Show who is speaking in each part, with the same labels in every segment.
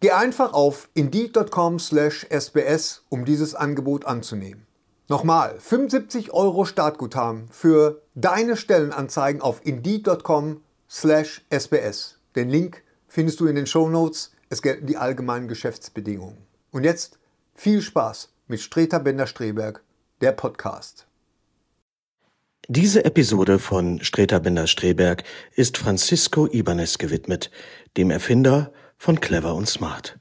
Speaker 1: Geh einfach auf indeed.com/sbs, um dieses Angebot anzunehmen. Nochmal, 75 Euro Startguthaben für deine Stellenanzeigen auf indeed.com/sbs. Den Link findest du in den Shownotes. Es gelten die allgemeinen Geschäftsbedingungen. Und jetzt viel Spaß mit Streter Bender-Streberg, der Podcast.
Speaker 2: Diese Episode von Streter Bender-Streberg ist Francisco Ibanez gewidmet, dem Erfinder von Clever und Smart.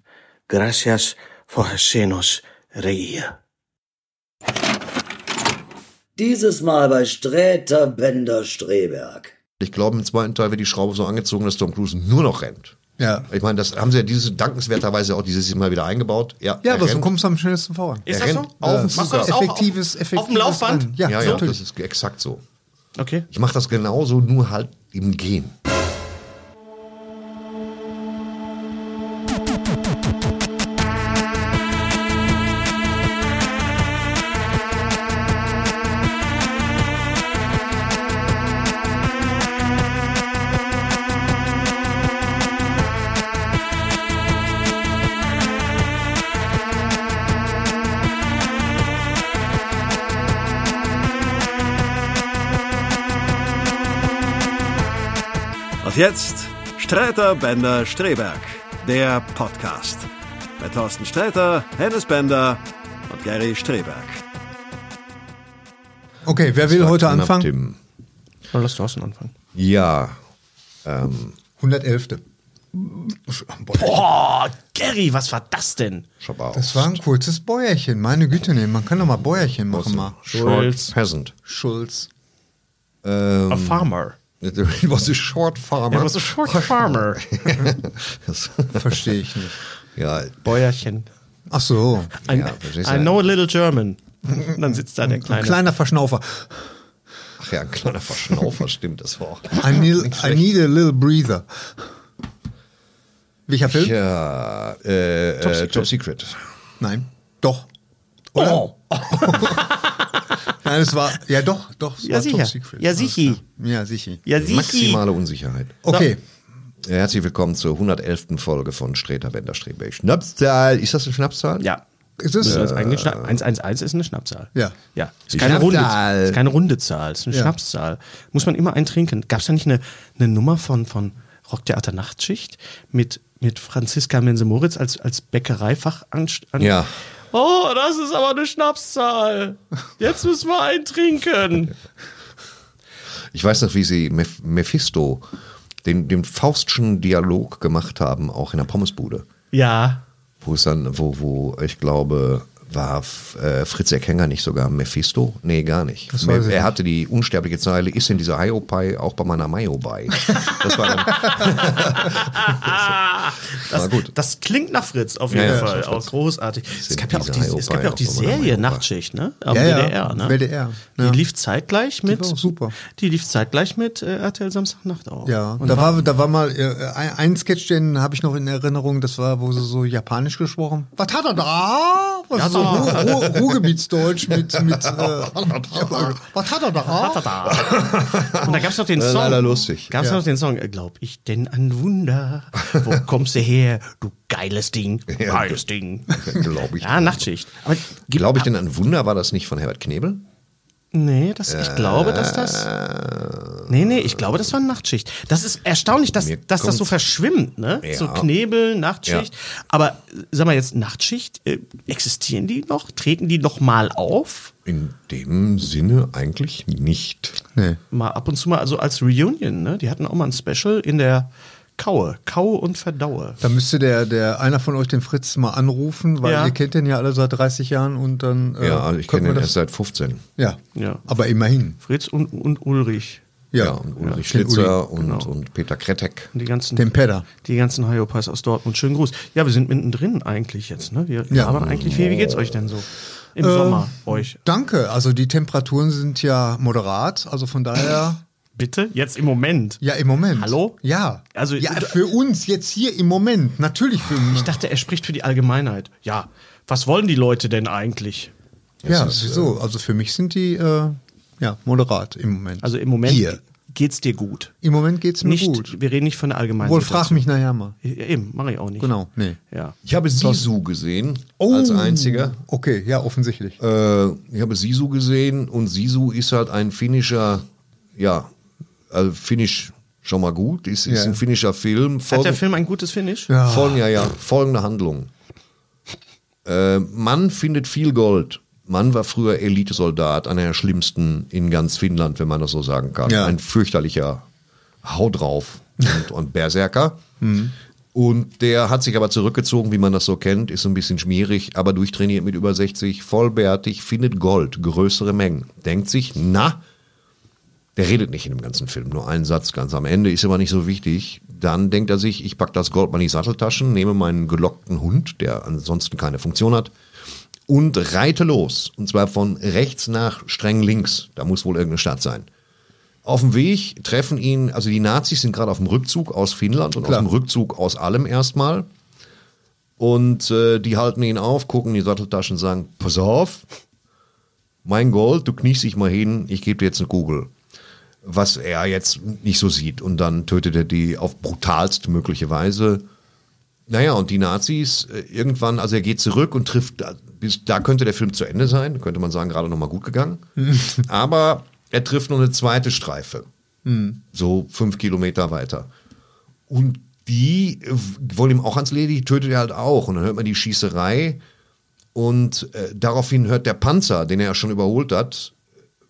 Speaker 2: Gracias por hacernos reír.
Speaker 3: Dieses Mal bei Sträter Bender Streberg.
Speaker 4: Ich glaube, im zweiten Teil wird die Schraube so angezogen, dass Tom Cruise nur noch rennt.
Speaker 5: Ja.
Speaker 4: Ich meine, das haben sie ja dieses dankenswerterweise auch dieses Mal wieder eingebaut. Ja,
Speaker 5: Ja,
Speaker 4: er
Speaker 5: aber so
Speaker 4: rennt.
Speaker 5: kommst du am schnellsten voran.
Speaker 4: Er
Speaker 6: Ist das so?
Speaker 4: rennt auf den
Speaker 6: Machst du
Speaker 4: Zucker.
Speaker 6: das auch
Speaker 5: Effektives,
Speaker 6: auf-
Speaker 5: effektives.
Speaker 6: auf dem Laufband?
Speaker 5: An. Ja,
Speaker 4: Ja, ja,
Speaker 5: natürlich.
Speaker 4: das ist exakt so.
Speaker 6: Okay.
Speaker 4: Ich mache das genauso, nur halt im Gehen.
Speaker 7: Und jetzt Sträter Bender Streberg, der Podcast. Bei Thorsten Sträter, Hennes Bender und Gary Streberg.
Speaker 5: Okay, wer will heute
Speaker 4: Knapp
Speaker 5: anfangen?
Speaker 4: dem-
Speaker 6: Dann lass Thorsten anfangen.
Speaker 4: Ja, ähm.
Speaker 5: 111.
Speaker 6: Boah, Gary, was war das denn?
Speaker 4: Schabaus.
Speaker 5: Das war ein kurzes Bäuerchen. Meine Güte, nee, man kann doch mal Bäuerchen machen. Mal.
Speaker 4: Short Peasant.
Speaker 5: Schulz.
Speaker 6: A farmer.
Speaker 4: It was a short farmer.
Speaker 6: Er was a short farmer.
Speaker 4: Das-
Speaker 5: Verstehe ich nicht.
Speaker 4: ja,
Speaker 6: Bäuerchen.
Speaker 5: Ach so.
Speaker 6: I,
Speaker 4: Ja, verstehst du?
Speaker 6: I know a little German. Und dann sitzt da der
Speaker 5: Ein
Speaker 6: kleine.
Speaker 5: kleiner Verschnaufer.
Speaker 4: ach ja, ein kleiner Verschnaufer, stimmt, das war auch.
Speaker 5: I need, I need a little breather. Welcher Film?
Speaker 4: Ja, äh, Top, äh, Secret. Top Secret.
Speaker 5: Nein. Doch. Oder?
Speaker 6: Oh.
Speaker 5: Nein, es war. Ja, doch, doch. Es
Speaker 6: Ja,
Speaker 5: war
Speaker 6: sicher.
Speaker 5: Top Secret.
Speaker 6: Ja,
Speaker 5: Alles
Speaker 6: sicher.
Speaker 5: klar. Ja, sicher.
Speaker 6: ja, sichi.
Speaker 4: Maximale Unsicherheit.
Speaker 5: Okay.
Speaker 4: Herzlich willkommen zur 111. Folge von Streter Bender Streberg. Schnapszahl. Ist das eine Schnapszahl?
Speaker 6: Ja.
Speaker 5: Ist es?
Speaker 6: Das ist eigentlich Schna- 111 ist eine Schnapszahl.
Speaker 5: Ja.
Speaker 6: ja. Ist,
Speaker 4: Die
Speaker 6: keine runde,
Speaker 4: Schnapszahl.
Speaker 6: ist keine runde Zahl, ist eine
Speaker 5: Ja.
Speaker 6: Schnapszahl. Muss man immer eintrinken. Gab es da nicht eine, eine Nummer von, von Rocktheater Nachtschicht mit, mit Franziska Mense-Moritz als, als Bäckereifachangestellte?
Speaker 4: Ja.
Speaker 6: Oh, das ist aber eine Schnapszahl. Jetzt müssen wir eintrinken.
Speaker 4: Ich weiß noch, wie sie Meph Mephisto, den, den Faustschen Dialog gemacht haben, auch in der Pommesbude.
Speaker 6: Ja.
Speaker 4: Wo es dann, wo, wo, ich glaube, war F- äh, Fritz Erkenger nicht sogar Mephisto? Nee, gar nicht.
Speaker 5: Das weiß ich
Speaker 4: er
Speaker 5: nicht.
Speaker 4: hatte die unsterbliche Zeile, ist in dieser Hiopai auch bei meiner Maiopai. Das war dann,
Speaker 6: Das,
Speaker 4: Na gut.
Speaker 6: das klingt nach Fritz auf jeden
Speaker 4: Ja, ja,
Speaker 6: Fall.
Speaker 4: das war
Speaker 6: Auch
Speaker 4: Fritz.
Speaker 6: großartig. Es
Speaker 4: Sind
Speaker 6: gab, ja auch
Speaker 4: diese
Speaker 6: die, es gab ja auch die
Speaker 4: Hiopai auch immer
Speaker 6: Serie
Speaker 4: dabei.
Speaker 6: Nachtschicht, ne? Am
Speaker 5: Ja, ja.
Speaker 6: WDR, ne?
Speaker 5: WDR, ja.
Speaker 6: Die lief zeitgleich mit.
Speaker 5: war auch super.
Speaker 6: Die lief zeitgleich mit äh, RTL Samstagnacht auch.
Speaker 5: Ja,
Speaker 6: Und
Speaker 5: da war, da war mal äh, ein, ein Sketch, den habe ich noch in Erinnerung, das war, wo sie so japanisch gesprochen Was hat er da? Was so Ru Ru Ruhrgebietsdeutsch mit, mit äh, Was hat er da?
Speaker 6: da. Und da gab es noch den
Speaker 4: Das
Speaker 6: Song.
Speaker 4: ist leider lustig.
Speaker 6: Gab es
Speaker 5: Ja.
Speaker 6: noch den Song, äh, glaub ich denn an Wunder? Wo kommst du her, du geiles Ding?
Speaker 4: Ja.
Speaker 6: Geiles Ding.
Speaker 4: glaube ich.
Speaker 6: Ja, Nachtschicht. Aber gibt-
Speaker 4: Glaube ich denn an Wunder? War das nicht von Herbert Knebel?
Speaker 6: Nee, das, ich glaube, dass das. Nee, nee, ich glaube, das war Nachtschicht. Das ist erstaunlich, dass,
Speaker 4: Äh. Mir
Speaker 6: dass das so
Speaker 4: kommt's-
Speaker 6: verschwimmt, ne?
Speaker 4: Ja.
Speaker 6: So Knebel, Nachtschicht.
Speaker 4: Ja.
Speaker 6: Aber äh, sag mal jetzt, Nachtschicht, äh, existieren die noch? Treten die noch mal auf?
Speaker 4: In dem Sinne eigentlich nicht.
Speaker 1: Nee.
Speaker 6: Mal ab und zu mal, also als Reunion, ne? Die hatten auch mal ein Special in der Kaue. Kaue und Verdaue.
Speaker 1: Da müsste der, der einer von euch den Fritz mal anrufen, weil
Speaker 6: Ja.
Speaker 1: ihr kennt den ja alle seit 30 Jahren und dann äh,
Speaker 4: Ja, also ich
Speaker 1: könnte
Speaker 4: kenne
Speaker 1: man
Speaker 4: den
Speaker 1: das-
Speaker 4: erst seit 15.
Speaker 1: Ja.
Speaker 6: Ja.
Speaker 1: aber immerhin.
Speaker 6: Fritz und, und Ulrich.
Speaker 1: Ja,
Speaker 4: Ja, Genau. und Ulrich
Speaker 1: den Uli,
Speaker 4: Schlitzer und, und Peter Kretek.
Speaker 6: Und die ganzen,
Speaker 1: Den Pedder.
Speaker 6: Die ganzen Hyopas aus Dortmund. Schönen Gruß. Ja, wir sind mittendrin eigentlich jetzt, ne? Wir ja. labern eigentlich viel. Wie geht's euch denn so?
Speaker 4: Äh,
Speaker 6: Im Sommer, euch.
Speaker 1: Danke. Also die Temperaturen sind ja moderat, also von daher
Speaker 6: Bitte? Jetzt im Moment.
Speaker 1: ja im Moment.
Speaker 6: Hallo?
Speaker 1: Ja.
Speaker 6: Also-
Speaker 1: ja, für uns jetzt hier im Moment. Natürlich für mich.
Speaker 6: Ich dachte, er spricht für die Allgemeinheit. Ja. Was wollen die Leute denn eigentlich?
Speaker 1: Ja,
Speaker 4: äh,
Speaker 1: wieso? Also für mich sind die äh, ja moderat im Moment.
Speaker 6: Also im Moment
Speaker 1: Hier.
Speaker 6: geht's dir gut.
Speaker 1: Im Moment geht's mir
Speaker 6: Nicht,
Speaker 1: gut.
Speaker 6: wir reden nicht von der Allgemeinheit.
Speaker 1: Wohl frag mich nachher mal.
Speaker 6: Ja, eben, mache ich auch nicht.
Speaker 1: Genau, nee.
Speaker 6: Ja.
Speaker 4: Ich habe Sisu gesehen als einziger.
Speaker 1: Okay, ja, offensichtlich.
Speaker 4: Oh. Äh, ich habe Sisu gesehen und Sisu ist halt ein finnischer, ja, also finnisch schon mal gut, ist, ist
Speaker 1: Ja.
Speaker 4: ein finnischer Film. Folgen,
Speaker 6: Hat der Film ein gutes Finish?
Speaker 1: Ja.
Speaker 4: Folgen, ja, ja, folgende Handlung. Äh, Mann findet viel Gold. Mann war früher Elitesoldat, einer der schlimmsten in ganz Finnland, wenn man das so sagen kann.
Speaker 1: Ja.
Speaker 4: Ein fürchterlicher Hau drauf und, und Berserker.
Speaker 1: Mhm.
Speaker 4: Und der hat sich aber zurückgezogen, wie man das so kennt, ist so ein bisschen schmierig, aber durchtrainiert mit über 60, vollbärtig, findet Gold, größere Mengen. Denkt sich, na, der redet nicht in dem ganzen Film, nur einen Satz ganz am Ende, ist aber nicht so wichtig. Dann denkt er sich, ich pack das Gold mal in die Satteltaschen, nehme meinen gelockten Hund, der ansonsten keine Funktion hat, und reite los. Und zwar von rechts nach streng links. Da muss wohl irgendeine Stadt sein. Auf dem Weg treffen ihn, also die Nazis sind gerade auf dem Rückzug aus Finnland und
Speaker 1: Klar.
Speaker 4: auf dem Rückzug aus allem erstmal. Und äh, die halten ihn auf, gucken in die Satteltaschen, sagen, pass auf, mein Gold, du kniest dich mal hin, ich gebe dir jetzt eine Kugel. Was er jetzt nicht so sieht. Und dann tötet er die auf brutalst mögliche Weise. Naja, und die Nazis äh, irgendwann, also er geht zurück und trifft, da- bis, da könnte der Film zu Ende sein, könnte man sagen, gerade nochmal gut gegangen. Aber er trifft noch eine zweite Streife,
Speaker 6: Hm.
Speaker 4: so fünf Kilometer weiter. Und die äh, wollen ihm auch ans Leder, die tötet er halt auch. Und dann hört man die Schießerei und äh, daraufhin hört der Panzer, den er ja schon überholt hat,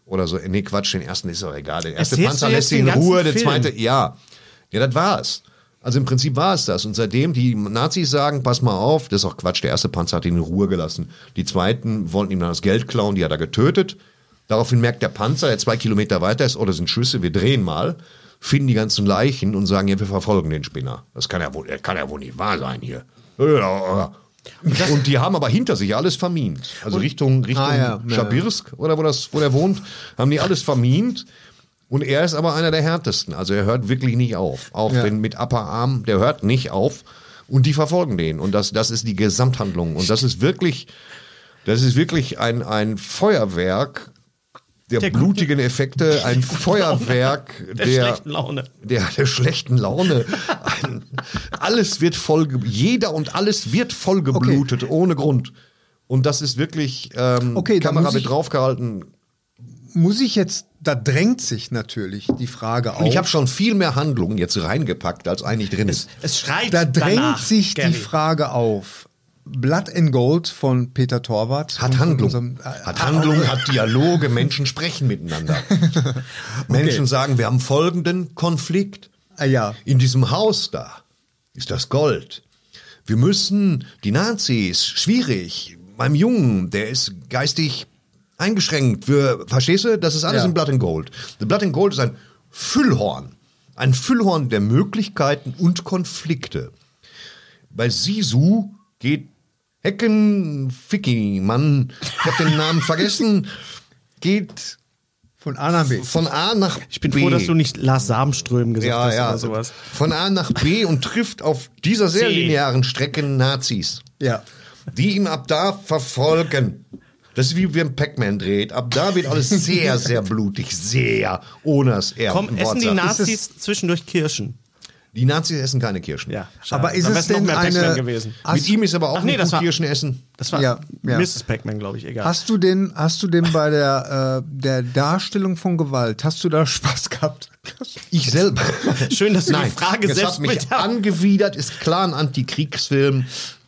Speaker 4: oder so, äh, nee, Quatsch, den ersten ist doch egal. Der erste
Speaker 6: Erzählst
Speaker 4: Panzer
Speaker 6: du jetzt
Speaker 4: lässt ihn
Speaker 6: den
Speaker 4: in
Speaker 6: ganzen
Speaker 4: Ruhe, der
Speaker 6: Film?
Speaker 4: zweite, ja. Ja, das war's. Also im Prinzip war es das. Und seitdem die Nazis sagen, pass mal auf, das ist auch Quatsch, der erste Panzer hat ihn in Ruhe gelassen. Die zweiten wollten ihm dann das Geld klauen, die hat er getötet. Daraufhin merkt der Panzer, der zwei Kilometer weiter ist, oh, das sind Schüsse, wir drehen mal, finden die ganzen Leichen und sagen, ja, wir verfolgen den Spinner. Das kann ja wohl, das kann ja wohl nicht wahr sein hier. Und die haben aber hinter sich alles vermint. Also Richtung, Richtung
Speaker 1: Ah, ja, ja.
Speaker 4: Schabirsk oder wo, das, wo der wohnt, haben die alles vermint. Und er ist aber einer der härtesten. Also er hört wirklich nicht auf. Auch
Speaker 1: Ja.
Speaker 4: wenn mit Upper Arm, der hört nicht auf. Und die verfolgen den. Und das, das ist die Gesamthandlung. Und das ist wirklich, das ist wirklich ein, ein Feuerwerk der,
Speaker 6: Der guten-
Speaker 4: blutigen Effekte, ein Feuerwerk
Speaker 6: Der
Speaker 4: der,
Speaker 6: schlechten Laune.
Speaker 4: Der, der schlechten Laune. Ein, alles wird voll, ge- jeder und alles wird voll geblutet, ohne Grund. Und das ist wirklich, ähm,
Speaker 1: Okay, dann
Speaker 4: Kamera
Speaker 1: muss
Speaker 4: wird
Speaker 1: ich-
Speaker 4: draufgehalten,
Speaker 1: Muss ich jetzt, da drängt sich natürlich die Frage auf.
Speaker 4: Und ich habe schon viel mehr Handlungen jetzt reingepackt, als eigentlich drin ist.
Speaker 6: Es schreit
Speaker 1: da drängt
Speaker 6: danach,
Speaker 1: sich
Speaker 6: Gary.
Speaker 1: die Frage auf. Blood and Gold von Peter Torwart.
Speaker 4: Hat
Speaker 1: Und von
Speaker 4: Handlung.
Speaker 1: unserem- äh,
Speaker 4: Hat Handlung, hat Dialoge, Menschen sprechen miteinander. Menschen sagen, wir haben folgenden Konflikt.
Speaker 1: äh, ja.
Speaker 4: In diesem Haus da ist das Gold. Wir müssen die Nazis, schwierig, beim Jungen, der ist geistig eingeschränkt. Wir, verstehst du? Das ist alles
Speaker 1: Ja.
Speaker 4: in Blood and Gold. The Blood and Gold ist ein Füllhorn. Ein Füllhorn der Möglichkeiten und Konflikte. Bei Sisu geht Hecken Ficky, Mann, ich hab den Namen vergessen, geht
Speaker 1: Von A nach B.
Speaker 4: von A nach B.
Speaker 6: Ich bin froh, dass du nicht Lars Samström gesagt
Speaker 4: Ja,
Speaker 6: hast
Speaker 4: ja.
Speaker 6: oder sowas.
Speaker 4: Von A nach B und trifft auf dieser sehr
Speaker 6: C.
Speaker 4: linearen Strecke Nazis,
Speaker 1: Ja.
Speaker 4: die ihm ab da verfolgen. Das ist wie wenn Pac-Man dreht. Ab da wird alles sehr, sehr blutig. Sehr. Ohne dass er
Speaker 6: Komm,
Speaker 4: ein
Speaker 6: essen
Speaker 4: Wort
Speaker 6: die
Speaker 4: sagt.
Speaker 6: Nazis zwischendurch Kirschen.
Speaker 4: Die Nazis essen keine Kirschen.
Speaker 6: Ja, schade.
Speaker 1: Aber ist
Speaker 6: Dann
Speaker 1: es
Speaker 6: wär's noch
Speaker 1: denn
Speaker 6: mehr Pac-Man
Speaker 1: eine.
Speaker 6: gewesen.
Speaker 4: Mit ihm ist aber auch
Speaker 6: Ach nee,
Speaker 4: nicht
Speaker 6: das
Speaker 4: gut
Speaker 6: war-
Speaker 4: Kirschen essen.
Speaker 6: Das war
Speaker 1: Ja, ja.
Speaker 6: Mrs. Pac-Man, glaube ich, egal.
Speaker 1: Hast du den, hast du den bei der, äh, der Darstellung von Gewalt, hast du da Spaß gehabt?
Speaker 4: Ich selber.
Speaker 6: Schön, dass du die
Speaker 4: Nein,
Speaker 6: Frage
Speaker 4: das
Speaker 6: selbst
Speaker 4: hat mich
Speaker 6: mit-
Speaker 4: angewidert, ist klar ein Antikriegsfilm.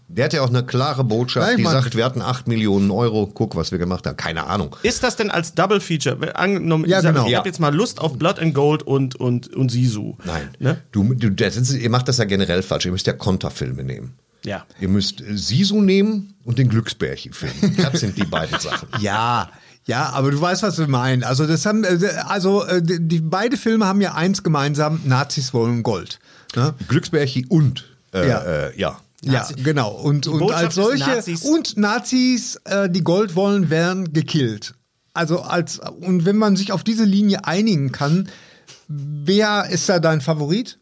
Speaker 4: Der hat ja auch eine klare Botschaft,
Speaker 1: Nein,
Speaker 4: die
Speaker 1: Mann.
Speaker 4: sagt, wir hatten 8 Millionen Euro, guck, was wir gemacht haben. Keine Ahnung.
Speaker 6: Ist das denn als Double Feature? Weil Angenommen,
Speaker 1: Ja,
Speaker 6: ich, sag,
Speaker 1: genau.
Speaker 6: ich habe
Speaker 4: Ja.
Speaker 6: jetzt mal Lust auf Blood and Gold und, und, und Sisu.
Speaker 4: Nein.
Speaker 6: Ne?
Speaker 4: Du, du, das ist, ihr macht das ja generell falsch. Ihr müsst ja Konterfilme nehmen.
Speaker 6: Ja.
Speaker 4: Ihr müsst äh, Sisu nehmen und den Glücksbärchen-Film. Das sind die beiden Sachen.
Speaker 1: Ja, ja, aber du weißt, was wir meinen. Also das haben, äh, also äh, die, die beide Filme haben ja eins gemeinsam: Nazis wollen Gold. Ne?
Speaker 4: Glücksbärchen und. Äh,
Speaker 1: Ja.
Speaker 4: ja. Äh, ja.
Speaker 1: Ja, genau. Und, und
Speaker 6: Botschaft
Speaker 1: als
Speaker 6: ist,
Speaker 1: solche
Speaker 6: Nazis-
Speaker 1: und Nazis, äh, die Gold wollen, werden gekillt. Also als und wenn man sich auf diese Linie einigen kann, wer ist da dein Favorit?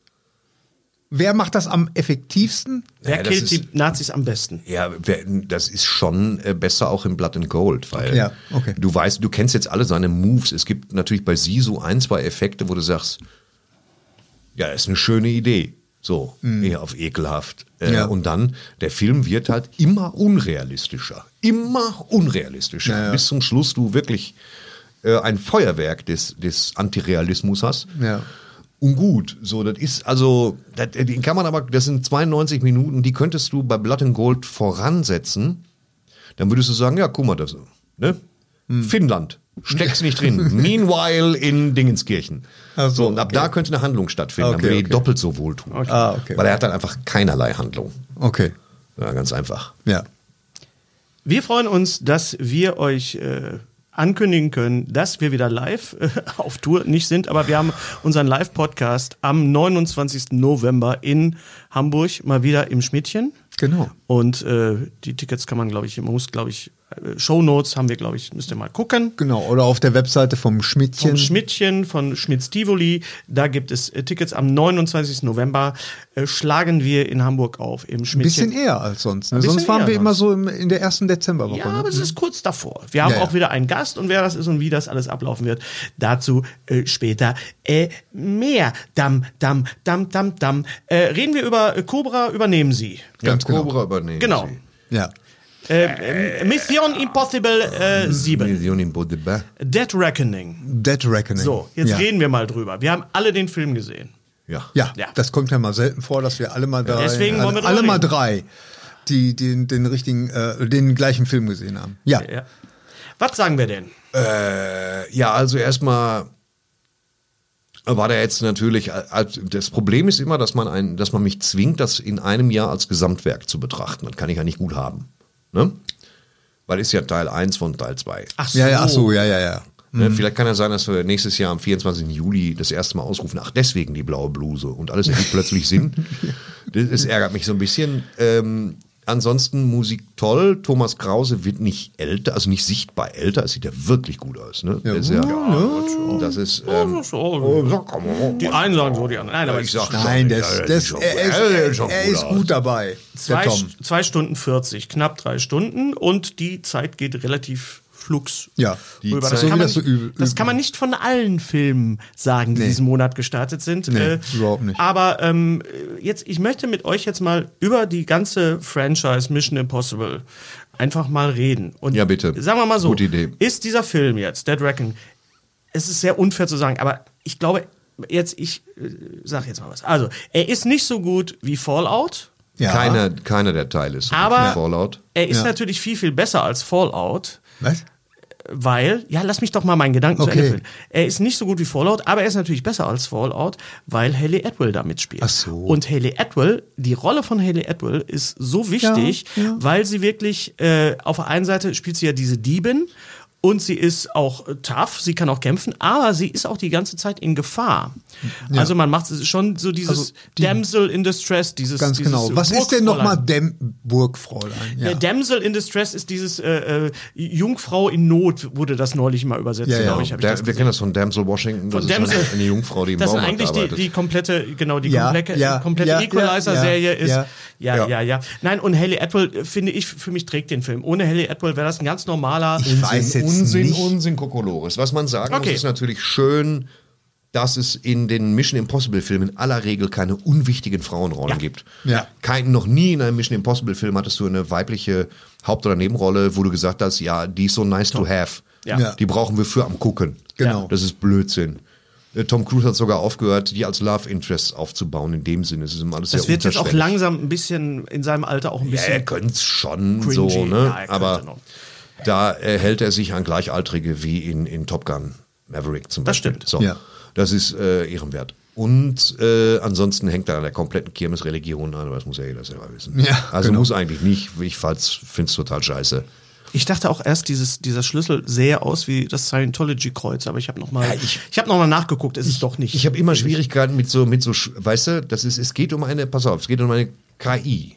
Speaker 1: Wer macht das am effektivsten?
Speaker 6: Wer
Speaker 4: Ja, das
Speaker 6: killt
Speaker 4: ist-
Speaker 6: die Nazis am besten?
Speaker 4: Ja, wer- das ist schon äh, besser auch im Blood and Gold, weil
Speaker 1: Okay. Ja, okay.
Speaker 4: du weißt, du kennst jetzt alle seine Moves. Es gibt natürlich bei Sisu ein, zwei Effekte, wo du sagst, ja, ist eine schöne Idee. So, eher auf ekelhaft. Äh,
Speaker 1: Mhm. Ja.
Speaker 4: Und dann, der Film wird halt immer unrealistischer. Immer unrealistischer.
Speaker 1: Ja, ja.
Speaker 4: Bis zum Schluss du wirklich äh, ein Feuerwerk des, des Antirealismus hast.
Speaker 1: Ja.
Speaker 4: Und gut, so, das ist also, das, den kann man aber, das sind 92 Minuten, die könntest du bei Blood and Gold voransetzen. Dann würdest du sagen, ja, guck mal, das, ne?
Speaker 1: Hm.
Speaker 4: Finnland, steck's nicht drin. Meanwhile in Dingenskirchen.
Speaker 1: Ach so,
Speaker 4: so, und ab da könnte eine Handlung stattfinden,
Speaker 1: Okay,
Speaker 4: dann würde die
Speaker 1: okay.
Speaker 4: doppelt so wohl tun.
Speaker 1: Ah, okay.
Speaker 4: Weil er hat dann einfach keinerlei Handlung.
Speaker 1: Okay.
Speaker 4: Ja, ganz einfach.
Speaker 1: Ja.
Speaker 6: Wir freuen uns, dass wir euch äh, ankündigen können, dass wir wieder live äh, auf Tour nicht sind, aber wir haben unseren Live-Podcast am 29. November in Hamburg mal wieder im Schmidtchen.
Speaker 1: Genau.
Speaker 6: Und äh, die Tickets kann man, glaube ich, man muss, glaube ich, äh, Shownotes haben wir, glaube ich, müsst ihr mal gucken.
Speaker 1: Genau. Oder auf der Webseite vom Schmidtchen.
Speaker 6: Vom Schmidtchen, von Schmitz Tivoli. Da gibt es äh, Tickets am 29. November. Äh, schlagen wir in Hamburg auf im
Speaker 1: Ein
Speaker 6: Schmidtchen.
Speaker 1: bisschen eher als sonst. Ne?
Speaker 6: Ein bisschen
Speaker 1: Sonst waren
Speaker 6: eher
Speaker 1: wir
Speaker 6: sonst.
Speaker 1: immer so im, in der ersten Dezemberwoche.
Speaker 6: Ja,
Speaker 1: ne?
Speaker 6: aber es ist kurz davor. Wir haben
Speaker 1: Ja, ja.
Speaker 6: auch wieder einen Gast und wer das ist und wie das alles ablaufen wird, dazu äh, später äh, mehr. Dam, dam, dam, dam, dam. Äh, reden wir über äh, Cobra, übernehmen Sie.
Speaker 4: Ganz
Speaker 1: genau.
Speaker 4: Cobra übernehmen.
Speaker 6: Genau.
Speaker 1: ja.
Speaker 6: Äh, äh, Mission Impossible äh, 7.
Speaker 4: Million im Bodeba.
Speaker 6: Dead Reckoning.
Speaker 1: Dead Reckoning.
Speaker 6: So, jetzt
Speaker 1: Äh, ja.
Speaker 6: reden wir mal drüber. Wir haben alle den Film gesehen.
Speaker 4: Ja.
Speaker 1: Ja,
Speaker 6: Ja.
Speaker 1: das kommt ja mal selten vor, dass wir alle mal drei,
Speaker 6: Deswegen wollen wir
Speaker 1: alle,
Speaker 6: drüber
Speaker 1: alle mal
Speaker 6: reden.
Speaker 1: drei, die, den, den richtigen, äh, den gleichen Film gesehen haben. Ja,
Speaker 6: Ja. Was sagen wir denn?
Speaker 4: Ja, also erstmal war der jetzt natürlich. als- Das Problem ist immer, dass man, ein, dass man mich zwingt, das in einem Jahr als Gesamtwerk zu betrachten. Das kann ich ja nicht gut haben. Ne? Weil ist ja Teil 1 von Teil 2.
Speaker 6: Ach
Speaker 1: ja, ja, ach so, ja, ja, ja.
Speaker 4: Ne? Vielleicht kann ja sein, dass wir nächstes Jahr am 24. Juli das erste Mal ausrufen, ach deswegen die blaue Bluse und alles ergibt plötzlich Sinn. Das, das ärgert mich so ein bisschen. Ähm, ansonsten Musik toll. Thomas Krause wird nicht älter, also nicht sichtbar älter. Es sieht ja wirklich gut aus. Ne? Ja, ist ja, Und das ist... Ähm,
Speaker 6: Die einen sagen so, die anderen. Äh, Nein, aber
Speaker 4: ich sag
Speaker 1: Nein,
Speaker 4: schon,
Speaker 1: das,
Speaker 4: ja,
Speaker 1: das,
Speaker 4: sieht schon
Speaker 1: er,
Speaker 4: gut aus. Ja, der
Speaker 1: ist,
Speaker 4: sieht
Speaker 1: er,
Speaker 4: schon
Speaker 1: er ist
Speaker 4: aus.
Speaker 1: gut dabei, der
Speaker 6: zwei,
Speaker 1: Tom.
Speaker 6: zwei Stunden 40, knapp drei Stunden und die Zeit geht relativ flugs
Speaker 1: Ja, die
Speaker 6: rüber.
Speaker 1: Zeit- so wie
Speaker 6: man,
Speaker 1: das so üb-
Speaker 6: das
Speaker 1: üb-
Speaker 6: kann man nicht von allen Filmen sagen, die diesen Monat gestartet sind. äh,
Speaker 1: Nee, überhaupt nicht.
Speaker 6: Aber ähm, jetzt, ich möchte mit euch jetzt mal über die ganze Franchise Mission Impossible einfach mal reden. Und
Speaker 4: Ja, bitte.
Speaker 6: Sagen wir mal so,
Speaker 4: Gute Idee.
Speaker 6: ist dieser Film jetzt, Dead Reckoning, es ist sehr unfair zu sagen, aber ich glaube, jetzt, ich äh, sag jetzt mal was. Also, er ist nicht so gut wie Fallout.
Speaker 1: Ja.
Speaker 4: Keiner, keiner der Teile ist so gut
Speaker 6: Aber-
Speaker 4: wie Fallout.
Speaker 6: Er ist
Speaker 1: Ja.
Speaker 6: natürlich viel, viel besser als Fallout,
Speaker 1: Was?
Speaker 6: weil, ja, lass mich doch mal meinen Gedanken zu Ende
Speaker 1: Okay.
Speaker 6: führen. Er ist nicht so gut wie Fallout, aber er ist natürlich besser als Fallout, weil Haley Atwell da mitspielt.
Speaker 1: Ach so.
Speaker 6: Und Haley Atwell, die Rolle von Haley Atwell ist so wichtig,
Speaker 1: Ja, ja.
Speaker 6: weil sie wirklich, äh, auf der einen Seite spielt sie ja diese Diebin und sie ist auch äh, tough, sie kann auch kämpfen, aber sie ist auch die ganze Zeit in Gefahr. Also man macht es ist schon so dieses
Speaker 1: Also die-
Speaker 6: Damsel in Distress, dieses
Speaker 1: Ganz
Speaker 6: dieses
Speaker 1: genau. Was ist denn nochmal
Speaker 6: Burgfräulein.
Speaker 1: Dem Burgfräulein? Ja.
Speaker 6: Der Äh, Damsel in Distress ist dieses äh, äh, Jungfrau in Not, wurde das neulich mal übersetzt,
Speaker 1: Ja, ja.
Speaker 6: glaube ich. Hab ich
Speaker 4: Der,
Speaker 6: das
Speaker 4: wir
Speaker 6: gesehen.
Speaker 4: kennen das von Damsel Washington. Das
Speaker 6: Von
Speaker 4: ist
Speaker 6: Damsel-
Speaker 4: eine- eine Jungfrau, die im
Speaker 6: das sind
Speaker 4: Baumarkt
Speaker 6: eigentlich die,
Speaker 4: arbeitet.
Speaker 6: die komplette, genau, die
Speaker 1: Ja,
Speaker 6: komplette,
Speaker 1: ja,
Speaker 6: komplette
Speaker 1: ja, ja,
Speaker 6: Equalizer-Serie
Speaker 1: ja,
Speaker 6: ist. Ja
Speaker 1: ja.
Speaker 6: ja, ja, Nein, und Haley Atwell, äh, finde ich, für mich trägt den Film. Ohne Haley Atwell wäre das ein ganz normaler.
Speaker 1: Ich weiß jetzt
Speaker 4: Unsinn,
Speaker 1: nicht.
Speaker 4: Unsinn, Kokolores. Was man sagen
Speaker 6: Okay.
Speaker 4: muss, ist natürlich schön, dass es in den Mission Impossible Filmen in aller Regel keine unwichtigen Frauenrollen
Speaker 6: Ja.
Speaker 4: gibt.
Speaker 1: Ja.
Speaker 4: Kein, noch nie in einem Mission Impossible Film hattest du eine weibliche Haupt- oder Nebenrolle, wo du gesagt hast, ja, die ist so nice to have.
Speaker 6: Ja.
Speaker 4: Die brauchen wir für am Gucken.
Speaker 1: Genau.
Speaker 4: Das ist Blödsinn. Äh, Tom Cruise hat sogar aufgehört, die als Love Interests aufzubauen. In dem Sinne, es ist immer alles
Speaker 6: Das
Speaker 4: sehr
Speaker 6: wird jetzt auch
Speaker 4: unterschwellig.
Speaker 6: langsam ein bisschen in seinem Alter auch ein
Speaker 4: Ja, er
Speaker 6: bisschen.
Speaker 4: könnte es schon
Speaker 6: cringy.
Speaker 4: so, ne?
Speaker 6: Ja, er könnte
Speaker 4: Aber
Speaker 6: noch.
Speaker 4: da äh, hält er sich an Gleichaltrige wie in, in Top Gun Maverick zum
Speaker 6: Das
Speaker 4: Beispiel.
Speaker 6: stimmt.
Speaker 4: So,
Speaker 1: Ja.
Speaker 4: Das ist äh, ehrenwert. Und äh, ansonsten hängt er an der kompletten Kirmesreligion an, aber das muss ja jeder selber wissen.
Speaker 1: Ja,
Speaker 4: also
Speaker 1: genau.
Speaker 4: muss eigentlich nicht. Ich finde es total scheiße.
Speaker 6: Ich dachte auch erst, dieses, dieser Schlüssel sähe aus wie das Scientology-Kreuz, aber ich habe nochmal
Speaker 4: Ja,
Speaker 6: ich,
Speaker 4: ich-
Speaker 6: ich hab noch mal nachgeguckt, ist es doch nicht.
Speaker 4: Ich habe immer Schwierigkeiten mit so, mit so, sch- weißt du, das ist, es geht um eine, pass auf, es geht um eine KI.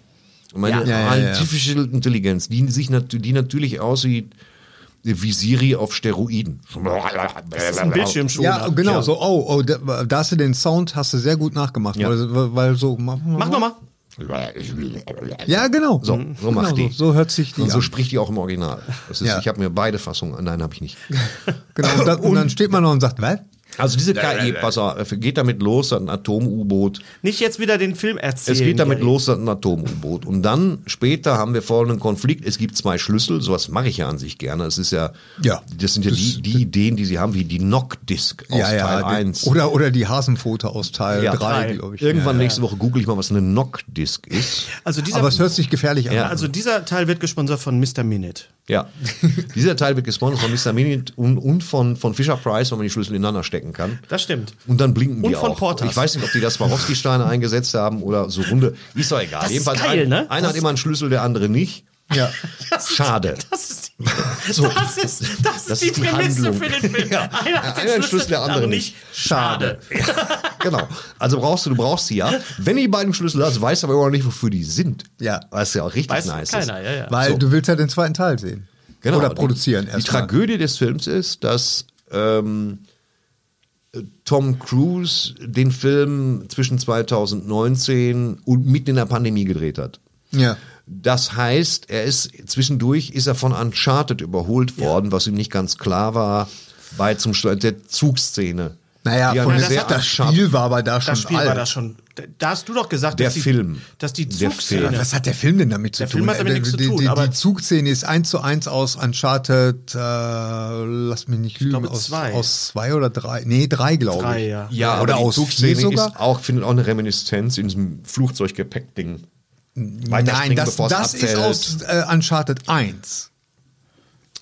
Speaker 4: Um eine
Speaker 1: Ja, ja, ja, ja.
Speaker 4: Artificial Intelligence, die sich nat die natürlich aussieht wie Siri auf Steroiden.
Speaker 6: das ist ein Bildschirmschoner.
Speaker 1: Ja, genau, so, oh, oh, da, da hast du den Sound, hast du sehr gut nachgemacht,
Speaker 4: Ja.
Speaker 1: weil, weil so, mach,
Speaker 6: Mach nochmal.
Speaker 1: Ja, genau.
Speaker 4: So, so macht
Speaker 1: genau,
Speaker 4: die.
Speaker 1: So, so hört sich die
Speaker 4: Und so
Speaker 1: an.
Speaker 4: spricht die auch im Original. Das ist,
Speaker 1: Ja.
Speaker 4: Ich habe mir beide Fassungen an. Nein, habe ich nicht.
Speaker 1: Genau, und, dann, und dann steht man noch und sagt, was?
Speaker 4: Also diese KI, pass auf, äh, geht damit los, ein Atom-U-Boot.
Speaker 6: Nicht jetzt wieder den Film erzählen.
Speaker 4: Es geht damit
Speaker 6: Gary.
Speaker 4: los, dass ein Atom-U-Boot. Und dann später haben wir folgenden Konflikt. Es gibt zwei Schlüssel. Sowas mache ich ja an sich gerne. Es ist ja,
Speaker 1: Ja.
Speaker 4: das sind ja
Speaker 1: Das-
Speaker 4: die, die Ideen, die sie haben, wie die Knock-Disk aus Teil
Speaker 1: die-
Speaker 4: 1.
Speaker 1: Oder, oder die Hasenpfote aus Teil
Speaker 4: Ja,
Speaker 1: 3,
Speaker 4: drei.
Speaker 1: glaube ich.
Speaker 4: Irgendwann
Speaker 1: ja,
Speaker 4: nächste Woche google ich mal, was eine Knock-Disk ist.
Speaker 6: Also dieser,
Speaker 1: Aber es hört sich gefährlich an.
Speaker 4: Ja.
Speaker 6: also dieser Teil wird gesponsert von Mr. Minute.
Speaker 4: Ja. Dieser Teil wird gesponsert von Mr. Minute und, und von, von Fisher Price, wo man die Schlüssel ineinander stecken kann.
Speaker 6: Das stimmt.
Speaker 4: Und dann blinken
Speaker 6: Und
Speaker 4: die
Speaker 6: von
Speaker 4: auch.
Speaker 6: Portas.
Speaker 4: Ich weiß nicht, ob die das Swarovski-Steine eingesetzt haben oder so runde. Ist doch egal.
Speaker 6: Das ist
Speaker 4: Jedenfalls
Speaker 6: geil,
Speaker 4: ein,
Speaker 6: ne?
Speaker 4: einer
Speaker 6: Das-
Speaker 4: hat immer einen Schlüssel, der andere nicht.
Speaker 1: Ja.
Speaker 6: Das ist-
Speaker 4: Schade.
Speaker 6: Das ist, das ist, das
Speaker 4: Das
Speaker 6: ist
Speaker 4: ist
Speaker 6: die,
Speaker 4: die
Speaker 6: Prämisse
Speaker 4: Handlung.
Speaker 6: für den Film.
Speaker 4: Ja.
Speaker 6: Einer hat den
Speaker 4: Einer hat
Speaker 6: Schlüssel, der andere nicht. Schade.
Speaker 4: Genau. Also brauchst du, du brauchst sie ja. Wenn du die beiden Schlüssel hast, weißt du aber immer noch nicht, wofür die sind.
Speaker 1: Ja.
Speaker 4: Was ja auch richtig
Speaker 6: Weiß
Speaker 4: nice
Speaker 6: keiner,
Speaker 4: ist.
Speaker 6: ja, ja.
Speaker 1: Weil
Speaker 4: So.
Speaker 1: du willst ja den zweiten Teil sehen.
Speaker 4: Genau.
Speaker 1: Oder produzieren
Speaker 4: Die, die
Speaker 1: erstmal.
Speaker 4: Tragödie des Films ist, dass ähm, äh, Tom Cruise den Film zwischen 2019 und mitten in der Pandemie gedreht hat.
Speaker 1: Ja.
Speaker 4: Das heißt, er ist zwischendurch ist er von Uncharted überholt worden, was ihm nicht ganz klar war bei zum Schluss der Zugszene.
Speaker 1: Naja,
Speaker 4: Die
Speaker 1: von
Speaker 4: eine
Speaker 1: das,
Speaker 4: sehr
Speaker 1: das
Speaker 4: Uncharted-
Speaker 1: Spiel war aber da schon
Speaker 6: Das Spiel
Speaker 1: alt.
Speaker 6: war da schon. Da hast du doch gesagt,
Speaker 4: Hm, Der
Speaker 6: dass die,
Speaker 4: Film.
Speaker 6: dass die
Speaker 4: Der
Speaker 6: Zugszene.
Speaker 4: Film.
Speaker 1: Was hat der Film denn damit zu
Speaker 6: Der
Speaker 1: tun?
Speaker 6: Film hat damit
Speaker 1: Äh,
Speaker 6: nichts zu
Speaker 1: die,
Speaker 6: tun,
Speaker 1: die,
Speaker 6: aber-
Speaker 1: die Zugszene ist eins zu eins aus Uncharted, äh, lass mich nicht lügen,
Speaker 6: glaube,
Speaker 1: aus,
Speaker 6: zwei.
Speaker 1: aus zwei oder drei. Nee, drei, glaube ich.
Speaker 6: Drei, ja.
Speaker 4: Ja,
Speaker 1: oder
Speaker 4: oder
Speaker 1: aus
Speaker 4: die
Speaker 1: vier
Speaker 4: Zugszene
Speaker 1: sogar.
Speaker 4: ist auch, findet auch eine Reminiszenz in diesem Flugzeuggepäckding.
Speaker 1: Nein,
Speaker 4: Weiterspringen,
Speaker 1: das,
Speaker 4: bevor's
Speaker 1: das ist
Speaker 4: abfällt.
Speaker 1: aus äh, Uncharted 1.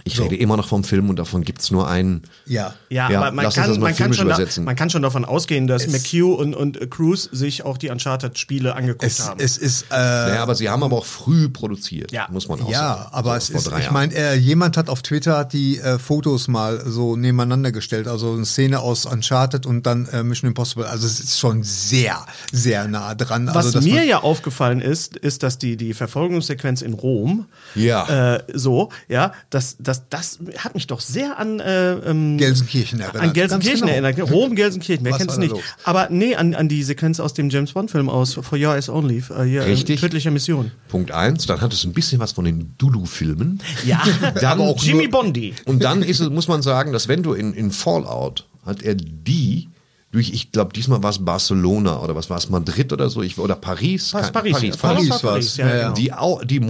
Speaker 4: Ich rede immer noch vom Film und davon gibt's nur einen.
Speaker 1: Ja.
Speaker 6: Ja,
Speaker 4: Ja,
Speaker 6: aber man
Speaker 4: lass uns das
Speaker 6: kann,
Speaker 4: mal
Speaker 6: man, kann
Speaker 4: filmisch
Speaker 6: schon da,
Speaker 4: übersetzen.
Speaker 6: man kann schon davon ausgehen, dass McHugh und, und äh, Cruise sich auch die Uncharted-Spiele angeguckt
Speaker 1: Es,
Speaker 6: haben.
Speaker 1: es ist, äh,
Speaker 4: naja, aber sie haben aber auch früh produziert,
Speaker 6: Ja.
Speaker 4: muss man auch sagen.
Speaker 1: ja, aber
Speaker 4: So,
Speaker 1: es
Speaker 4: vor
Speaker 1: ist,
Speaker 4: drei
Speaker 1: ich
Speaker 4: Jahren.
Speaker 1: meine, äh, jemand hat auf Twitter die äh, Fotos mal so nebeneinander gestellt, also eine Szene aus Uncharted und dann äh, Mission Impossible. Also es ist schon sehr, sehr nah dran.
Speaker 6: Was
Speaker 1: also, dass
Speaker 6: mir
Speaker 1: man-
Speaker 6: ja aufgefallen ist, ist, dass die, die Verfolgungssequenz in Rom,
Speaker 4: Ja.
Speaker 6: äh, so, ja, das, das, das hat mich doch sehr an, äh, ähm,
Speaker 1: Gelsenkirchen erinnert.
Speaker 6: an Gelsenkirchen
Speaker 1: Ganz genau.
Speaker 6: erinnert. Rom, Gelsenkirchen, wer
Speaker 1: Was
Speaker 6: kennt's
Speaker 1: war da
Speaker 6: nicht?
Speaker 1: los?
Speaker 6: Aber nee, an, an die Sequenz aus dem James Bond-Film aus For Your Eyes Only, äh, hier,
Speaker 4: Richtig.
Speaker 6: Äh, tödliche Mission.
Speaker 4: Punkt eins, dann hat es ein bisschen was von den Dulu-Filmen.
Speaker 6: Ja,
Speaker 4: Dann auch
Speaker 6: Jimmy
Speaker 4: nur-
Speaker 6: Bondi.
Speaker 4: Und dann ist es, muss man sagen, dass wenn du in, in Fallout hat er die durch, ich glaube, diesmal war es Barcelona oder was war es, Madrid oder so, ich, oder Paris.
Speaker 6: Was,
Speaker 4: Kein-
Speaker 6: Paris,
Speaker 4: Paris,
Speaker 6: ja.
Speaker 4: Paris.
Speaker 1: Paris war's.
Speaker 6: ja,
Speaker 1: Ja, ja.
Speaker 6: Genau.
Speaker 4: Die, Au- die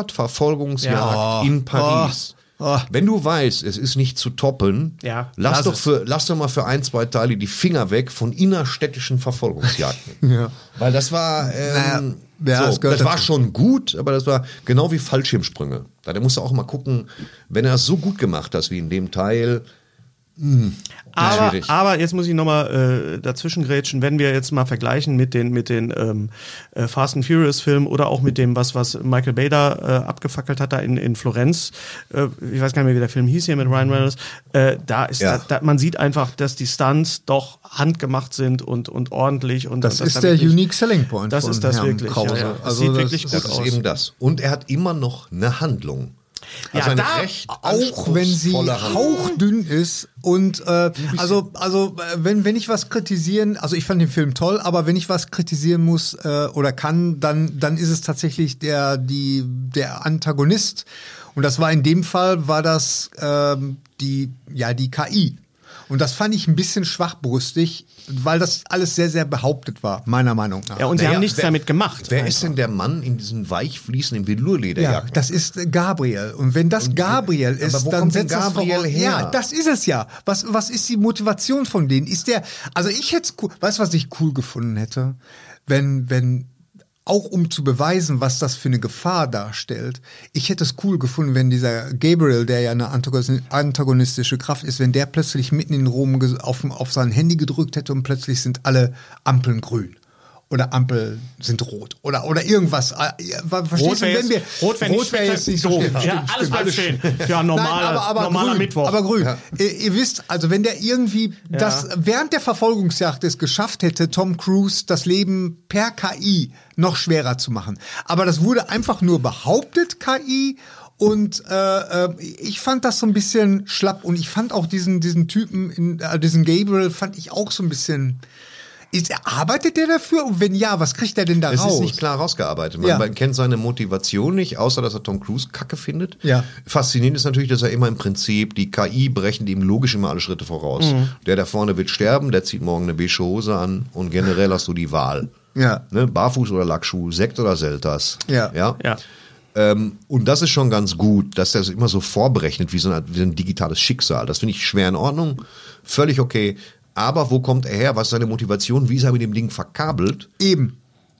Speaker 4: Motorradverfolgungsjagd
Speaker 6: Ja.
Speaker 4: in Paris.
Speaker 1: Oh.
Speaker 4: Wenn du weißt, es ist nicht zu toppen,
Speaker 6: Ja,
Speaker 4: lass,
Speaker 6: lass
Speaker 4: doch
Speaker 6: es.
Speaker 4: für, lass doch mal für ein, zwei Teile die Finger weg von innerstädtischen Verfolgungsjagden.
Speaker 1: Ja.
Speaker 4: Weil das war, ähm,
Speaker 1: Naja, ja, es
Speaker 4: so,
Speaker 1: gehört
Speaker 4: das war
Speaker 1: dazu.
Speaker 4: schon gut, aber das war genau wie Fallschirmsprünge. Da da musst du auch mal gucken, wenn er es so gut gemacht hat, wie in dem Teil. hm,
Speaker 6: Aber,
Speaker 4: Schwierig.
Speaker 6: aber jetzt muss ich nochmal äh, dazwischengrätschen, wenn wir jetzt mal vergleichen mit den, mit den ähm, äh, Fast and Furious Filmen oder auch mit dem, was, was Michael Bay da äh, abgefackelt hat, da in, in Florenz, äh, ich weiß gar nicht mehr, wie der Film hieß hier mit Ryan Reynolds, äh, da ist
Speaker 1: Ja.
Speaker 6: da, da, man sieht einfach, dass die Stunts doch handgemacht sind und, und ordentlich. Und
Speaker 1: Das
Speaker 6: dass
Speaker 1: ist
Speaker 6: da
Speaker 1: der
Speaker 6: wirklich-
Speaker 1: unique selling point
Speaker 6: Das
Speaker 1: von
Speaker 6: ist das
Speaker 1: Herrn
Speaker 6: wirklich.
Speaker 1: Krause.
Speaker 6: Ja, ja. Das
Speaker 1: Also
Speaker 6: sieht
Speaker 1: das
Speaker 6: wirklich
Speaker 1: ist-
Speaker 6: gut
Speaker 4: Das ist
Speaker 6: aus.
Speaker 4: eben das. Und er hat immer noch eine Handlung. Also
Speaker 6: Ja,
Speaker 4: eine
Speaker 6: da-
Speaker 1: auch wenn sie
Speaker 4: anspruchsvolle Handlung.
Speaker 1: hauchdünn ist und äh, also also äh, wenn wenn ich was kritisieren also ich fand den Film toll aber wenn ich was kritisieren muss äh, oder kann dann dann ist es tatsächlich der die der Antagonist und das war in dem Fall war das ähm, die ja die KI Und das fand ich ein bisschen schwachbrüstig, weil das alles sehr, sehr behauptet war, meiner Meinung nach.
Speaker 6: Ja, und sie
Speaker 4: Wer-
Speaker 6: haben nichts
Speaker 4: wer-
Speaker 6: damit gemacht.
Speaker 4: Wer ist denn der Mann in diesen weich fließenden Velourlederjacken?
Speaker 1: Ja, das ist äh, Gabriel. Und wenn das Gabriel ist,
Speaker 4: äh, wo
Speaker 1: dann
Speaker 4: kommt denn
Speaker 1: setzt das
Speaker 4: Gabriel
Speaker 1: voraus-
Speaker 4: her?
Speaker 1: Ja, das ist es ja. Was, was ist die Motivation von denen? Ist der, also ich hätte, cool, weißt du, was ich cool gefunden hätte? Wenn, wenn, auch um zu beweisen, was das für eine Gefahr darstellt. Ich hätte es cool gefunden, wenn dieser Gabriel, der ja eine antagonis- antagonistische Kraft ist, wenn der plötzlich mitten in Rom ges- auf, auf sein Handy gedrückt hätte und plötzlich sind alle Ampeln grün. Oder Ampel sind rot. Oder, oder irgendwas. Ah, ja, Verstehst du,
Speaker 6: wär
Speaker 1: wenn wir.
Speaker 6: jetzt- Rot wäre nicht,
Speaker 1: wär
Speaker 6: spektak-
Speaker 1: jetzt nicht so
Speaker 6: doof.
Speaker 1: schlimm.
Speaker 6: Ja,
Speaker 1: Stimmt,
Speaker 6: alles
Speaker 1: stimmt.
Speaker 6: bleibt stehen. Ja, normal,
Speaker 1: Nein, aber, aber
Speaker 6: normaler
Speaker 1: grün,
Speaker 6: Mittwoch.
Speaker 1: Aber grün. Ihr, ihr wisst, also wenn der irgendwie das während der Verfolgungsjagd es geschafft hätte, Tom Cruise das Leben per KI noch schwerer zu machen. Aber das wurde einfach nur behauptet, KI. Und äh, äh, ich fand das so ein bisschen schlapp und ich fand auch diesen, diesen Typen, in, äh, diesen Gabriel, fand ich auch so ein bisschen. Ist, arbeitet der dafür? Und wenn ja, was kriegt er denn da
Speaker 4: Es
Speaker 1: raus?
Speaker 4: ist nicht klar rausgearbeitet. Man,
Speaker 1: Ja.
Speaker 4: man kennt seine Motivation nicht, außer dass er Tom Cruise Kacke findet.
Speaker 1: Ja.
Speaker 4: Faszinierend ist natürlich, dass er immer im Prinzip die KI berechnet ihm logisch immer alle Schritte voraus.
Speaker 1: Mhm.
Speaker 4: Der da vorne wird sterben, der zieht morgen eine beige Hose an und generell hast du die Wahl.
Speaker 1: Ja.
Speaker 4: Ne? Barfuß oder Lackschuh, Sekt oder Selters.
Speaker 1: Ja.
Speaker 4: ja?
Speaker 6: Ja.
Speaker 4: Und das ist schon ganz gut, dass er es immer so vorberechnet wie so ein, wie ein digitales Schicksal. Das finde ich schwer in Ordnung, völlig okay. Aber wo kommt er her? Was ist seine Motivation? Wie ist er mit dem Ding verkabelt?
Speaker 1: Eben.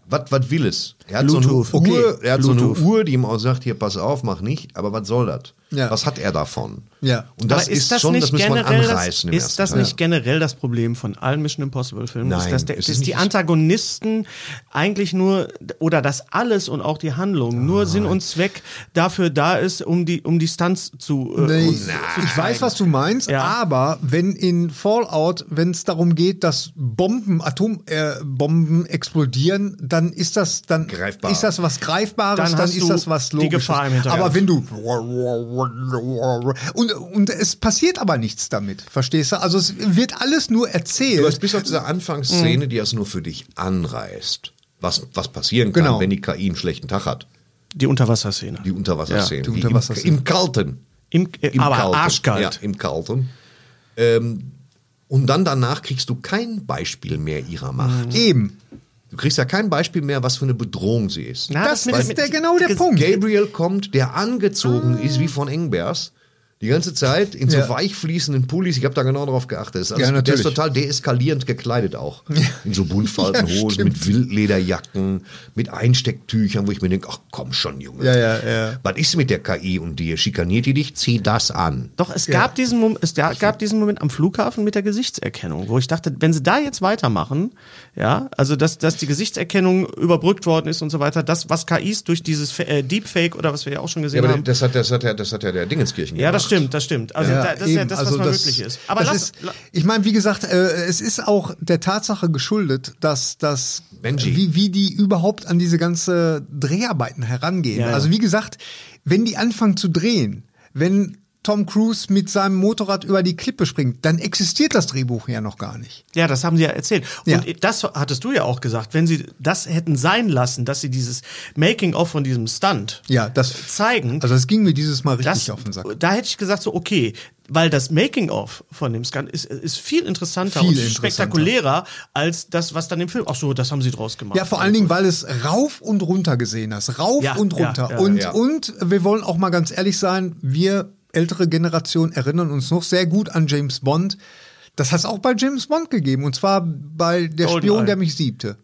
Speaker 4: Was, was will es? Er hat,
Speaker 1: Bluetooth.
Speaker 4: so, eine Uhr,
Speaker 1: Okay.
Speaker 4: er hat so
Speaker 1: Bluetooth.
Speaker 4: eine Uhr, die ihm auch sagt, hier, pass auf, mach nicht, aber was soll das?
Speaker 1: Ja.
Speaker 4: Was hat er davon?
Speaker 1: Ja.
Speaker 4: Und das
Speaker 6: Aber
Speaker 4: ist, schon, das muss man
Speaker 6: generell
Speaker 4: anreißen im
Speaker 6: das, Ist
Speaker 4: ersten
Speaker 6: das
Speaker 4: Teil.
Speaker 6: nicht generell das Problem von allen Mission Impossible Filmen?
Speaker 4: Nein,
Speaker 6: ist, dass, der,
Speaker 4: es
Speaker 6: dass
Speaker 4: ist
Speaker 6: die
Speaker 4: nicht-
Speaker 6: Antagonisten eigentlich nur, oder dass alles und auch die Handlung nur Sinn und Zweck dafür da ist, um die, um die Stunts zu, äh,
Speaker 1: Nee,
Speaker 6: uns zu
Speaker 1: ich weiß, was du meinst,
Speaker 6: Ja.
Speaker 1: aber wenn in Fallout, wenn es darum geht, dass Bomben, Atombomben äh, Bomben explodieren, dann ist das dann
Speaker 4: Greifbar.
Speaker 1: ist das was Greifbares,
Speaker 6: Dann
Speaker 1: dann,
Speaker 6: hast
Speaker 1: ist
Speaker 6: du
Speaker 1: das was
Speaker 6: die
Speaker 1: Logisches.
Speaker 6: Gefahr im Hintergrund.
Speaker 1: aber wenn du und, und es passiert aber nichts damit, verstehst du? Also es wird alles nur erzählt.
Speaker 4: Du hast bis auf diese
Speaker 6: Mhm.
Speaker 4: Anfangsszene, die das nur für dich anreißt. Was, was passieren kann,
Speaker 1: Genau.
Speaker 4: wenn die KI einen schlechten Tag hat.
Speaker 6: die Unterwasserszene.
Speaker 4: Die Unterwasserszene.
Speaker 1: die
Speaker 4: die
Speaker 1: Unterwasserszene.
Speaker 4: Im, Im Kalten.
Speaker 6: Im, äh,
Speaker 4: Im
Speaker 6: aber
Speaker 4: Kalten. Ja,
Speaker 6: arschkalt.
Speaker 4: im Kalten. Ähm, und dann danach kriegst du kein Beispiel mehr ihrer
Speaker 6: Mhm.
Speaker 4: Macht.
Speaker 1: Eben.
Speaker 4: Du kriegst ja kein Beispiel mehr, was für eine Bedrohung sie ist.
Speaker 6: Na,
Speaker 1: das
Speaker 6: mit-
Speaker 1: ist
Speaker 6: mit-
Speaker 1: der, genau der
Speaker 6: mit-
Speaker 1: Punkt.
Speaker 4: Gabriel kommt, der angezogen ist wie von Engbers. Die ganze Zeit in so
Speaker 1: Ja.
Speaker 4: weich fließenden Pullis. Ich habe da genau drauf geachtet. Das Ist
Speaker 1: Ja,
Speaker 4: alles, der
Speaker 1: natürlich.
Speaker 4: ist total deeskalierend gekleidet auch. In so Buntfaltenhosen,
Speaker 1: Ja,
Speaker 4: mit Wildlederjacken, mit Einstecktüchern, wo ich mir denke, ach komm schon, Junge.
Speaker 1: Ja, ja, ja.
Speaker 4: Was ist mit der KI und dir? Schikaniert die dich? Zieh das an.
Speaker 6: Doch, es gab, diesen Moment, es ga- gab diesen Moment am Flughafen mit der Gesichtserkennung, wo ich dachte, wenn sie da jetzt weitermachen, ja, also dass, dass die Gesichtserkennung überbrückt worden ist und so weiter, das, was KIs durch dieses Fa- äh, Deepfake oder was wir ja auch schon gesehen haben.
Speaker 4: das hat, das, hat, ja- das hat ja der Dingenskirchen
Speaker 6: Ja, das
Speaker 4: gemacht.
Speaker 6: stimmt, das stimmt. Also da, das ist ja
Speaker 1: eben.
Speaker 6: das, was
Speaker 1: Also
Speaker 6: mal
Speaker 1: das-
Speaker 6: möglich ist. Aber
Speaker 1: das
Speaker 6: lass,
Speaker 1: ist, ich meine, wie gesagt, äh, es ist auch der Tatsache geschuldet, dass das
Speaker 4: Benji.
Speaker 1: wie wie die überhaupt an diese ganze Dreharbeiten herangehen.
Speaker 6: Ja, ja.
Speaker 1: Also wie gesagt, wenn die anfangen zu drehen, wenn Tom Cruise mit seinem Motorrad über die Klippe springt, dann existiert das Drehbuch ja noch gar nicht.
Speaker 6: Ja, das haben sie ja erzählt. Und
Speaker 1: Ja.
Speaker 6: das hattest du ja auch gesagt. Wenn sie das hätten sein lassen, dass sie dieses Making-of von diesem Stunt
Speaker 1: Ja, das
Speaker 6: zeigen,
Speaker 1: Also das ging mir dieses Mal richtig
Speaker 6: das,
Speaker 1: auf den Sack.
Speaker 6: da hätte ich gesagt, so okay, weil das Making-of von dem Scan ist, ist viel interessanter
Speaker 1: Viel
Speaker 6: und
Speaker 1: interessanter.
Speaker 6: spektakulärer als das, was dann im Film. Ach so, das haben sie draus gemacht.
Speaker 1: Ja, vor allen Dingen, weil es rauf und runter gesehen hast. Rauf
Speaker 6: Ja,
Speaker 1: und
Speaker 6: ja,
Speaker 1: runter.
Speaker 6: ja,
Speaker 1: und,
Speaker 4: ja.
Speaker 1: und wir wollen auch mal ganz ehrlich sein, wir ältere Generation erinnern uns noch sehr gut an James Bond. Das hat es auch bei James Bond gegeben. Und zwar bei Der
Speaker 6: Goldeneye.
Speaker 1: Spion, der mich siebte.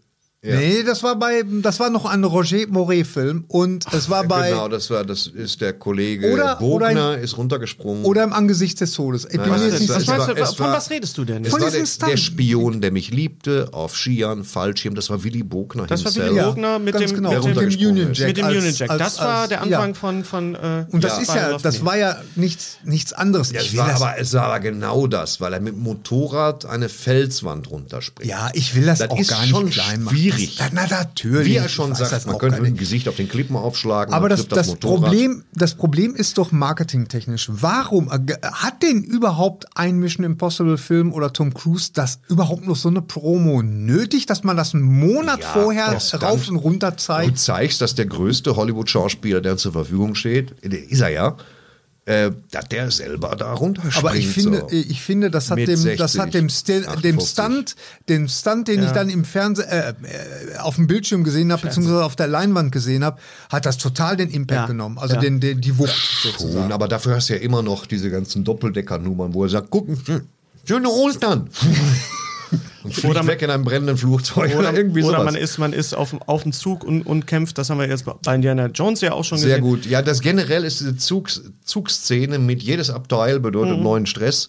Speaker 1: Nee, das war bei, das war noch ein Roger Moret-Film. Und es war bei.
Speaker 4: Genau, das, war, das ist der Kollege
Speaker 1: Oder- oder
Speaker 4: Bogner,
Speaker 1: ein-
Speaker 4: ist runtergesprungen.
Speaker 1: Oder im Angesicht des Todes. Ich bin
Speaker 4: Nein,
Speaker 1: mir
Speaker 4: nein,
Speaker 1: jetzt nicht
Speaker 4: das
Speaker 6: was
Speaker 1: sicher.
Speaker 4: war-
Speaker 6: Also, meinst du,
Speaker 4: es
Speaker 6: von
Speaker 4: war-
Speaker 6: was redest du denn?
Speaker 4: Es
Speaker 1: Von
Speaker 4: war
Speaker 1: diesem
Speaker 4: der,
Speaker 1: Stunt.
Speaker 4: der Spion, der mich liebte, auf Skiern, Fallschirm, das war Willy Bogner
Speaker 6: Das war
Speaker 4: himself.
Speaker 6: Willy Bogner mit
Speaker 1: ganz
Speaker 6: dem,
Speaker 1: genau, mit
Speaker 6: mit dem,
Speaker 1: dem
Speaker 4: runtergesprungen
Speaker 1: Union
Speaker 4: ist.
Speaker 1: Jack.
Speaker 6: mit dem
Speaker 1: als-
Speaker 6: Union Jack.
Speaker 1: als-
Speaker 6: das war
Speaker 1: als-
Speaker 6: der
Speaker 1: ja.
Speaker 6: Anfang von. von äh,
Speaker 1: Und das ist
Speaker 6: Final
Speaker 1: ja,
Speaker 6: Love
Speaker 1: das
Speaker 6: Me.
Speaker 1: war ja nichts, nichts anderes.
Speaker 4: Ja,
Speaker 1: Ich
Speaker 4: es,
Speaker 1: will
Speaker 4: war
Speaker 1: das-
Speaker 4: aber, es war aber genau das, weil er mit dem Motorrad eine Felswand runterspringt.
Speaker 1: Ja, ich will das,
Speaker 4: Das
Speaker 1: auch
Speaker 4: ist
Speaker 1: gar nicht
Speaker 4: schon
Speaker 1: klein
Speaker 4: schwierig.
Speaker 1: machen. Das, na, natürlich.
Speaker 4: Wie er schon
Speaker 1: Ich weiß
Speaker 4: sagt,
Speaker 1: das
Speaker 4: man
Speaker 1: auch
Speaker 4: könnte
Speaker 1: gar
Speaker 4: mit dem
Speaker 1: nicht.
Speaker 4: Gesicht auf den Klippen aufschlagen,
Speaker 1: Aber
Speaker 4: man
Speaker 1: das,
Speaker 4: trifft das,
Speaker 1: das,
Speaker 4: Motorrad.
Speaker 1: Problem, das Problem ist doch marketingtechnisch. Warum äh, hat denn überhaupt ein Mission Impossible Film oder Tom Cruise das überhaupt noch so eine Promo nötig, dass man das einen Monat
Speaker 4: Ja,
Speaker 1: vorher
Speaker 4: das
Speaker 1: rauf
Speaker 4: stimmt.
Speaker 1: und runter
Speaker 4: du
Speaker 1: zeigt?
Speaker 4: zeigst, dass der größte Hollywood-Schauspieler, der uns zur Verfügung steht, der ist er ja, äh, dass der selber da runterspringt.
Speaker 1: Aber ich finde,
Speaker 4: so.
Speaker 1: ich finde, das hat
Speaker 4: Mit
Speaker 1: dem,
Speaker 4: 60,
Speaker 1: das hat dem, Stil, dem
Speaker 4: 58.
Speaker 1: Stunt, dem Stunt, den ich dann im Fernsehen, äh, äh, auf dem Bildschirm gesehen habe, beziehungsweise auf der Leinwand gesehen habe, hat das total den Impact
Speaker 6: Ja.
Speaker 1: genommen. Also
Speaker 6: Ja.
Speaker 1: den, den, die Wucht.
Speaker 4: Schon, aber dafür hast du ja immer noch diese ganzen Doppeldecker-Nummern, wo er sagt, guck, schön- schöne Ostern. Und fliegt
Speaker 6: Oder man-
Speaker 4: weg in einem brennenden Flugzeug oder,
Speaker 6: Oder,
Speaker 4: irgendwie sowas.
Speaker 6: oder man ist, man ist auf, dem- auf dem Zug und, und kämpft. Das haben wir jetzt bei Indiana Jones ja auch schon
Speaker 4: Sehr
Speaker 6: gesehen.
Speaker 4: gut. Ja, das generell ist diese Zugs Zugszene mit jedes Abteil bedeutet
Speaker 6: Mhm.
Speaker 4: neuen Stress.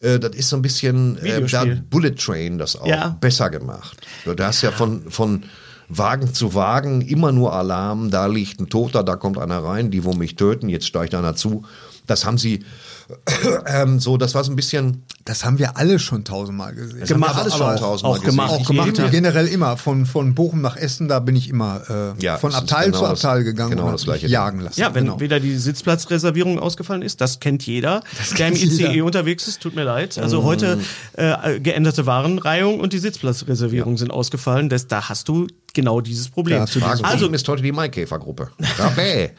Speaker 4: Äh, Das ist so ein bisschen, äh, da
Speaker 6: Videospiel.
Speaker 4: hat Bullet Train das auch
Speaker 6: Ja.
Speaker 4: besser gemacht. Du da hast ja von, von Wagen zu Wagen immer nur Alarm, da liegt ein Toter, da kommt einer rein, die wollen mich töten, jetzt steigt einer zu. Das haben sie ähm, so, das war so ein bisschen
Speaker 1: Das haben wir alle schon tausendmal gesehen.
Speaker 6: Gemacht,
Speaker 4: alles schon
Speaker 6: aber
Speaker 4: tausendmal
Speaker 6: auch gemacht.
Speaker 4: gesehen.
Speaker 1: Auch gemacht,
Speaker 6: jeden Tag.
Speaker 1: generell immer. Von, von Bochum nach Essen, da bin ich immer äh,
Speaker 4: Ja,
Speaker 1: von
Speaker 4: das ist
Speaker 1: Abteil
Speaker 4: genau
Speaker 1: zu
Speaker 4: das-
Speaker 1: Abteil gegangen
Speaker 4: genau
Speaker 1: und
Speaker 4: das
Speaker 1: hab
Speaker 4: Gleiche.
Speaker 1: mich jagen lassen.
Speaker 6: Ja, wenn
Speaker 1: genau.
Speaker 6: wieder die Sitzplatzreservierung ausgefallen ist, das kennt jeder, der im
Speaker 1: kennt
Speaker 6: ICE
Speaker 1: jeder. Mm.
Speaker 6: unterwegs ist, tut mir leid. Also heute äh, geänderte Warenreihung und die Sitzplatzreservierung sind ausgefallen. Das, da hast du genau dieses Problem.
Speaker 1: hast du dieses
Speaker 6: also
Speaker 4: Also ist heute die Maikäfergruppe. Rabä.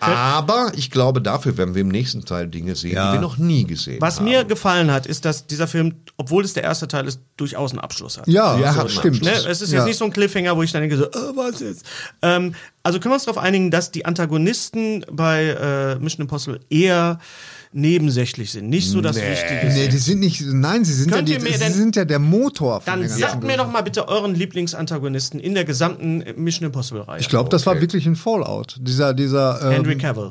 Speaker 4: Aber ich glaube, dafür werden wir im nächsten Teil Dinge sehen, die wir noch nie gesehen
Speaker 6: Was
Speaker 4: haben.
Speaker 1: Genau.
Speaker 6: mir gefallen hat, ist, dass dieser Film, obwohl es der erste Teil ist, durchaus einen Abschluss hat.
Speaker 1: Ja,
Speaker 4: Ja,
Speaker 1: so,
Speaker 4: hat man
Speaker 1: stimmt.
Speaker 6: Ne, es ist
Speaker 1: ja.
Speaker 6: jetzt nicht so ein Cliffhanger, wo ich dann denke, so, äh, was jetzt? Ähm, also können wir uns darauf einigen, dass die Antagonisten bei äh, Mission Impossible eher nebensächlich sind. Nicht so das Wichtige.
Speaker 1: Nee, die sind nicht, nein, sie sind, ja,
Speaker 6: Könnt
Speaker 1: die,
Speaker 6: ihr mir
Speaker 1: sie
Speaker 6: denn-
Speaker 1: sind ja der Motor von
Speaker 6: Dann
Speaker 1: der ganzen
Speaker 6: sagt mir doch mal bitte euren Lieblingsantagonisten in der gesamten äh, Mission Impossible-Reihe.
Speaker 1: Ich glaube, das war wirklich ein Fallout. Dieser, dieser ähm,
Speaker 6: Henry Cavill.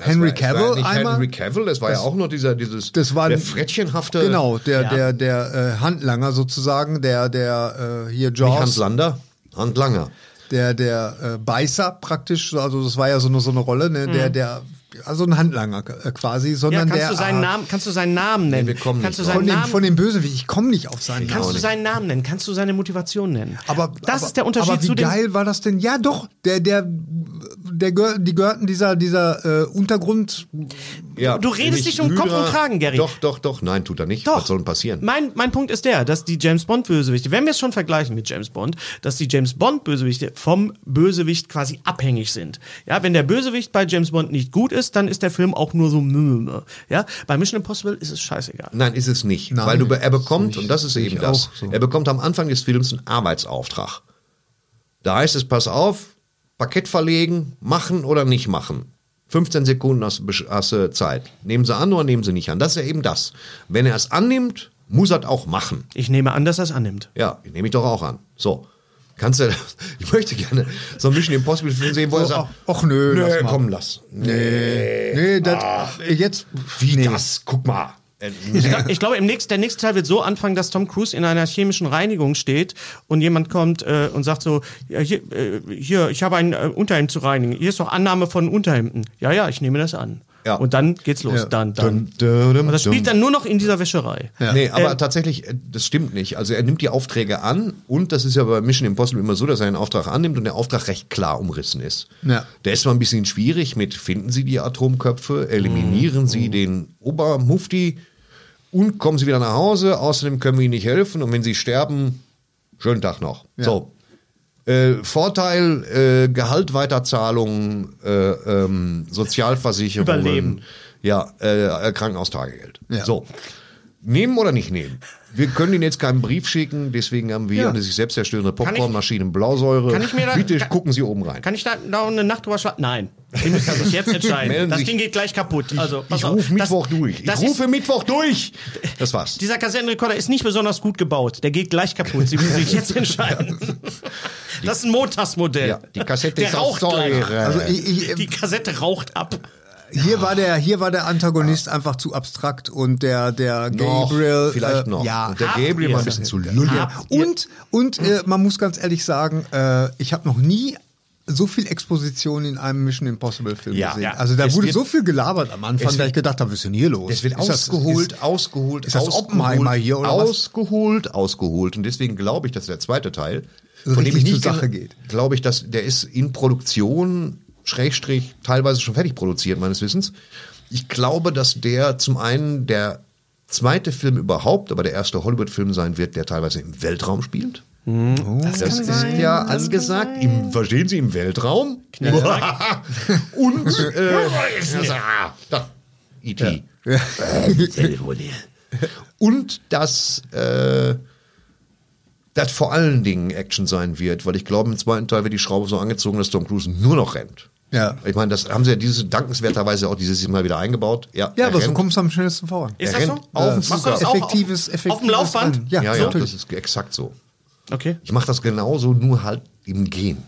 Speaker 1: Henry Cavill
Speaker 4: das war nicht
Speaker 1: einmal.
Speaker 4: Henry Cavill, das war ja auch noch dieser, dieses,
Speaker 1: das war
Speaker 4: der
Speaker 1: ein-
Speaker 4: frettchenhafte
Speaker 1: genau, der,
Speaker 6: Ja.
Speaker 1: der, der äh, Handlanger sozusagen, der, der äh, hier
Speaker 4: nicht Hans
Speaker 1: Jaws,
Speaker 4: Lander, Hans Langer.
Speaker 1: der, der äh, Beißer praktisch. Also das war ja so eine, so eine Rolle, ne? der, der, also ein Handlanger äh, quasi,
Speaker 6: Mhm. Ja,
Speaker 1: sondern
Speaker 6: kannst,
Speaker 1: der
Speaker 6: du seinen
Speaker 1: äh,
Speaker 6: Namen, kannst du seinen Namen nennen?
Speaker 4: wir kommen
Speaker 6: kannst du
Speaker 4: nicht
Speaker 6: seinen
Speaker 1: von, dem,
Speaker 6: Namen,
Speaker 1: von dem Bösewicht. Ich komme nicht auf seinen
Speaker 4: Genau,
Speaker 1: Namen.
Speaker 6: kannst du seinen Namen nennen? Kannst du seine Motivation nennen?
Speaker 1: Aber
Speaker 6: das
Speaker 1: aber,
Speaker 6: ist der Unterschied
Speaker 1: aber wie
Speaker 6: zu dem
Speaker 1: geil war das denn? Ja, doch. Der, der, der, gehör- die gehörten dieser, dieser äh, Untergrund.
Speaker 4: Ja,
Speaker 6: Du redest dich um Kopf und Kragen, Gary.
Speaker 4: Doch, doch, doch. Nein, tut er nicht.
Speaker 6: Doch.
Speaker 4: Was soll denn passieren?
Speaker 6: Mein, mein Punkt ist der, dass die James Bond Bösewichte, wenn wir es schon vergleichen mit James Bond, dass die James Bond Bösewichte vom Bösewicht quasi abhängig sind. Ja, wenn der Bösewicht bei James Bond nicht gut ist, dann ist der Film auch nur so mühe. Ja, bei Mission Impossible ist es scheißegal.
Speaker 4: Nein, ist es nicht. weil du, be- er bekommt, und das ist eben das, er bekommt am Anfang des Films einen Arbeitsauftrag. Da heißt es, pass auf, Parkett verlegen, machen oder nicht machen. 15 Sekunden hast, du besch- hast du Zeit. Nehmen sie an oder nehmen sie nicht an. Das ist ja eben das. Wenn er es annimmt, muss er es auch machen.
Speaker 6: Ich nehme an, dass er es annimmt.
Speaker 4: Ja, nehme ich doch auch an. So. Kannst du, ich möchte gerne so ein Mission Impossible Film sehen, wo er sagt,
Speaker 1: ach nö,
Speaker 4: nö,
Speaker 1: oh. lass mal.
Speaker 4: komm, lass. Nee.
Speaker 1: Nee, das,
Speaker 6: Ah.
Speaker 1: äh, jetzt.
Speaker 4: Wie das? Guck mal. Äh,
Speaker 6: Ich glaub- Ich glaube, im nächsten, der nächste Teil wird so anfangen, dass Tom Cruise in einer chemischen Reinigung steht und jemand kommt äh, und sagt so, ja, hier, äh, hier, ich habe ein äh, Unterhemd zu reinigen. Hier ist doch Annahme von Unterhemden. Ja, ja, ich nehme das an.
Speaker 4: Ja.
Speaker 6: Und dann geht's los. Dann, dann. Und das spielt dann nur noch in dieser Wäscherei.
Speaker 4: Nee,
Speaker 1: Ähm,
Speaker 4: aber tatsächlich, äh, das stimmt nicht. Also er nimmt die Aufträge an und das ist ja bei Mission Impossible immer so, dass er einen Auftrag annimmt und der Auftrag recht klar umrissen ist.
Speaker 1: Ja.
Speaker 4: Der ist zwar ein bisschen schwierig mit, finden Sie die Atomköpfe,
Speaker 1: Mhm.
Speaker 4: eliminieren Sie den Obermufti und kommen Sie wieder nach Hause. Außerdem können wir Ihnen nicht helfen und wenn Sie sterben, schönen Tag noch. So. Äh, Vorteil, äh, Gehalt, Weiterzahlungen, äh, ähm, Sozialversicherungen,
Speaker 6: Überleben.
Speaker 4: ja, äh, Krankenhaustagegeld.
Speaker 1: Ja.
Speaker 4: So. Nehmen oder nicht nehmen? Wir können Ihnen jetzt keinen Brief schicken, deswegen haben wir eine sich selbst zerstörende
Speaker 6: ich-
Speaker 4: Popcornmaschine Blausäure.
Speaker 6: Kann ich mir da-
Speaker 4: Bitte
Speaker 6: kann-
Speaker 4: gucken Sie oben rein.
Speaker 6: Kann ich da noch eine Nacht drüber schlafen? Nein. Sie müssen sich jetzt entscheiden.
Speaker 4: Melden
Speaker 6: Das
Speaker 4: sich.
Speaker 6: Ding geht gleich kaputt. Also, pass
Speaker 4: ich
Speaker 6: auf.
Speaker 4: rufe Mittwoch
Speaker 6: das,
Speaker 4: durch. Ich
Speaker 6: das
Speaker 4: rufe
Speaker 6: ist,
Speaker 4: Mittwoch durch. Das war's.
Speaker 6: dieser Kassettenrekorder ist nicht besonders gut gebaut. Der geht gleich kaputt. Sie müssen sich jetzt entscheiden. Das ist ein Montagsmodell.
Speaker 4: Ja, die Kassette
Speaker 6: Der
Speaker 4: ist auch
Speaker 6: raucht gleich.
Speaker 4: säure.
Speaker 1: Also ich, ich,
Speaker 6: Die Kassette raucht ab.
Speaker 1: Hier war der, hier war der Antagonist einfach zu abstrakt und der, der
Speaker 4: Noch,
Speaker 1: Gabriel. äh,
Speaker 4: vielleicht noch.
Speaker 1: Ja,
Speaker 4: Der Gabriel war ein bisschen zu lullig.
Speaker 1: Und, und äh, man muss ganz ehrlich sagen, äh, ich habe noch nie so viel Exposition in einem Mission Impossible Film
Speaker 4: Ja,
Speaker 1: gesehen.
Speaker 4: ja.
Speaker 1: Also da
Speaker 4: Es
Speaker 1: wurde
Speaker 4: wird-
Speaker 1: so viel gelabert am Anfang,
Speaker 4: es
Speaker 1: dass
Speaker 4: wird-
Speaker 1: ich gedacht habe, was ist denn hier los?
Speaker 4: Es wird
Speaker 1: Ist das-
Speaker 4: ausgeholt,
Speaker 1: ist-
Speaker 4: ausgeholt,
Speaker 1: ist das Oppenheimer hier oder was?
Speaker 4: Ausgeholt, ausgeholt. Und deswegen glaube ich, dass der zweite Teil,
Speaker 1: So
Speaker 4: von dem ich
Speaker 1: richtig
Speaker 4: nie
Speaker 1: zur Sache
Speaker 4: Sache
Speaker 1: geht.
Speaker 4: geht, glaube ich, dass der ist in Produktion, Schrägstrich, teilweise schon fertig produziert, meines Wissens. Ich glaube, dass der zum einen der zweite Film überhaupt, aber der erste Hollywood-Film sein wird, der teilweise im Weltraum spielt.
Speaker 1: Mhm.
Speaker 4: Oh. das ist ja angesagt. Im, verstehen Sie, im Weltraum? Und äh, ja, da, E IT. Und dass äh, das vor allen Dingen Action sein wird, weil ich glaube, im zweiten Teil wird die Schraube so angezogen, dass Tom Cruise nur noch rennt.
Speaker 1: Ja.
Speaker 4: Ich meine, das haben sie ja dieses dankenswerterweise auch dieses Mal wieder eingebaut. Ja,
Speaker 1: Ja,
Speaker 4: er
Speaker 1: aber so
Speaker 4: rennt.
Speaker 1: kommst du am schnellsten voran.
Speaker 6: Ist
Speaker 4: Er
Speaker 6: das so?
Speaker 4: rennt auf den
Speaker 6: Machst du
Speaker 4: Zugang.
Speaker 6: das auch
Speaker 1: Effektives-
Speaker 6: auf, auf dem
Speaker 1: effektives
Speaker 6: Laufband?
Speaker 1: an. Ja,
Speaker 4: Ja, ja,
Speaker 1: natürlich.
Speaker 4: das ist exakt so.
Speaker 6: Okay.
Speaker 4: Ich mache das genauso, nur halt im Gehen.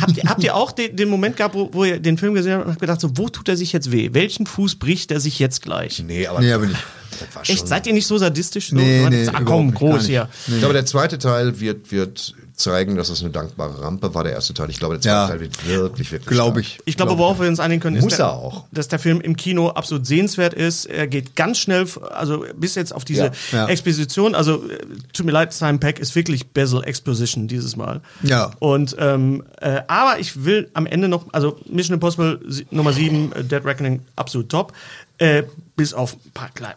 Speaker 6: Habt ihr, habt ihr auch den, den Moment gehabt, wo, wo ihr den Film gesehen habt und habt gedacht, so, wo tut er sich jetzt weh? Welchen Fuß bricht er sich jetzt gleich?
Speaker 4: Nee, aber,
Speaker 1: Nee, aber nicht.
Speaker 4: das war schon.
Speaker 6: Echt, seid ihr nicht so sadistisch? So,
Speaker 1: Nee,
Speaker 6: Man-
Speaker 1: nee,
Speaker 6: ah,
Speaker 1: überhaupt
Speaker 6: komm,
Speaker 1: nicht, gar
Speaker 6: groß
Speaker 1: nicht.
Speaker 6: hier.
Speaker 4: Ich glaube, der zweite Teil wird, wird zeigen, dass es eine dankbare Rampe war. Der erste Teil, ich glaube, der zweite
Speaker 1: Ja.
Speaker 4: Teil wird wirklich, wirklich.
Speaker 1: Glaube
Speaker 4: stark.
Speaker 1: ich.
Speaker 6: Ich glaube, worauf wir uns einigen können,
Speaker 4: Muss
Speaker 6: ist, der-
Speaker 4: er auch.
Speaker 6: dass der Film im Kino absolut sehenswert ist. Er geht ganz schnell, f- also bis jetzt auf diese
Speaker 1: Ja.
Speaker 6: Exposition. Also, äh, tut mir leid, Simon Peck ist wirklich Bezel Exposition dieses Mal.
Speaker 1: Ja.
Speaker 6: Und, ähm, äh, aber ich will am Ende noch, also Mission Impossible sie- Nummer 7, äh, Dead Reckoning, absolut top. Äh, bis auf ein paar kleine,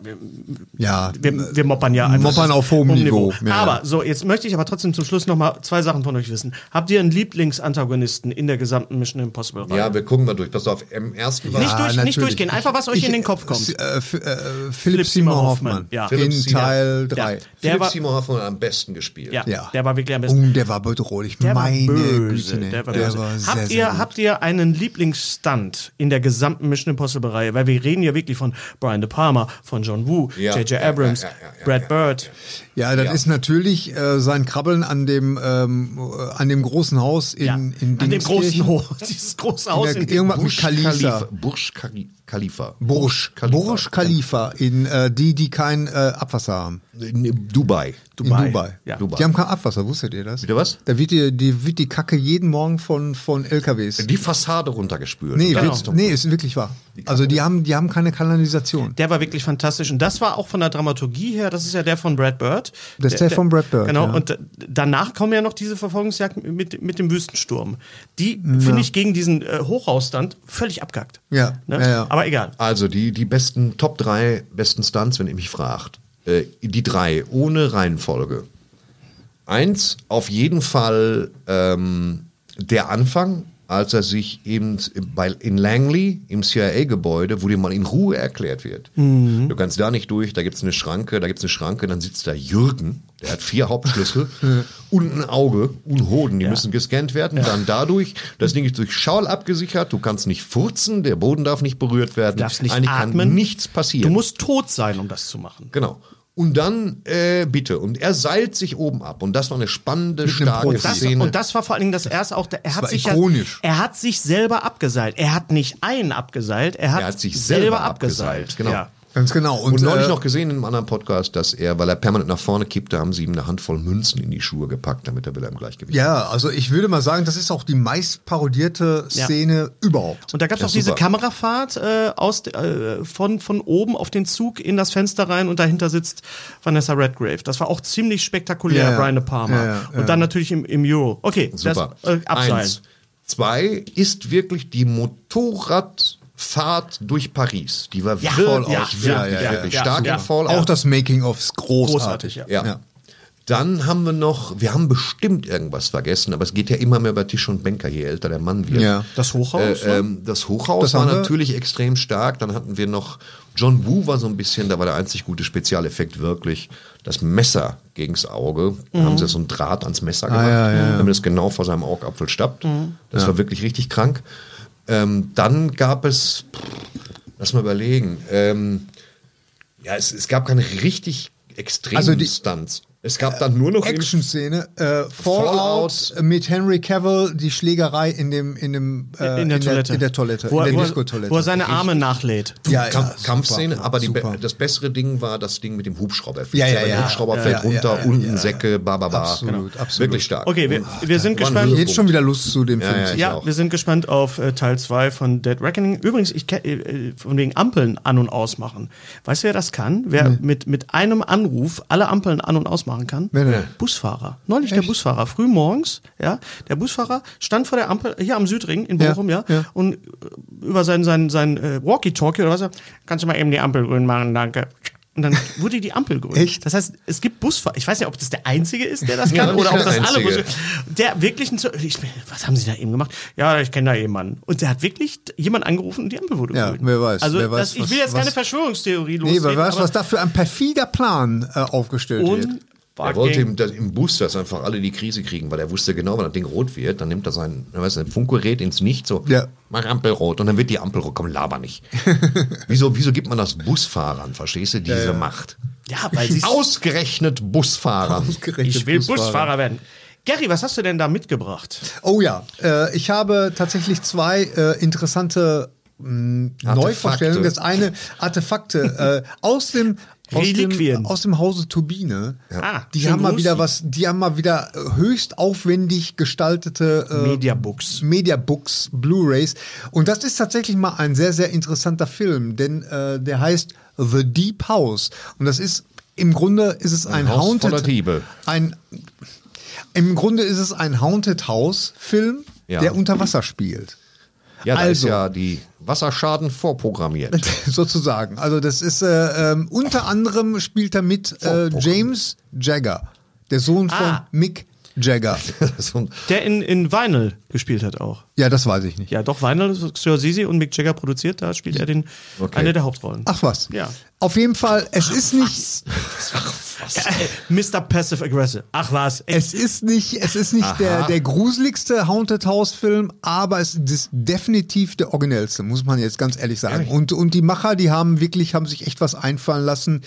Speaker 1: Ja.
Speaker 6: wir, wir moppern ja einfach. um
Speaker 1: Moppern auf hohem Niveau. Ja, ja.
Speaker 6: aber so, jetzt möchte ich aber trotzdem zum Schluss noch mal zwei Sachen von euch wissen. Habt ihr einen Lieblingsantagonisten in der gesamten Mission Impossible Reihe?
Speaker 4: Ja, wir gucken mal durch. Pass auf, im ersten war
Speaker 6: Nicht, durch,
Speaker 1: natürlich.
Speaker 6: nicht durchgehen, einfach was euch
Speaker 1: Ich-
Speaker 6: in den Kopf kommt.
Speaker 1: Äh, F- äh, Philipp Seymour Hoffmann.
Speaker 6: Ja.
Speaker 1: In
Speaker 4: Philipp Seymour.
Speaker 1: Teil 3.
Speaker 6: Ja. Der
Speaker 4: Philipp
Speaker 6: war,
Speaker 4: Simon Hoffmann am besten gespielt.
Speaker 6: ja,
Speaker 1: Ja.
Speaker 6: der war wirklich am besten.
Speaker 1: Oh, der war bedrohlich.
Speaker 6: Der war
Speaker 1: Meine
Speaker 6: böse.
Speaker 1: Güte. ne.
Speaker 6: Der war böse.
Speaker 1: sehr,
Speaker 6: habt,
Speaker 1: sehr
Speaker 6: ihr,
Speaker 1: gut.
Speaker 6: habt ihr einen Lieblingsstunt in der gesamten Mission Impossible Reihe? Weil wir reden ja wirklich von Brian De Palma, von John Woo,
Speaker 4: Ja,
Speaker 6: J.J.
Speaker 4: ja, ja,
Speaker 6: Abrams,
Speaker 4: ja, ja, ja,
Speaker 6: Brad
Speaker 4: ja,
Speaker 6: Bird.
Speaker 1: Ja, das
Speaker 4: Ja.
Speaker 1: ist natürlich äh, sein Krabbeln an dem, ähm, äh, an dem großen Haus in,
Speaker 6: Ja.
Speaker 1: in
Speaker 6: An dem
Speaker 1: Dingenskirchen.
Speaker 6: großen Hof, dieses große Haus.
Speaker 1: der-
Speaker 6: in dem-
Speaker 1: irgendwann- Khalifa.
Speaker 4: Bursch Khalifa.
Speaker 1: Burj Khalifa. Burj Khalifa, in, äh, die, die kein äh, Abwasser haben.
Speaker 4: In Dubai.
Speaker 1: In Dubai.
Speaker 6: Ja.
Speaker 1: Die haben kein Abwasser, wusstet ihr das?
Speaker 4: Wieder was?
Speaker 1: Da wird die, die, wird die Kacke jeden Morgen von, von LKWs.
Speaker 4: Die Fassade runtergespült.
Speaker 1: nee,
Speaker 4: Das
Speaker 6: genau.
Speaker 1: wird, nee, ist wirklich wahr. Also die haben, die haben keine Kanalisation.
Speaker 6: Der war wirklich fantastisch. Und das war auch von der Dramaturgie her, das ist ja der von Brad Bird.
Speaker 1: Das ist der von Brad Bird,
Speaker 6: Genau,
Speaker 1: ja.
Speaker 6: und d- danach kommen ja noch diese Verfolgungsjagd mit, mit dem Wüstensturm. Die finde ich gegen diesen äh, Hochhausstand völlig abgackt.
Speaker 1: Ja,
Speaker 6: Ne?
Speaker 1: ja, ja.
Speaker 6: Aber egal.
Speaker 4: Also die, die besten, Top 3 besten Stunts, wenn ihr mich fragt. Äh, die drei, ohne Reihenfolge. Eins, auf jeden Fall ähm, der Anfang, als er sich eben bei, in Langley im CIA-Gebäude, wo dir mal in Ruhe erklärt wird.
Speaker 6: Mhm.
Speaker 4: Du kannst da nicht durch, da gibt es eine Schranke, da gibt es eine Schranke, dann sitzt da Jürgen, der hat vier Hauptschlüssel und ein Auge und einen Hoden, die müssen gescannt werden. Dann dadurch, das Ding ist durch Schaul abgesichert, du kannst nicht furzen, der Boden darf nicht berührt werden.
Speaker 6: Du darfst nicht
Speaker 4: Eigentlich
Speaker 6: atmen.
Speaker 4: kann nichts passieren.
Speaker 6: Du musst tot sein, um das zu machen.
Speaker 4: Genau. Und dann, äh, bitte, und er seilt sich oben ab. Und das war eine spannende, starke
Speaker 1: Profi.
Speaker 6: Das,
Speaker 4: Szene.
Speaker 6: und das war vor allen Dingen das erste auch. der- Er hat
Speaker 1: war
Speaker 6: sich
Speaker 1: ikonisch.
Speaker 6: Ja, er hat sich selber abgeseilt. Er hat nicht einen abgeseilt. Er hat,
Speaker 4: Er hat sich selber abgeseilt, genau.
Speaker 6: Ja.
Speaker 1: Ganz genau. Und,
Speaker 4: und neulich
Speaker 1: äh,
Speaker 4: noch gesehen in einem anderen Podcast, dass er, weil er permanent nach vorne kippte, haben sie ihm eine Handvoll Münzen in die Schuhe gepackt, damit er wieder im Gleichgewicht
Speaker 1: Ja, also ich würde mal sagen, das ist auch die meist parodierte
Speaker 6: Ja.
Speaker 1: Szene überhaupt.
Speaker 6: Und da gab es
Speaker 4: Ja,
Speaker 6: auch diese
Speaker 4: super.
Speaker 6: Kamerafahrt äh, aus, de- äh, von, von oben auf den Zug in das Fenster rein und dahinter sitzt Vanessa Redgrave. Das war auch ziemlich spektakulär,
Speaker 1: Ja, ja.
Speaker 6: Brian De Palma.
Speaker 1: Ja, ja, ja.
Speaker 6: Und dann natürlich im, im Euro. Okay,
Speaker 4: Super.
Speaker 6: das äh, Abseil.
Speaker 4: Eins. Zwei ist wirklich die Motorradfahrt durch Paris. Die war
Speaker 6: Ja,
Speaker 4: voll
Speaker 6: ja,
Speaker 4: auch
Speaker 6: ja,
Speaker 4: wirklich,
Speaker 6: ja, ja,
Speaker 4: wirklich
Speaker 6: ja,
Speaker 4: stark
Speaker 6: ja.
Speaker 4: im Fallout.
Speaker 1: Auch das Making-of ist großartig.
Speaker 6: Großartig, ja.
Speaker 4: Ja. Dann haben wir noch, wir haben bestimmt irgendwas vergessen, aber es geht ja immer mehr über Tisch und Banker, je älter der Mann wird.
Speaker 1: Ja.
Speaker 6: Das Hochhaus, ne?
Speaker 4: Äh, ähm, das Hochhaus
Speaker 1: Das
Speaker 4: war
Speaker 1: haben wir.
Speaker 4: natürlich extrem stark. Dann hatten wir noch, John Woo war so ein bisschen, da war der einzig gute Spezialeffekt wirklich, das Messer gegens Auge. Da
Speaker 1: Mhm.
Speaker 4: haben sie so ein Draht ans Messer
Speaker 1: Ah,
Speaker 4: gemacht, damit es genau vor seinem Augapfel stappt.
Speaker 1: Mhm.
Speaker 4: Das war wirklich richtig krank. Ähm, dann gab es, lass mal überlegen, ähm, ja, es, es gab keine richtig extremen
Speaker 1: Also die-
Speaker 4: Stunts. Es gab dann nur noch
Speaker 1: Action-Szene. Äh, Fallout,
Speaker 4: Fallout.
Speaker 1: mit Henry Cavill, die Schlägerei in dem, in dem, äh,
Speaker 6: in der Toilette.
Speaker 1: Der, in der Toilette,
Speaker 6: Wo, er-
Speaker 1: in
Speaker 6: wo,
Speaker 1: der
Speaker 6: er- wo er
Speaker 1: Disco-Toilette.
Speaker 6: seine Arme nachlädt.
Speaker 1: Ja, ja,
Speaker 4: Kamp
Speaker 1: super,
Speaker 4: Kampfszene, aber die,
Speaker 1: super.
Speaker 4: be- das bessere Ding war das Ding mit dem Hubschrauber.
Speaker 1: Ja, ja,
Speaker 4: Der
Speaker 1: ja.
Speaker 4: Hubschrauber
Speaker 1: Ja,
Speaker 4: fällt
Speaker 1: ja,
Speaker 4: runter,
Speaker 1: ja, ja,
Speaker 4: unten Säcke, ba, ba, ba.
Speaker 1: Absolut, absolut.
Speaker 4: Wirklich stark. Oh,
Speaker 6: Okay, wir, wir
Speaker 4: War ein
Speaker 6: sind gespannt.
Speaker 4: Höhepunkt.
Speaker 1: Jetzt schon wieder Lust zu dem Film.
Speaker 4: ja,
Speaker 1: zu
Speaker 4: ich
Speaker 1: sehen.
Speaker 6: Ja,
Speaker 4: auch.
Speaker 6: wir sind gespannt auf äh, Teil 2 von Dead Reckoning. Übrigens, ich ke- äh, von wegen Ampeln an und ausmachen. Weißt du, wer das kann? Wer mit, mit einem Anruf alle Ampeln an und ausmachen kann?
Speaker 1: Wer denn?
Speaker 6: Busfahrer. Neulich der Busfahrer, früh morgens, ja, der Busfahrer stand vor der Ampel hier am Südring in
Speaker 1: Ja,
Speaker 6: Bochum, ja,
Speaker 1: ja.
Speaker 6: und äh, über sein, sein, sein äh, Walkie-Talkie oder was, kannst du mal eben die Ampel grün machen, danke. und dann wurde die Ampel grün.
Speaker 1: Echt?
Speaker 6: Das heißt, es gibt Busfahrer. Ich weiß ja, ob das der Einzige ist, der das kann
Speaker 4: Ja,
Speaker 6: oder ob
Speaker 4: nicht
Speaker 6: das
Speaker 4: der
Speaker 6: alle
Speaker 4: Einzige.
Speaker 6: Busfahrer. Der wirklich ein Zo- ich, bin- Was haben Sie da eben gemacht? Ja, ich kenne da jemanden. Und der hat wirklich jemanden angerufen und die Ampel wurde
Speaker 1: Ja,
Speaker 6: grün.
Speaker 1: wer weiß,
Speaker 6: Also
Speaker 1: wer weiß,
Speaker 6: das, ich will
Speaker 1: was-
Speaker 6: jetzt keine
Speaker 1: was-
Speaker 6: Verschwörungstheorie
Speaker 1: Nee,
Speaker 6: loslegen.
Speaker 1: wer weiß,
Speaker 6: aber
Speaker 1: was da für ein perfider Plan äh, aufgestellt wird.
Speaker 4: Er wollte
Speaker 6: unfucking-
Speaker 4: im, das, im Bus, dass einfach alle die Krise kriegen, weil er wusste genau, wenn das Ding rot wird, dann nimmt er sein er weiß, nicht, Funkgerät ins Nicht, so,
Speaker 1: Ja.
Speaker 4: mach Ampel rot und dann wird die Ampel rot, komm, laber nicht. wieso, wieso gibt man das Busfahrern, verstehst du, diese Macht?
Speaker 6: Ja, weil sie
Speaker 4: Ausgerechnet Busfahrern.
Speaker 1: Ausgerechnet
Speaker 6: Ich will
Speaker 1: Busfahrer.
Speaker 6: Busfahrer werden. Gary, was hast du denn da mitgebracht?
Speaker 1: Oh ja, äh, ich habe tatsächlich zwei äh, interessante mh,
Speaker 4: Artefakte.
Speaker 1: Neuvorstellungen. Das eine Artefakte äh, aus dem aus
Speaker 6: Reliquien.
Speaker 1: dem, aus dem Hause Turbine.
Speaker 6: Ah,
Speaker 1: die
Speaker 6: schön
Speaker 1: haben mal wieder
Speaker 6: groß.
Speaker 1: was, die haben mal wieder äh, höchst aufwendig gestaltete äh,
Speaker 6: Mediabooks.
Speaker 1: Mediabooks, Blu-rays. Und das ist tatsächlich mal ein sehr, sehr interessanter Film, denn äh, der heißt The Deep House. Und das ist im Grunde ist es ein,
Speaker 4: Haus
Speaker 1: Haunted
Speaker 4: voller Diebe.
Speaker 1: Ein im Grunde ist es ein Haunted House Film,
Speaker 4: Ja.
Speaker 1: der unter Wasser spielt.
Speaker 4: Ja, da ist
Speaker 1: Also.
Speaker 4: ja die Wasserschaden vorprogrammiert.
Speaker 1: Sozusagen. Also das ist äh, ähm, unter anderem spielt da mit äh, James Jagger, der Sohn von
Speaker 6: Ah.
Speaker 1: Mick Jagger.
Speaker 4: so ein
Speaker 6: Der in, in Vinyl gespielt hat auch.
Speaker 1: Ja, das weiß ich nicht.
Speaker 6: Ja, doch, Vinyl, Scorsese und Mick Jagger produziert, da spielt er den, eine der Hauptrollen.
Speaker 1: Ach was.
Speaker 6: Ja.
Speaker 1: Auf jeden Fall, es ist nicht
Speaker 6: Ja, äh, Mr. Passive Aggressive. Ach was. Ey,
Speaker 1: Es ist nicht, es ist nicht der, der gruseligste Haunted House Film, aber es ist definitiv der originellste, muss man jetzt ganz ehrlich sagen. Und, und die Macher, die haben wirklich, haben sich echt was einfallen lassen.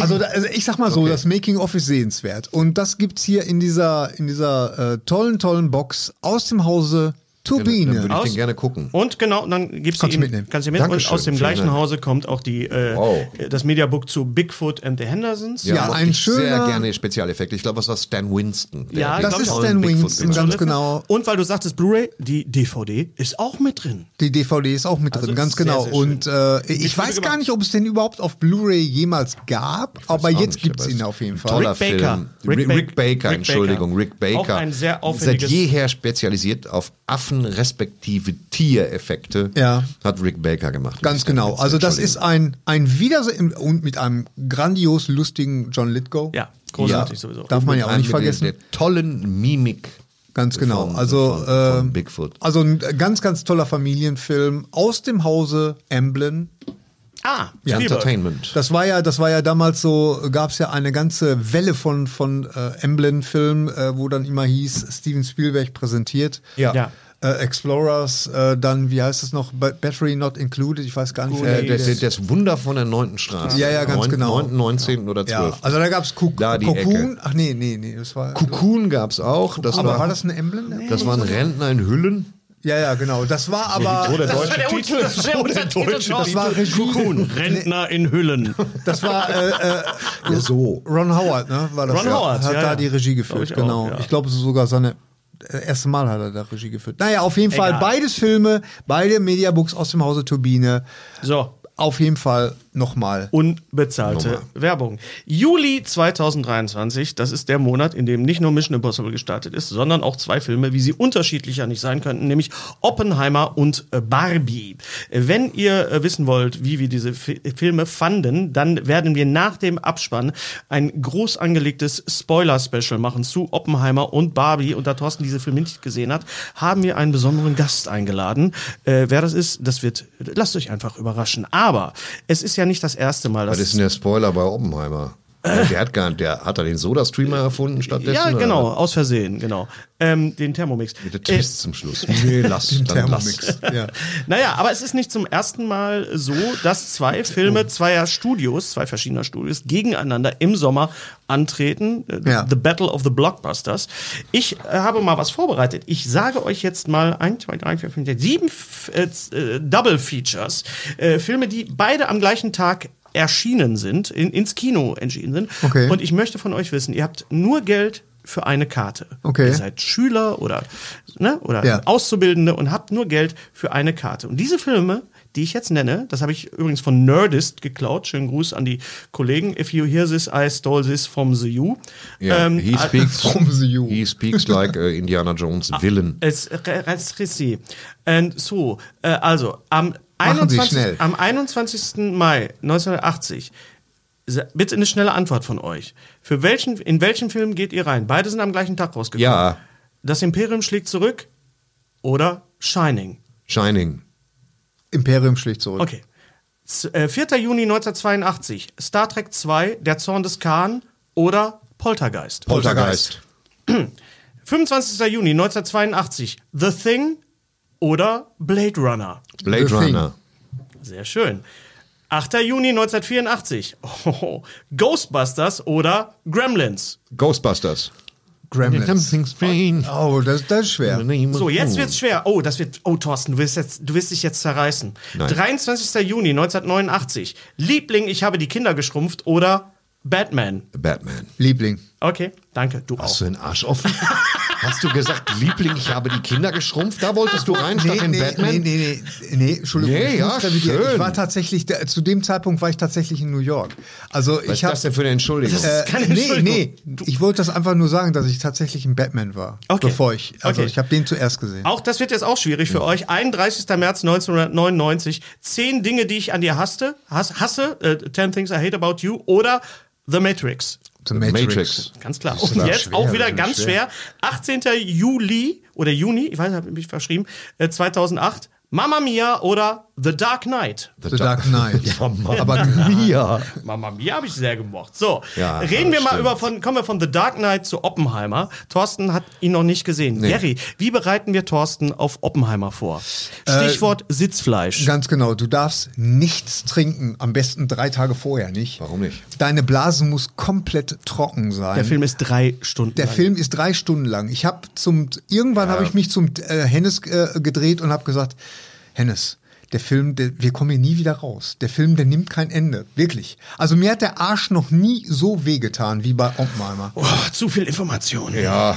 Speaker 1: Also, da, also ich sag mal so, das Making-of ist sehenswert. Und das gibt's hier in dieser, in dieser äh, tollen, tollen Box aus dem Hause
Speaker 4: Dann würde
Speaker 1: Turbine.
Speaker 4: ich
Speaker 6: Aus-
Speaker 4: den gerne gucken.
Speaker 6: und genau, und dann gibst
Speaker 1: Kannst
Speaker 6: du
Speaker 1: du
Speaker 6: ihm,
Speaker 1: mitnehmen.
Speaker 6: kannst du mitnehmen. Und
Speaker 4: Dankeschön,
Speaker 6: aus dem
Speaker 4: vielen
Speaker 6: gleichen
Speaker 4: Dank.
Speaker 6: Hause kommt auch die, äh,
Speaker 4: Wow.
Speaker 6: das Mediabook zu Bigfoot and the Hendersons.
Speaker 1: Ja,
Speaker 4: mochte
Speaker 1: ein
Speaker 4: ich Sehr
Speaker 1: schöner-
Speaker 4: gerne Spezialeffekte. Ich glaube, das war Stan Winston. der
Speaker 6: Ja,
Speaker 4: den
Speaker 6: das
Speaker 4: tollen
Speaker 6: ist
Speaker 1: Stan
Speaker 4: Bigfoot
Speaker 1: Winston,
Speaker 4: gemacht hat.
Speaker 1: ganz genau.
Speaker 6: Und weil du sagtest Blu-ray, die DVD ist auch mit drin.
Speaker 1: Die DVD ist auch mit drin,
Speaker 6: Also
Speaker 1: ganz
Speaker 6: sehr,
Speaker 1: genau.
Speaker 6: sehr schön.
Speaker 1: und äh, ich,
Speaker 6: Ich
Speaker 1: weiß
Speaker 6: würde
Speaker 1: gar
Speaker 6: gemacht-
Speaker 1: nicht, ob es den überhaupt auf Blu-ray jemals gab, aber
Speaker 4: auch
Speaker 1: jetzt
Speaker 4: nicht,
Speaker 1: gibt's
Speaker 4: aber
Speaker 1: ihn
Speaker 4: es-
Speaker 1: auf jeden Fall.
Speaker 4: toller
Speaker 6: Rick Baker.
Speaker 4: Film.
Speaker 6: Rick
Speaker 4: Rick,
Speaker 6: Ba-
Speaker 4: Rick Baker,
Speaker 6: Rick
Speaker 4: Entschuldigung,
Speaker 6: Baker.
Speaker 4: Rick Baker.
Speaker 6: Auch ein sehr
Speaker 4: Seit
Speaker 6: aufwendiges-
Speaker 4: jeher spezialisiert auf Affen respektive Tiereffekte.
Speaker 1: Ja.
Speaker 4: Hat Rick Baker gemacht.
Speaker 1: Ganz genau.
Speaker 4: Äh,
Speaker 1: Also das ist ein, ein Wiedersehen und mit einem grandios lustigen John Lithgow.
Speaker 6: Ja, großartig sowieso.
Speaker 1: Darf man ja auch nicht vergessen.
Speaker 4: Der tollen Mimik.
Speaker 1: Ganz genau.
Speaker 4: von-
Speaker 1: also
Speaker 4: von, von
Speaker 1: äh,
Speaker 4: Bigfoot.
Speaker 1: Also ein ganz, ganz toller Familienfilm aus dem Hause Emblem.
Speaker 6: Ah, Spielberg.
Speaker 4: Entertainment.
Speaker 1: Das war ja, das war ja damals so, gab es ja eine ganze Welle von, von äh, Emblem-Filmen, äh, wo dann immer hieß, Steven Spielberg präsentiert.
Speaker 4: Ja.
Speaker 6: Ja.
Speaker 1: Äh, Explorers, äh, dann, wie heißt es noch, Ba- Battery Not Included, ich weiß gar nicht.
Speaker 4: Äh,
Speaker 1: wie
Speaker 4: das, das, das Wunder von der 9. Straße.
Speaker 1: Ja, ja, ganz genau.
Speaker 4: 9., 19. oder 12.
Speaker 1: ja, also da gab es Cocoon.
Speaker 4: Da die Ecke.
Speaker 1: Ach nee, nee, nee, das war.
Speaker 4: Cocoon gab es auch. Das
Speaker 1: aber
Speaker 4: war,
Speaker 1: war das ein Emblem?
Speaker 4: das waren Rentner in Hüllen.
Speaker 1: Ja, ja, genau. Das war aber.
Speaker 4: der
Speaker 6: Das war der Titel. Das war der deutsche
Speaker 1: Das war Regie.
Speaker 6: Cocoon, Rentner in Hüllen.
Speaker 1: Das war äh, äh,
Speaker 4: Ja, so.
Speaker 1: Ron Howard, ne? War das
Speaker 6: Ron Howard,
Speaker 1: hat
Speaker 6: ja,
Speaker 1: da
Speaker 6: ja.
Speaker 1: die Regie geführt,
Speaker 6: Glaub ich auch,
Speaker 1: genau.
Speaker 6: ja.
Speaker 1: Ich glaube, es ist sogar seine äh, erste Mal hat er da Regie geführt. Naja, auf jeden
Speaker 6: Egal.
Speaker 1: Fall beides Filme, beide Mediabooks aus dem Hause Turbine.
Speaker 6: So,
Speaker 1: Auf jeden Fall nochmal.
Speaker 6: unbezahlte Werbung. Juli 2023, das ist der Monat, in dem nicht nur Mission Impossible gestartet ist, sondern auch zwei Filme, wie sie unterschiedlicher nicht sein könnten, nämlich Oppenheimer und äh, Barbie. Äh, Wenn ihr äh, wissen wollt, wie wir diese Fi Filme fanden, dann werden wir nach dem Abspann ein groß angelegtes Spoiler-Special machen zu Oppenheimer und Barbie. Und da Thorsten diese Filme nicht gesehen hat, haben wir einen besonderen Gast eingeladen. Äh, wer das ist, das wird, lasst euch einfach überraschen. Aber es ist ja nicht das erste Mal, dass
Speaker 4: Was ist denn der Spoiler bei Oppenheimer? Also Der hat gar der hat er den Soda-Streamer erfunden stattdessen?
Speaker 6: Ja,
Speaker 4: oder?
Speaker 6: genau, aus Versehen, genau. Ähm, den Thermomix.
Speaker 4: Mit der
Speaker 6: Äh,
Speaker 4: Twist zum Schluss. Nee, lass, Oh, dann lass.
Speaker 1: Thermomix. Ja.
Speaker 6: naja, aber es ist nicht zum ersten Mal so, dass zwei Filme
Speaker 1: Oh.
Speaker 6: zweier Studios, zwei verschiedener Studios, gegeneinander im Sommer antreten. Äh,
Speaker 1: Ja.
Speaker 6: The Battle of the Blockbusters. Ich äh, habe mal was vorbereitet. Ich sage euch jetzt mal ein, zwei, drei, vier, fünf, sechs, sieben F- äh, Double Features. Äh, Filme, die beide am gleichen Tag erschienen sind, in, ins Kino entschieden sind.
Speaker 1: Okay.
Speaker 6: Und ich möchte von euch wissen, ihr habt nur Geld für eine Karte.
Speaker 1: Okay.
Speaker 6: Ihr seid Schüler oder, ne, oder
Speaker 1: Ja.
Speaker 6: Auszubildende und habt nur Geld für eine Karte. Und diese Filme, die ich jetzt nenne, das habe ich übrigens von Nerdist geklaut. Schönen Gruß an die Kollegen. If you hear this, I stole this from the you.
Speaker 4: Ja,
Speaker 6: Ähm,
Speaker 4: he, speaks,
Speaker 1: from the U.
Speaker 4: he speaks like äh, Indiana Jones Villain.
Speaker 6: Es, es, es, And so, äh, also am
Speaker 1: Machen Sie
Speaker 6: 21
Speaker 1: schnell.
Speaker 6: Am 21. Mai 1980. se- Bitte eine schnelle Antwort von euch. Für welchen, in welchen Film geht ihr rein? Beide sind am gleichen Tag rausgekommen.
Speaker 4: Ja.
Speaker 6: Das Imperium schlägt zurück oder Shining.
Speaker 4: Shining.
Speaker 1: Imperium schlägt zurück.
Speaker 6: Okay. Z äh, 4. Juni 1982. Star Trek 2, Der Zorn des Khan oder Poltergeist.
Speaker 4: Poltergeist.
Speaker 6: 25. Juni 1982. The Thing oder Blade Runner.
Speaker 4: Blade
Speaker 1: The
Speaker 4: Runner.
Speaker 6: Sehr schön. 8. Juni 1984. Oh, Ghostbusters oder Gremlins.
Speaker 4: Ghostbusters.
Speaker 1: Gremlins.
Speaker 4: strange.
Speaker 1: Oh, das, das ist schwer.
Speaker 6: So, jetzt wird's schwer. Oh, das wird. Oh, Thorsten, du wirst, jetzt, du wirst dich jetzt zerreißen.
Speaker 4: Nein.
Speaker 6: 23. Juni 1989. Liebling, ich habe die Kinder geschrumpft oder Batman.
Speaker 4: Batman.
Speaker 1: Liebling.
Speaker 6: Okay, danke. Du
Speaker 4: Hast
Speaker 6: auch.
Speaker 4: du den Arsch offen? Hast du gesagt, Liebling, ich habe die Kinder geschrumpft? Da wolltest du rein statt in Batman?
Speaker 1: nee, nee, nee, nee, Entschuldigung.
Speaker 4: Nee,
Speaker 1: ich,
Speaker 4: ja,
Speaker 1: muss revidieren.
Speaker 4: schön.
Speaker 1: ich war tatsächlich, da- zu dem Zeitpunkt war ich tatsächlich in New York. Also
Speaker 4: Was
Speaker 1: ich
Speaker 4: ist
Speaker 1: habe
Speaker 4: das denn für eine Entschuldigung?
Speaker 6: Das ist keine
Speaker 1: Also, äh, Nee,
Speaker 6: Entschuldigung.
Speaker 1: nee, ich wollte das einfach nur sagen, dass ich tatsächlich ein Batman war,
Speaker 6: Okay.
Speaker 1: bevor ich, also
Speaker 6: Okay.
Speaker 1: ich habe den zuerst gesehen.
Speaker 6: Auch das wird jetzt auch schwierig für euch. 31. März 1999. Zehn Dinge, die ich an dir hasste, hasse, hasse äh, 10 Things I Hate About You oder The Matrix.
Speaker 1: The
Speaker 4: Matrix.
Speaker 6: Ganz klar.
Speaker 1: ist
Speaker 6: Und
Speaker 1: aber
Speaker 6: jetzt
Speaker 1: schwer,
Speaker 6: auch wieder
Speaker 1: wirklich
Speaker 6: ganz schwer.
Speaker 1: schwer.
Speaker 6: 18. Juli oder Juni, ich weiß, habe mich verschrieben, äh, 2008. Mamma Mia oder The Dark Knight.
Speaker 1: The Dark Knight.
Speaker 4: Aber Mia.
Speaker 6: Mamma Mia habe ich sehr gemocht. So,
Speaker 4: Ja,
Speaker 6: reden wir mal
Speaker 4: stimmt.
Speaker 6: über von, kommen wir von The Dark Knight zu Oppenheimer. Thorsten hat ihn noch nicht gesehen. Gary, wie bereiten wir Thorsten auf Oppenheimer vor? Stichwort Sitzfleisch.
Speaker 1: Ganz genau, du darfst nichts trinken, am besten drei Tage vorher nicht.
Speaker 4: Warum nicht?
Speaker 1: Deine Blase muss komplett trocken sein.
Speaker 6: Der Film ist drei Stunden.
Speaker 1: Der
Speaker 6: lang.
Speaker 1: Film ist drei Stunden lang. Ich habe zum irgendwann habe ich mich zum äh, Hennes äh, gedreht und habe gesagt, Hennes, der Film, der, wir kommen hier nie wieder raus. Der Film, der nimmt kein Ende, wirklich. Also mir hat der Arsch noch nie so wehgetan wie bei Oppenheimer.
Speaker 6: Oh, zu viel Information.
Speaker 4: Ja.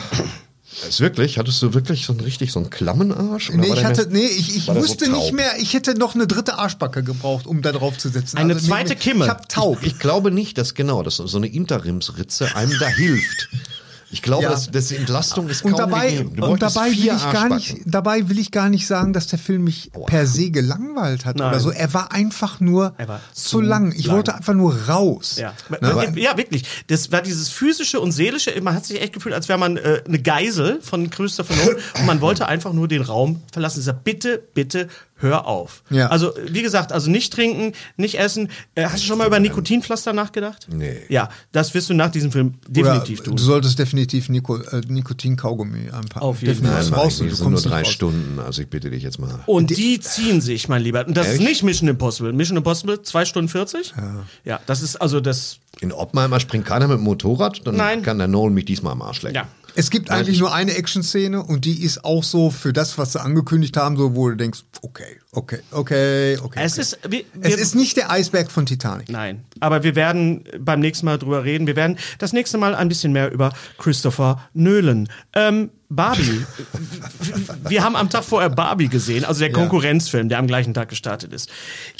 Speaker 4: Ist wirklich? Hattest du wirklich so einen richtig so einen klammen Arsch? Oder
Speaker 1: Nee,
Speaker 4: war
Speaker 1: ich
Speaker 4: der
Speaker 1: hatte,
Speaker 4: mehr-
Speaker 1: nee, ich, ich
Speaker 4: war der so
Speaker 1: wusste
Speaker 4: taub?
Speaker 1: nicht mehr, ich hätte noch eine dritte Arschbacke gebraucht, um da drauf zu setzen.
Speaker 6: Eine
Speaker 1: nee,
Speaker 6: zweite
Speaker 1: nee,
Speaker 6: Kimme.
Speaker 1: Ich hab taub.
Speaker 4: Ich glaube nicht, dass genau, dass so eine Interimsritze einem da hilft. Ich glaube,
Speaker 1: Ja.
Speaker 4: dass, dass die Entlastung ist kaum
Speaker 1: und dabei,
Speaker 4: gegeben. Du
Speaker 1: und
Speaker 4: bräuchtest
Speaker 1: dabei will, ich
Speaker 4: vier
Speaker 1: gar nicht,
Speaker 4: Arschbacken.
Speaker 1: dabei will ich gar nicht sagen, dass der Film mich per se gelangweilt hat
Speaker 6: Nein.
Speaker 1: oder so. Er war einfach nur
Speaker 6: Er war
Speaker 1: zu
Speaker 6: zu
Speaker 1: lang. Ich
Speaker 6: lang.
Speaker 1: wollte einfach nur raus.
Speaker 6: Ja.
Speaker 1: Ne?
Speaker 6: ja, ja, wirklich. Das war dieses physische und seelische. Man hat sich echt gefühlt, als wäre man äh, eine Geisel von Christopher Nolan und man wollte einfach nur den Raum verlassen. Ich sag, bitte, bitte, hör auf.
Speaker 1: Ja.
Speaker 6: Also äh, wie gesagt, also nicht trinken, nicht essen. Äh, hast du schon mal über Nikotinpflaster nachgedacht?
Speaker 4: Nee.
Speaker 6: Ja, das wirst du nach diesem Film definitiv
Speaker 1: Oder, äh,
Speaker 6: tun.
Speaker 1: Du solltest definitiv Nico, äh, Nikotin-Kaugummi anpacken.
Speaker 6: Auf jeden
Speaker 1: definitiv.
Speaker 6: Fall.
Speaker 1: Das
Speaker 4: Nein,
Speaker 1: brauchst du,
Speaker 4: Mann,
Speaker 1: du
Speaker 4: das sind nur
Speaker 1: kommst
Speaker 4: drei
Speaker 1: nicht raus.
Speaker 4: Stunden. Also ich bitte dich jetzt mal.
Speaker 6: und die ziehen sich, mein Lieber. Und das ist
Speaker 4: Echt?
Speaker 6: nicht Mission Impossible. Mission Impossible, 2 Stunden 40? Ja. ja, das ist also das.
Speaker 4: In Oppenheimer springt keiner mit dem Motorrad, dann
Speaker 6: Nein.
Speaker 4: kann der Nolan mich diesmal am Arsch lecken.
Speaker 6: Ja.
Speaker 1: Es gibt eigentlich nur eine Action-Szene und die ist auch so für das, was sie angekündigt haben, so wo du denkst, okay, okay, okay, okay.
Speaker 6: Es
Speaker 1: okay.
Speaker 6: ist. Wir,
Speaker 1: es
Speaker 6: wir-
Speaker 1: ist nicht der Eisberg von Titanic.
Speaker 6: Nein, aber wir werden beim nächsten Mal drüber reden. Wir werden das nächste Mal ein bisschen mehr über Christopher Nölen. Ähm, Barbie. W- w- wir haben am Tag vorher Barbie gesehen, also der Konkurrenzfilm, der am gleichen Tag gestartet ist.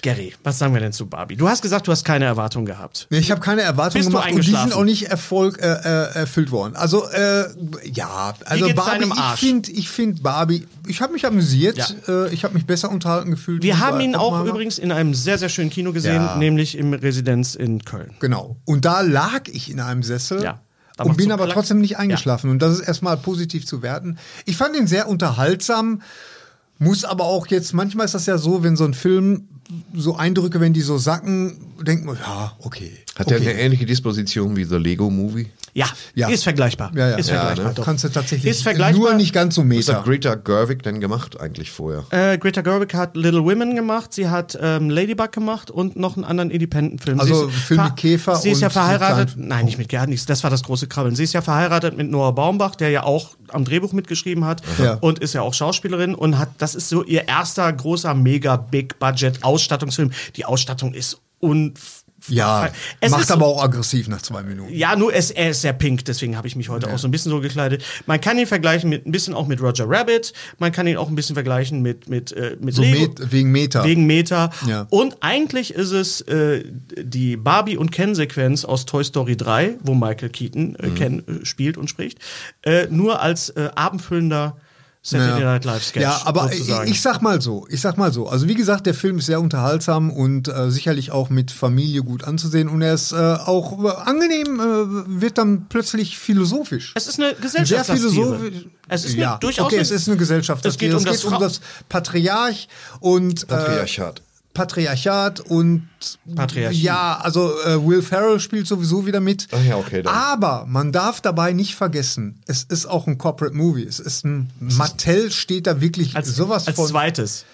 Speaker 6: Gary, was sagen wir denn zu Barbie? Du hast gesagt, du hast keine Erwartung gehabt.
Speaker 1: Nee, ich habe keine Erwartungen
Speaker 6: Bist du
Speaker 1: gemacht und die sind
Speaker 6: eingeschlafen?
Speaker 1: auch nicht Erfolg äh, äh, erfüllt worden. Also äh, ja, also
Speaker 6: geht's
Speaker 1: Barbie,
Speaker 6: deinem
Speaker 1: ich
Speaker 6: Arsch?
Speaker 1: finde, ich finde Barbie, ich habe mich amüsiert,
Speaker 6: Ja.
Speaker 1: äh, ich habe mich besser unterhalten gefühlt.
Speaker 6: Wir
Speaker 1: wie
Speaker 6: haben
Speaker 1: bei
Speaker 6: ihn auch
Speaker 1: Oppenheimer.
Speaker 6: übrigens in einem sehr, sehr schönen Kino gesehen,
Speaker 1: Ja.
Speaker 6: nämlich im Residenz in Köln.
Speaker 1: genau. Und da lag ich in einem Sessel.
Speaker 6: Ja. Da
Speaker 1: Und
Speaker 6: macht's
Speaker 1: bin
Speaker 6: so
Speaker 1: aber
Speaker 6: klack.
Speaker 1: trotzdem nicht eingeschlafen. Und das ist erstmal positiv zu werten. Ich fand ihn sehr unterhaltsam, muss aber auch jetzt, manchmal ist das ja so, wenn so ein Film, so Eindrücke, wenn die so sacken, denkt man, ja, okay.
Speaker 4: Hat
Speaker 1: okay.
Speaker 4: der eine ähnliche Disposition wie The Lego Movie?
Speaker 6: Ja,
Speaker 1: Ja.
Speaker 6: ist vergleichbar.
Speaker 1: Ja, ja.
Speaker 6: Ist
Speaker 1: Ja,
Speaker 6: vergleichbar.
Speaker 1: ne?
Speaker 6: doch.
Speaker 1: Kannst du tatsächlich
Speaker 6: ist vergleichbar.
Speaker 1: nur nicht ganz so
Speaker 4: Was hat
Speaker 1: meta.
Speaker 4: Greta Gerwig denn gemacht eigentlich vorher?
Speaker 6: Äh, Greta Gerwig hat Little Women gemacht, sie hat ähm, Ladybug gemacht und noch einen anderen Independent-Film.
Speaker 1: Also
Speaker 6: Sie ist-
Speaker 1: Film mit
Speaker 6: ver-
Speaker 1: Käfer
Speaker 6: Sie ist
Speaker 1: und
Speaker 6: ja verheiratet.
Speaker 1: mit
Speaker 6: Nein, nicht mit Gerhard nichts. Das war das große Krabbeln. Sie ist ja verheiratet mit Noah Baumbach, der ja auch am Drehbuch mitgeschrieben hat
Speaker 1: Ja.
Speaker 6: und ist ja auch Schauspielerin und hat. Das ist so ihr erster großer mega Big Budget Ausstattungsfilm. Die Ausstattung ist un
Speaker 1: Ja,
Speaker 6: es
Speaker 1: macht
Speaker 6: ist
Speaker 1: aber auch aggressiv nach zwei Minuten.
Speaker 6: ja, nur es, er ist sehr pink, deswegen habe ich mich heute auch so ein bisschen so gekleidet. Man kann ihn vergleichen mit ein bisschen auch mit Roger Rabbit, man kann ihn auch ein bisschen vergleichen mit mit äh, mit
Speaker 1: So
Speaker 6: Lego.
Speaker 1: met, wegen Meta.
Speaker 6: Wegen Meta.
Speaker 1: Ja.
Speaker 6: Und eigentlich ist es äh, die Barbie- und Ken-Sequenz aus Toy Story 3,
Speaker 1: Mhm.
Speaker 6: wo Michael Keaton äh, Ken äh, spielt und spricht, äh, nur als äh, abendfüllender Saturday
Speaker 1: Ja.
Speaker 6: Night Live Sketch.
Speaker 1: Ja, aber ich,
Speaker 6: sozusagen.
Speaker 1: ich sag mal so, ich sag mal so. Also wie gesagt, der Film ist sehr unterhaltsam und äh, sicherlich auch mit Familie gut anzusehen und er ist äh, auch äh, angenehm, äh, wird dann plötzlich philosophisch.
Speaker 6: es ist eine
Speaker 1: sehr
Speaker 6: Gesellschaftssatire.
Speaker 1: philosophisch.
Speaker 6: Es ist eine,
Speaker 1: ja,
Speaker 6: durchaus
Speaker 1: okay,
Speaker 6: eine,
Speaker 1: es ist eine Gesellschaft.
Speaker 6: Es geht um das Frau-
Speaker 1: Patriarch und äh,
Speaker 4: Patriarchat.
Speaker 1: Patriarchat und
Speaker 6: Patriarchie.
Speaker 1: ja, also äh, Will Ferrell spielt sowieso wieder mit.
Speaker 4: Ach ja, okay, dann.
Speaker 1: Aber man darf dabei nicht vergessen, es ist auch ein Corporate Movie. Es ist ein Mattel steht da wirklich
Speaker 6: als,
Speaker 1: sowas
Speaker 6: als
Speaker 1: von
Speaker 6: zweites.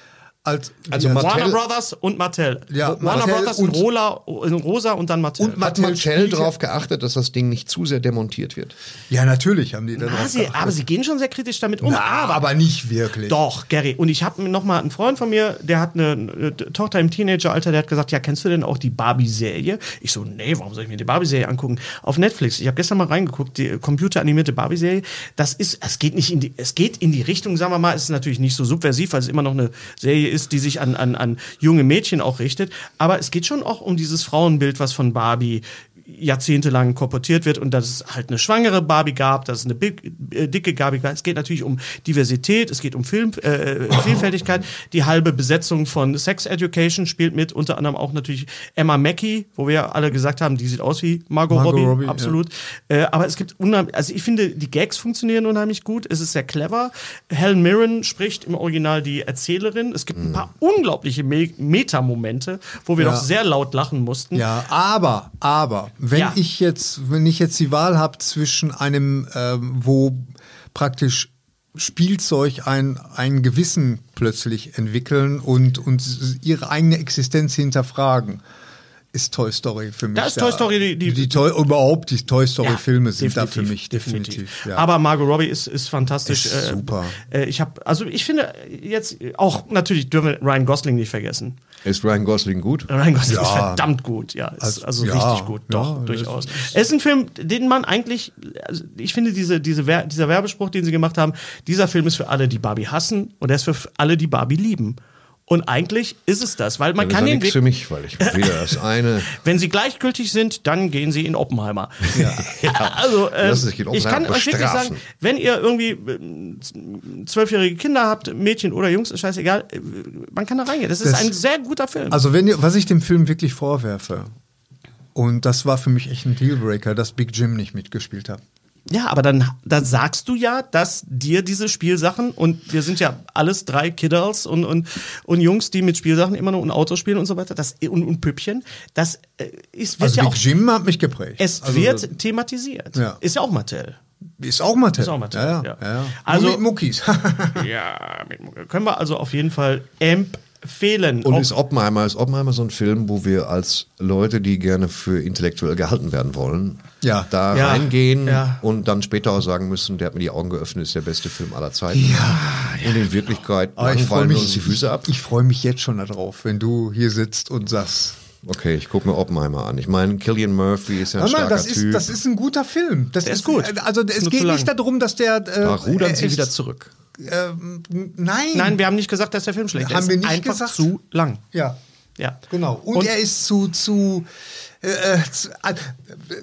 Speaker 1: als
Speaker 4: Also
Speaker 1: ja,
Speaker 4: Mattel-
Speaker 6: Warner Brothers und Mattel.
Speaker 1: Ja,
Speaker 6: Warner
Speaker 1: Mattel
Speaker 6: Brothers in,
Speaker 1: und-
Speaker 6: Rola, in Rosa und dann Mattel.
Speaker 1: Und
Speaker 4: Hat
Speaker 1: Mattel
Speaker 4: Mattel
Speaker 1: spielt ja-
Speaker 4: darauf geachtet, dass das Ding nicht zu sehr demontiert wird?
Speaker 1: Ja, natürlich haben die da
Speaker 6: Ah,
Speaker 1: drauf
Speaker 6: sie,
Speaker 1: geachtet.
Speaker 6: aber sie gehen schon sehr kritisch damit um.
Speaker 1: Na, aber, nicht wirklich.
Speaker 6: Doch, Gary. Und ich habe noch mal einen Freund von mir, der hat eine, äh, Tochter im Teenageralter, der hat gesagt, ja, kennst du denn auch die Barbie-Serie? Ich so, nee, warum soll ich mir die Barbie-Serie angucken? Auf Netflix. Ich habe gestern mal reingeguckt, die äh, computeranimierte Barbie-Serie. Das ist, es geht nicht in die, es geht in die Richtung, sagen wir mal, es ist natürlich nicht so subversiv, weil es immer noch eine Serie ist, die sich an, an, an junge Mädchen auch richtet. Aber es geht schon auch um dieses Frauenbild, was von Barbie jahrzehntelang kolportiert wird und dass es halt eine schwangere Barbie gab, dass es eine big, äh, dicke Barbie gab. Es geht natürlich um Diversität, es geht um Film, äh, Vielfältigkeit. Die halbe Besetzung von Sex Education spielt mit, unter anderem auch natürlich Emma Mackey, wo wir alle gesagt haben, die sieht aus wie Margot,
Speaker 1: Margot
Speaker 6: Robbie,
Speaker 1: Robbie, ja.
Speaker 6: absolut. Äh, aber es gibt unheimlich, also ich finde, die Gags funktionieren unheimlich gut, es ist sehr clever. Helen Mirren spricht im Original die Erzählerin. Es
Speaker 1: Mhm.
Speaker 6: gibt ein paar unglaubliche Me Metamomente, wo wir doch sehr laut lachen mussten.
Speaker 1: Ja, aber, aber, wenn
Speaker 6: Ja.
Speaker 1: ich jetzt, wenn ich jetzt die Wahl habe zwischen einem, ähm, wo praktisch Spielzeug ein, ein Gewissen plötzlich entwickeln und, und s- ihre eigene Existenz hinterfragen, ist Toy Story für mich.
Speaker 6: Da ist Toy Story die- die-
Speaker 1: Toy, überhaupt die Toy Story
Speaker 6: Ja,
Speaker 1: Filme sind da für
Speaker 6: definitiv,
Speaker 1: mich definitiv. ja.
Speaker 6: Aber Margot Robbie ist, ist fantastisch.
Speaker 1: Ist super.
Speaker 6: Äh, ich habe, also ich finde jetzt äh, auch natürlich dürfen wir Ryan Gosling nicht vergessen.
Speaker 4: Ist Ryan Gosling gut?
Speaker 6: Ryan Gosling ist
Speaker 1: Ja.
Speaker 6: verdammt gut, ja, ist also,
Speaker 1: Also, ja,
Speaker 6: richtig gut,
Speaker 1: ja,
Speaker 6: doch
Speaker 1: das
Speaker 6: durchaus. Es ist ein Film, den man eigentlich, also ich finde diese, diese Wer dieser Werbespruch, den sie gemacht haben, dieser Film ist für alle, die Barbie hassen, und er ist für f- alle, die Barbie lieben. Und eigentlich ist es das, weil man
Speaker 4: Das ist
Speaker 6: kann
Speaker 4: ja
Speaker 6: den
Speaker 4: nichts für
Speaker 6: Weg,
Speaker 4: mich, weil ich weder das eine.
Speaker 6: wenn sie gleichgültig sind, dann gehen sie in Oppenheimer. Also, äh,
Speaker 4: Lassen sich in
Speaker 6: ich kann
Speaker 4: Oppenheimer
Speaker 6: euch wirklich
Speaker 4: bestrafen.
Speaker 6: sagen, wenn ihr irgendwie ähm, zwölfjährige Kinder habt, Mädchen oder Jungs, ist scheißegal, äh, man kann da reingehen. Das ist
Speaker 1: Das-
Speaker 6: ein sehr guter Film.
Speaker 1: Also wenn ihr, was ich dem Film wirklich vorwerfe, und das war für mich echt ein Dealbreaker, dass Big Jim nicht mitgespielt hat.
Speaker 6: ja, aber dann, dann sagst du ja, dass dir diese Spielsachen und wir sind ja alles drei Kiddles und, und, und Jungs, die mit Spielsachen immer nur und Autos spielen und so weiter, das, und, und Püppchen, das äh, ist, wird
Speaker 1: Also
Speaker 6: ja
Speaker 1: Big
Speaker 6: auch,
Speaker 1: Jim hat mich geprägt.
Speaker 6: es
Speaker 1: also,
Speaker 6: wird thematisiert.
Speaker 1: Ja.
Speaker 6: Ist ja auch Mattel.
Speaker 1: ist auch Mattel.
Speaker 6: Ist auch Mattel,
Speaker 1: Ja,
Speaker 6: ja.
Speaker 1: ja, ja.
Speaker 6: Also-
Speaker 1: Also mit Muckis.
Speaker 6: Ja, mit Mucke. können wir also auf jeden Fall empfehlen.
Speaker 4: Und
Speaker 6: Ob-
Speaker 4: ist Oppenheimer, ist Oppenheimer so ein Film, wo wir als Leute, die gerne für intellektuell gehalten werden wollen,
Speaker 1: Ja.
Speaker 4: da
Speaker 6: Ja.
Speaker 4: reingehen
Speaker 6: Ja.
Speaker 4: und dann später auch sagen müssen, der hat mir die Augen geöffnet, ist der beste Film aller Zeiten. und in Wirklichkeit
Speaker 1: Aber
Speaker 4: ich
Speaker 1: freu
Speaker 4: fallen uns die Füße ab.
Speaker 1: Ich freue mich jetzt schon darauf, wenn du hier sitzt und sagst.
Speaker 4: Okay, ich gucke mir Oppenheimer an. Ich meine, Killian Murphy ist ja ein
Speaker 1: Hör mal,
Speaker 4: starker
Speaker 1: das
Speaker 4: Typ.
Speaker 1: ist, das ist ein guter Film. Das
Speaker 6: Der ist gut.
Speaker 1: Also
Speaker 6: Ist
Speaker 1: es
Speaker 6: nur
Speaker 1: geht
Speaker 6: zu lang.
Speaker 1: nicht darum, dass der. Äh,
Speaker 4: da rudern sie
Speaker 1: äh,
Speaker 4: Ah, wieder
Speaker 1: ist-
Speaker 4: zurück.
Speaker 1: ähm, nein.
Speaker 6: Nein, wir haben nicht gesagt, dass der Film schlecht ist.
Speaker 1: Haben wir nicht
Speaker 6: Einfach
Speaker 1: gesagt?
Speaker 6: zu lang.
Speaker 1: Ja.
Speaker 6: Ja.
Speaker 1: Genau. Und, er ist zu, zu, äh, zu äh,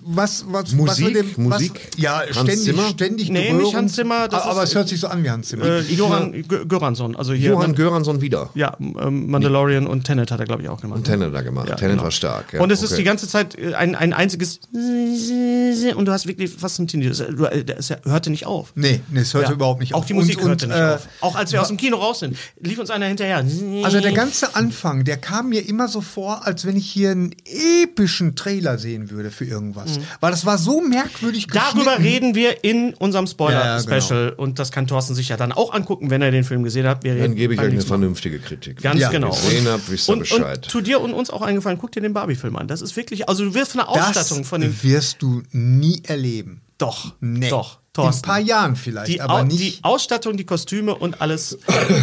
Speaker 1: was, was, was
Speaker 4: Musik?
Speaker 1: mit dem, was,
Speaker 4: Musik?
Speaker 1: Ja,
Speaker 4: Hans
Speaker 1: ständig,
Speaker 4: Zimmer?
Speaker 1: ständig
Speaker 6: Nee,
Speaker 1: geröhrend.
Speaker 6: nicht Hans Zimmer, das
Speaker 1: aber, Ah, aber
Speaker 6: ist-
Speaker 1: es hört sich so an wie Hans Zimmer.
Speaker 6: äh, Johann Gö- Göransson, also hier.
Speaker 4: Johann Göransson wieder.
Speaker 6: ja, ähm, Mandalorian und Tenet hat er, glaube ich, auch gemacht. Und
Speaker 4: Tenet da gemacht. Tenet
Speaker 6: genau.
Speaker 4: war stark, ja,
Speaker 6: und es ist
Speaker 4: okay.
Speaker 6: die ganze Zeit äh, ein, ein einziges. Und du hast wirklich fast ein Tinnitus. Du, äh, Das hörte nicht auf.
Speaker 1: nee, nee, es hörte
Speaker 6: Ja.
Speaker 1: überhaupt nicht
Speaker 6: auch
Speaker 1: auf.
Speaker 6: die Musik
Speaker 1: und,
Speaker 6: hörte
Speaker 1: und,
Speaker 6: nicht
Speaker 1: äh,
Speaker 6: auf. Auch als wir aus dem Kino raus sind, lief uns einer hinterher.
Speaker 1: Also der ganze Anfang, der kam mir immer so vor, als wenn ich hier einen epischen Trailer sehen würde für irgendwas. Weil das war so merkwürdig
Speaker 6: Mhm. Darüber
Speaker 1: geschnitten.
Speaker 6: reden wir in unserem Spoiler-Special.
Speaker 1: Ja,
Speaker 6: Und das kann Thorsten sich ja dann auch angucken, wenn er den Film gesehen hat. Wir
Speaker 4: Dann
Speaker 6: reden
Speaker 4: gebe ich
Speaker 6: beim
Speaker 4: euch eine
Speaker 6: nächsten Mal.
Speaker 4: vernünftige Kritik.
Speaker 6: Ganz
Speaker 1: Ja.
Speaker 6: genau.
Speaker 4: Gesehen hab, wisst ihr
Speaker 6: und,
Speaker 4: Bescheid.
Speaker 6: Und zu dir und uns auch eingefallen, guck dir den Barbie-Film an. Das ist wirklich, also du wirst von der Ausstattung
Speaker 1: Das
Speaker 6: von dem.
Speaker 1: wirst du nie erleben.
Speaker 6: Doch,
Speaker 1: Nee.
Speaker 6: doch,
Speaker 1: In ein
Speaker 6: Thorsten.
Speaker 1: paar Jahren vielleicht,
Speaker 6: die,
Speaker 1: aber
Speaker 6: Au-
Speaker 1: nicht.
Speaker 6: die Ausstattung, die Kostüme und alles.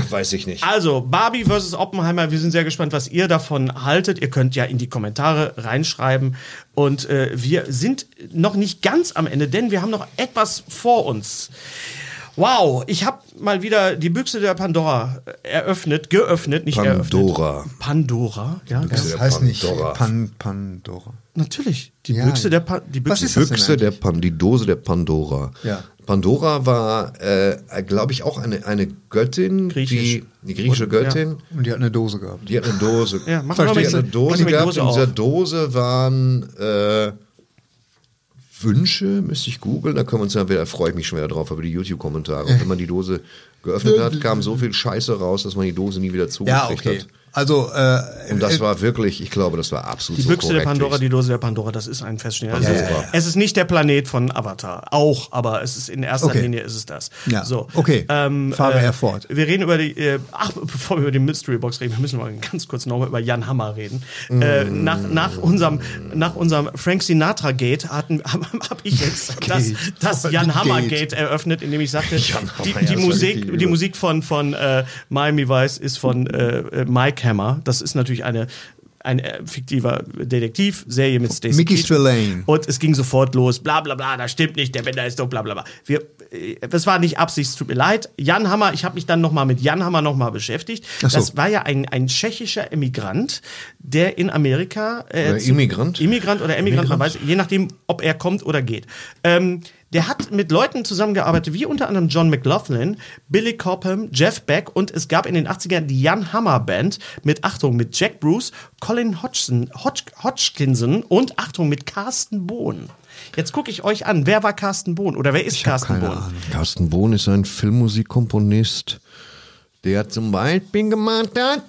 Speaker 4: Weiß ich nicht.
Speaker 6: Also, Barbie vs. Oppenheimer, wir sind sehr gespannt, was ihr davon haltet. Ihr könnt ja in die Kommentare reinschreiben. Und äh, wir sind noch nicht ganz am Ende, denn wir haben noch etwas vor uns. Wow, ich habe mal wieder die Büchse der Pandora äh, eröffnet, geöffnet, nicht
Speaker 4: Pandora.
Speaker 6: eröffnet. Pandora. Ja,
Speaker 4: Büchse
Speaker 6: ja.
Speaker 5: Das heißt nicht
Speaker 4: Pandora.
Speaker 5: Pan Pandora.
Speaker 6: natürlich. Die
Speaker 5: Ja,
Speaker 6: Büchse
Speaker 5: ja.
Speaker 6: der Pan die Büchse.
Speaker 5: Was ist das? denn
Speaker 4: Büchse der Pan, die Dose der Pandora.
Speaker 5: Ja.
Speaker 4: Pandora war, äh, glaube ich, auch eine, eine Göttin,
Speaker 6: Griechisch.
Speaker 4: die, die griechische
Speaker 6: Und- ja.
Speaker 4: Göttin.
Speaker 5: Und die hat eine Dose gehabt.
Speaker 4: Die hat eine Dose.
Speaker 6: Ja, mach
Speaker 4: die
Speaker 6: mal
Speaker 4: hat
Speaker 6: mit-
Speaker 4: eine
Speaker 6: mach mal
Speaker 4: Dose
Speaker 6: mit
Speaker 4: gehabt.
Speaker 6: Dose
Speaker 4: In
Speaker 6: auf.
Speaker 4: dieser Dose waren äh, Wünsche, müsste ich googeln. Da können wir uns ja wieder, da freue ich mich schon wieder drauf, über die YouTube-Kommentare. Und wenn man die Dose geöffnet hat, kam so viel Scheiße raus, dass man die Dose nie wieder zugekriegt
Speaker 5: Ja, okay.
Speaker 4: hat.
Speaker 5: Also, äh,
Speaker 4: Und das war wirklich, ich glaube, das war absolut
Speaker 6: Die
Speaker 4: so
Speaker 6: Büchse der
Speaker 4: korrekt,
Speaker 6: Pandora,
Speaker 4: wie
Speaker 6: die Dose der Pandora, das ist ein feststehender.
Speaker 4: Ja,
Speaker 6: es, ist,
Speaker 4: super.
Speaker 6: es ist nicht der Planet von Avatar, auch, aber es ist in erster
Speaker 5: Okay.
Speaker 6: Linie ist es das.
Speaker 5: Ja,
Speaker 6: So, Ähm, äh,
Speaker 5: okay. Fahre er fort.
Speaker 6: Wir reden über die. Äh, ach, bevor wir über die Mystery Box reden, wir müssen mal ganz kurz nochmal über Jan Hammer reden. Äh, nach, nach unserem nach unserem Frank Sinatra Gate hatten habe hab ich jetzt das, das Jan Hammer Gate eröffnet, indem ich sagte, die, die Musik die Musik von von äh, Miami Vice ist von äh, äh, Mike Hammer. Das ist natürlich eine ein äh, fiktiver Detektivserie mit Stacey
Speaker 5: Mickey
Speaker 6: Keaton.
Speaker 4: Hm.
Speaker 5: Spillane.
Speaker 6: Und es ging sofort los, bla bla bla, das stimmt nicht, der Bender ist doch bla bla bla. Wir, äh, das war nicht Absicht, es tut mir leid. Jan Hammer, ich habe mich dann nochmal mit Jan Hammer nochmal beschäftigt.
Speaker 5: so.
Speaker 6: Das war ja ein, ein tschechischer Emigrant, der in Amerika... Äh,
Speaker 4: Oder
Speaker 6: zu-
Speaker 4: Immigrant?
Speaker 6: Immigrant oder Emigrant, man weiß, je nachdem, ob er kommt oder geht. Ähm, der hat mit Leuten zusammengearbeitet, wie unter anderem John McLaughlin, Billy Cobham, Jeff Beck und es gab in den 80ern die Jan Hammer Band mit Achtung mit Jack Bruce, Colin Hodgson, Hodg Hodgkinson und Achtung mit Carsten Bohn. Jetzt gucke ich euch an, wer war Carsten Bohn oder wer ist Carsten Bohn?
Speaker 4: Carsten Bohn ist ein Filmmusikkomponist, der zum Beispiel gemacht hat.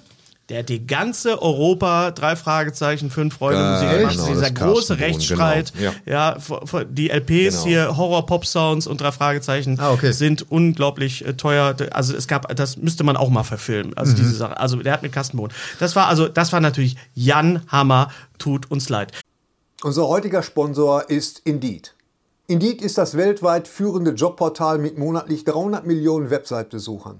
Speaker 6: Der hat die ganze Europa, drei Fragezeichen, fünf Freunde Musik
Speaker 4: Genau,
Speaker 6: gemacht.
Speaker 4: das
Speaker 6: Dieser
Speaker 4: ist
Speaker 6: große
Speaker 4: Carsten Bohn,
Speaker 6: Rechtsstreit.
Speaker 4: genau,
Speaker 6: ja. vor- vor- die LPs
Speaker 4: Genau.
Speaker 6: hier, Horror-Pop-Sounds und drei Fragezeichen
Speaker 5: Ah, okay.
Speaker 6: sind unglaublich äh, teuer. Also es gab, das müsste man auch mal verfilmen.
Speaker 4: Mhm.
Speaker 6: Also diese Sache. Also der hat mit Carsten Bohn. Das war also, das war natürlich Jan Hammer, tut uns leid.
Speaker 1: Unser heutiger Sponsor ist Indeed. Indeed ist das weltweit führende Jobportal mit monatlich 300 Millionen Website-Besuchern.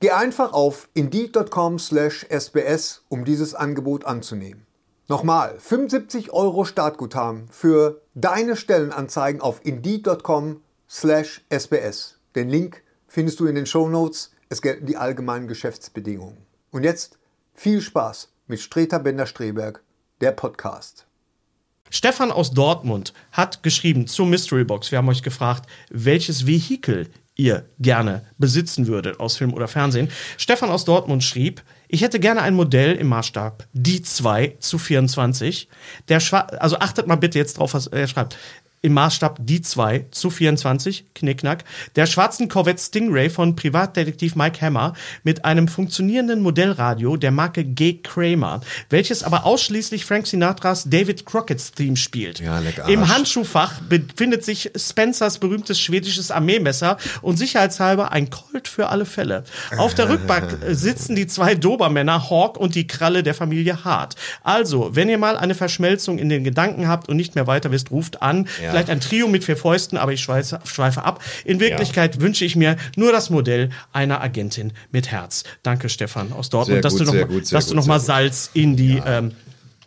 Speaker 1: Geh einfach auf indeed.com slash sbs, um dieses Angebot anzunehmen. Nochmal, 75 Euro Startguthaben für deine Stellenanzeigen auf indeed.com slash sbs. Den Link findest du in den Shownotes. Es gelten die allgemeinen Geschäftsbedingungen. Und jetzt viel Spaß mit Streter Bender-Streberg, der Podcast.
Speaker 6: Stefan aus Dortmund hat geschrieben zur Mystery Box. Wir haben euch gefragt, welches Vehikel ihr gerne besitzen würdet aus Film oder Fernsehen. Stefan aus Dortmund schrieb, ich hätte gerne ein Modell im Maßstab die 2 zu 24. Der Schwa also achtet mal bitte jetzt drauf, was er schreibt. Im Maßstab die 2 zu 24, Knickknack, der schwarzen Corvette Stingray von Privatdetektiv Mike Hammer mit einem funktionierenden Modellradio der Marke G. Kramer, welches aber ausschließlich Frank Sinatras David Crockett's Theme spielt.
Speaker 4: Ja, leck Arsch.
Speaker 6: Im Handschuhfach befindet sich Spencers berühmtes schwedisches Armeemesser und sicherheitshalber ein Colt für alle Fälle. Auf der Rückbank äh, sitzen die zwei Dobermänner Hawk und die Kralle der Familie Hart. Also, wenn ihr mal eine Verschmelzung in den Gedanken habt und nicht mehr weiter wisst, ruft an.
Speaker 4: Ja.
Speaker 6: Vielleicht ein Trio mit vier Fäusten, aber ich schweife, schweife ab. In Wirklichkeit wünsche ich mir nur das Modell einer Agentin mit Herz. Danke, Stefan aus Dortmund,
Speaker 4: Sehr
Speaker 6: dass
Speaker 4: gut,
Speaker 6: du
Speaker 4: sehr
Speaker 6: nochmal
Speaker 4: gut, sehr
Speaker 6: dass du
Speaker 4: gut,
Speaker 6: noch mal
Speaker 4: sehr gut.
Speaker 6: Salz in die ähm,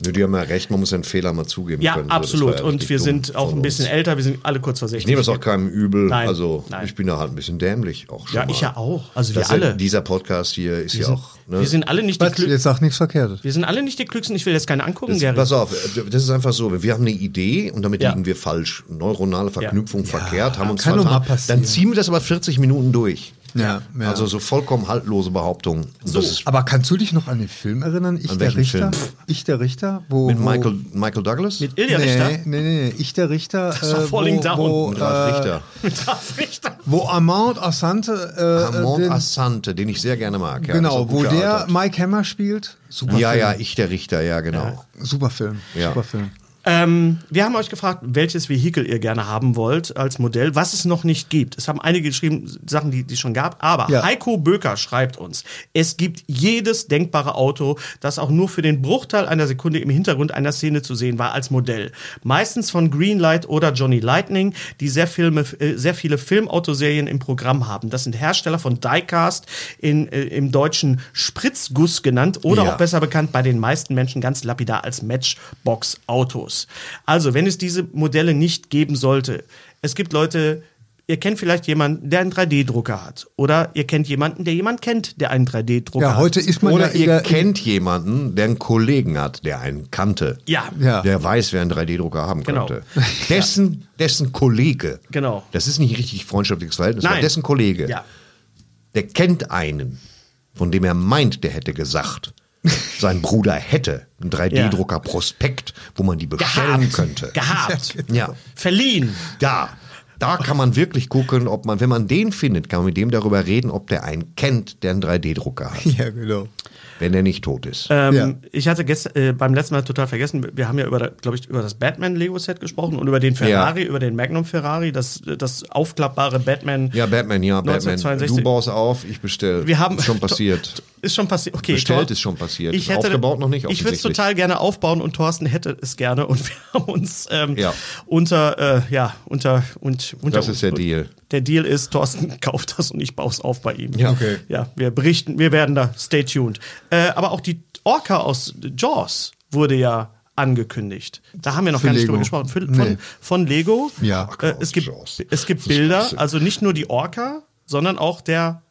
Speaker 4: Nö, die haben ja recht, man muss den Fehler mal zugeben
Speaker 6: ja,
Speaker 4: können. So, das war
Speaker 6: absolut.
Speaker 4: ja
Speaker 6: und
Speaker 4: richtig
Speaker 6: wir
Speaker 4: dumm
Speaker 6: sind auch
Speaker 4: von
Speaker 6: ein bisschen
Speaker 4: uns.
Speaker 6: älter, wir sind alle kurz vor 60.
Speaker 4: Ich nehme es auch keinem übel.
Speaker 6: Nein,
Speaker 4: also
Speaker 6: nein.
Speaker 4: ich bin da halt ein bisschen dämlich auch schon
Speaker 6: ja,
Speaker 4: mal.
Speaker 6: ich ja auch. Also wir
Speaker 4: Das ist ja-
Speaker 6: alle.
Speaker 4: Dieser Podcast hier ist ja auch. Ne?
Speaker 6: Wir sind alle nicht die
Speaker 5: Was? Jetzt
Speaker 6: Klü-
Speaker 5: sagt nichts Verkehrtes.
Speaker 6: wir sind alle nicht die Klügsten. Ich will jetzt keine angucken, Gary.
Speaker 4: Pass auf, das ist einfach so. Wir haben eine Idee und damit
Speaker 6: Ja.
Speaker 4: liegen wir falsch. Neuronale Verknüpfung verkehrt, haben uns
Speaker 5: kann doch mal
Speaker 4: vertan.
Speaker 5: passieren.
Speaker 4: Dann ziehen wir das aber 40 Minuten durch.
Speaker 1: Ja, ja.
Speaker 4: Also so vollkommen haltlose Behauptungen. Und Das ist
Speaker 1: Aber kannst du dich noch an den Film erinnern? Ich
Speaker 4: An
Speaker 1: der
Speaker 4: welchen
Speaker 1: Richter?
Speaker 4: Film?
Speaker 1: Ich der Richter? Wo,
Speaker 4: mit
Speaker 1: wo,
Speaker 4: Michael, Michael Douglas?
Speaker 6: Mit Ilja
Speaker 1: Nee,
Speaker 6: Richter?
Speaker 1: nee, nee, nee, ich der Richter.
Speaker 6: war
Speaker 1: äh,
Speaker 6: Falling
Speaker 1: wo,
Speaker 6: Down.
Speaker 1: Wo,
Speaker 4: mit Ralf
Speaker 1: äh,
Speaker 4: Richter.
Speaker 6: Mit Ralf Richter.
Speaker 1: wo Armand Assante. Äh,
Speaker 4: Armand
Speaker 1: den,
Speaker 4: Assante, den ich sehr gerne mag. Ja, das ist
Speaker 1: genau,
Speaker 4: ein
Speaker 1: wo
Speaker 4: guter
Speaker 1: der
Speaker 4: Alter.
Speaker 1: Mike Hammer spielt. Super
Speaker 4: Ja,
Speaker 1: Film.
Speaker 4: ja, ich der Richter, ja, genau.
Speaker 1: Super Film.
Speaker 4: Ja.
Speaker 1: Super Film.
Speaker 6: Ähm, wir haben euch gefragt, welches Vehikel ihr gerne haben wollt als Modell, was es noch nicht gibt. Es haben einige geschrieben, Sachen, die die es schon gab, aber
Speaker 1: Ja.
Speaker 6: Heiko Böker schreibt uns, es gibt jedes denkbare Auto, das auch nur für den Bruchteil einer Sekunde im Hintergrund einer Szene zu sehen war als Modell. Meistens von Greenlight oder Johnny Lightning, die sehr, Filme, äh, sehr viele Filmautoserien im Programm haben. Das sind Hersteller von Diecast, in, äh, im deutschen Spritzguss genannt oder
Speaker 4: Ja.
Speaker 6: auch besser besser bekannt bei den meisten Menschen ganz lapidar als Matchbox-Autos. Also, wenn es diese Modelle nicht geben sollte, es gibt Leute, ihr kennt vielleicht jemanden, der einen 3D-Drucker hat. Oder ihr kennt jemanden, der jemand kennt, der einen 3D-Drucker
Speaker 1: Ja,
Speaker 6: hat.
Speaker 1: heute ist man ja
Speaker 4: Oder
Speaker 1: in
Speaker 4: ihr
Speaker 1: der,
Speaker 4: kennt jemanden, der einen Kollegen hat, der einen kannte.
Speaker 6: Ja.
Speaker 1: Ja.
Speaker 4: Der weiß, wer einen 3D-Drucker haben
Speaker 6: Genau.
Speaker 4: könnte. Dessen, dessen Kollege.
Speaker 6: Genau.
Speaker 4: Das ist nicht ein richtig freundschaftliches Verhältnis,
Speaker 6: Nein.
Speaker 4: aber dessen Kollege.
Speaker 6: Ja.
Speaker 4: Der kennt einen, von dem er meint, der hätte gesagt, sein Bruder hätte einen 3D-Drucker-Prospekt, wo man die bestellen
Speaker 6: Gehabt.
Speaker 4: könnte.
Speaker 6: Gehabt.
Speaker 4: Ja.
Speaker 6: Verliehen.
Speaker 4: Da. Da kann man wirklich gucken, ob man, wenn man den findet, kann man mit dem darüber reden, ob der einen kennt, der einen 3D-Drucker hat,
Speaker 1: ja, genau.
Speaker 4: wenn er nicht tot ist.
Speaker 6: Ähm,
Speaker 1: Ja.
Speaker 6: Ich hatte gestern äh, beim letzten Mal total vergessen, wir haben ja über, glaube ich, über das Batman-Lego-Set gesprochen und über den Ferrari, über den Magnum Ferrari, das, das aufklappbare Batman.
Speaker 4: Ja, Batman, ja, Batman.
Speaker 6: 1962.
Speaker 4: Du baust auf, ich bestelle.
Speaker 6: Wir haben
Speaker 4: ist schon passiert.
Speaker 6: Ist schon passiert. Okay,
Speaker 4: Bestellt
Speaker 6: Thor-
Speaker 4: ist schon passiert.
Speaker 6: Ich hätte,
Speaker 4: Aufgebaut noch nicht,
Speaker 6: Ich würde es
Speaker 4: offensichtlich.
Speaker 6: total gerne aufbauen und Thorsten hätte es gerne und wir haben uns ähm,
Speaker 4: Ja.
Speaker 6: unter äh, ja unter und unter.
Speaker 4: Das ist der Deal.
Speaker 6: Der Deal ist, Thorsten kauft das und ich baue es auf bei ihm.
Speaker 4: Ja. Okay.
Speaker 6: Ja, wir berichten, wir werden da. Stay tuned. Äh, aber auch die Orca aus Jaws wurde ja angekündigt. Da haben wir noch
Speaker 1: Für
Speaker 6: gar nicht
Speaker 1: Lego.
Speaker 6: drüber gesprochen. Für, von,
Speaker 1: Nee.
Speaker 6: von Lego.
Speaker 1: Ja.
Speaker 6: Äh, es gibt
Speaker 4: Jaws.
Speaker 6: es gibt
Speaker 4: Das ist
Speaker 6: Bilder,
Speaker 4: Scheiße.
Speaker 6: also nicht nur die Orca, sondern auch der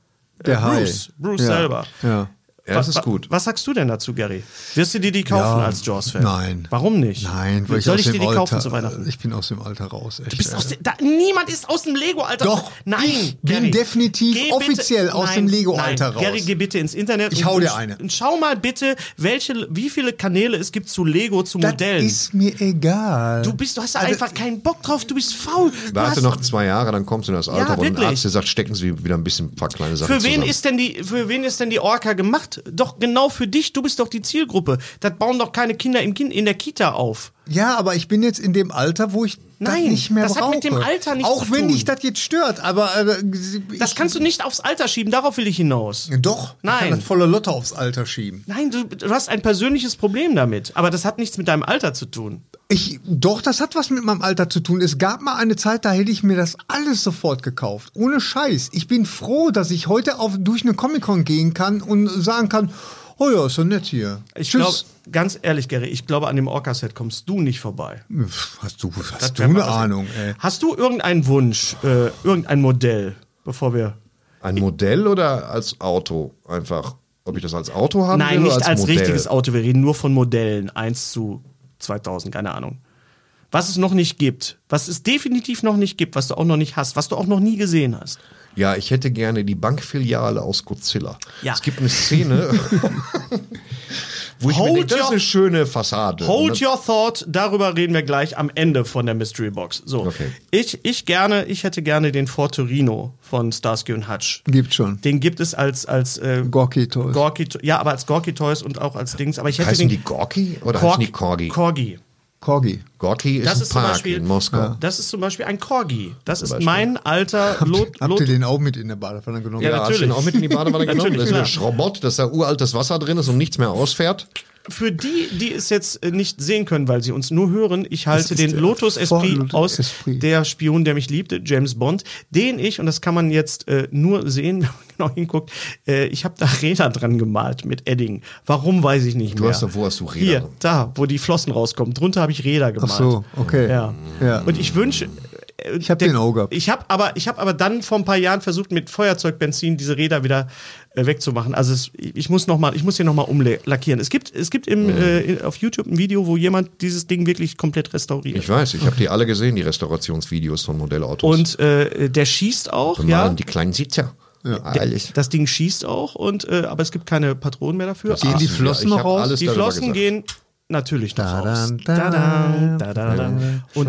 Speaker 1: Der Hai.
Speaker 6: Äh, Bruce, Bruce
Speaker 1: ja.
Speaker 6: selber.
Speaker 1: Ja.
Speaker 4: Ja, das
Speaker 6: Wa-
Speaker 4: ist
Speaker 6: wa-
Speaker 4: gut.
Speaker 6: Was sagst du denn dazu, Gary? Wirst du dir die kaufen
Speaker 1: Ja.
Speaker 6: als Jaws-Fan?
Speaker 1: Nein.
Speaker 6: Äh, Warum nicht?
Speaker 1: Nein, weil
Speaker 6: weil
Speaker 1: ich
Speaker 6: Soll
Speaker 1: aus
Speaker 6: ich
Speaker 1: dem
Speaker 6: dir die
Speaker 1: Alter,
Speaker 6: kaufen zu Weihnachten?
Speaker 1: Ich bin aus dem Alter raus. Echt,
Speaker 6: Du bist aus
Speaker 1: ey.
Speaker 6: dem- da, niemand ist aus dem Lego-Alter.
Speaker 1: Äh. Doch.
Speaker 6: nein.
Speaker 1: Ich bin
Speaker 6: Gary.
Speaker 1: definitiv offiziell aus dem Lego-Alter
Speaker 6: nein.
Speaker 1: raus.
Speaker 6: Gary, geh bitte ins Internet.
Speaker 1: Ich
Speaker 6: und-
Speaker 1: hau dir
Speaker 6: und-
Speaker 1: eine.
Speaker 6: Und schau mal bitte, welche, wie viele Kanäle es gibt zu Lego, zu
Speaker 1: Das
Speaker 6: Modellen.
Speaker 1: ist Also mir egal.
Speaker 6: du bist, du hast da einfach keinen Bock drauf. Du bist faul. Du
Speaker 4: Warte
Speaker 6: hast,
Speaker 4: noch zwei Jahre, dann kommst du in das Alter, wo ein
Speaker 6: wirklich.
Speaker 4: Arzt dir sagt, stecken Sie wieder ein bisschen ein paar kleine Sachen
Speaker 6: Für wen,
Speaker 4: zusammen.
Speaker 6: ist denn die, für wen ist denn die Orca gemacht? Doch genau für dich. Du bist doch die Zielgruppe. Das bauen doch keine Kinder im Kind, in der Kita auf.
Speaker 1: Ja, aber ich bin jetzt in dem Alter, wo ich
Speaker 6: Nein,
Speaker 1: das nicht mehr
Speaker 6: das
Speaker 1: brauche.
Speaker 6: hat mit dem Alter nichts
Speaker 1: Auch
Speaker 6: zu
Speaker 1: wenn
Speaker 6: tun.
Speaker 1: dich das jetzt stört, aber äh, ich,
Speaker 6: Das kannst du nicht aufs Alter schieben. Darauf will ich hinaus.
Speaker 1: doch. Ich
Speaker 6: Nein.
Speaker 1: Kann das volle Lotte aufs Alter schieben.
Speaker 6: Nein, du, du hast ein persönliches Problem damit. Aber das hat nichts mit deinem Alter zu tun.
Speaker 1: Ich, doch, das hat was mit meinem Alter zu tun. Es gab mal eine Zeit, da hätte ich mir das alles sofort gekauft. Ohne Scheiß. Ich bin froh, dass ich heute auf, durch eine Comic-Con gehen kann und sagen kann, oh ja, ist so nett hier.
Speaker 6: Ich glaube,
Speaker 1: Tschüss.
Speaker 6: ganz ehrlich, Gary, ich glaube, an dem Orca-Set kommst du nicht vorbei.
Speaker 1: Pff, hast du,
Speaker 6: Das
Speaker 1: hast du
Speaker 6: wär mal
Speaker 1: eine
Speaker 6: was-
Speaker 1: Ahnung, ey.
Speaker 6: Hast du irgendeinen Wunsch, äh, irgendein Modell, bevor wir.
Speaker 4: Ein Modell oder als Auto einfach? Ob ich das als Auto haben
Speaker 6: Nein,
Speaker 4: will
Speaker 6: nicht
Speaker 4: oder als,
Speaker 6: als,
Speaker 4: Modell?
Speaker 6: richtiges Auto. Wir reden nur von Modellen. 1 zu 2000, keine Ahnung. Was es noch nicht gibt, was es definitiv noch nicht gibt, was du auch noch nicht hast, was du auch noch nie gesehen hast.
Speaker 4: Ja, ich hätte gerne die Bankfiliale aus Godzilla.
Speaker 6: Ja.
Speaker 4: Es gibt eine Szene, wo ich
Speaker 6: Hold
Speaker 4: mir denke, das ist
Speaker 6: your-
Speaker 4: eine schöne Fassade. Und
Speaker 6: Hold
Speaker 4: das-
Speaker 6: your thought, darüber reden wir gleich am Ende von der Mystery Box. So,
Speaker 4: Okay.
Speaker 6: ich, ich gerne, ich hätte gerne den Ford Torino von Starsky und Hutch.
Speaker 1: Gibt schon.
Speaker 6: Den gibt es als als äh,
Speaker 1: Gorky Toys.
Speaker 6: Gorky, ja, aber als Gorky Toys und auch als Dings. Aber ich hätte
Speaker 4: Heißen die
Speaker 6: den
Speaker 4: Gorki oder
Speaker 6: Korg-
Speaker 4: heißen die Korgi?
Speaker 6: Corgi.
Speaker 1: Corgi.
Speaker 4: Gorki ist
Speaker 6: Das
Speaker 4: ein
Speaker 6: ist zum
Speaker 4: Park
Speaker 6: Beispiel-
Speaker 4: in Moskau.
Speaker 6: Das ist zum Beispiel ein Corgi. Das ist mein alter Lot.
Speaker 1: Habt ihr
Speaker 6: Lot
Speaker 1: den auch mit in der Badewanne genommen?
Speaker 6: Ja,
Speaker 4: Ja, hast du den
Speaker 6: natürlich.
Speaker 4: auch mit in die Badewanne genommen?
Speaker 6: Natürlich,
Speaker 4: Das ist ein
Speaker 6: klar.
Speaker 4: Schrobott, dass da uraltes Wasser drin ist und nichts mehr ausfährt.
Speaker 6: für die, die es jetzt äh, nicht sehen können, weil sie uns nur hören, ich halte
Speaker 1: ist
Speaker 6: den
Speaker 1: der
Speaker 6: Lotus Esprit
Speaker 1: Lotus
Speaker 6: aus
Speaker 1: Esprit.
Speaker 6: Der Spion, der mich liebte, James Bond, den ich, und das kann man jetzt äh, nur sehen, wenn man genau hinguckt, äh, ich habe da Räder dran gemalt mit Edding. Warum, weiß ich nicht
Speaker 4: Du
Speaker 6: mehr.
Speaker 4: hast doch- wo hast du Räder
Speaker 6: Hier,
Speaker 4: drin?
Speaker 6: da, wo die Flossen rauskommen. Drunter habe ich Räder gemalt.
Speaker 1: Ach so, okay.
Speaker 6: Ja.
Speaker 1: Ja.
Speaker 6: Und ich wünsche. äh,
Speaker 1: Ich hab
Speaker 6: der-
Speaker 1: den auch gehabt.
Speaker 6: Ich habe aber, ich hab aber dann vor ein paar Jahren versucht, mit Feuerzeugbenzin diese Räder wieder äh, wegzumachen. Also es, ich muss noch mal, ich muss hier nochmal umlackieren. Es gibt, es gibt im, äh, in- auf YouTube ein Video, wo jemand dieses Ding wirklich komplett restauriert.
Speaker 4: Ich weiß, ich habe die alle gesehen, die Restaurationsvideos von Modellautos.
Speaker 6: und äh, der schießt auch,
Speaker 4: Bemalen
Speaker 6: ja.
Speaker 4: die kleinen Sitzer.
Speaker 1: Ja.
Speaker 6: Der-
Speaker 4: Ehrlich.
Speaker 6: Das Ding schießt auch, und, äh, aber es gibt keine Patronen mehr dafür.
Speaker 4: Gehen die Flossen noch raus?
Speaker 6: die Flossen gehen natürlich noch
Speaker 1: Da,
Speaker 6: raus.
Speaker 1: da, da,
Speaker 6: Da, da, da, da, da. Und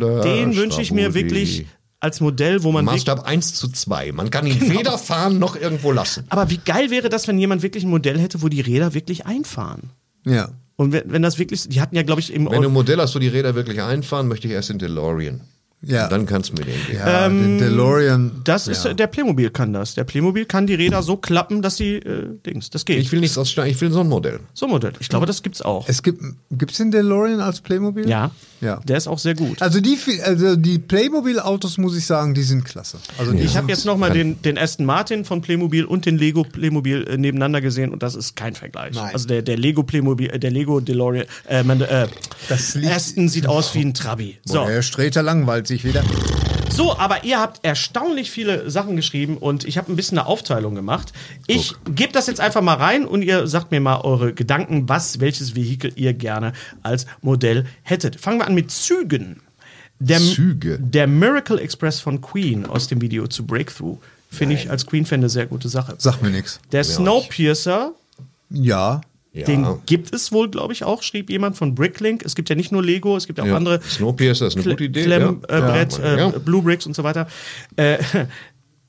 Speaker 6: den wünsche ich mir wirklich als Modell, wo man wirklich
Speaker 4: Maßstab 1 zu 2. Man kann ihn weder fahren noch irgendwo lassen.
Speaker 6: Aber wie geil wäre das, wenn jemand wirklich ein Modell hätte, wo die Räder wirklich einfahren?
Speaker 1: Ja.
Speaker 6: Und wenn, wenn das wirklich, die hatten ja, glaube ich, im
Speaker 4: Wenn du ein Modell hast, wo die Räder wirklich einfahren, möchte ich erst den DeLorean.
Speaker 1: Ja.
Speaker 4: Dann kannst du mir den geben.
Speaker 1: ja den DeLorean.
Speaker 6: Ähm, das ist der Playmobil kann das. Der Playmobil kann die Räder so klappen, dass sie äh, Dings. Das geht.
Speaker 4: Ich will nichts aus Stein, ich will so ein Modell.
Speaker 6: so ein Modell. Ich glaube, das gibt's auch.
Speaker 1: Es gibt gibt's den DeLorean als Playmobil?
Speaker 6: ja.
Speaker 1: Ja.
Speaker 6: Der ist auch sehr gut.
Speaker 1: Also die fi- also die Playmobil Autos muss ich sagen, die sind klasse. Also die
Speaker 6: ich habe
Speaker 1: sind-
Speaker 6: jetzt nochmal den, den Aston Martin von Playmobil und den Lego Playmobil äh, nebeneinander gesehen und das ist kein Vergleich.
Speaker 1: Nein.
Speaker 6: Also der, der Lego Playmobil, äh, der Lego DeLorean, äh, man, äh,
Speaker 1: Das liegt-
Speaker 6: Aston sieht aus wie ein Trabi. So.
Speaker 1: Boah, Herr Streter langweilt sich wieder.
Speaker 6: So, aber ihr habt erstaunlich viele Sachen geschrieben und ich habe ein bisschen eine Aufteilung gemacht. Ich gebe das jetzt einfach mal rein und ihr sagt mir mal eure Gedanken, was, welches Vehikel ihr gerne als Modell hättet. Fangen wir an mit Zügen. Der,
Speaker 4: Züge.
Speaker 6: Der Miracle Express von Queen aus dem Video zu Breakthrough finde ich als Queen-Fan eine sehr gute Sache.
Speaker 1: Sag mir nichts.
Speaker 6: Der Snowpiercer,
Speaker 1: Ja.
Speaker 4: Ja.
Speaker 6: den gibt es wohl, glaube ich, auch, schrieb jemand von Bricklink. Es gibt ja nicht nur Lego, es gibt ja auch
Speaker 4: ja.
Speaker 6: andere.
Speaker 4: Snowpiercer ist eine gute Idee.
Speaker 6: Klemm,
Speaker 4: ja.
Speaker 6: äh, Brett,
Speaker 4: ja.
Speaker 6: äh, Blue Bricks und so weiter. Äh,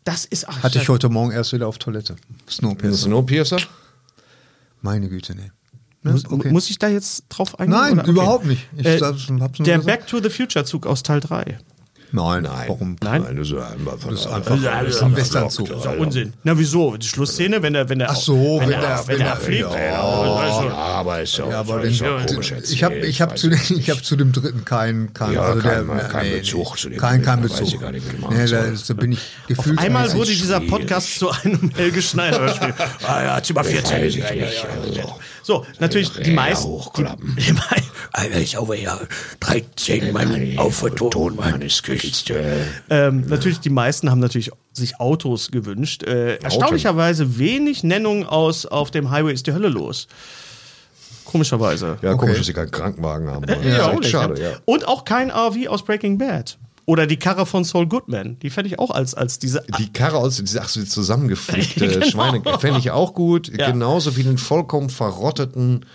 Speaker 6: das ist ach,
Speaker 1: Hatte ich
Speaker 6: das-
Speaker 1: heute Morgen erst wieder auf Toilette.
Speaker 4: Ein
Speaker 1: Snowpiercer.
Speaker 4: Snowpiercer?
Speaker 1: Meine Güte, nee.
Speaker 6: Muss, muss ich da jetzt drauf eingehen?
Speaker 1: Nein,
Speaker 6: oder?
Speaker 1: überhaupt nicht. Ich
Speaker 6: äh,
Speaker 1: hab's- hab's nur
Speaker 6: der
Speaker 1: gesagt.
Speaker 6: Back to the Future Zug aus Teil 3.
Speaker 1: Nein, warum?
Speaker 6: Nein?
Speaker 4: das ist einfach, das ist
Speaker 1: Das ist ein Westernzug.
Speaker 6: Das ist doch Unsinn. Na wieso? Die Schlussszene, wenn der, wenn der,
Speaker 1: Ach so,
Speaker 6: wenn, der, wenn der, fliegt.
Speaker 4: Ja, aber ist ja,
Speaker 1: Ja, aber
Speaker 4: ist
Speaker 1: den-
Speaker 4: ja komisch
Speaker 1: den-
Speaker 4: erzählt,
Speaker 1: ich habe ich hab
Speaker 4: weiß
Speaker 1: zu,
Speaker 4: ich
Speaker 1: den- ich hab zu dem dritten keinen kein,
Speaker 4: Ja,
Speaker 1: also
Speaker 4: kein-
Speaker 1: der,
Speaker 4: kein Bezug zu dem
Speaker 1: kein, kein
Speaker 4: dritten, weiß
Speaker 1: Bezug.
Speaker 4: ich gar nicht, wie man
Speaker 1: nee,
Speaker 4: das
Speaker 1: da,
Speaker 4: heißt.
Speaker 1: da bin ich gefühlt.
Speaker 6: Einmal
Speaker 1: Ja,
Speaker 6: wurde dieser
Speaker 4: schwierig.
Speaker 6: Podcast zu einem Helge Schneider-Hörspiel. ah ja, Thema 14.
Speaker 4: Weiß ich
Speaker 6: Ja, ja,
Speaker 4: nicht,
Speaker 6: ja,
Speaker 4: also.
Speaker 6: ja. So, natürlich die
Speaker 4: Räder
Speaker 6: meisten.
Speaker 4: hochklappen.
Speaker 6: Die, die mei- Alter, ich habe ja 13 Mann auf der Ton meines Gesichts. Ähm, natürlich, die meisten haben natürlich sich Autos gewünscht. Äh, erstaunlicherweise wenig Nennungen aus Auf dem Highway ist die Hölle los. Komischerweise.
Speaker 4: Ja, komisch, dass sie keinen Krankenwagen haben. wollen. Das ist echt
Speaker 6: auch nicht,
Speaker 4: schade,
Speaker 6: ja.
Speaker 4: ja.
Speaker 6: Und auch kein RV aus Breaking Bad. Oder die Karre von Saul Goodman. Die fände ich auch als, als diese
Speaker 4: Die Karre aus, diese, ach, so zusammengeflickte Schweine, fände ich auch gut.
Speaker 6: Genau. Ja.
Speaker 4: Genauso wie den vollkommen verrotteten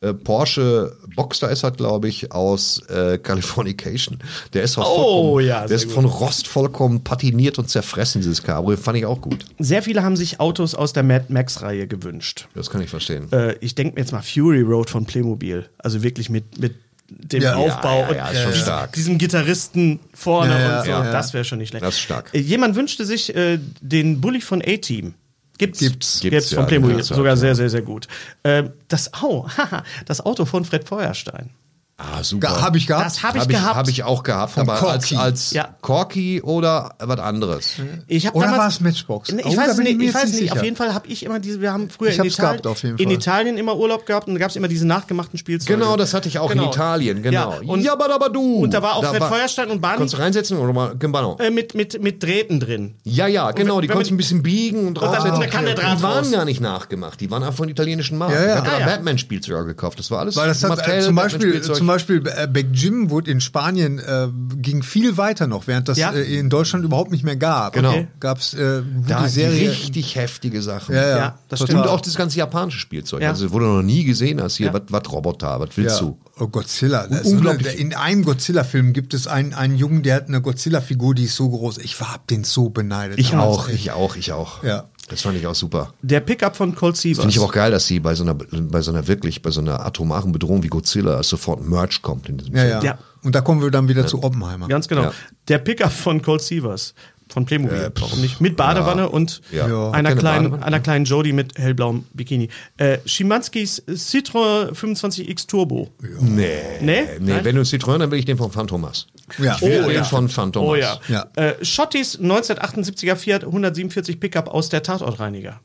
Speaker 4: äh, Porsche Boxster ist hat, glaube ich, aus äh, Californication. Der ist, auch
Speaker 6: Oh,
Speaker 4: vollkommen-
Speaker 6: ja,
Speaker 4: der
Speaker 6: sehr
Speaker 4: ist
Speaker 6: gut.
Speaker 4: von Rost vollkommen patiniert und zerfressen, dieses Cabrio. Fand ich auch gut.
Speaker 6: Sehr viele haben sich Autos aus der Mad Max-Reihe gewünscht.
Speaker 4: Das kann ich verstehen.
Speaker 6: Äh, ich denke mir jetzt mal Fury Road von Playmobil. Also wirklich mit, mit dem
Speaker 1: Ja,
Speaker 4: ja,
Speaker 6: Aufbau
Speaker 4: ja,
Speaker 6: und äh,
Speaker 4: ist schon stark.
Speaker 6: diesem Gitarristen vorne
Speaker 1: Ja, ja,
Speaker 6: und so.
Speaker 1: ja.
Speaker 6: Das wäre schon nicht schlecht.
Speaker 4: Das ist stark.
Speaker 6: Äh, Jemand wünschte sich äh, den Bully von A-Team. Gibt's.
Speaker 1: Gibt's.
Speaker 6: Gibt's
Speaker 4: Gibt's,
Speaker 6: von
Speaker 4: ja,
Speaker 6: Playmobil.
Speaker 4: gibt's, ja.
Speaker 6: Sogar sehr, sehr, sehr gut. Äh, das, au, haha, das Auto von Fred Feuerstein.
Speaker 4: ah, super.
Speaker 1: Habe ich gehabt.
Speaker 6: Das habe ich
Speaker 4: Habe ich,
Speaker 6: gehabt.
Speaker 4: hab ich auch gehabt, aber
Speaker 1: Corky.
Speaker 4: als, als
Speaker 6: Ja. Mhm.
Speaker 4: Corky oder was anderes.
Speaker 6: Ich hab
Speaker 1: Oder
Speaker 6: damals-
Speaker 1: war es Matchbox?
Speaker 6: Nee,
Speaker 1: Oh,
Speaker 6: Ich
Speaker 1: da
Speaker 6: weiß
Speaker 1: bin ich
Speaker 6: nicht,
Speaker 1: mir
Speaker 6: ich
Speaker 1: jetzt
Speaker 6: weiß
Speaker 1: nicht
Speaker 6: nicht. Auf
Speaker 1: sicher.
Speaker 6: jeden Fall habe ich immer diese, wir haben früher
Speaker 1: Ich
Speaker 6: in,
Speaker 1: hab's
Speaker 6: Italien,
Speaker 1: gehabt, auf jeden
Speaker 6: in
Speaker 1: Fall.
Speaker 6: Italien immer Urlaub gehabt und da gab es immer diese nachgemachten Spielzeuge.
Speaker 4: Genau, das hatte ich auch
Speaker 6: Genau.
Speaker 4: in Italien, genau.
Speaker 6: Ja, und-
Speaker 4: Jabadabadu.
Speaker 6: und da war auch Fred Feuerstein und Barney-
Speaker 4: Konntest du reinsetzen oder mal genau.
Speaker 6: Äh, mit, mit, mit Drähten drin.
Speaker 4: Ja, ja, genau,
Speaker 6: wenn-
Speaker 4: die
Speaker 6: wenn
Speaker 4: konntest du ein
Speaker 6: man-
Speaker 4: bisschen biegen und
Speaker 6: dann-
Speaker 4: draufsetzen.
Speaker 6: dann kann der Draht
Speaker 4: die waren
Speaker 6: raus.
Speaker 4: gar nicht nachgemacht, die waren einfach von italienischen Markt.
Speaker 1: Ja, ja.
Speaker 4: Ich hatte
Speaker 1: Ah,
Speaker 4: da
Speaker 6: ja.
Speaker 4: Batman-Spielzeuge gekauft, das war alles
Speaker 1: Weil das hat, äh,
Speaker 4: Mattel,
Speaker 1: zum Beispiel,
Speaker 4: Batman-Spielzeug.
Speaker 1: zum Beispiel äh, Back Jim wurde in Spanien äh, ging viel weiter noch, während das
Speaker 6: Ja.
Speaker 1: äh, in Deutschland überhaupt nicht mehr gab.
Speaker 4: Genau.
Speaker 1: Okay. Gab's äh,
Speaker 4: da
Speaker 1: die Serie.
Speaker 4: richtig heftige Sachen.
Speaker 1: ja,
Speaker 6: Ja, das
Speaker 1: total.
Speaker 4: Und auch das ganze japanische Spielzeug,
Speaker 6: Ja.
Speaker 4: also, wo du noch nie gesehen hast, hier,
Speaker 6: Ja.
Speaker 4: was was Roboter, was willst du?
Speaker 1: Oh, Godzilla. Da ist
Speaker 4: Unglaublich.
Speaker 1: So eine, in einem Godzilla-Film gibt es einen, einen Jungen, der hat eine Godzilla-Figur, die ist so groß. Ich hab den so beneidet.
Speaker 4: Ich
Speaker 1: damals,
Speaker 4: auch,
Speaker 1: ey.
Speaker 4: ich auch, ich auch.
Speaker 1: Ja.
Speaker 4: Das fand ich auch super.
Speaker 6: Der Pickup von Colt Sievers.
Speaker 4: Finde ich aber auch geil, dass sie bei so einer, bei so einer wirklich, bei so einer atomaren Bedrohung wie Godzilla sofort ein Merch kommt in diesem
Speaker 1: Ja,
Speaker 4: Film.
Speaker 1: ja.
Speaker 6: Ja.
Speaker 1: Und da kommen wir dann wieder zu Oppenheimer.
Speaker 6: Ganz genau.
Speaker 4: Ja. Äh,
Speaker 6: Der Pickup von Colt Sievers. Von Playmobil, warum nicht? Mit Badewanne und
Speaker 4: Ja. Ja.
Speaker 6: Einer,
Speaker 4: Keine
Speaker 6: kleinen,
Speaker 4: Badewanne.
Speaker 6: einer kleinen Jody mit hellblauem Bikini. Äh, Schimanskis Citroën 25X Turbo.
Speaker 4: Nee.
Speaker 6: Nee?
Speaker 4: Nee,
Speaker 6: Nein?
Speaker 4: wenn du Citroën, dann will ich den von Phantomas.
Speaker 1: Ja.
Speaker 4: Ich will
Speaker 6: Oh,
Speaker 4: den
Speaker 6: ja.
Speaker 4: von Phantomas.
Speaker 6: Oh ja.
Speaker 1: Ja.
Speaker 6: Äh, Schottis 1978er Fiat 147 Pickup aus der Tatortreiniger.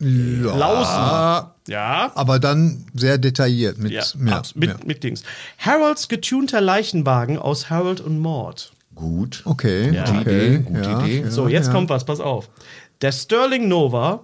Speaker 1: Ja.
Speaker 6: Lausen. Ja.
Speaker 1: Aber dann sehr detailliert mit,
Speaker 6: Ja,
Speaker 1: ja,
Speaker 6: abs- mit,
Speaker 1: ja.
Speaker 6: mit Dings. Harolds getunter Leichenwagen aus Harold und Maud.
Speaker 4: Gut.
Speaker 1: Okay,
Speaker 4: Gute
Speaker 1: okay,
Speaker 4: Idee, gute
Speaker 1: ja.
Speaker 4: Idee.
Speaker 6: So, jetzt kommt was, pass auf. Der Sterling Nova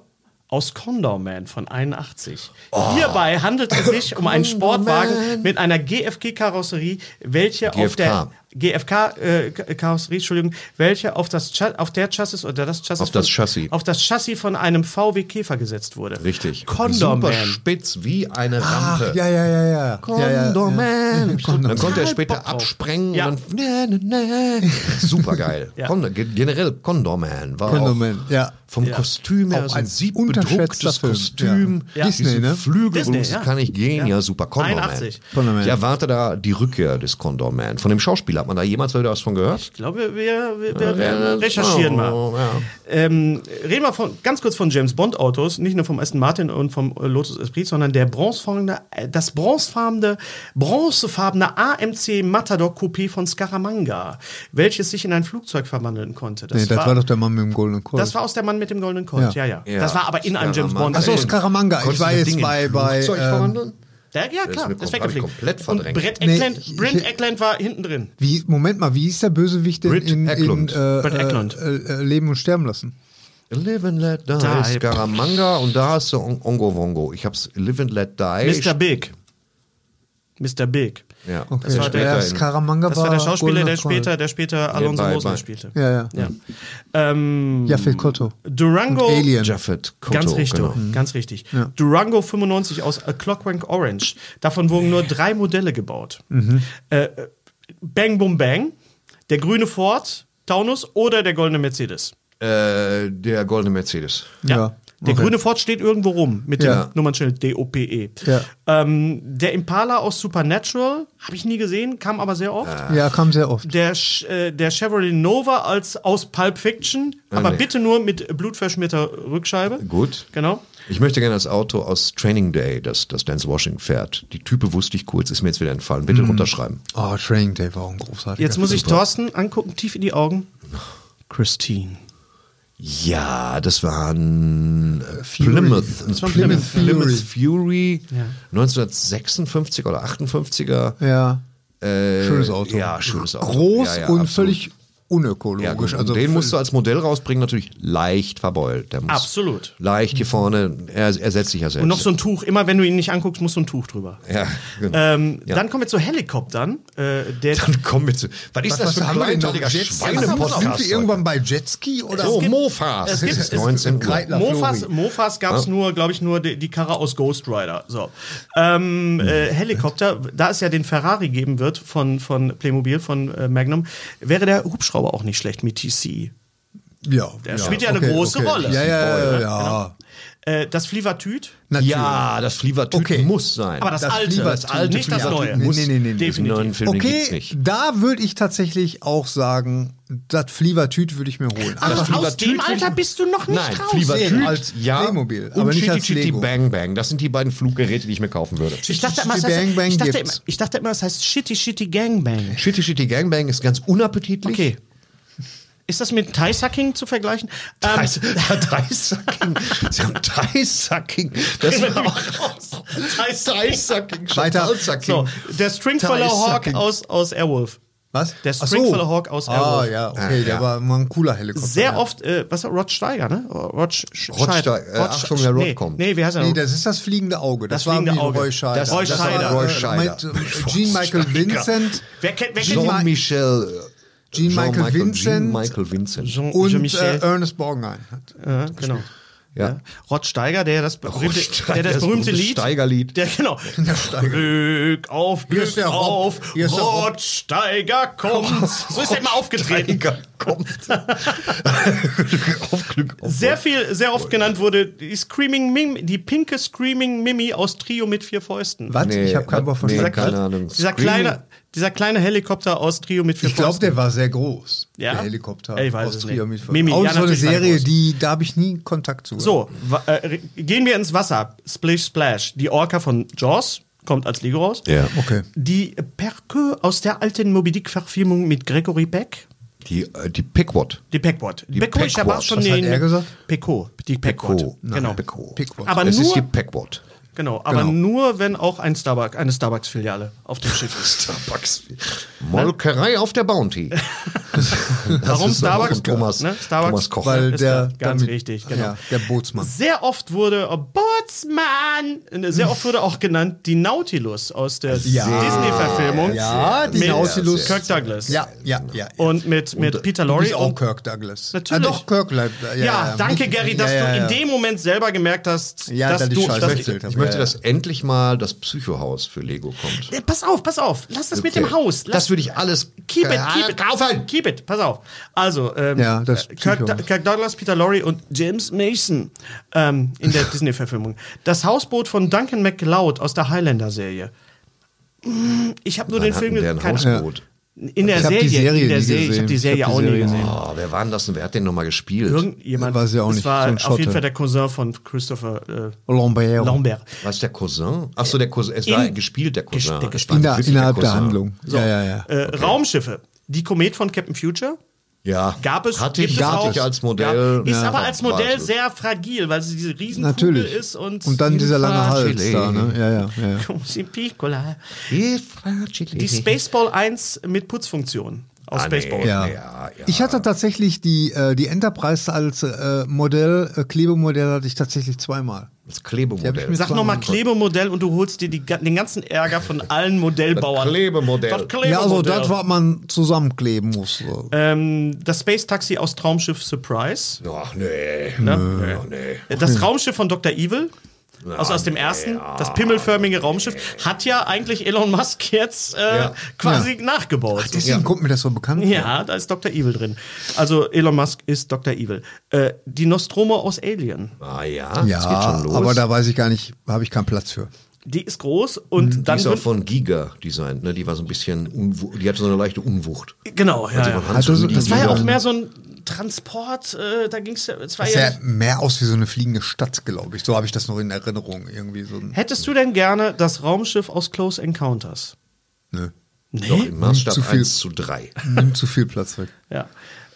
Speaker 6: aus Condor Man von 81.
Speaker 4: Oh.
Speaker 6: Hierbei handelt es sich um einen Sportwagen mit einer GFG-Karosserie, welche auf
Speaker 4: GFK.
Speaker 6: der, GFK äh, K- Karosserie, Entschuldigung, welche auf das Cha- auf der Chassis oder das Chassis
Speaker 4: Auf das
Speaker 6: von-
Speaker 4: Chassis.
Speaker 6: auf das Chassis von einem VW Käfer gesetzt wurde.
Speaker 4: Richtig.
Speaker 6: Condor
Speaker 4: Super
Speaker 6: Man.
Speaker 4: spitz wie eine Rampe.
Speaker 1: Ja, ja, ja, ja. ja, ja, ja.
Speaker 4: Dann konnte er
Speaker 6: Bock
Speaker 4: später
Speaker 6: drauf.
Speaker 4: absprengen
Speaker 6: Ja.
Speaker 4: und dann. Nee, nee, nee. Super geil.
Speaker 6: Ja.
Speaker 4: generell Condorman war
Speaker 1: Condor
Speaker 4: auch
Speaker 1: Man, ja.
Speaker 4: vom
Speaker 6: Ja.
Speaker 4: Kostüm her
Speaker 1: Auch
Speaker 4: so
Speaker 1: ein
Speaker 4: ein
Speaker 1: unterschätzter
Speaker 4: siebbedrucktes
Speaker 1: Film,
Speaker 4: Kostüm.
Speaker 1: ja. Ja. Disney,
Speaker 4: Diese
Speaker 1: ne?
Speaker 4: Flügel,
Speaker 6: Disney,
Speaker 4: das
Speaker 6: ja.
Speaker 4: kann ich gehen. Ja,
Speaker 6: Ja.
Speaker 4: super. Condorman.
Speaker 6: 81.
Speaker 1: Condor Man.
Speaker 4: Ich erwarte da die Rückkehr des Condorman. Von dem Schauspieler hat man da jemals wieder was von gehört?
Speaker 6: Ich glaube, wir, wir, wir
Speaker 4: Äh,
Speaker 6: äh, recherchieren mal.
Speaker 4: Ja.
Speaker 6: Ähm, reden wir von, ganz kurz von James Bond Autos, nicht nur vom Aston Martin und vom äh, Lotus Esprit, sondern der bronzefarbene, äh, das bronzefarbene, bronzefarbene AMC Matador Coupé von Scaramanga, welches sich in ein Flugzeug verwandeln konnte. Das,
Speaker 1: Nee, das war doch der Mann mit dem goldenen Kreuz.
Speaker 6: das war aus der Mann mit dem goldenen Colt. Ja,
Speaker 1: Ja.
Speaker 6: ja.
Speaker 4: Ja,
Speaker 6: Das war aber in einem James Bond.
Speaker 4: Scaramanga.
Speaker 1: Achso,
Speaker 6: Film.
Speaker 1: Scaramanga. Ich
Speaker 4: Konntest
Speaker 1: war
Speaker 4: du das
Speaker 1: jetzt
Speaker 4: Ding in
Speaker 1: bei, bei
Speaker 4: Flugzeug
Speaker 1: ähm,
Speaker 4: verwandeln?
Speaker 6: ja, ja, klar,
Speaker 4: mir
Speaker 6: das ist
Speaker 4: kom- hab ich
Speaker 6: weggeflickt.
Speaker 4: komplett
Speaker 6: Und
Speaker 4: verdrängt.
Speaker 6: Brett
Speaker 1: Nee,
Speaker 6: Eckland,
Speaker 1: ich-
Speaker 6: Brent Eckland war hinten drin.
Speaker 1: wie, Moment mal, wie hieß der Bösewicht denn
Speaker 4: Britt
Speaker 1: in, in
Speaker 4: Eklund.
Speaker 1: äh,
Speaker 6: Britt Eklund.
Speaker 1: äh, äh, Leben und Sterben lassen?
Speaker 4: Live and Let Die,
Speaker 6: Die.
Speaker 4: Scaramanga und da hast du On- Ongo Wongo. Ich hab's Live and Let Die.
Speaker 6: Mr. Big. Mr. Big.
Speaker 4: Ja,
Speaker 1: Okay,
Speaker 4: das war später
Speaker 1: ja,
Speaker 4: in-
Speaker 1: Scaramanga
Speaker 6: Das war der Schauspieler,
Speaker 1: goldener
Speaker 6: der
Speaker 1: Troll.
Speaker 6: später, der später Alonso
Speaker 4: bei-
Speaker 6: Mosman
Speaker 4: bei-
Speaker 6: spielte.
Speaker 1: Ja, ja.
Speaker 6: Ja. Ähm,
Speaker 1: Ja, Phil Cotto.
Speaker 6: Durango.
Speaker 1: Und Alien.
Speaker 4: Jaffet Koto.
Speaker 6: Ganz richtig, mhm.
Speaker 4: Genau.
Speaker 6: ganz richtig. Durango 95 aus A Clockwork Orange. Davon wurden nur drei Modelle gebaut.
Speaker 1: Mhm.
Speaker 6: Äh, bang Boom Bang, der grüne Ford Taunus oder der goldene Mercedes.
Speaker 4: Äh, der goldene Mercedes.
Speaker 6: Ja.
Speaker 1: Ja,
Speaker 6: Der
Speaker 1: okay.
Speaker 6: grüne Ford steht irgendwo rum mit
Speaker 1: Ja.
Speaker 6: dem Nummernschild DOPE.
Speaker 1: Ja.
Speaker 6: E. Ähm, der Impala aus Supernatural habe ich nie gesehen, kam aber sehr
Speaker 4: Ah.
Speaker 6: oft.
Speaker 1: Ja, kam sehr oft.
Speaker 6: Der, Sch- äh, der Chevrolet Nova als aus Pulp Fiction, aber
Speaker 4: Ah, nee.
Speaker 6: bitte nur mit blutverschmierter Rückscheibe.
Speaker 4: Gut.
Speaker 6: Genau.
Speaker 4: Ich möchte gerne das Auto aus Training Day, das, das Dance Washington fährt. Die Type wusste ich kurz, ist mir jetzt wieder entfallen.
Speaker 6: Mhm.
Speaker 4: Bitte runterschreiben.
Speaker 1: Oh, Training Day war auch ein großartiger
Speaker 6: Jetzt muss ich
Speaker 1: Film.
Speaker 6: Thorsten angucken, tief in die Augen. Christine.
Speaker 4: Ja, das war ein äh,
Speaker 1: Fury.
Speaker 4: Plymouth. Ein
Speaker 6: war ein
Speaker 4: Plymouth,
Speaker 1: Plymouth
Speaker 4: Plymouth Fury.
Speaker 6: Ja.
Speaker 4: 1956 oder 58er.
Speaker 1: Ja.
Speaker 4: Äh,
Speaker 1: Schönes Auto.
Speaker 4: Ja, schönes Auto.
Speaker 1: Groß
Speaker 4: ja, ja,
Speaker 1: und
Speaker 4: absolut.
Speaker 1: völlig
Speaker 4: Ja,
Speaker 1: unökologisch.
Speaker 4: gut.
Speaker 1: also
Speaker 4: Also den
Speaker 1: voll-
Speaker 4: musst du als Modell rausbringen, natürlich leicht verbeult. Der muss
Speaker 6: Absolut.
Speaker 4: Leicht hier vorne, er, er setzt sich ja selbst.
Speaker 6: Und noch so ein Tuch. Immer wenn du ihn nicht anguckst, musst du ein Tuch drüber.
Speaker 4: ja, genau.
Speaker 6: Ähm,
Speaker 4: Ja.
Speaker 6: Dann kommen wir zu Helikoptern. Äh, der
Speaker 4: Dann kommen wir zu. Was ist das
Speaker 1: Was
Speaker 4: für ein
Speaker 1: haben wir denn noch?
Speaker 4: kleinteiliger
Speaker 1: Jets? Ja, was haben wir noch? Sind
Speaker 4: Schweinepodcast?
Speaker 1: wir irgendwann bei Jetski? Oder?
Speaker 4: Oh,
Speaker 6: gibt-
Speaker 4: Mofas.
Speaker 6: es gibt-
Speaker 4: Es ist
Speaker 6: es-
Speaker 4: 19 Uhr.
Speaker 1: Kreidler
Speaker 6: Mofas,
Speaker 1: Flori.
Speaker 6: Mofas gab es nur, glaube ich, nur die, die Karre aus Ghost Rider. So. Ähm, äh, Helikopter, da es ja den Ferrari geben wird von, von Playmobil, von äh, Magnum, wäre der Hubschrauber auch nicht schlecht mit TC.
Speaker 1: Ja,
Speaker 6: Der spielt ja eine große Rolle.
Speaker 1: Ja, ja, ja. ja.
Speaker 6: Äh, das Flievertüt,
Speaker 1: Natürlich.
Speaker 4: Ja, das Flievertüt
Speaker 1: Okay.
Speaker 4: muss sein.
Speaker 6: aber das,
Speaker 1: Das
Speaker 6: alte,
Speaker 1: Flievertüt,
Speaker 6: nicht das
Speaker 1: Flievertüt
Speaker 6: neue.
Speaker 1: muss- Nee, nee, nee, nee.
Speaker 4: in
Speaker 6: Definitiv.
Speaker 4: neuen Filmen gibt's
Speaker 1: Okay,
Speaker 4: nicht.
Speaker 1: da würde ich tatsächlich auch sagen, das Flievertüt würde ich mir holen.
Speaker 6: Aber
Speaker 1: Einfach-
Speaker 6: aus dem Alter bist du noch nicht
Speaker 4: Nein,
Speaker 6: raus.
Speaker 4: Flievertüt
Speaker 1: Nee, als
Speaker 4: ja,
Speaker 1: Playmobil,
Speaker 4: und
Speaker 1: aber nicht
Speaker 4: Chitty
Speaker 1: als
Speaker 4: Chitty
Speaker 1: Lego.
Speaker 4: Bang Bang. Das sind die beiden Fluggeräte, die ich mir kaufen würde.
Speaker 6: Ich dachte, immer, es
Speaker 1: Shitty
Speaker 6: heißt,
Speaker 1: Bang Bang
Speaker 6: ich, dachte immer,
Speaker 1: gibt's.
Speaker 6: ich dachte immer, es heißt Shitty Shitty Gangbang.
Speaker 4: Chitty Chitty Gang Bang ist ganz unappetitlich.
Speaker 6: Okay. Ist das mit Thai-Sucking zu vergleichen? Ähm,
Speaker 4: Also, Dreisacking. Sie haben Dreisacking. Das war auch Dreisacking.
Speaker 1: Weiter.
Speaker 6: So, der Stringfellow Hawk
Speaker 4: Thai-Sucking.
Speaker 6: aus, aus Airwolf.
Speaker 1: Was?
Speaker 6: Der
Speaker 1: Ach so.
Speaker 6: Stringfellow Hawk aus
Speaker 1: Ah,
Speaker 6: Airwolf.
Speaker 1: ja, okay,
Speaker 4: Ah, ja.
Speaker 1: der war mal ein cooler Helikopter.
Speaker 6: Sehr
Speaker 1: ja.
Speaker 6: oft, äh, was war Rod Steiger, ne? Rod, Sch
Speaker 4: Rod
Speaker 6: Scheid-
Speaker 4: Steiger, äh,
Speaker 6: Rod
Speaker 4: Achtung,
Speaker 6: Sch-
Speaker 4: der Rod
Speaker 6: nee,
Speaker 4: kommt.
Speaker 6: Nee, wie heißt er
Speaker 1: Nee,
Speaker 6: noch?
Speaker 1: das ist das fliegende Auge. Das,
Speaker 6: Das
Speaker 1: war
Speaker 6: fliegende
Speaker 1: wie
Speaker 6: Auge.
Speaker 1: Roy Scheider.
Speaker 6: Das Roy
Speaker 1: das
Speaker 6: Scheider.
Speaker 1: War,
Speaker 4: Roy
Speaker 1: äh,
Speaker 4: Scheider.
Speaker 1: Mit, äh, Gene Michael Vincent
Speaker 6: wer kennt, wer kennt ihn?
Speaker 4: Jean-Michel.
Speaker 1: Jean Michael Vincent.
Speaker 4: Jean Michael Vincent.
Speaker 1: und äh,
Speaker 6: Jean-Michel.
Speaker 1: Ernest Borgnine.
Speaker 6: äh, genau.
Speaker 4: ja.
Speaker 6: Rod Steiger, der das berühmte,
Speaker 4: Steiger,
Speaker 6: der das
Speaker 4: das
Speaker 6: berühmte
Speaker 4: berühmte
Speaker 6: Lied.
Speaker 4: Steigerlied.
Speaker 6: Der, genau. Glück auf,
Speaker 1: Hier
Speaker 6: Glück
Speaker 1: ist der Rob.
Speaker 6: auf,
Speaker 1: Hier ist der Rob.
Speaker 6: Rod Steiger kommt. So ist er immer aufgetreten.
Speaker 4: Steiger kommt. auf Glück. Auf
Speaker 6: Sehr viel, sehr oft genannt wurde die Screaming Mim, die pinke Screaming Mimi aus Trio mit vier Fäusten.
Speaker 1: Was?
Speaker 4: Nee,
Speaker 1: ich habe keinen Bock
Speaker 4: nee,
Speaker 1: verstanden.
Speaker 4: keine Ahnung.
Speaker 6: Dieser
Speaker 4: Screaming-
Speaker 6: kleine, dieser kleine Helikopter aus Trio mit vier
Speaker 1: Ich glaube,
Speaker 6: Fäusten.
Speaker 1: der war sehr groß.
Speaker 6: Ja?
Speaker 1: Der Helikopter.
Speaker 6: Ich weiß es
Speaker 1: Trier
Speaker 6: nicht.
Speaker 1: mit
Speaker 6: Mimi,
Speaker 1: Auch
Speaker 6: ja,
Speaker 1: so eine
Speaker 6: natürlich war der
Speaker 1: Serie,
Speaker 6: groß.
Speaker 1: die, da habe ich nie Kontakt zu.
Speaker 6: So, wa- äh, re- gehen wir ins Wasser. Splish Splash. Die Orca von Jaws kommt als Lego raus.
Speaker 4: Ja.
Speaker 1: Okay.
Speaker 6: Die Perke aus der alten Moby Dick-Verfilmung mit Gregory Peck.
Speaker 4: Die, äh, die Pickwad.
Speaker 6: Die Peckwad. Die Peckwad, ich
Speaker 4: Peckwad.
Speaker 6: habe schon
Speaker 1: Was hat
Speaker 6: den.
Speaker 1: er gesagt?
Speaker 6: Pecko. Die Peckwad.
Speaker 4: Pecko.
Speaker 6: Genau.
Speaker 4: Pecko.
Speaker 1: Pickwad.
Speaker 6: Aber
Speaker 4: es ist
Speaker 6: nur,
Speaker 4: die Pickwad.
Speaker 6: genau, aber
Speaker 1: Genau.
Speaker 6: nur, wenn auch ein Starbuck, eine Starbucks-Filiale auf dem Schiff ist.
Speaker 4: Molkerei auf der Bounty.
Speaker 6: Warum
Speaker 4: ist aber
Speaker 6: Starbucks?
Speaker 4: von Thomas-
Speaker 6: ne? Starbucks
Speaker 4: Thomas Koch.
Speaker 1: Weil
Speaker 6: ist
Speaker 1: der
Speaker 6: da ganz
Speaker 1: damit- Ah,
Speaker 6: richtig, genau.
Speaker 1: ja, der Bootsmann.
Speaker 6: Sehr oft wurde oh, Bootsmann, sehr oft wurde auch genannt die Nautilus aus der Disney-Verfilmung.
Speaker 1: Ah, Ja, die
Speaker 6: mit
Speaker 1: Nautilus.
Speaker 6: Kirk Douglas.
Speaker 1: Ja, ja, ja. ja.
Speaker 6: Und mit, mit Peter
Speaker 1: Du
Speaker 6: Lorre.
Speaker 1: bist auch
Speaker 6: Und,
Speaker 1: Kirk Douglas.
Speaker 6: Oh, Natürlich.
Speaker 1: Ah, doch, Kirk bleibt. Ja,
Speaker 6: ja,
Speaker 1: ja,
Speaker 6: danke,
Speaker 1: Mit-
Speaker 6: Gary, dass
Speaker 1: ja, ja,
Speaker 6: du in
Speaker 1: ja.
Speaker 6: dem Moment selber gemerkt hast,
Speaker 1: Ja,
Speaker 6: dass
Speaker 1: dass ich
Speaker 6: du.
Speaker 1: Scheiße
Speaker 6: dass
Speaker 1: erzählt
Speaker 4: Ich möchte, dass endlich mal das Psychohaus für Lego kommt.
Speaker 6: Äh, Pass auf, pass auf. Lass das mit dem Haus. Lass,
Speaker 4: Das würde ich alles
Speaker 6: Keep it,
Speaker 4: Ah,
Speaker 6: keep it.
Speaker 4: kaufen.
Speaker 6: Keep it, pass auf. Also, ähm,
Speaker 1: Äh, Ja, das
Speaker 6: äh, Kirk,
Speaker 1: Psycho.
Speaker 6: Kirk Douglas, Peter Lorre und James Mason ähm, in der Disney-Verfilmung. Das Hausboot von Duncan MacLeod aus der Highlander-Serie. Hm, Ich habe nur
Speaker 4: Wann
Speaker 6: den Film
Speaker 4: hatten der
Speaker 6: gesehen.
Speaker 4: ein Hausboot.
Speaker 6: In der
Speaker 1: Ich hab die
Speaker 6: Serie,
Speaker 1: Serie
Speaker 6: in der
Speaker 1: nie
Speaker 6: Serie. Ich habe
Speaker 1: gesehen.
Speaker 6: die Serie
Speaker 1: Ich hab die
Speaker 6: auch nie
Speaker 1: Serie-
Speaker 6: gesehen.
Speaker 4: Oh, wer war denn das denn? Wer hat den nochmal gespielt?
Speaker 6: Irgendjemand.
Speaker 1: Weiß ich auch
Speaker 6: Es
Speaker 1: nicht,
Speaker 6: war
Speaker 1: so ein
Speaker 6: auf jeden
Speaker 1: Schotte. Oh.
Speaker 6: Fall der Cousin von Christopher äh,
Speaker 1: Lambert.
Speaker 6: Lambert.
Speaker 4: Was der Cousin? Achso, der Cousin. Es war
Speaker 6: In-
Speaker 4: gespielt, der Cousin.
Speaker 6: Ges- der
Speaker 4: Es war
Speaker 1: In der,
Speaker 4: wirklich
Speaker 1: innerhalb der
Speaker 4: Cousin.
Speaker 1: Handlung. Ja, ja, ja.
Speaker 6: Äh, Raumschiffe. Die Komet von Captain Future.
Speaker 4: Ja.
Speaker 6: Gab es,
Speaker 4: Hatte
Speaker 6: gibt
Speaker 4: ich,
Speaker 6: es
Speaker 4: hatte
Speaker 6: auch.
Speaker 4: ich als Modell.
Speaker 6: Ja, ist
Speaker 4: Ja,
Speaker 6: aber als Modell
Speaker 4: war-
Speaker 6: sehr fragil, weil sie diese riesen
Speaker 1: Natürlich.
Speaker 6: ist und
Speaker 1: Und dann dieser lange Hals
Speaker 4: Chile.
Speaker 1: da, ne? Ja, ja, ja, ja.
Speaker 6: Die Piccola. Die
Speaker 4: Die
Speaker 6: Spaceball 1 mit Putzfunktion aus Spaceball.
Speaker 1: Ja.
Speaker 4: Ah, Ja, ja.
Speaker 1: Ich hatte tatsächlich die, äh, die Enterprise als äh, Modell, äh, Klebemodell hatte ich tatsächlich zweimal. Die
Speaker 4: Das
Speaker 1: hab ich mir
Speaker 4: Klebemodell.
Speaker 6: Sag nochmal Klebemodell und du holst dir die, ga- den ganzen Ärger von allen Modellbauern.
Speaker 4: Das Klebemodell.
Speaker 6: Das Klebemodell.
Speaker 1: Ja, also das, was man zusammenkleben muss. So.
Speaker 6: ähm, das Space Taxi aus Traumschiff Surprise.
Speaker 4: Ach, nee.
Speaker 6: Ne?
Speaker 4: Ach, nee.
Speaker 6: Das Raumschiff von Dr. Evil. Also aus dem ersten, das pimmelförmige Raumschiff, hat ja eigentlich Elon Musk jetzt äh,
Speaker 4: Ja.
Speaker 6: quasi nachgebaut.
Speaker 1: Deswegen kommt mir das so bekannt vor.
Speaker 6: Ja, da ist Dr. Evil drin. Also Elon Musk ist Dr. Evil. Äh, die Nostromo aus Alien.
Speaker 4: Ah, ja.
Speaker 1: Ja,
Speaker 4: es geht schon los.
Speaker 1: aber da weiß ich gar nicht, habe ich keinen Platz für.
Speaker 6: Die ist groß
Speaker 1: Hm,
Speaker 6: und
Speaker 4: die
Speaker 6: dann.
Speaker 4: ist auch
Speaker 6: wird-
Speaker 4: von Giga designt, ne? Die war so ein bisschen, unwu- die hatte so eine leichte Unwucht.
Speaker 6: genau, ja, ja.
Speaker 4: Hans
Speaker 1: Also,
Speaker 4: Rüdiger.
Speaker 1: das
Speaker 6: Das war ja auch
Speaker 1: Ja.
Speaker 6: mehr so ein Transport, äh, da ging es ja. es war
Speaker 1: Das
Speaker 6: ja
Speaker 1: sah
Speaker 6: nicht-
Speaker 1: mehr aus wie so eine fliegende Stadt, glaube ich. So habe ich das noch in Erinnerung. Irgendwie so ein,
Speaker 6: Hättest du denn gerne das Raumschiff aus Close Encounters?
Speaker 1: nö,
Speaker 4: Doch, im Maßstab
Speaker 1: Zu viel.
Speaker 4: 1 zu 3.
Speaker 1: nimmt Hm, zu viel Platz weg.
Speaker 6: Ja.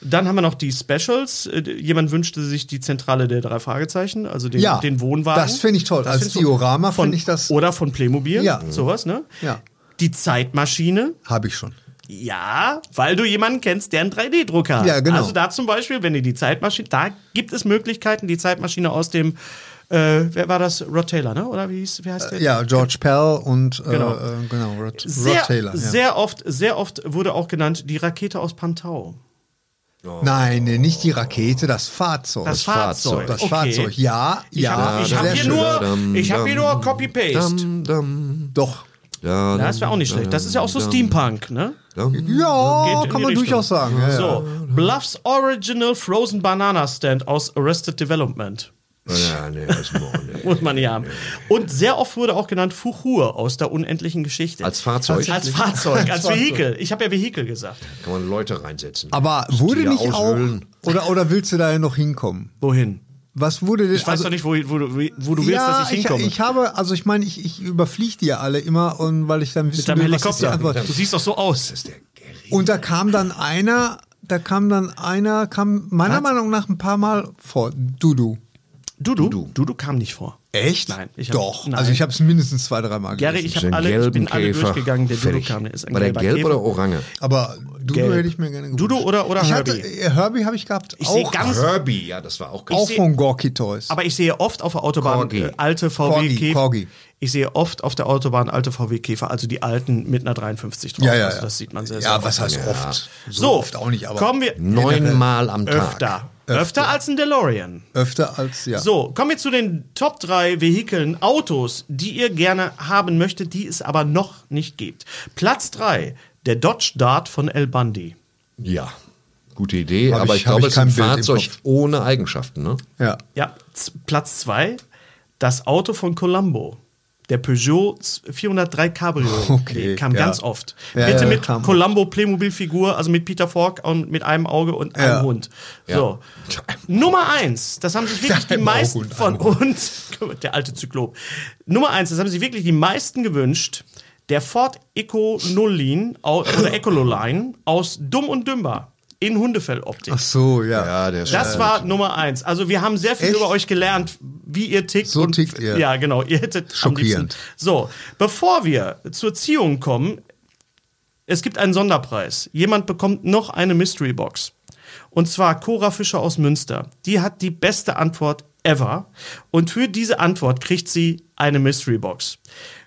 Speaker 6: Dann haben wir noch die Specials. Äh, Jemand wünschte sich die Zentrale der drei Fragezeichen, also den,
Speaker 1: Ja,
Speaker 6: den Wohnwagen.
Speaker 1: das finde ich toll. Als
Speaker 6: findest du-
Speaker 1: Diorama
Speaker 6: von-
Speaker 1: finde ich das-
Speaker 6: Oder von Playmobil,
Speaker 1: Ja.
Speaker 6: sowas, ne?
Speaker 1: Ja.
Speaker 6: Die Zeitmaschine,
Speaker 1: Habe ich schon.
Speaker 6: ja, weil du jemanden kennst, der einen 3D-Drucker hat.
Speaker 1: Ja, genau.
Speaker 6: Also da zum Beispiel, wenn ihr die Zeitmaschine, da gibt es Möglichkeiten, die Zeitmaschine aus dem, äh, wer war das? Rod Taylor, ne? Oder wie, hieß, wie heißt der?
Speaker 1: Äh, Ja, George Pell und äh,
Speaker 6: Genau.
Speaker 1: äh, genau, Rod,
Speaker 6: Sehr,
Speaker 1: Rod Taylor. Ja.
Speaker 6: sehr oft, sehr oft wurde auch genannt die Rakete aus Pantau.
Speaker 1: Nein, nee, nicht die Rakete, das Fahrzeug.
Speaker 6: Das, Fahrzeug.
Speaker 1: Das
Speaker 6: okay.
Speaker 1: Fahrzeug. Ja,
Speaker 6: Ich
Speaker 1: ja.
Speaker 6: habe ich hab
Speaker 1: sehr
Speaker 6: hier,
Speaker 1: schön.
Speaker 6: nur- ich hab hier nur Copy-Paste.
Speaker 4: Dam, dam,
Speaker 1: Doch.
Speaker 4: da,
Speaker 6: Das wäre auch nicht schlecht. Das ist ja auch so Steampunk, ne? Geht in
Speaker 1: Ja,
Speaker 6: die
Speaker 1: Oh, kann man
Speaker 6: Richtung.
Speaker 1: durchaus sagen. Ja, ja.
Speaker 6: So, Bluffs Original Frozen Banana Stand aus Arrested Development.
Speaker 4: Ja, nee, das muss man auch
Speaker 6: Muss
Speaker 4: nicht.
Speaker 6: man hier haben. Und sehr oft wurde auch genannt Fuchur aus der unendlichen Geschichte.
Speaker 4: Als Fahrzeug
Speaker 6: Als Fahrzeug, als Vehikel. Ich habe ja Vehikel gesagt.
Speaker 4: kann man Leute reinsetzen.
Speaker 1: Aber wurde
Speaker 4: Stier
Speaker 1: nicht auch.
Speaker 4: aushöhlen.
Speaker 1: Oder, oder willst du da ja noch hinkommen?
Speaker 6: Wohin?
Speaker 1: Was wurde denn.
Speaker 6: Ich weiß doch nicht, wo, wo, du- wo du willst,
Speaker 1: Also ja,
Speaker 6: dass ich hinkomme.
Speaker 1: Ich, ich habe, also ich meine, ich, ich überfliege die ja alle immer und weil ich dann wissen
Speaker 6: mit deinem
Speaker 1: will, was ist die
Speaker 6: Helikopter.
Speaker 1: Antwort.
Speaker 6: Du siehst doch so aus.
Speaker 1: Und da kam dann einer, da kam dann einer, kam meiner Meinung nach ein paar Mal vor. Dudu.
Speaker 6: Dudu, Dudu, kam nicht vor.
Speaker 1: Echt?
Speaker 6: Nein, ich hab-
Speaker 1: Doch.
Speaker 6: nein.
Speaker 1: Also ich habe es mindestens zwei, dreimal
Speaker 6: Gary,
Speaker 1: gelesen.
Speaker 6: ich,
Speaker 4: Einen
Speaker 6: hab alle, ich bin
Speaker 4: gelben
Speaker 6: alle
Speaker 4: Käfer.
Speaker 6: durchgegangen, der Dudu
Speaker 4: Fertig.
Speaker 6: kam. Der ist ein
Speaker 4: War der
Speaker 6: gelber
Speaker 4: gelb
Speaker 6: Käfer.
Speaker 4: oder orange?
Speaker 1: Aber Dudu
Speaker 6: Gelb.
Speaker 1: hätte ich mir gerne gewünscht.
Speaker 6: Dudu oder- oder
Speaker 1: ich
Speaker 6: Herbie?
Speaker 1: Hatte, äh, Herbie habe ich gehabt.
Speaker 6: Ich sehe
Speaker 1: auch
Speaker 6: ganz,
Speaker 4: Herbie, ja, das war auch
Speaker 1: auch
Speaker 6: seh-
Speaker 1: von Gorky Toys.
Speaker 6: aber ich sehe oft auf der Autobahn
Speaker 4: Corgi.
Speaker 6: äh, alte VW
Speaker 1: Corgi,
Speaker 6: Käfer.
Speaker 1: Corgi.
Speaker 6: Ich sehe oft auf der Autobahn alte VW Käfer, also die alten mit einer 53 drauf.
Speaker 1: ja, ja, ja.
Speaker 6: Also das sieht man sehr, sehr
Speaker 1: Ja,
Speaker 6: oft.
Speaker 1: was heißt oft?
Speaker 6: so,
Speaker 1: So, oft auch nicht, aber
Speaker 6: kommen wir
Speaker 4: Neunmal am Tag.
Speaker 6: öfter. öfter. als ein DeLorean.
Speaker 1: öfter als ja.
Speaker 6: So, kommen wir zu den Top 3 Vehikeln, Autos, die ihr gerne haben möchtet, die es aber noch nicht gibt. Platz 3, der Dodge Dart von El Bundy.
Speaker 4: Ja, gute Idee,
Speaker 1: Hab
Speaker 4: aber
Speaker 1: ich-
Speaker 4: ich
Speaker 1: hab
Speaker 4: glaube,
Speaker 1: ich
Speaker 4: es ist ein
Speaker 1: kein Bild im
Speaker 4: Fahrzeug
Speaker 1: Kopf.
Speaker 4: ohne Eigenschaften, ne?
Speaker 1: Ja.
Speaker 6: Ja, z- Platz 2, das Auto von Columbo. Der Peugeot 403 Cabrio
Speaker 1: Okay,
Speaker 6: Der kam
Speaker 1: ja.
Speaker 6: ganz oft.
Speaker 1: Ja,
Speaker 6: Bitte
Speaker 1: ja,
Speaker 6: mit
Speaker 1: kam oft.
Speaker 6: Columbo Playmobil-Figur, also mit Peter Falk und mit einem Auge und einem
Speaker 1: Ja.
Speaker 6: Hund. So. Nummer eins, das haben sich wirklich die
Speaker 1: Einem
Speaker 6: meisten
Speaker 1: Auge und
Speaker 6: von
Speaker 1: einem Hund.
Speaker 6: uns, der alte Zyklop. Nummer eins, das haben sich wirklich die meisten gewünscht. Der Ford Ecololin au- oder Ecololine aus Dumm und Dümmer in Hundefelloptik.
Speaker 1: Ach so, ja.
Speaker 4: der ist
Speaker 6: Das war Nummer eins. Also wir haben sehr viel
Speaker 1: Echt?
Speaker 6: über euch gelernt, wie ihr tickt.
Speaker 1: So tickt ihr.
Speaker 6: Ja, genau. Ihr hättet am
Speaker 1: Schockierend.
Speaker 6: liebsten- So, bevor wir zur Ziehung kommen, Es gibt einen Sonderpreis. Jemand bekommt noch eine Mystery Box. Und zwar Cora Fischer aus Münster. Die hat die beste Antwort ever. Und für diese Antwort kriegt sie eine Mystery Box.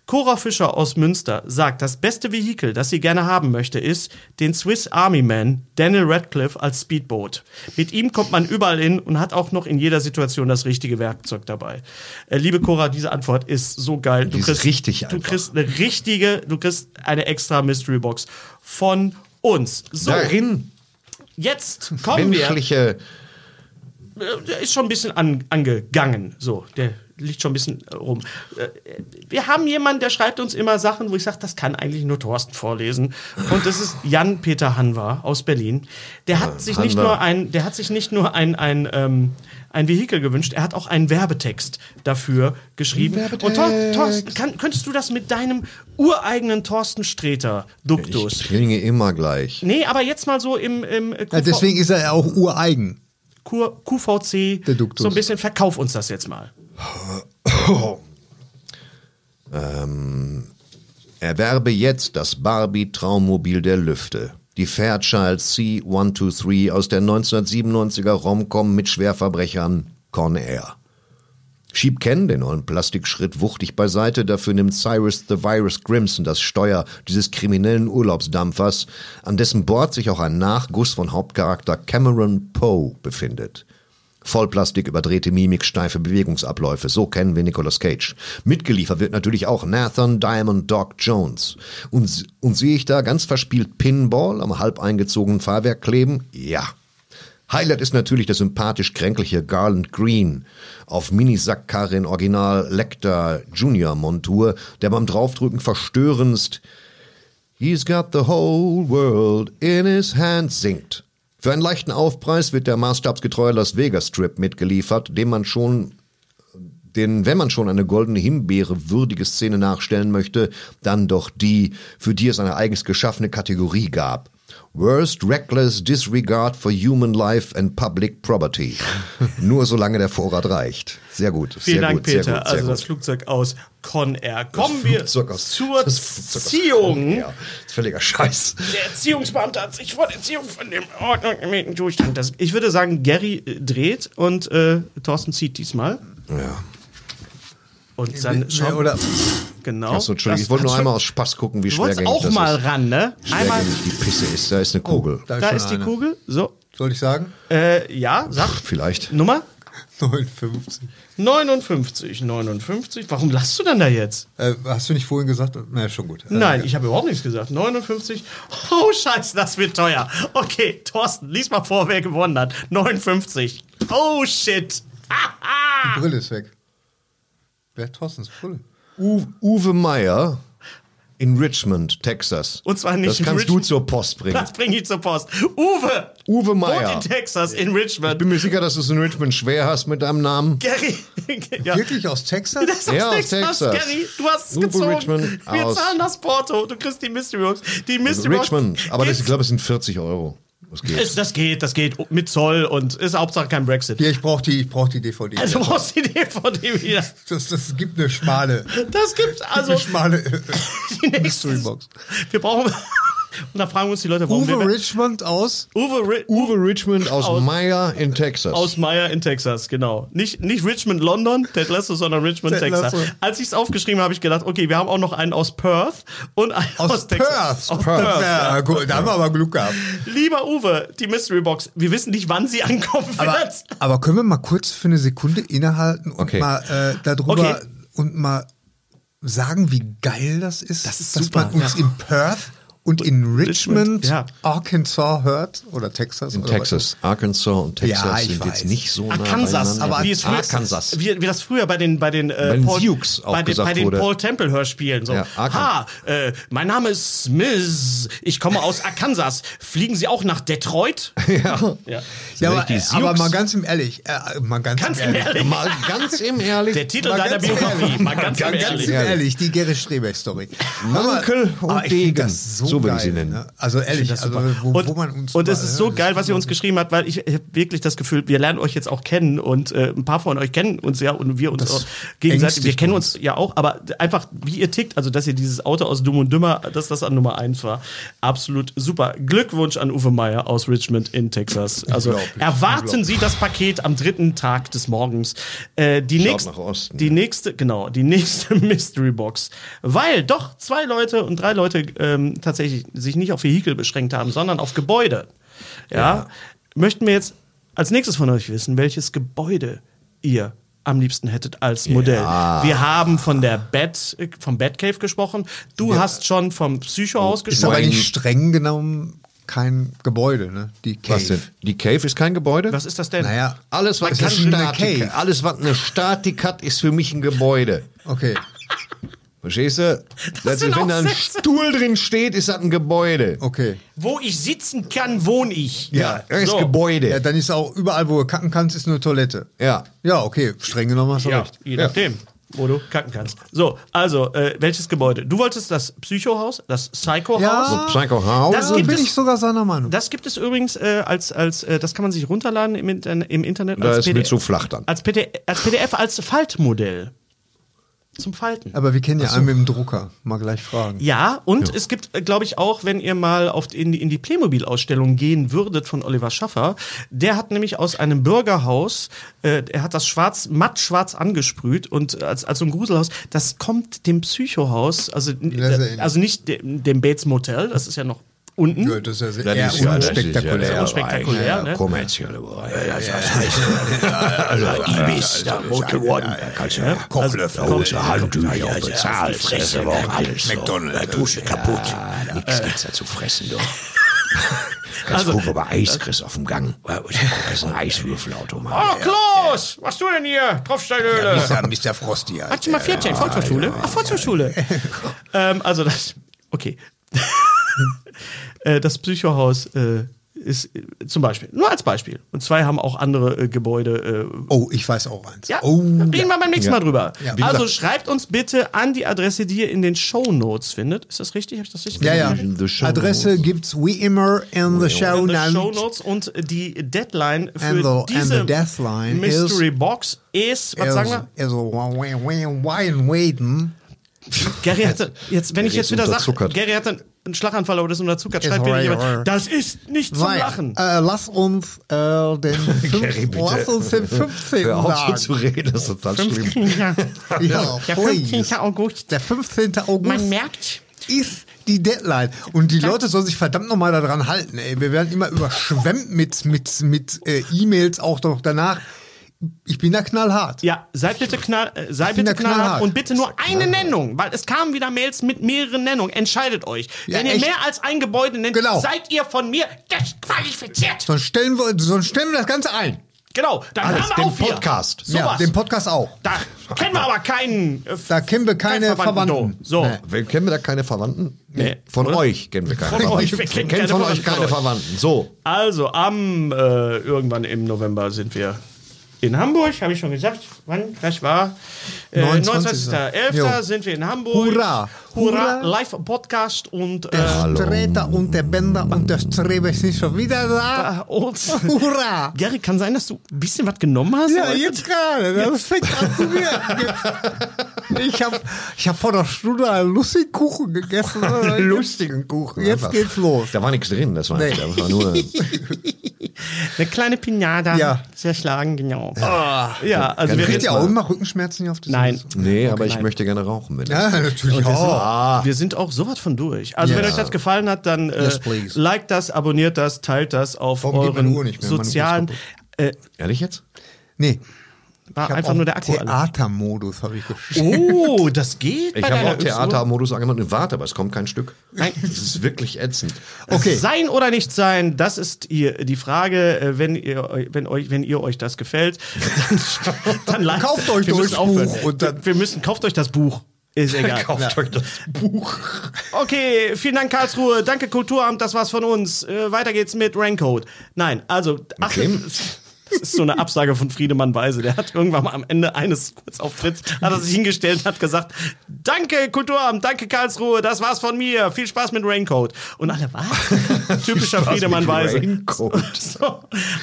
Speaker 6: Cora Fischer aus Münster sagt, das beste Vehikel, das sie gerne haben möchte, ist den Swiss Army Man Daniel Radcliffe als Speedboot. Mit ihm kommt man überall hin und hat auch noch in jeder Situation das richtige Werkzeug dabei. Äh, liebe Cora, diese Antwort ist so geil. Du
Speaker 4: Die ist richtig
Speaker 6: du
Speaker 4: einfach.
Speaker 6: kriegst eine richtige, du kriegst eine extra Mystery Box von uns. So,
Speaker 4: Darin
Speaker 6: jetzt kommen wir
Speaker 4: menschliche
Speaker 6: äh, der ist schon ein bisschen an, angegangen. So, der liegt schon ein bisschen äh, rum. Äh, Wir haben jemanden, der schreibt uns immer Sachen, wo ich sage, das kann eigentlich nur Thorsten vorlesen. Und das ist Jan-Peter Hanwar aus Berlin. Der hat sich nicht
Speaker 4: Hanwar.
Speaker 6: nur ein, der hat sich nicht nur ein, ein, ähm, ein Vehikel gewünscht, er hat auch einen Werbetext dafür geschrieben. Und Thor Thorsten, kann, könntest du das mit deinem ureigenen Thorsten Streter-Duktus?
Speaker 4: klinge immer gleich.
Speaker 6: Nee, aber jetzt mal so im, im äh,
Speaker 1: Ja, deswegen ist er ja auch ureigen.
Speaker 6: Kur- QVC,
Speaker 1: Der Duktus.
Speaker 6: so ein bisschen verkauf uns das jetzt mal.
Speaker 4: Erwerbe jetzt das Barbie-Traummobil der Lüfte. Die Fairchild C123 aus der 1997er Rom-Com mit Schwerverbrechern Con Air. Schieb Ken den neuen Plastikschritt wuchtig beiseite, dafür nimmt Cyrus the Virus Grimson das Steuer dieses kriminellen Urlaubsdampfers, an dessen Bord sich auch ein Nachguss von Hauptcharakter Cameron Poe befindet. Vollplastik, überdrehte Mimik, steife Bewegungsabläufe, so kennen wir Nicolas Cage. Mitgeliefert wird natürlich auch Nathan Diamond Dog Jones. Und, und sehe ich da ganz verspielt Pinball am halb eingezogenen Fahrwerk kleben? Ja. Highlight ist natürlich der sympathisch kränkliche Garland Green auf Minisackkarre in Original Lecter Junior Montur, der beim Draufdrücken verstörendst He's got the whole world in his hand singt. Für einen leichten Aufpreis wird der maßstabsgetreue Las Vegas Strip mitgeliefert, dem man schon den, wenn man schon eine goldene Himbeere würdige Szene nachstellen möchte, dann doch die, für die es eine eigens geschaffene Kategorie gab. Worst Reckless Disregard for Human Life and Public Property. Nur solange der Vorrat reicht. Sehr gut.
Speaker 6: Vielen
Speaker 4: sehr
Speaker 6: Dank,
Speaker 4: gut,
Speaker 6: Peter.
Speaker 4: Sehr gut, sehr
Speaker 6: also
Speaker 4: gut.
Speaker 6: das Flugzeug aus Conair. Kommen wir
Speaker 4: Flugzeug aus-
Speaker 6: zur
Speaker 4: das Flugzeug aus-
Speaker 6: Ziehung.
Speaker 4: Ja, ist völliger Scheiß.
Speaker 6: Der Erziehungsbeamte hat sich vor der Ziehung von dem ordentlichen Zustand. Das, ich würde sagen, Gary äh, dreht und äh, Thorsten zieht diesmal.
Speaker 4: Ja.
Speaker 6: Und dann schauen
Speaker 1: Oder
Speaker 6: genau.
Speaker 4: Achso, Entschuldigung,
Speaker 6: Das
Speaker 4: ich wollte nur
Speaker 6: hat
Speaker 4: einmal
Speaker 6: schon-
Speaker 4: aus Spaß gucken, wie
Speaker 6: Du wolltest
Speaker 4: schwergängig
Speaker 6: auch
Speaker 4: das
Speaker 6: mal
Speaker 4: ist.
Speaker 6: ran, ne? Einmal. Oh,
Speaker 4: Schwergängig die Pisse ist, da ist eine Kugel.
Speaker 6: Da
Speaker 1: genau. schon
Speaker 6: ist die
Speaker 1: eine.
Speaker 6: Kugel. So.
Speaker 1: Soll ich sagen?
Speaker 6: Äh, ja, sag.
Speaker 4: Vielleicht.
Speaker 6: Nummer
Speaker 1: 59.
Speaker 6: 59. 59. Warum lachst du denn da jetzt?
Speaker 1: Äh, hast du nicht vorhin gesagt? Na, schon gut. Äh,
Speaker 6: Nein, ich habe überhaupt nichts gesagt. 59. Oh, scheiße, das wird teuer. Okay, Thorsten, lies mal vor, wer gewonnen hat. 59. Oh, shit.
Speaker 1: Die Brille ist weg. Wer hat Thorstens Brille?
Speaker 4: U Uwe Meyer in Richmond, Texas.
Speaker 6: Und zwar nicht
Speaker 4: Das
Speaker 6: in
Speaker 4: kannst
Speaker 6: Richmond.
Speaker 4: du zur Post bringen.
Speaker 6: Das bringe ich zur Post. Uwe.
Speaker 4: Uwe
Speaker 6: Wohnt
Speaker 4: Meyer.
Speaker 6: in Texas, in
Speaker 4: Ich
Speaker 6: Richmond.
Speaker 4: bin mir sicher, dass du es in Richmond schwer hast mit deinem Namen.
Speaker 6: Gary. ja.
Speaker 1: Wirklich aus Texas?
Speaker 6: Das ist
Speaker 4: Ja, aus
Speaker 6: Texas.
Speaker 4: Texas.
Speaker 6: Gary, du hast es
Speaker 4: Uwe
Speaker 6: gezogen.
Speaker 4: Richmond aus-
Speaker 6: Wir
Speaker 4: Also
Speaker 6: zahlen das Porto. Du kriegst die Mystery Box. Die Mystery Box.
Speaker 4: Richmond. Aber das, ich
Speaker 6: geht's-
Speaker 4: glaube, es sind 40 Euro. Das geht.
Speaker 6: Ist- Das geht, das geht. Mit Zoll und ist Hauptsache kein Brexit.
Speaker 1: Hier, ich brauche die, ich brauch die DVD.
Speaker 6: Also brauchst du die DVD wieder.
Speaker 1: das, das gibt eine schmale,
Speaker 6: Das gibt's also.
Speaker 1: eine schmale äh,
Speaker 6: Die nächste-
Speaker 1: Mystery Box.
Speaker 6: Wir brauchen. Und da fragen uns die Leute, warum
Speaker 1: Uwe
Speaker 6: wir,
Speaker 1: Richmond aus.
Speaker 6: Uwe, Ri
Speaker 4: Uwe Richmond aus,
Speaker 6: Aus-
Speaker 4: Meyer in Texas.
Speaker 6: aus Meyer in Texas, genau. Nicht, nicht Richmond, London, Ted Lasso, sondern Richmond,
Speaker 1: Ted
Speaker 6: Texas.
Speaker 1: Lasso.
Speaker 6: Als ich es aufgeschrieben habe, habe ich gedacht, okay, wir haben auch noch einen aus Perth und einen aus,
Speaker 1: Aus,
Speaker 6: Texas.
Speaker 1: Perth. Ja, gut, da haben wir aber Glück gehabt.
Speaker 6: Lieber Uwe, die Mystery Box, wir wissen nicht, wann sie ankommen wird.
Speaker 1: Aber, aber können wir mal kurz für eine Sekunde innehalten und
Speaker 4: Okay.
Speaker 1: mal äh, darüber
Speaker 6: Okay.
Speaker 1: und mal sagen, wie geil das ist,
Speaker 6: Das ist
Speaker 1: dass
Speaker 6: super,
Speaker 1: man uns
Speaker 6: ja.
Speaker 1: in Perth und in Richmond,
Speaker 6: ja.
Speaker 1: Arkansas hört oder Texas.
Speaker 4: in
Speaker 1: oder was.
Speaker 4: Texas. Arkansas und Texas
Speaker 1: Ja, ich
Speaker 4: sind
Speaker 1: weiß.
Speaker 4: jetzt nicht so nah
Speaker 6: Arkansas,
Speaker 4: beieinander.
Speaker 6: aber wie, es früher,
Speaker 4: Arkansas.
Speaker 6: Wie, wie das früher bei den bei den äh,
Speaker 4: Bei den ah, Dukes auch
Speaker 6: bei, den,
Speaker 4: gesagt
Speaker 6: bei den
Speaker 4: wurde.
Speaker 6: Paul Temple Hörspielen so.
Speaker 4: Ja,
Speaker 6: ha,
Speaker 4: Arkansas.
Speaker 6: äh, mein Name ist Smith. Ich komme aus Arkansas. Fliegen Sie auch nach Detroit?
Speaker 4: Ja.
Speaker 6: Ja.
Speaker 1: Ja, aber, äh,
Speaker 4: Richtig,
Speaker 1: aber
Speaker 4: Sioux.
Speaker 1: mal ganz im ehrlich, äh, mal ganz,
Speaker 6: Ganz im Ehrlich.
Speaker 4: Mal ganz im Ehrlich.
Speaker 6: Der Titel
Speaker 1: Mal
Speaker 6: deiner
Speaker 1: ganz
Speaker 6: Biografie,
Speaker 1: ehrlich.
Speaker 6: mal ganz, im
Speaker 1: Ganz im
Speaker 6: ehrlich.
Speaker 1: ehrlich, die Gerrit Strebeck Story. ah,
Speaker 4: Mankel und
Speaker 1: ich find
Speaker 4: Degen.
Speaker 1: das
Speaker 4: So so würde ich sie
Speaker 1: geil,
Speaker 4: nennen.
Speaker 1: ne? Also ehrlich,
Speaker 6: das
Speaker 1: also,
Speaker 6: super.
Speaker 1: wo,
Speaker 6: und,
Speaker 1: wo man uns
Speaker 6: und es
Speaker 1: mal,
Speaker 6: ist
Speaker 1: ne,
Speaker 6: so
Speaker 1: das
Speaker 6: geil,
Speaker 1: ist
Speaker 6: was ihr uns geschrieben habt, weil ich habe wirklich das Gefühl, wir lernen euch jetzt auch kennen und äh, ein paar von euch kennen uns ja und wir uns auch gegenseitig. Wir
Speaker 4: ängstigt
Speaker 6: kennen uns ja auch, aber einfach wie ihr tickt, also dass ihr dieses Auto aus Dumm und Dümmer, dass das an Nummer eins war, absolut super. Glückwunsch an Uwe Meyer aus Richmond in Texas. Also erwarten Sie das Paket am dritten Tag des Morgens. Äh, die
Speaker 4: Schaut
Speaker 6: nächste,
Speaker 4: nach Osten.
Speaker 6: die nächste, genau, die nächste Mystery Box. Weil doch zwei Leute und drei Leute ähm, tatsächlich sich nicht auf Vehikel beschränkt haben, sondern auf Gebäude. Ja, Möchten wir jetzt als nächstes von euch wissen, welches Gebäude ihr am liebsten hättet als Modell. Wir haben von der Bat, äh, vom Batcave gesprochen. Du hast schon vom Psychohaus
Speaker 1: Ist aber
Speaker 6: gesprochen.
Speaker 1: nicht streng genommen kein Gebäude, ne? Die Cave.
Speaker 4: Was denn? Die Cave ist kein Gebäude?
Speaker 6: Was ist das denn?
Speaker 1: Naja,
Speaker 4: Alles, was
Speaker 1: Das ist
Speaker 4: eine
Speaker 1: schon eine
Speaker 4: Statik,
Speaker 1: Cave.
Speaker 4: alles, was eine Statik hat, ist für mich ein Gebäude.
Speaker 1: okay.
Speaker 4: Verstehst du? Das
Speaker 6: sind
Speaker 4: ist, wenn
Speaker 6: auch
Speaker 4: da ein
Speaker 6: Sätze.
Speaker 4: Stuhl drin steht, ist das ein Gebäude.
Speaker 1: Okay.
Speaker 6: Wo ich sitzen kann, wohne ich.
Speaker 4: Ja, das ist
Speaker 6: so.
Speaker 4: Gebäude.
Speaker 1: Ja, dann ist auch überall, wo du kacken kannst, ist eine Toilette.
Speaker 4: Ja.
Speaker 1: Ja, okay. Streng genommen hast du
Speaker 6: Ja,
Speaker 1: recht.
Speaker 6: je nachdem, wo du kacken kannst. So, also, äh, welches Gebäude? Du wolltest das Psychohaus, das Psychohaus.
Speaker 1: Ja.
Speaker 4: Psycho House.
Speaker 6: Ah. Das
Speaker 1: Also
Speaker 6: gibt
Speaker 1: bin
Speaker 6: es-
Speaker 1: ich sogar seiner Meinung.
Speaker 6: Das gibt es übrigens äh, als, als äh, das kann man sich runterladen im, Intern im Internet.
Speaker 4: Da
Speaker 6: als
Speaker 4: ist mir zu flach dann.
Speaker 6: Als, PD als PDF, als Faltmodell. Zum Falten.
Speaker 1: Aber wir kennen ja einen mit dem Drucker. Mal gleich fragen.
Speaker 6: Ja, und es gibt, glaube ich, auch, wenn ihr mal auf in die, in die Playmobil-Ausstellung gehen würdet von Oliver Schaffer, der hat nämlich aus einem Bürgerhaus, äh, er hat das schwarz, matt schwarz angesprüht und als, als so ein Gruselhaus, das kommt dem Psychohaus, also,
Speaker 1: sehr ähnlich.
Speaker 6: also nicht dem, dem Bates Motel, das ist ja noch unten.
Speaker 1: Ja, das ist ja sehr
Speaker 4: Das ist ja- das ist ja- ja,
Speaker 6: unspektakulär,
Speaker 4: ja,
Speaker 6: ne?
Speaker 4: Kommerzielle Bereich. Ja, Also, ja,
Speaker 2: Ibis, da Motor One. Kannst ja also, Kochlöffel, große Handtücher, bezahlt, Fresse, auch alles. McDonalds. Dusche kaputt. Nix gibt's da zu fressen, doch. Kannst gucken, ob du Eis kriegst auf dem Gang. Also, äh, Ich guck, ist ein Eiswürfelautomat.
Speaker 6: Oh, Klaus! Was du denn hier? Tropfsteinhöhle!
Speaker 1: Mr. Frosty.
Speaker 6: Hat schon mal 14, Volkshochschule? Ach, Volkshochschule. ähm, also das, okay. Äh, das Psychohaus äh, ist äh, zum Beispiel, nur als Beispiel. Und zwei haben auch andere äh, Gebäude. Äh,
Speaker 1: Oh, ich weiß auch eins.
Speaker 6: ja,
Speaker 1: Oh,
Speaker 6: reden
Speaker 1: ja.
Speaker 6: wir beim nächsten Mal drüber.
Speaker 1: Wie
Speaker 6: Also schreibt uns bitte an die Adresse, die ihr in den Show Notes findet. Ist das richtig? Habe ich das richtig
Speaker 1: Ja, ja.
Speaker 4: In the show
Speaker 1: Adresse gibt's we immer in the show
Speaker 6: in
Speaker 1: notes.
Speaker 6: the Show Notes und die Deadline für
Speaker 1: And the- and
Speaker 6: diese
Speaker 1: the deadline
Speaker 6: Mystery Box ist, was sagen wir?
Speaker 1: Also, Wine Waden.
Speaker 6: Gary hatte jetzt, wenn ich
Speaker 4: Gary
Speaker 6: jetzt
Speaker 4: ist
Speaker 6: wieder sage,
Speaker 4: unterzuckert.
Speaker 6: Gary hatte einen Schlaganfall oder ist unterzuckert,
Speaker 1: Ist
Speaker 6: schreibt mir
Speaker 1: horror,
Speaker 6: jemand,
Speaker 1: horror.
Speaker 6: das ist nicht zum
Speaker 1: Weil,
Speaker 6: Lachen.
Speaker 1: Äh, lass uns äh, den, fünf, lass uns den 15.
Speaker 4: Hör auf
Speaker 2: Oh,
Speaker 4: so
Speaker 1: sagen.
Speaker 4: zu reden, das ist total schlimm.
Speaker 6: Ja,
Speaker 1: Ja,
Speaker 6: der
Speaker 1: please.
Speaker 6: 15. August.
Speaker 1: Der 15. August
Speaker 6: Man merkt,
Speaker 1: ist die Deadline. Und die Leute sollen sich verdammt nochmal daran halten. Ey. Wir werden immer überschwemmt mit, mit, mit äh, E-Mails auch noch danach. Ich bin da knallhart.
Speaker 6: ja, sei bitte knall, äh, sei
Speaker 1: bin da
Speaker 6: bitte knallhart
Speaker 1: knallhart.
Speaker 6: und bitte nur eine Nennung, weil es kamen wieder Mails mit mehreren Nennungen. Entscheidet euch.
Speaker 1: Ja,
Speaker 6: Wenn ihr
Speaker 1: echt.
Speaker 6: mehr als ein Gebäude nennt,
Speaker 1: Genau.
Speaker 6: seid ihr von mir disqualifiziert.
Speaker 1: Sonst, stellen wir, sonst stellen wir das Ganze ein.
Speaker 6: Genau, dann
Speaker 4: Alles,
Speaker 6: haben wir
Speaker 4: den
Speaker 6: auf hier.
Speaker 4: Podcast.
Speaker 6: Sowas.
Speaker 1: Ja, den Podcast auch.
Speaker 6: da kennen wir aber keinen. äh,
Speaker 1: Da kennen wir keine
Speaker 6: keinen
Speaker 1: Verwandten.
Speaker 6: So.
Speaker 1: Nee.
Speaker 4: Wer- Kennen wir da keine Verwandten?
Speaker 6: Nee.
Speaker 4: Von
Speaker 6: Oder?
Speaker 4: euch kennen wir keine
Speaker 6: Von euch,
Speaker 4: Verwandten.
Speaker 6: wir kennen
Speaker 4: kennen
Speaker 6: keine
Speaker 4: von
Speaker 6: Verwandten
Speaker 4: euch keine
Speaker 6: von
Speaker 4: Verwandten. So.
Speaker 6: Also am äh, irgendwann im November sind wir in Hamburg, habe ich schon gesagt, wann das war. Äh,
Speaker 1: 29..
Speaker 6: 29.11.
Speaker 1: Jo.
Speaker 6: sind wir in Hamburg.
Speaker 1: Hurra.
Speaker 6: Hurra!
Speaker 1: Hurra.
Speaker 6: Live Podcast und äh,
Speaker 1: Der Streter und der Bänder und der Strebe sind schon wieder da.
Speaker 6: äh, und
Speaker 1: Hurra!
Speaker 6: Gary, kann sein, dass du ein bisschen was genommen hast?
Speaker 1: Ja,
Speaker 6: heute?
Speaker 1: jetzt gerade. Das fängt an zu wirken. Jetzt- Ich habe ich hab vor einer Stunde einen lustigen Kuchen gegessen. lustigen Kuchen. Jetzt
Speaker 4: einfach.
Speaker 1: geht's los.
Speaker 4: Da war nichts drin, das war,
Speaker 1: Nee.
Speaker 4: das war nur.
Speaker 6: Eine kleine Pinata
Speaker 1: Ja.
Speaker 6: zerschlagen, genau. Ja, also wir
Speaker 1: Kriegt ihr
Speaker 6: reden,
Speaker 1: auch immer Rückenschmerzen hier auf das
Speaker 6: Nein.
Speaker 4: Nee, aber ich möchte gerne rauchen. Wenn
Speaker 1: Ja, natürlich auch.
Speaker 6: Wir sind auch sowas von durch. Also, wenn euch das gefallen hat, dann äh,
Speaker 1: Ah. Yes, please.
Speaker 6: liked das, abonniert das, teilt das auf
Speaker 1: Warum geht meine
Speaker 6: euren
Speaker 1: Uhr nicht mehr? Meine Uhr ist
Speaker 6: sozialen.
Speaker 1: kaputt.
Speaker 6: Äh,
Speaker 4: Ehrlich jetzt?
Speaker 1: Nee,
Speaker 6: war
Speaker 1: ich hab
Speaker 6: einfach
Speaker 1: auch
Speaker 6: nur der Akku alle.
Speaker 1: Theatermodus habe ich geschrieben.
Speaker 6: Oh, das geht
Speaker 4: Ich
Speaker 6: bei
Speaker 4: habe
Speaker 6: deiner
Speaker 4: auch Theatermodus angemacht und warte, aber es kommt kein Stück. Nein. Das ist wirklich ätzend.
Speaker 6: Okay. Sein oder nicht sein, das ist ihr, die Frage. Äh, Wenn ihr, eu- wenn euch, wenn ihr euch das gefällt, dann, dann liked-
Speaker 1: Kauft euch
Speaker 6: wir
Speaker 1: das
Speaker 6: müssen aufhören.
Speaker 1: Buch und dann-
Speaker 6: wir müssen, kauft euch das Buch. Ist egal.
Speaker 4: Kauft euch das Buch.
Speaker 6: Okay, vielen Dank Karlsruhe, danke Kulturamt, das war's von uns. Äh, weiter geht's mit Rancode. Nein, also achtet,
Speaker 4: wem?
Speaker 6: Das ist so eine Absage von Friedemann Weise. Der hat irgendwann mal am Ende eines Kurzauftritts, hat er sich hingestellt und hat gesagt, danke Kulturamt, danke Karlsruhe, das war's von mir, viel Spaß mit Raincoat. Und alle, was? Typischer
Speaker 4: Spaß
Speaker 6: Friedemann
Speaker 4: mit
Speaker 6: Weise.
Speaker 4: Raincoat.
Speaker 6: So,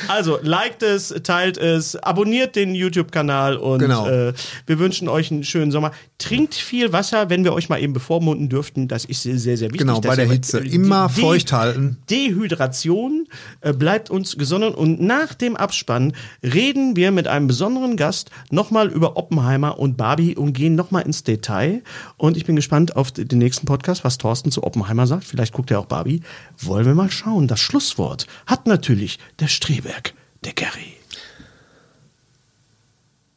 Speaker 6: also, liked es, teilt es, abonniert den YouTube-Kanal und
Speaker 1: Genau.
Speaker 6: äh, wir wünschen euch einen schönen Sommer. Trinkt viel Wasser, wenn wir euch mal eben bevormunden dürften. Das ist sehr, sehr wichtig.
Speaker 1: Genau,
Speaker 6: dass
Speaker 1: bei der
Speaker 6: ihr-
Speaker 1: Hitze.
Speaker 6: äh,
Speaker 1: Immer
Speaker 6: die-
Speaker 1: feucht halten.
Speaker 6: Dehydration äh, bleibt uns gesonnen und nach dem Abspann reden wir mit einem besonderen Gast nochmal über Oppenheimer und Barbie und gehen nochmal ins Detail. Und ich bin gespannt auf den nächsten Podcast, was Thorsten zu Oppenheimer sagt. Vielleicht guckt er auch Barbie. Wollen wir mal schauen. Das Schlusswort hat natürlich der Streberg, der Gary.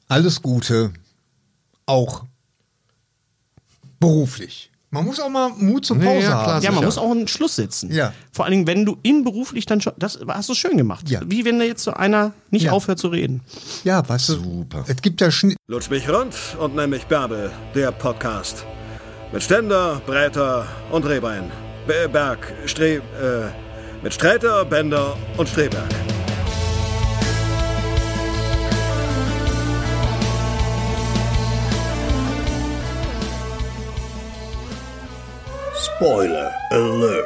Speaker 1: Alles Gute. Auch beruflich. Man muss auch mal Mut zur Pause
Speaker 4: ja, klar,
Speaker 1: haben.
Speaker 6: Ja, man
Speaker 4: Sicher.
Speaker 6: muss auch einen Schluss setzen.
Speaker 1: Ja.
Speaker 6: Vor allen Dingen, wenn du ihn beruflich dann schon, das hast du schön gemacht.
Speaker 1: Ja.
Speaker 6: Wie wenn da jetzt so einer nicht
Speaker 1: Ja.
Speaker 6: aufhört zu reden.
Speaker 1: Ja, weißt du,
Speaker 4: Super.
Speaker 1: es gibt ja Schnitt.
Speaker 7: Lutsch mich rund und nenn mich Bärbel, der Podcast. Mit Ständer, Breiter und Rehbein. Be- Berg, Stre... Äh, mit Streiter, Bender und Streberg.
Speaker 8: Spoiler Alert.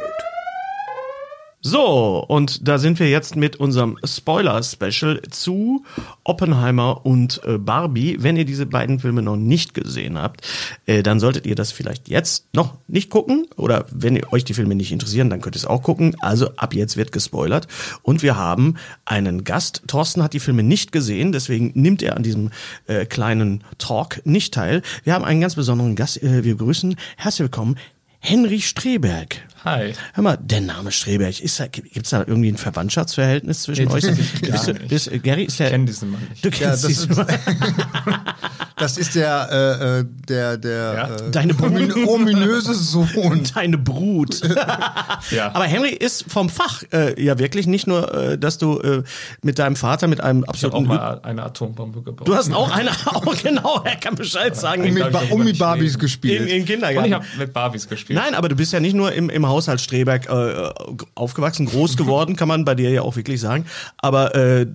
Speaker 6: So, und da sind wir jetzt mit unserem Spoiler-Special zu Oppenheimer und äh, Barbie. Wenn ihr diese beiden Filme noch nicht gesehen habt, äh, dann solltet ihr das vielleicht jetzt noch nicht gucken. Oder wenn ihr euch die Filme nicht interessieren, dann könnt ihr es auch gucken. Also ab jetzt wird gespoilert. Und wir haben einen Gast. Thorsten hat die Filme nicht gesehen, deswegen nimmt er an diesem äh, kleinen Talk nicht teil. Wir haben einen ganz besonderen Gast. Äh, wir begrüßen herzlich willkommen Henry Streberg.
Speaker 9: Hi.
Speaker 6: Hör mal, der Name Streberg, ist da, gibt's da irgendwie ein Verwandtschaftsverhältnis zwischen
Speaker 9: Nee,
Speaker 6: euch?
Speaker 9: das ist gar
Speaker 6: Bist du,
Speaker 9: nicht.
Speaker 6: bist, äh, Gary ist der.
Speaker 9: kenn diesen Mann nicht.
Speaker 6: Du
Speaker 1: Ja,
Speaker 6: kennst
Speaker 1: das, ist,
Speaker 6: diesen Mann.
Speaker 1: das ist der, äh, äh, der, der
Speaker 9: Ja.
Speaker 1: äh,
Speaker 6: Deine
Speaker 1: omin- ominöse Sohn.
Speaker 6: Deine Brut.
Speaker 9: Ja.
Speaker 6: Aber Henry ist vom Fach äh, ja wirklich nicht nur, äh, dass du äh, mit deinem Vater mit einem
Speaker 9: ich habe auch
Speaker 6: absoluten.
Speaker 9: mal eine Atombombe gebaut.
Speaker 6: du hast auch eine. Auch genau, er kann Bescheid sagen.
Speaker 9: Eigentlich
Speaker 1: Mit,
Speaker 9: darf
Speaker 1: Ba-
Speaker 9: ich darüber
Speaker 1: um mit
Speaker 9: nicht reden.
Speaker 1: Barbies
Speaker 6: Im,
Speaker 1: gespielt.
Speaker 6: Im
Speaker 9: Und ich
Speaker 6: Kindergarten.
Speaker 9: habe mit Barbies gespielt.
Speaker 6: Nein, aber du bist ja nicht nur im, im Haushalt Streberg äh, aufgewachsen, groß geworden, kann man bei dir ja auch wirklich sagen. Aber äh,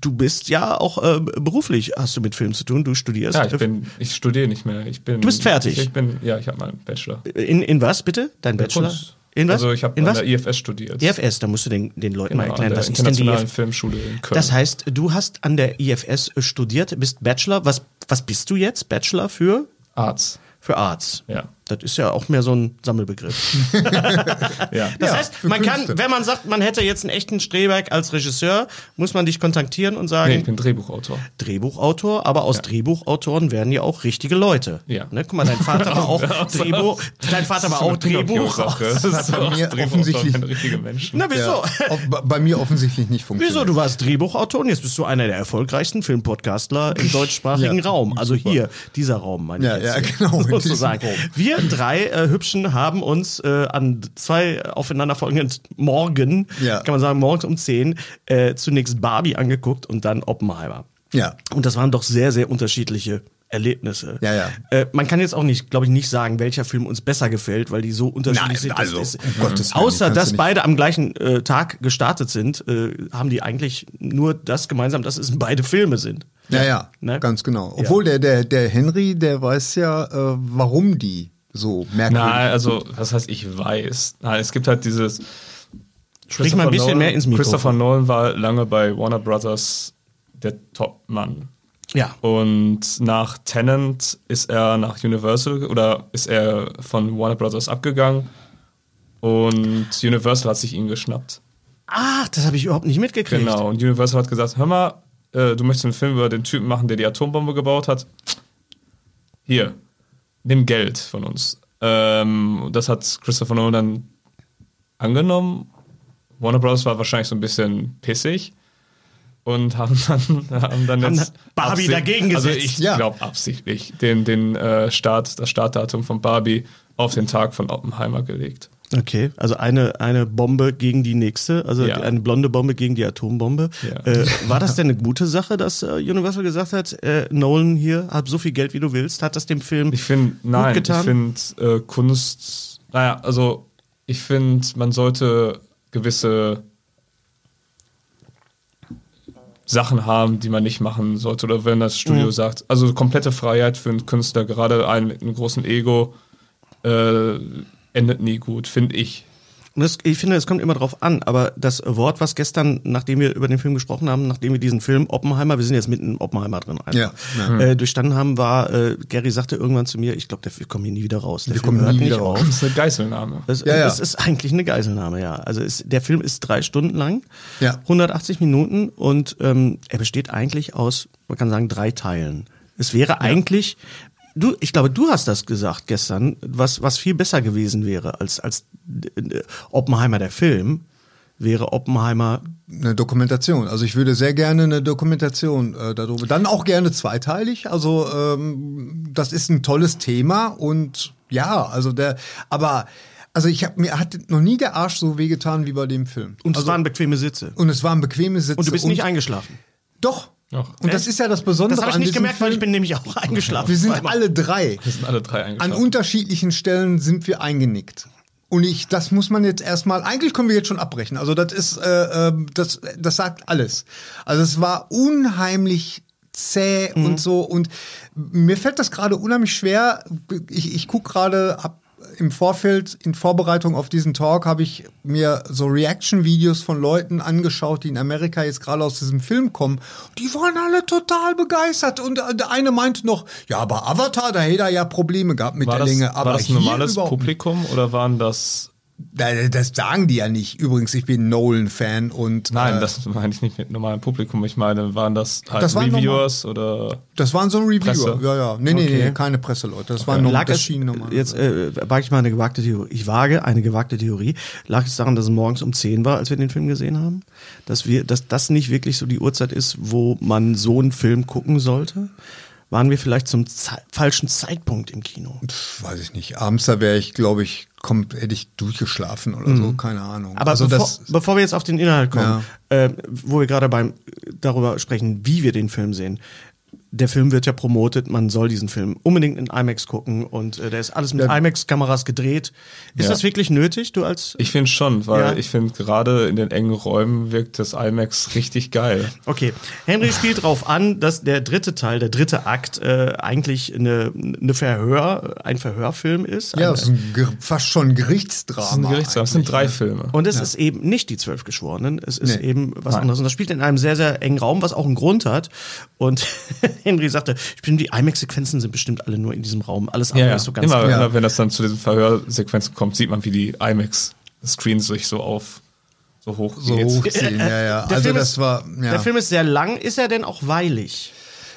Speaker 6: du bist ja auch äh, beruflich, hast du mit Film zu tun, Ah, du studierst.
Speaker 9: Ja, ich bin, ich studiere nicht mehr. Ich bin,
Speaker 6: Du bist fertig.
Speaker 9: Ich bin, ja, ich habe meinen Bachelor.
Speaker 6: in, in was bitte? Dein Bachelor?
Speaker 9: Kunst.
Speaker 6: In was?
Speaker 9: Also ich habe
Speaker 6: in
Speaker 9: an
Speaker 6: was?
Speaker 9: der IFS studiert.
Speaker 6: IFS, da musst du den, den Leuten mal
Speaker 9: Genau, an
Speaker 6: erklären,
Speaker 9: der
Speaker 6: was ist denn die
Speaker 9: Internationalen
Speaker 6: IFS?
Speaker 9: Filmschule in Köln.
Speaker 6: Das heißt, du hast an der IFS studiert, bist Bachelor. Was, was bist du jetzt? Bachelor für?
Speaker 9: Arts.
Speaker 6: Für Arts.
Speaker 9: Ja.
Speaker 6: Das ist ja auch mehr so ein Sammelbegriff.
Speaker 9: Ja.
Speaker 6: Das
Speaker 1: Ja,
Speaker 6: heißt,
Speaker 1: für
Speaker 6: man kann,
Speaker 1: Künste.
Speaker 6: wenn man sagt, man hätte jetzt einen echten Streberg als Regisseur, muss man dich kontaktieren und sagen,
Speaker 9: Nee, ich bin Drehbuchautor.
Speaker 6: Drehbuchautor, aber aus Drehbuchautoren werden ja auch richtige Leute.
Speaker 9: Ja.
Speaker 6: Ne? Guck mal, dein Vater war auch Drehbuch, dein Vater war auch Drehbuch.
Speaker 9: Das ist so
Speaker 1: mir
Speaker 9: Drehbuchautor,
Speaker 1: offensichtlich-
Speaker 9: keine richtige Mensch.
Speaker 6: Na, wieso?
Speaker 1: Ob- bei- Bei mir offensichtlich nicht funktioniert.
Speaker 6: Wieso? Du warst Drehbuchautor und jetzt bist du einer der erfolgreichsten Filmpodcastler im deutschsprachigen Raum. Also hier, dieser Raum, meine
Speaker 1: Ja,
Speaker 6: ich
Speaker 1: ja,
Speaker 6: jetzt. hier,
Speaker 1: genau, in diesem
Speaker 6: Sozusagen.
Speaker 1: Raum.
Speaker 6: Wir drei äh, Hübschen haben uns äh, an zwei aufeinanderfolgenden Morgen,
Speaker 1: Ja.
Speaker 6: kann man sagen, morgens um 10, äh, zunächst Barbie angeguckt und dann Oppenheimer.
Speaker 1: Ja. um
Speaker 6: Und das waren doch sehr, sehr unterschiedliche Erlebnisse.
Speaker 1: Ja, ja.
Speaker 6: Äh, man kann jetzt auch nicht, glaube ich, nicht sagen, welcher Film uns besser gefällt, weil die so unterschiedlich sind. Das
Speaker 1: also,
Speaker 6: ist,
Speaker 1: um Gottes Willen,
Speaker 6: außer
Speaker 1: kannst du
Speaker 6: dass
Speaker 1: nicht-
Speaker 6: beide am gleichen äh, Tag gestartet sind, äh, haben die eigentlich nur das gemeinsam, dass es beide Filme sind.
Speaker 1: Ja, ja,
Speaker 6: Ne?
Speaker 1: ganz genau. Obwohl der, der, der Henry, der weiß ja, äh, warum die so merkwürdig
Speaker 9: Nein, also, was heißt, ich weiß. Nein, es gibt halt dieses.
Speaker 6: Sprich mal ein
Speaker 9: Christopher
Speaker 6: bisschen
Speaker 9: Nolan,
Speaker 6: mehr ins Mikrofon.
Speaker 9: Christopher Nolan war lange bei Warner Brothers der Top-Mann.
Speaker 6: Ja.
Speaker 9: Und nach Tenant ist er nach Universal oder ist er von Warner Brothers abgegangen und Universal hat sich ihn geschnappt.
Speaker 6: Ach, Ah, das habe ich überhaupt nicht mitgekriegt.
Speaker 9: Genau. Und Universal hat gesagt: Hör mal, äh, du möchtest einen Film über den Typen machen, der die Atombombe gebaut hat. Hier, nimm Geld von uns. Ähm, das hat Christopher Nolan dann angenommen. Warner Bros. war wahrscheinlich so ein bisschen pissig und haben dann, haben dann
Speaker 6: Haben
Speaker 9: jetzt
Speaker 6: Barbie
Speaker 9: absicht-
Speaker 6: dagegen
Speaker 9: Also
Speaker 6: gesetzt.
Speaker 9: ich
Speaker 1: Ja.
Speaker 9: glaube absichtlich den, den äh, Start, das Startdatum von Barbie auf den Tag von Oppenheimer gelegt.
Speaker 6: Okay, also eine, eine Bombe gegen die nächste, also
Speaker 9: Ja.
Speaker 6: die- eine blonde Bombe gegen die Atombombe.
Speaker 9: Ja.
Speaker 6: Äh, war das denn eine gute Sache, dass äh, Universal gesagt hat, äh, Nolan hier, hab so viel Geld, wie du willst? Hat das dem Film
Speaker 9: Ich finde, nein,
Speaker 6: gut
Speaker 9: ich
Speaker 6: getan?
Speaker 9: finde äh, Kunst, naja, also ich finde, man sollte gewisse Sachen haben, die man nicht machen sollte oder wenn das
Speaker 1: Mhm.
Speaker 9: Studio sagt. Also komplette Freiheit für einen Künstler, gerade einen mit einem großen Ego, äh, endet nie gut, finde ich.
Speaker 6: Und das, ich finde, es kommt immer drauf an, aber das Wort, was gestern, nachdem wir über den Film gesprochen haben, nachdem wir diesen Film Oppenheimer, wir sind jetzt mitten in Oppenheimer drin, einfach, Äh, durchstanden haben, war, äh, Gary sagte irgendwann zu mir, ich glaube, wir kommen hier nie wieder raus. Der wir Film
Speaker 1: kommen
Speaker 6: hört
Speaker 1: nie
Speaker 6: nicht
Speaker 1: wieder
Speaker 6: auf.
Speaker 1: raus.
Speaker 9: Das ist eine Geiselnahme.
Speaker 6: Das,
Speaker 1: Ja, ja.
Speaker 6: Also, das ist eigentlich eine Geiselnahme, ja. Also es- der Film ist drei Stunden lang,
Speaker 1: Ja.
Speaker 6: 180 Minuten und ähm, er besteht eigentlich aus, man kann sagen, drei Teilen. Es wäre eigentlich, du, ich glaube, du hast das gesagt gestern, was, was viel besser gewesen wäre als, als äh, Oppenheimer der Film, wäre Oppenheimer
Speaker 1: Eine Dokumentation. Also ich würde sehr gerne eine Dokumentation äh, darüber. Dann auch gerne zweiteilig. Also ähm, das ist ein tolles Thema und ja, also der, aber also ich habe mir hat noch nie der Arsch so wehgetan wie bei dem Film.
Speaker 6: und es
Speaker 1: also,
Speaker 6: waren bequeme Sitze.
Speaker 1: und es waren bequeme Sitze.
Speaker 6: Und du bist nicht eingeschlafen.
Speaker 1: Doch.
Speaker 9: Doch.
Speaker 1: Und das ist ja das Besondere
Speaker 6: Das habe ich
Speaker 1: an
Speaker 6: nicht
Speaker 1: diesem
Speaker 6: gemerkt, weil ich bin nämlich auch eingeschlafen.
Speaker 1: Wir sind
Speaker 6: Weil-
Speaker 1: alle drei.
Speaker 9: Wir sind alle drei
Speaker 1: An
Speaker 9: eingeschlafen.
Speaker 1: unterschiedlichen Stellen sind wir eingenickt. Und ich, das muss man jetzt erstmal, eigentlich können wir jetzt schon abbrechen. Also das ist, äh, ähm, das, das sagt alles. Also es war unheimlich zäh und so. Und mir fällt das gerade unheimlich schwer. Ich, ich gucke gerade ab. Im Vorfeld, in Vorbereitung auf diesen Talk, habe ich mir so Reaction-Videos von Leuten angeschaut, die in Amerika jetzt gerade aus diesem Film kommen. Die waren alle total begeistert. Und der eine meinte noch, ja, aber Avatar, da hätte er ja Probleme gehabt mit
Speaker 9: war
Speaker 1: der
Speaker 9: das,
Speaker 1: Länge. Aber
Speaker 9: war das ein
Speaker 1: hier
Speaker 9: normales
Speaker 1: überhaupt nicht.
Speaker 9: Publikum oder waren das.
Speaker 1: Da- Das sagen die ja nicht. Übrigens, ich bin Nolan-Fan und
Speaker 9: Nein,
Speaker 1: äh,
Speaker 9: das meine ich nicht mit normalem Publikum. Ich meine, waren das halt
Speaker 1: Das waren
Speaker 9: Reviewers oder.
Speaker 1: das waren so Reviewer.
Speaker 9: Presse.
Speaker 1: Ja, ja. Nee, nee,
Speaker 6: Okay.
Speaker 1: nee, keine Presseleute. Das waren nur
Speaker 6: lag
Speaker 1: das
Speaker 6: es,
Speaker 1: schien nochmal.
Speaker 6: jetzt äh, wage ich mal eine gewagte Theorie. Ich wage eine gewagte Theorie. Lag es daran, dass es morgens um 10 war, als wir den Film gesehen haben? Dass wir, dass das nicht wirklich so die Uhrzeit ist, wo man so einen Film gucken sollte? Waren wir vielleicht zum Ze falschen Zeitpunkt im Kino?
Speaker 1: Pff, weiß ich nicht. Abends da wäre ich, glaube ich, kommt, hätte ich durchgeschlafen oder
Speaker 4: Mhm.
Speaker 1: so, keine Ahnung.
Speaker 6: Aber
Speaker 1: also
Speaker 6: bevor,
Speaker 1: das
Speaker 6: bevor wir jetzt auf den Inhalt kommen, äh, wo wir gerade beim darüber sprechen, wie wir den Film sehen. Der Film wird ja promotet, man soll diesen Film unbedingt in IMAX gucken und äh, der ist alles mit IMAX-Kameras gedreht. Ist
Speaker 9: Ja.
Speaker 6: das wirklich nötig, du als
Speaker 9: Ich finde schon, weil
Speaker 6: Ja.
Speaker 9: ich finde, gerade in den engen Räumen wirkt das IMAX richtig geil.
Speaker 6: Okay, Henry spielt darauf an, dass der dritte Teil, der dritte Akt, äh, eigentlich eine, eine Verhör, ein Verhörfilm ist.
Speaker 1: ja,
Speaker 6: Ein-
Speaker 1: das ist ein, Ge- fast schon ein
Speaker 9: Das ist ein
Speaker 6: Oh,
Speaker 1: Gerichtsdrama.
Speaker 9: Gerichtssaal. Das sind drei Filme.
Speaker 6: und es ist eben nicht die zwölf Geschworenen, es ist
Speaker 1: Nee.
Speaker 6: eben was anderes. Und das spielt in einem sehr, sehr engen Raum, was auch einen Grund hat. Und Henry sagte, ich bin die IMAX-Sequenzen sind bestimmt alle nur in diesem Raum. Alles
Speaker 9: ja,
Speaker 6: andere
Speaker 9: ja.
Speaker 6: ist so ganz
Speaker 9: immer,
Speaker 1: Ja.
Speaker 9: immer, wenn das dann zu diesen Verhörsequenzen kommt, sieht man, wie die IMAX-Screens sich so auf, so hoch
Speaker 1: So
Speaker 9: geht's.
Speaker 1: hochziehen, ja, ja.
Speaker 6: Der
Speaker 1: Also
Speaker 6: Film
Speaker 1: das
Speaker 6: ist-
Speaker 1: war,
Speaker 6: Der
Speaker 1: ja.
Speaker 6: Film ist sehr lang, ist er denn auch weilig?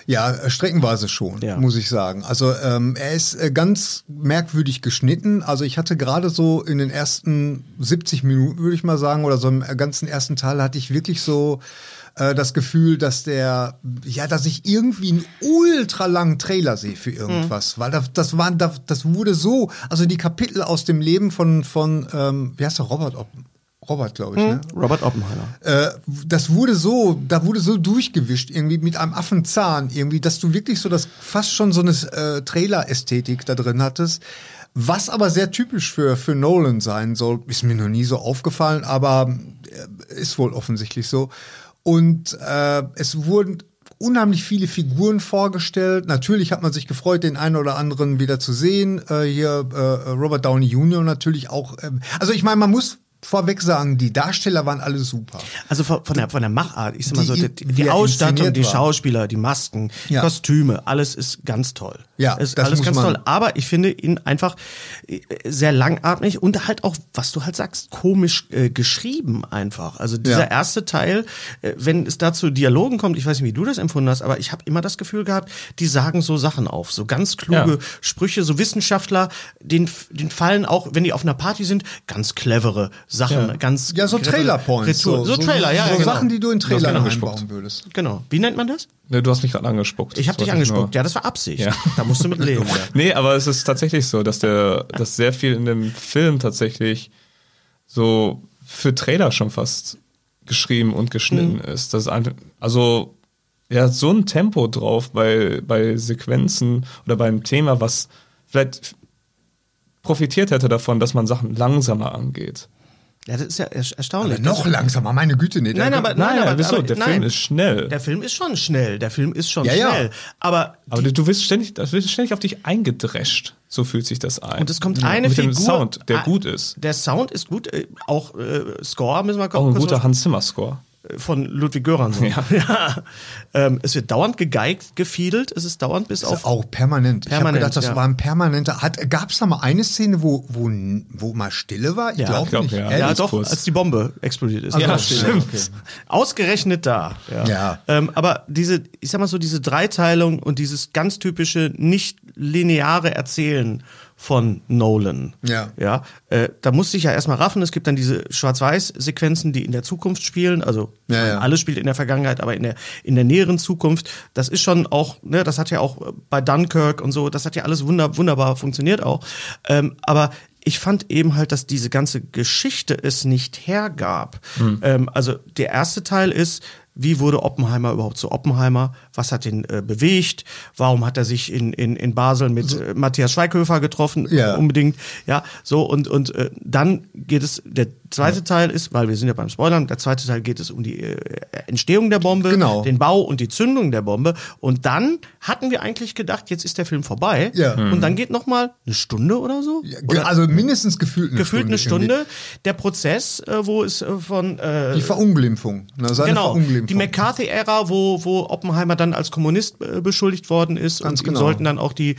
Speaker 1: Ja, äh, streckenweise schon,
Speaker 6: Ja.
Speaker 1: muss ich sagen. Also ähm, er ist äh, ganz merkwürdig geschnitten. Also ich hatte gerade so in den ersten 70 Minuten, würde ich mal sagen, oder so im äh, ganzen ersten Teil hatte ich wirklich so äh, das Gefühl, dass der, ja, dass ich irgendwie einen ultra langen Trailer sehe für irgendwas, weil das, das waren, das, das wurde so, also die Kapitel aus dem Leben von von, ähm, wie heißt der Robert? Oppen- Robert, glaube ich, ne?
Speaker 6: Robert Oppenheimer.
Speaker 1: äh, das wurde so, da wurde so durchgewischt, irgendwie mit einem Affenzahn, irgendwie, dass du wirklich so das fast schon so eine äh, Trailer-Ästhetik da drin hattest. Was aber sehr typisch für, für Nolan sein soll, ist mir noch nie so aufgefallen, aber äh, ist wohl offensichtlich so. Und äh, es wurden unheimlich viele Figuren vorgestellt. Natürlich hat man sich gefreut, den einen oder anderen wieder zu sehen. Äh, hier äh, Robert Downey Jr. natürlich auch. ähm, also ich meine, man muss vorweg sagen, die Darsteller waren alle super.
Speaker 6: Also von, von, der, von der Machart, ich sag mal
Speaker 1: Die-
Speaker 6: so, die, die,
Speaker 1: wie er
Speaker 6: Ausstattung, die
Speaker 1: inszeniert war.
Speaker 6: Schauspieler, die Masken,
Speaker 1: Ja.
Speaker 6: Kostüme, alles ist ganz toll.
Speaker 1: Ja,
Speaker 6: ist
Speaker 1: das
Speaker 6: alles
Speaker 1: muss
Speaker 6: ganz
Speaker 1: man-
Speaker 6: toll. Aber ich finde ihn einfach äh, sehr langatmig und halt auch, was du halt sagst, komisch äh, geschrieben einfach. Also dieser
Speaker 1: Ja.
Speaker 6: erste Teil, äh, wenn es da zu Dialogen kommt, ich weiß nicht, wie du das empfunden hast, aber ich habe immer das Gefühl gehabt, die sagen so Sachen auf, so ganz kluge
Speaker 9: Ja.
Speaker 6: Sprüche, so Wissenschaftler, den, den fallen auch, wenn die auf einer Party sind, ganz clevere Sachen, ganz
Speaker 1: Ja, so
Speaker 6: clevere
Speaker 1: Trailer-Points.
Speaker 6: Retouren. So, Trailer, ja,
Speaker 1: So
Speaker 6: ja, genau.
Speaker 1: Sachen, die du in Trailern
Speaker 9: hast du
Speaker 1: einbauen würdest.
Speaker 6: Genau. Wie nennt man das?
Speaker 9: Ne, du hast mich gerade angespuckt.
Speaker 6: Ich habe
Speaker 9: Das
Speaker 6: dich
Speaker 9: wollte nur-
Speaker 6: angespuckt. Ja, das war Absicht.
Speaker 9: Ja.
Speaker 6: Da musst du mit leben.
Speaker 9: Nee, aber es ist tatsächlich so, dass der, dass sehr viel in dem Film tatsächlich so für Trailer schon fast geschrieben und geschnitten
Speaker 6: Mhm.
Speaker 9: ist. Das ist ein, also er hat so ein Tempo drauf bei, bei Sequenzen oder beim Thema, was vielleicht profitiert hätte davon, dass man Sachen langsamer angeht.
Speaker 6: Ja, das ist ja er-
Speaker 1: Aber
Speaker 6: erstaunlich.
Speaker 1: noch langsamer, meine Güte, nee.
Speaker 6: Nein,
Speaker 1: da-
Speaker 6: aber,
Speaker 9: Nein,
Speaker 6: nein, aber,
Speaker 9: wieso?
Speaker 6: aber
Speaker 9: der Film ist schnell.
Speaker 6: Der Film ist schon schnell. Der Film ist schon
Speaker 1: Ja, ja.
Speaker 6: schnell. Aber
Speaker 9: aber du, du wirst ständig, das wird ständig auf dich eingedrescht. So fühlt sich das ein.
Speaker 6: und es kommt eine
Speaker 9: Mit
Speaker 6: Figur.
Speaker 9: dem Sound, der
Speaker 6: Ah,
Speaker 9: gut ist.
Speaker 6: Der Sound ist gut. äh, Auch äh, Score müssen wir
Speaker 9: Auch ein
Speaker 6: kurz
Speaker 9: guter
Speaker 6: was-
Speaker 9: Hans Zimmer Score.
Speaker 6: von Ludwig Göransson.
Speaker 9: Ja.
Speaker 6: ja. Ähm, es wird dauernd gegeigt, gefiedelt. Es ist dauernd bis auf.
Speaker 1: Ist auch permanent. ich habe
Speaker 6: Permanent,
Speaker 1: gedacht, das
Speaker 6: ja.
Speaker 1: war ein permanenter. Gab es da mal eine Szene, wo, wo, wo mal Stille war? Ich
Speaker 6: Ja,
Speaker 1: glaube
Speaker 9: ich glaub,
Speaker 1: nicht.
Speaker 9: ja.
Speaker 1: Ehrlich?
Speaker 6: ja, doch,
Speaker 9: kurz.
Speaker 6: als die Bombe explodiert ist.
Speaker 9: Ja,
Speaker 6: Ja,
Speaker 9: stimmt.
Speaker 6: Ausgerechnet da.
Speaker 1: Ja.
Speaker 6: Ähm, aber diese, ich sag mal so, diese Dreiteilung und dieses ganz typische nicht lineare Erzählen von Nolan.
Speaker 1: Ja.
Speaker 6: Ja. Äh, da musste ich ja erstmal raffen. Es gibt dann diese Schwarz-Weiß-Sequenzen, die in der Zukunft spielen. Also
Speaker 1: Ja, ja.
Speaker 6: alles spielt in der Vergangenheit, aber in der, in der näheren Zukunft. Das ist schon auch, ne, das hat ja auch äh, bei Dunkirk und so, das hat ja alles wunder, wunderbar funktioniert auch. Ähm, aber ich fand eben halt, dass diese ganze Geschichte es nicht hergab.
Speaker 1: Hm.
Speaker 6: Ähm, also der erste Teil ist, wie wurde Oppenheimer überhaupt zu Oppenheimer? Was hat ihn äh, bewegt? Warum hat er sich in, in, in Basel mit äh, Matthias Schweighöfer getroffen?
Speaker 1: Also
Speaker 6: um
Speaker 1: Ja.
Speaker 6: Unbedingt. Ja, so und, und äh, dann geht es, der zweite Teil ist, weil wir sind ja beim Spoilern, der zweite Teil geht es um die äh, Entstehung der Bombe,
Speaker 1: Genau.
Speaker 6: den Bau und die Zündung der Bombe. Und dann hatten wir eigentlich gedacht, jetzt ist der Film vorbei.
Speaker 1: Ja.
Speaker 6: Und dann geht nochmal eine Stunde oder so.
Speaker 1: Ja, ge- Also mindestens gefühlt eine
Speaker 6: Gefühlt eine
Speaker 1: Stunde.
Speaker 6: Stunde. Der Prozess, äh, wo es äh, von äh,
Speaker 1: irgendwie. Die Verunglimpfung. Na, seine
Speaker 6: genau,
Speaker 1: Verunglimpfung.
Speaker 6: die McCarthy-Ära, wo, wo Oppenheimer dann als Kommunist äh, beschuldigt worden ist
Speaker 1: Ganz
Speaker 6: und
Speaker 1: genau.
Speaker 6: ihm sollten dann auch die,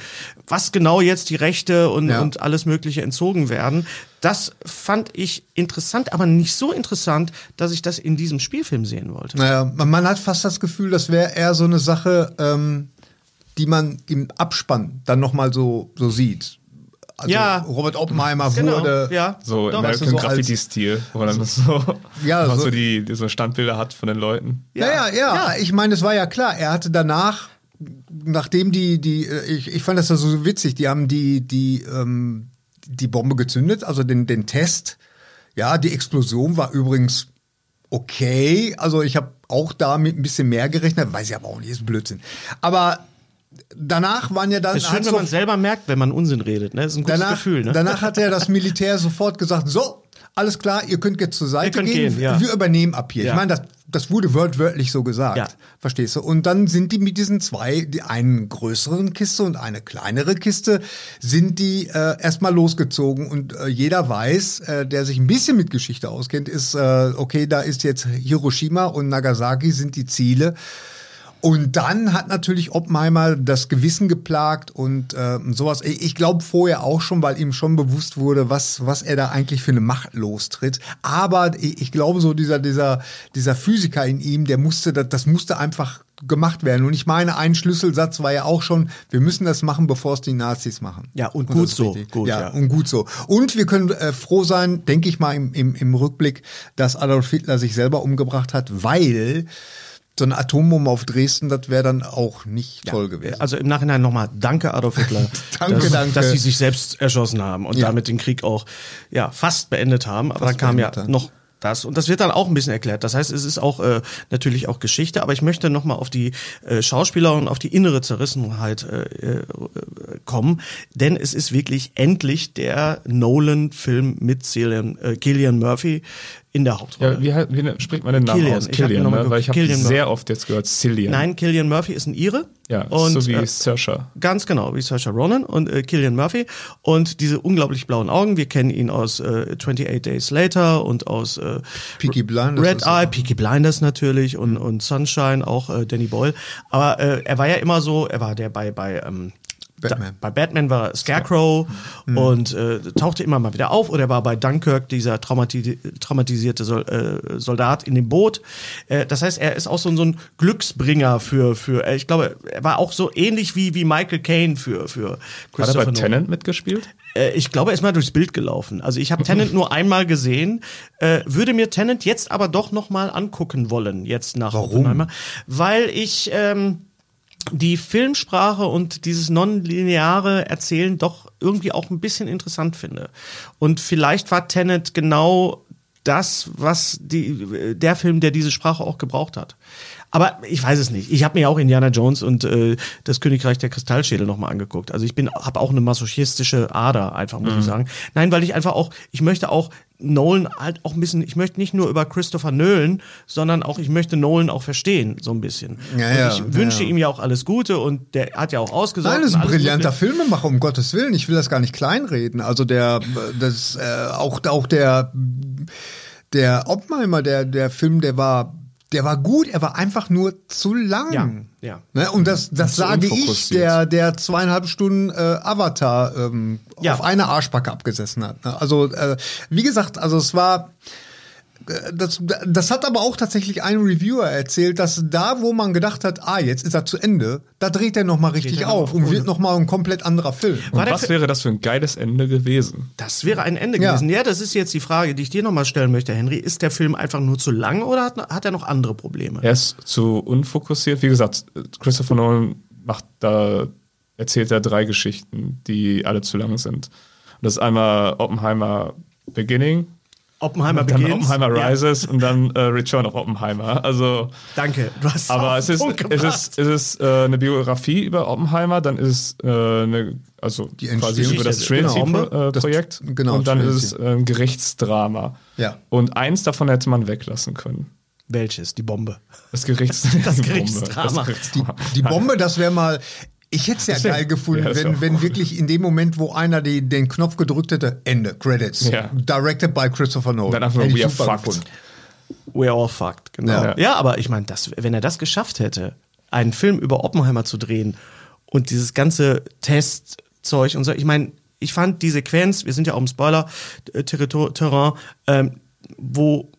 Speaker 6: was genau jetzt die Rechte und,
Speaker 1: Ja.
Speaker 6: und alles Mögliche entzogen werden. Das fand ich interessant, aber nicht so interessant, dass ich das in diesem Spielfilm sehen wollte.
Speaker 1: Naja, man, man hat fast das Gefühl, das wäre eher so eine Sache, ähm, die man im Abspann dann nochmal so, so sieht. Also
Speaker 6: Ja. Genau.
Speaker 1: Robert Oppenheimer wurde.
Speaker 6: ja.
Speaker 9: So
Speaker 1: Doch,
Speaker 9: American
Speaker 1: also so als-
Speaker 9: Graffiti-Stil, wo man dann so,
Speaker 1: Ja,
Speaker 9: wo man
Speaker 1: so-
Speaker 9: so, die, die so Standbilder hat von den Leuten.
Speaker 1: Naja, ja, ich meine, es war ja klar. Er hatte danach, nachdem die, die, äh, ich, ich fand das ja so witzig, die haben die, die, ähm, die Bombe gezündet, also den, den Test. Ja, die Explosion war übrigens okay. Also ich habe auch damit ein bisschen mehr gerechnet, weiß ich aber auch nicht, ist Blödsinn. Aber danach waren ja dann.
Speaker 6: Ist schön,
Speaker 1: hat's
Speaker 6: wenn
Speaker 1: so-
Speaker 6: man selber merkt, wenn man Unsinn redet. Ne? Das ist ein gutes
Speaker 1: danach,
Speaker 6: Gefühl. Ne?
Speaker 1: Danach hat ja das Militär sofort gesagt, so, alles klar, ihr könnt jetzt zur Seite
Speaker 6: könnt
Speaker 1: gehen,
Speaker 6: gehen, ja.
Speaker 1: wir übernehmen ab hier.
Speaker 6: Ja.
Speaker 1: Ich meine, das, das wurde wortwörtlich so gesagt,
Speaker 6: Ja.
Speaker 1: verstehst du? Und dann sind die mit diesen zwei, die einen größeren Kiste und eine kleinere Kiste, sind die äh, erstmal losgezogen. Und äh, jeder weiß, äh, der sich ein bisschen mit Geschichte auskennt, ist, äh, okay, da ist jetzt Hiroshima und Nagasaki sind die Ziele. Und dann hat natürlich Oppenheimer das Gewissen geplagt und äh, sowas. Ich, ich glaube vorher auch schon, weil ihm schon bewusst wurde, was, was er da eigentlich für eine Macht lostritt. Aber ich, ich glaube so dieser, dieser, dieser Physiker in ihm, der musste, das, das musste einfach gemacht werden. Und ich meine, ein Schlüsselsatz war ja auch schon, wir müssen das machen, bevor es die Nazis machen.
Speaker 6: Ja, und
Speaker 1: das
Speaker 6: gut
Speaker 1: ist
Speaker 6: so.
Speaker 1: richtig.
Speaker 6: Gut,
Speaker 1: ja,
Speaker 6: ja.
Speaker 1: und gut so. Und wir können äh, froh sein, denke ich mal im, im, im Rückblick, dass Adolf Hitler sich selber umgebracht hat, weil so eine Atombombe auf Dresden, das wäre dann auch nicht toll gewesen.
Speaker 6: Also im Nachhinein nochmal danke Adolf Hitler,
Speaker 1: Danke,
Speaker 6: dass,
Speaker 1: danke.
Speaker 6: dass sie sich selbst erschossen haben und
Speaker 1: Ja.
Speaker 6: damit den Krieg auch ja fast beendet haben. Aber
Speaker 1: Fast
Speaker 6: dann kam ja
Speaker 1: beendet haben.
Speaker 6: noch das und das wird dann auch ein bisschen erklärt. Das heißt, es ist auch äh, natürlich auch Geschichte, aber ich möchte nochmal auf die äh, Schauspieler und auf die innere Zerrissenheit äh, äh, kommen, denn es ist wirklich endlich der Nolan-Film mit Cillian, äh, Cillian Murphy in der Hauptrolle.
Speaker 9: Ja, wie, he- wie ne- spricht man den Namen
Speaker 6: Killian.
Speaker 9: aus?
Speaker 6: Ich hab
Speaker 9: Killian,
Speaker 6: nochmal
Speaker 9: ne? weil ich habe
Speaker 6: geguckt. Killian
Speaker 9: sehr oft jetzt gehört, Cillian.
Speaker 6: Nein, Killian Murphy ist ein Ire.
Speaker 9: Ja,
Speaker 6: und,
Speaker 9: so wie
Speaker 6: äh,
Speaker 9: Searcher.
Speaker 6: Ganz genau, wie Saoirse Ronan und äh, Killian Murphy. Und diese unglaublich blauen Augen, wir kennen ihn aus äh, 28 Days Later und aus äh,
Speaker 1: Peaky Blinders und
Speaker 6: Red
Speaker 1: so.
Speaker 6: Eye, Peaky Blinders natürlich und, und Sunshine, auch äh, Danny Boyle. Aber äh, er war ja immer so, er war der bei, bei ähm,
Speaker 1: Batman.
Speaker 6: Da, bei Batman war er Scarecrow und äh, tauchte immer mal wieder auf. Oder er war bei Dunkirk dieser traumati traumatisierte Sol äh, Soldat in dem Boot. Äh, das heißt, er ist auch so, ein- so ein Glücksbringer für, für äh, ich glaube, er war auch so ähnlich wie, wie Michael Caine für, für
Speaker 9: Hat er
Speaker 6: Christopher
Speaker 9: bei
Speaker 6: Nolan.
Speaker 9: Tennant mitgespielt?
Speaker 6: Äh, ich glaube, er ist mal durchs Bild gelaufen. Also ich habe Tennant nur einmal gesehen, äh, würde mir Tennant jetzt aber doch noch mal angucken wollen, jetzt nach Oppenheimer. Weil ich ähm, die Filmsprache und dieses nonlineare Erzählen doch irgendwie auch ein bisschen interessant finde. Und vielleicht war Tennant genau das, was die, der Film, der diese Sprache auch gebraucht hat. Aber ich weiß es nicht. Ich habe mir auch Indiana Jones und äh, das Königreich der Kristallschädel nochmal
Speaker 1: Mhm.
Speaker 6: angeguckt. Also ich bin, habe auch eine masochistische Ader, einfach muss ich sagen. Nein, weil ich einfach auch, ich möchte auch Nolan halt auch ein bisschen, ich möchte nicht nur über Christopher Nolan, sondern auch, ich möchte Nolan auch verstehen, so ein bisschen.
Speaker 1: Ja,
Speaker 6: und
Speaker 1: ja,
Speaker 6: ich
Speaker 1: ja,
Speaker 6: wünsche
Speaker 1: ja.
Speaker 6: ihm ja auch alles Gute und der hat ja auch ausgesagt.
Speaker 1: Nein, das ist
Speaker 6: und
Speaker 1: ein
Speaker 6: alles
Speaker 1: brillanter
Speaker 6: Gute.
Speaker 1: Filmemacher, um Gottes Willen. Ich will das gar nicht kleinreden. Also der, äh, das, äh, auch, auch der, der Oppenheimer, der, der Film, der war, der war gut, er war einfach nur zu lang.
Speaker 6: Ja, ja.
Speaker 1: Ne? Und das, das
Speaker 9: Hm. Zu
Speaker 1: sage ich,
Speaker 9: unfokussiert.
Speaker 1: der, der zweieinhalb Stunden äh, Avatar ähm,
Speaker 6: Ja.
Speaker 1: auf einer Arschbacke abgesessen hat. ne? Also, äh, wie gesagt, also es war, äh, das, das hat aber auch tatsächlich ein Reviewer erzählt, dass da, wo man gedacht hat, ah, jetzt ist er zu Ende, da dreht er nochmal richtig auf und wird nochmal ein komplett anderer Film.
Speaker 6: War
Speaker 9: um. Und
Speaker 6: der
Speaker 9: was
Speaker 6: Fi-
Speaker 9: wäre das für ein geiles Ende gewesen?
Speaker 6: Das wäre ein Ende
Speaker 1: Ja.
Speaker 6: gewesen. Ja, das ist jetzt die Frage, die ich dir nochmal stellen möchte, Henry. Ist der Film einfach nur zu lang oder hat, hat er noch andere Probleme?
Speaker 9: Er ist zu unfokussiert. Wie gesagt, Christopher Nolan macht da, erzählt da drei Geschichten, die alle zu lang sind. Und das ist einmal Oppenheimer Beginning,
Speaker 6: Oppenheimer
Speaker 9: dann
Speaker 6: Begins.
Speaker 9: Oppenheimer
Speaker 6: Ja.
Speaker 9: Rises und dann äh, Return of Oppenheimer. Also
Speaker 6: Danke, du hast
Speaker 9: Aber
Speaker 6: auf
Speaker 9: es
Speaker 6: den
Speaker 9: ist,
Speaker 6: Punkt
Speaker 9: es
Speaker 6: gebracht.
Speaker 9: ist, es ist äh, eine Biografie über Oppenheimer, dann ist es äh, eine, also
Speaker 1: Die
Speaker 9: quasi
Speaker 1: Entstehung
Speaker 9: über das
Speaker 1: des-
Speaker 9: Trinity-Projekt
Speaker 1: genau. Das-
Speaker 9: äh, Projekt.
Speaker 1: genau,
Speaker 9: und dann ist es
Speaker 1: Trinity.
Speaker 9: äh, ein Gerichtsdrama.
Speaker 1: Ja.
Speaker 9: Und eins davon hätte man weglassen können.
Speaker 6: Welches? Die Bombe.
Speaker 9: Das, Gerichts
Speaker 6: Das Gerichtsdrama.
Speaker 9: Das
Speaker 1: Die,
Speaker 9: Gerichtsdrama.
Speaker 1: die Bombe, das wäre mal. Ich hätte es ja
Speaker 9: Das wär-
Speaker 1: geil gefunden,
Speaker 9: Ja, das wär
Speaker 1: wenn,
Speaker 9: auch
Speaker 1: wenn
Speaker 9: cool.
Speaker 1: wirklich in dem Moment, wo einer die, den Knopf gedrückt hätte, Ende, Credits.
Speaker 9: Ja.
Speaker 1: Directed by Christopher Nolan.
Speaker 9: Dann einfach nur,
Speaker 1: Hätte ich
Speaker 9: we are
Speaker 1: super
Speaker 9: fucked.
Speaker 1: gefunden.
Speaker 6: We're all fucked, genau. Ja,
Speaker 9: Ja.
Speaker 6: aber ich meine, das, wenn er das geschafft hätte, einen Film über Oppenheimer zu drehen und dieses ganze Testzeug und so, ich meine, ich fand die Sequenz, wir sind ja auch im Spoiler-Terrain, ähm, wo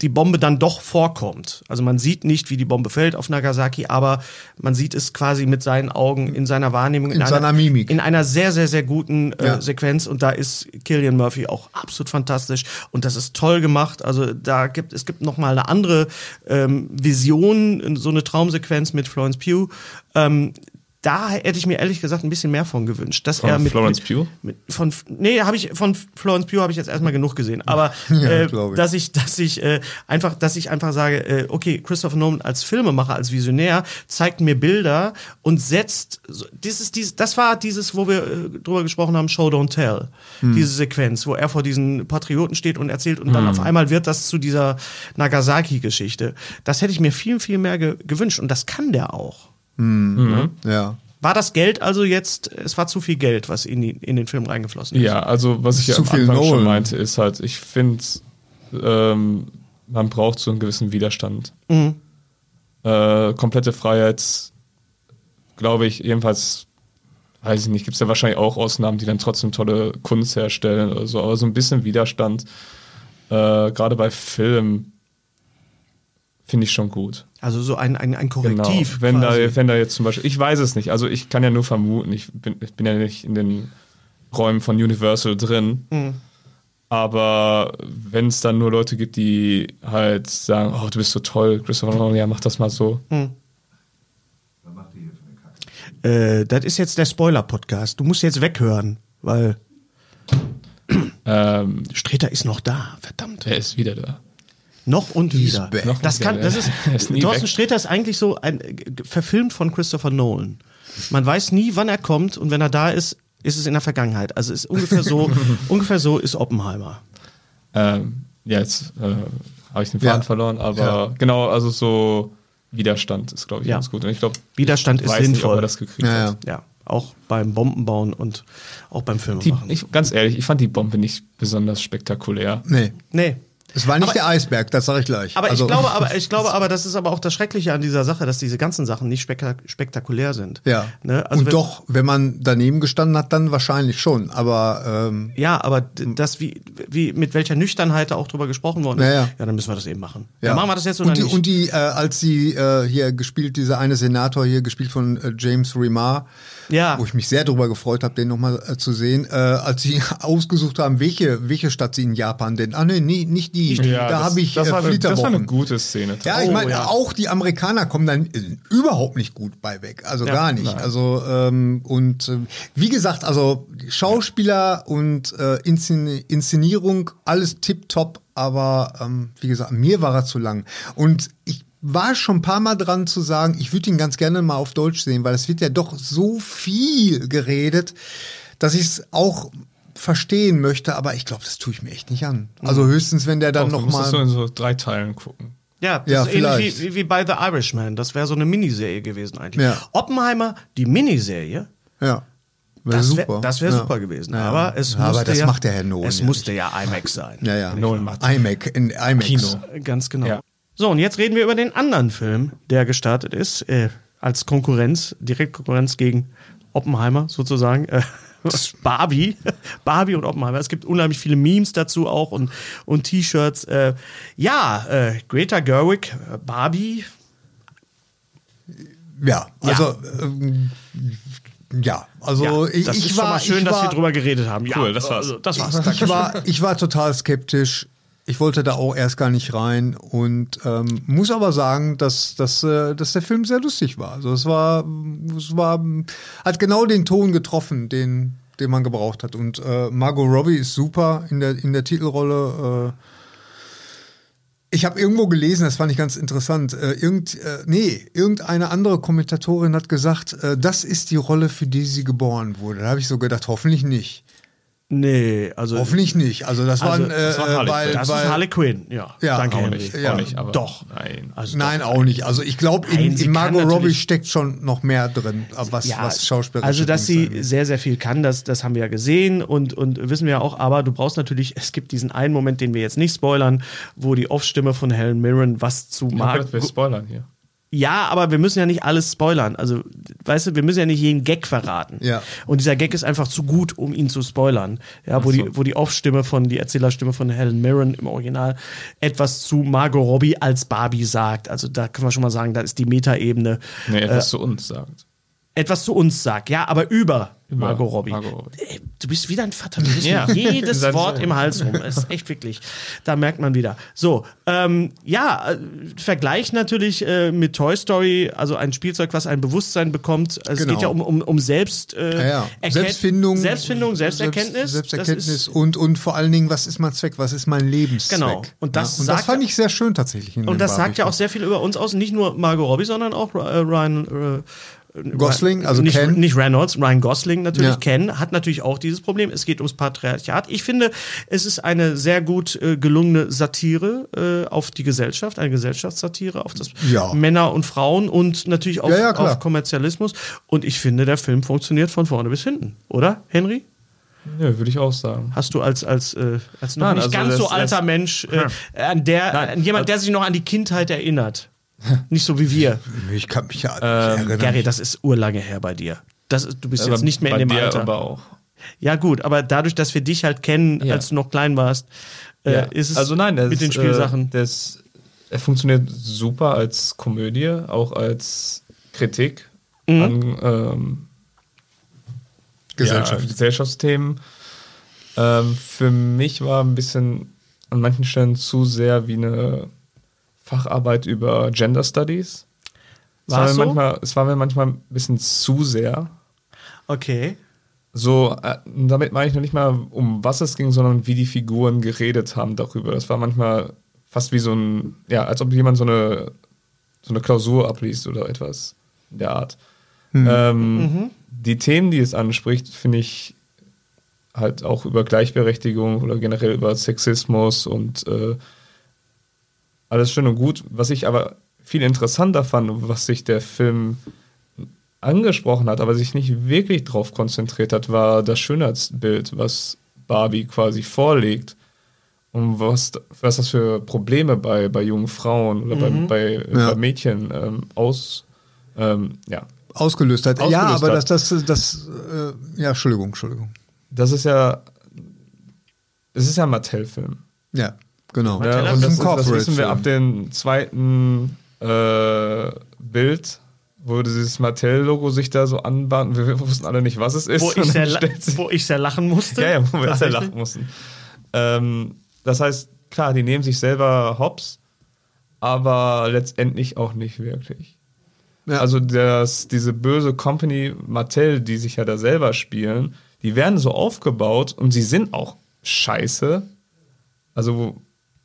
Speaker 6: die Bombe dann doch vorkommt. Also man sieht nicht, wie die Bombe fällt auf Nagasaki, aber man sieht es quasi mit seinen Augen in seiner Wahrnehmung.
Speaker 1: In seiner Mimik.
Speaker 6: In einer sehr, sehr, sehr guten äh,
Speaker 1: Ja.
Speaker 6: Sequenz und da ist Killian Murphy auch absolut fantastisch und das ist toll gemacht. Also da gibt es gibt noch mal eine andere ähm, Vision, so eine Traumsequenz mit Florence Pugh. Ähm, da hätte ich mir ehrlich gesagt ein bisschen mehr von gewünscht, dass
Speaker 9: Von
Speaker 6: er mit
Speaker 9: Florence
Speaker 6: mit,
Speaker 9: Pugh?
Speaker 6: Mit, von nee, habe ich von Florence Pugh habe ich jetzt erstmal genug gesehen, aber äh,
Speaker 1: glaub ich.
Speaker 6: dass ich dass ich äh, einfach dass ich einfach sage, äh, okay, Christopher Nolan als Filmemacher, als Visionär zeigt mir Bilder und setzt so- das ist dies das war dieses, wo wir äh, drüber gesprochen haben, Show Don't Tell.
Speaker 1: Hm.
Speaker 6: Diese Sequenz, wo er vor diesen Patrioten steht und erzählt und dann auf einmal wird das zu dieser Nagasaki Geschichte. Das hätte ich mir viel viel mehr ge gewünscht und das kann der auch.
Speaker 1: Ja.
Speaker 6: War das Geld also jetzt, es war zu viel Geld, was in, die, in den Film reingeflossen ist?
Speaker 9: Ja, also was ich ja
Speaker 1: Zu
Speaker 9: am
Speaker 1: viel
Speaker 9: Anfang schon
Speaker 1: Nolan.
Speaker 9: meinte, ist halt, ich finde, ähm, man braucht so einen gewissen Widerstand.
Speaker 1: Mhm.
Speaker 9: Äh, komplette Freiheit, glaube ich, jedenfalls, weiß ich nicht, gibt es ja wahrscheinlich auch Ausnahmen, die dann trotzdem tolle Kunst herstellen oder so, aber so ein bisschen Widerstand, äh, gerade bei Film, finde ich schon gut.
Speaker 6: Also so ein, ein, ein Korrektiv.
Speaker 9: Genau. Wenn,
Speaker 6: quasi.
Speaker 9: da, wenn da jetzt zum Beispiel, ich weiß es nicht, also ich kann ja nur vermuten, ich bin, ich bin ja nicht in den Räumen von Universal drin,
Speaker 6: Mhm.
Speaker 9: aber wenn es dann nur Leute gibt, die halt sagen, oh, du bist so toll, Christopher Nolan, ja, mach das mal so.
Speaker 6: Mhm. äh, das ist jetzt der Spoiler-Podcast. Du musst jetzt weghören, weil
Speaker 9: Ähm,
Speaker 6: Streter ist noch da. Verdammt.
Speaker 9: er ist wieder da.
Speaker 6: Noch und wieder.
Speaker 9: Noch
Speaker 6: das
Speaker 9: und
Speaker 6: kann,
Speaker 9: wieder.
Speaker 6: das ist,
Speaker 9: Er ist nie
Speaker 6: Thorsten
Speaker 9: weg.
Speaker 6: Sträter ist eigentlich so ein, äh, g- verfilmt von Christopher Nolan. Man weiß nie, wann er kommt und wenn er da ist, ist es in der Vergangenheit. Also ist ungefähr so, ungefähr so ist Oppenheimer.
Speaker 9: Ähm, ja, jetzt äh, habe ich den
Speaker 1: Ja.
Speaker 9: Faden verloren, aber genau, also so Widerstand ist, glaube ich,
Speaker 6: Ja.
Speaker 9: ganz gut. Und ich glaube,
Speaker 6: Widerstand
Speaker 9: ich
Speaker 6: ist
Speaker 9: weiß nicht, ob
Speaker 6: sinnvoll.
Speaker 9: er das gekriegt
Speaker 1: Ja,
Speaker 9: hat.
Speaker 1: ja.
Speaker 6: ja, auch beim Bombenbauen und auch beim
Speaker 9: Die,
Speaker 6: Filmemachen.
Speaker 9: ich, ganz ehrlich, ich fand die Bombe nicht besonders spektakulär.
Speaker 1: Nee.
Speaker 6: Nee.
Speaker 1: Es war nicht
Speaker 6: Aber-
Speaker 1: der Eisberg, das sage ich gleich.
Speaker 6: Aber
Speaker 1: Also-
Speaker 6: ich glaube, aber ich glaube, aber das ist aber auch das Schreckliche an dieser Sache, dass diese ganzen Sachen nicht spekta spektakulär sind.
Speaker 1: Ja.
Speaker 6: Ne? Also
Speaker 1: und
Speaker 6: wenn,
Speaker 1: doch, wenn man daneben gestanden hat, dann wahrscheinlich schon. Aber ähm,
Speaker 6: Ja, aber d- das wie, wie mit welcher Nüchternheit da auch drüber gesprochen worden ist.
Speaker 1: Ja, ja.
Speaker 6: dann müssen wir das eben machen. Ja,
Speaker 1: ja.
Speaker 6: machen wir das jetzt oder
Speaker 1: und die,
Speaker 6: nicht?
Speaker 1: Und die, äh, als sie äh, hier gespielt, dieser eine Senator hier gespielt von äh, James Remar,
Speaker 6: ja.
Speaker 1: wo Oh, ich mich sehr darüber gefreut habe, den nochmal äh, zu sehen, äh, als sie ausgesucht haben, welche, welche Stadt sie in Japan denn. Ah nee, nee nicht die. da
Speaker 9: das-
Speaker 1: habe ich äh,
Speaker 9: das, war eine, das war eine
Speaker 1: Flitterwochen.
Speaker 9: gute Szene.
Speaker 1: Ja, ich
Speaker 6: Oh,
Speaker 1: meine,
Speaker 6: ja.
Speaker 1: auch die Amerikaner kommen dann äh, überhaupt nicht gut bei weg. Also gar nicht. Also, ähm, und äh, wie gesagt, also Schauspieler und äh, Inszen Inszenierung, alles tipptopp, aber ähm, wie gesagt, mir war er zu lang. Und ich war schon ein paar Mal dran zu sagen, ich würde ihn ganz gerne mal auf Deutsch sehen, weil es wird ja doch so viel geredet, dass ich es auch verstehen möchte, aber ich glaube, das tue ich mir echt nicht an. Also höchstens, wenn der dann
Speaker 9: Mhm. Du musst das
Speaker 1: nochmal.
Speaker 9: so in so drei Teilen gucken.
Speaker 6: Ja, das
Speaker 1: Ja,
Speaker 6: ist ähnlich
Speaker 1: vielleicht.
Speaker 6: wie, wie bei The Irishman. Das wäre so eine Miniserie gewesen eigentlich.
Speaker 1: Ja.
Speaker 6: Oppenheimer, die Miniserie,
Speaker 1: Ja. Wäre
Speaker 6: das wäre
Speaker 1: super.
Speaker 6: das wär
Speaker 1: ja.
Speaker 6: super gewesen.
Speaker 1: Ja.
Speaker 6: Aber es
Speaker 1: Ja,
Speaker 6: musste
Speaker 1: aber das
Speaker 6: ja,
Speaker 1: macht der Herr Nolan.
Speaker 6: Es
Speaker 1: ja
Speaker 6: musste ja IMAX sein.
Speaker 1: nicht. Ja, ja.
Speaker 9: Nolan macht.
Speaker 1: IMAX. In IMAX.
Speaker 9: Kino.
Speaker 6: Ganz genau.
Speaker 9: Ja.
Speaker 6: So, und jetzt reden wir über den anderen Film, der gestartet ist, äh, als Konkurrenz, Direktkonkurrenz gegen Oppenheimer sozusagen. Äh, Barbie, Barbie und Oppenheimer. Es gibt unheimlich viele Memes dazu auch und, und T-Shirts. Äh, ja, äh, Greta Gerwig, äh, Barbie,
Speaker 1: Ja, also ähm, ja, also
Speaker 6: ja,
Speaker 1: ich,
Speaker 6: das
Speaker 1: ich
Speaker 6: ist
Speaker 1: war
Speaker 6: schon mal schön,
Speaker 1: ich
Speaker 6: dass
Speaker 1: war,
Speaker 6: wir drüber geredet haben. Ja,
Speaker 9: Cool, das war's.
Speaker 6: also, Das war's.
Speaker 1: ich war ich war total skeptisch. Ich wollte da auch erst gar nicht rein und ähm, muss aber sagen, dass, dass, äh, dass der Film sehr lustig war. Also es war es war ähm, hat genau den Ton getroffen, den den man gebraucht hat. Und äh, Margot Robbie ist super in der in der Titelrolle. Äh, Ich habe irgendwo gelesen, das fand ich ganz interessant. Äh, irgend, äh, nee, irgendeine andere Kommentatorin hat gesagt, äh, das ist die Rolle, für die sie geboren wurde. Da habe ich so gedacht, hoffentlich nicht.
Speaker 6: Nee, also.
Speaker 1: Hoffentlich nicht. Also das
Speaker 6: Also,
Speaker 1: waren, äh,
Speaker 9: das waren Harley
Speaker 1: weil,
Speaker 9: Quinn.
Speaker 6: Das
Speaker 1: weil,
Speaker 6: ist Harley Quinn, ja.
Speaker 1: Ja,
Speaker 6: Danke,
Speaker 1: auch
Speaker 6: Henry.
Speaker 1: nicht.
Speaker 9: Auch
Speaker 1: Ja.
Speaker 9: nicht, aber
Speaker 6: Doch.
Speaker 9: Nein.
Speaker 6: Also
Speaker 1: Nein, auch nicht. Also ich glaube, in,
Speaker 6: Nein, sie
Speaker 1: in Margot
Speaker 6: kann
Speaker 1: Robbie
Speaker 6: natürlich-
Speaker 1: steckt schon noch mehr drin, äh, was, was schauspielerisch
Speaker 6: Also, dass sie sehr, sehr viel kann, das, das haben wir ja gesehen und, und wissen wir ja auch. Aber du brauchst natürlich, es gibt diesen einen Moment, den wir jetzt nicht spoilern, wo die Off-Stimme von Helen Mirren was zu
Speaker 9: Ich hab
Speaker 6: Margot.
Speaker 9: gedacht, wir spoilern hier.
Speaker 6: Ja, aber wir müssen ja nicht alles spoilern. Also, weißt du, wir müssen ja nicht jeden Gag verraten.
Speaker 1: Ja.
Speaker 6: Und dieser Gag ist einfach zu gut, um ihn zu spoilern. Ja, wo die, wo die Off-Stimme von, die Erzählerstimme von Helen Mirren im Original etwas zu Margot Robbie als Barbie sagt. Also, da können wir schon mal sagen, da ist die Metaebene
Speaker 9: Nee,
Speaker 6: Äh,
Speaker 9: etwas zu uns sagt.
Speaker 6: etwas zu uns sagt, ja, aber über, Margot Robbie.
Speaker 9: Margot Robbie.
Speaker 6: Ey, Du bist wieder ein Vater, du bist
Speaker 9: Ja.
Speaker 6: mir jedes
Speaker 9: Sein
Speaker 6: Wort
Speaker 9: Sohn.
Speaker 6: im Hals rum. Das ist echt wirklich. Da merkt man wieder. So, ähm, ja, äh, Vergleich natürlich äh, mit Toy Story, also ein Spielzeug, was ein Bewusstsein bekommt. Es
Speaker 1: Genau.
Speaker 6: geht ja um, um, um Selbst, äh,
Speaker 1: Ja, ja.
Speaker 6: Erkennt-
Speaker 1: Selbstfindung,
Speaker 6: Selbstfindung, Selbsterkenntnis.
Speaker 1: Selbst,
Speaker 6: Das
Speaker 1: Selbsterkenntnis
Speaker 6: ist,
Speaker 1: und, und vor allen Dingen, was ist mein Zweck, was ist mein Lebenszweck?
Speaker 6: Genau. Und das
Speaker 1: und
Speaker 6: sagt-
Speaker 1: das fand ich sehr schön tatsächlich. in dem
Speaker 6: und das sagt ja
Speaker 1: Barbie-Film.
Speaker 6: auch sehr viel über uns aus. Nicht nur Margot Robbie, sondern auch äh, Ryan. Äh,
Speaker 1: Gosling, also
Speaker 6: nicht,
Speaker 1: Ken.
Speaker 6: Nicht Reynolds, Ryan Gosling natürlich.
Speaker 1: Ja.
Speaker 6: Ken hat natürlich auch dieses Problem. Es geht ums Patriarchat. Ich finde, es ist eine sehr gut äh, gelungene Satire äh, auf die Gesellschaft, eine Gesellschaftssatire auf das
Speaker 1: Ja.
Speaker 6: Männer und Frauen und natürlich auf,
Speaker 1: Ja, ja, klar.
Speaker 6: auf Kommerzialismus. Und ich finde, der Film funktioniert von vorne bis hinten, oder, Henry?
Speaker 9: Nö, würde ich auch sagen.
Speaker 6: Hast du als, als, äh, als noch
Speaker 9: Nein,
Speaker 6: nicht
Speaker 9: also
Speaker 6: ganz
Speaker 9: das- Hm.
Speaker 6: so
Speaker 9: das-
Speaker 6: alter Mensch, äh, an der, an jemand,
Speaker 9: also
Speaker 6: der sich noch an die Kindheit erinnert. Nicht so wie wir.
Speaker 1: Ich kann mich ja nicht erinnern.
Speaker 6: Ähm, Gary, das ist urlange her bei dir. Das, ist- du bist
Speaker 9: Aber
Speaker 6: jetzt nicht mehr
Speaker 9: bei
Speaker 6: in dem
Speaker 9: dir
Speaker 6: Alter.
Speaker 9: aber auch.
Speaker 6: Ja, gut, aber dadurch, dass wir dich halt kennen,
Speaker 9: Ja.
Speaker 6: als du noch klein warst, äh, ist es
Speaker 9: also nein, der
Speaker 6: mit
Speaker 9: ist,
Speaker 6: den Spielsachen.
Speaker 9: Äh, der ist, er funktioniert super als Komödie, auch als Kritik
Speaker 6: Mhm.
Speaker 9: an ähm,
Speaker 1: Gesellschaft.
Speaker 9: Ja, Gesellschaftsthemen. Ähm, für mich war ein bisschen an manchen Stellen zu sehr wie eine Facharbeit über Gender Studies. Es
Speaker 6: War
Speaker 9: war,
Speaker 6: es
Speaker 9: mir
Speaker 6: so?
Speaker 9: manchmal, es war mir manchmal ein bisschen zu sehr.
Speaker 6: okay.
Speaker 9: So, äh, damit meine ich noch nicht mal, um was es ging, sondern wie die Figuren geredet haben darüber. Das war manchmal fast wie so ein, ja, als ob jemand so eine, so eine Klausur abliest oder etwas in der Art. Ähm, Die Themen, die es anspricht, finde ich halt auch über Gleichberechtigung oder generell über Sexismus und äh, alles schön und gut. Was ich aber viel interessanter fand, und was sich der Film angesprochen hat, aber sich nicht wirklich drauf konzentriert hat, war das Schönheitsbild, was Barbie quasi vorlegt und was, was das für Probleme bei, bei jungen Frauen oder bei, bei,
Speaker 1: Ja.
Speaker 9: bei Mädchen ähm, aus. Ähm, ja,
Speaker 1: Ausgelöst hat. ja,
Speaker 9: Ausgelöst
Speaker 1: aber
Speaker 9: hat.
Speaker 1: das, das, das, äh, ja, Entschuldigung, Entschuldigung.
Speaker 9: das ist ja. Es ist ja ein Mattel-Film.
Speaker 1: Ja, genau.
Speaker 9: Ne?
Speaker 1: Ja,
Speaker 9: Und das,
Speaker 1: ein
Speaker 9: ist, das wissen wir
Speaker 1: Corporate-Film.
Speaker 9: ab dem zweiten äh, Bild, wo dieses Mattel-Logo sich da so anbahnt. Wir wussten alle nicht, was es ist.
Speaker 6: Wo
Speaker 9: Und
Speaker 6: ich,
Speaker 9: dann
Speaker 6: sehr, la-
Speaker 9: stellt sich-
Speaker 6: wo ich sehr lachen musste.
Speaker 9: Ja, ja, wo wir sehr
Speaker 6: Tatsächlich.
Speaker 9: lachen mussten. Ähm, das heißt, klar, die nehmen sich selber hops, aber letztendlich auch nicht wirklich.
Speaker 1: Ja.
Speaker 9: Also das, diese böse Company Mattel, die sich ja da selber spielen, die werden so aufgebaut und sie sind auch scheiße. Also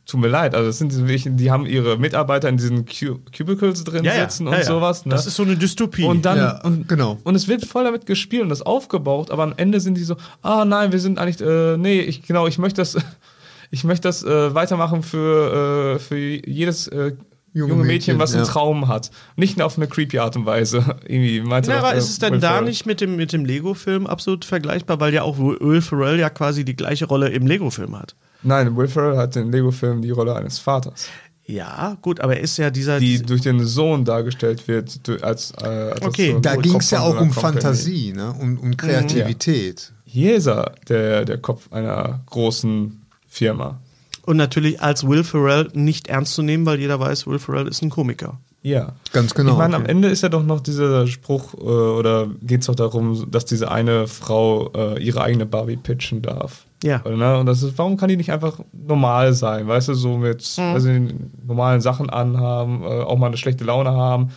Speaker 9: Tut mir leid, also das sind die, welchen, die haben ihre Mitarbeiter in diesen Cu Cubicles drin
Speaker 6: Ja, ja,
Speaker 9: sitzen
Speaker 6: ja,
Speaker 9: und
Speaker 6: ja.
Speaker 9: sowas. Ne?
Speaker 6: Das ist so eine Dystopie.
Speaker 9: Und dann,
Speaker 1: Ja,
Speaker 9: und,
Speaker 1: genau.
Speaker 9: Und es wird voll damit gespielt und das aufgebaut, aber am Ende sind die so, ah nein, wir sind eigentlich, äh, nee, ich, genau, ich möchte das, ich möchte das äh, weitermachen für, äh, für jedes äh, junge, Mädchen,
Speaker 1: Mädchen,
Speaker 9: was einen
Speaker 1: ja.
Speaker 9: Traum hat. Nicht auf eine creepy Art und Weise. Irgendwie meinte
Speaker 6: Ja,
Speaker 9: doch,
Speaker 6: aber
Speaker 9: äh,
Speaker 6: ist es denn
Speaker 9: Will
Speaker 6: da
Speaker 9: Ferrell.
Speaker 6: nicht mit dem, mit dem Lego-Film absolut vergleichbar, weil ja auch Will Ferrell ja quasi die gleiche Rolle im Lego-Film hat?
Speaker 9: Nein, Will Ferrell hat in Lego-Film die Rolle eines Vaters,
Speaker 6: Ja, gut, aber er ist ja dieser.
Speaker 9: die durch den Sohn dargestellt wird, du- als, äh, als das
Speaker 6: Okay,
Speaker 9: so ein
Speaker 6: da
Speaker 1: Da
Speaker 9: Kopf
Speaker 1: ging es ja
Speaker 9: von so
Speaker 1: auch
Speaker 9: einer
Speaker 1: um
Speaker 9: Company.
Speaker 1: Fantasie, ne? um,
Speaker 9: Mhm.
Speaker 1: um Kreativität.
Speaker 9: Hier ist er, der, der Kopf einer großen Firma.
Speaker 6: und natürlich als Will Ferrell nicht ernst zu nehmen, weil jeder weiß, Will Ferrell ist ein Komiker.
Speaker 9: Ja.
Speaker 1: Ganz genau.
Speaker 9: Ich meine, am Ende ist ja doch noch dieser Spruch, äh, oder geht es doch darum, dass diese eine Frau äh, ihre eigene Barbie pitchen darf.
Speaker 6: Ja.
Speaker 9: Oder, ne? Und das ist, warum kann die nicht einfach normal sein? Weißt du, so mit
Speaker 6: Mhm.
Speaker 9: also, den normalen Sachen anhaben, äh, auch mal eine schlechte Laune haben.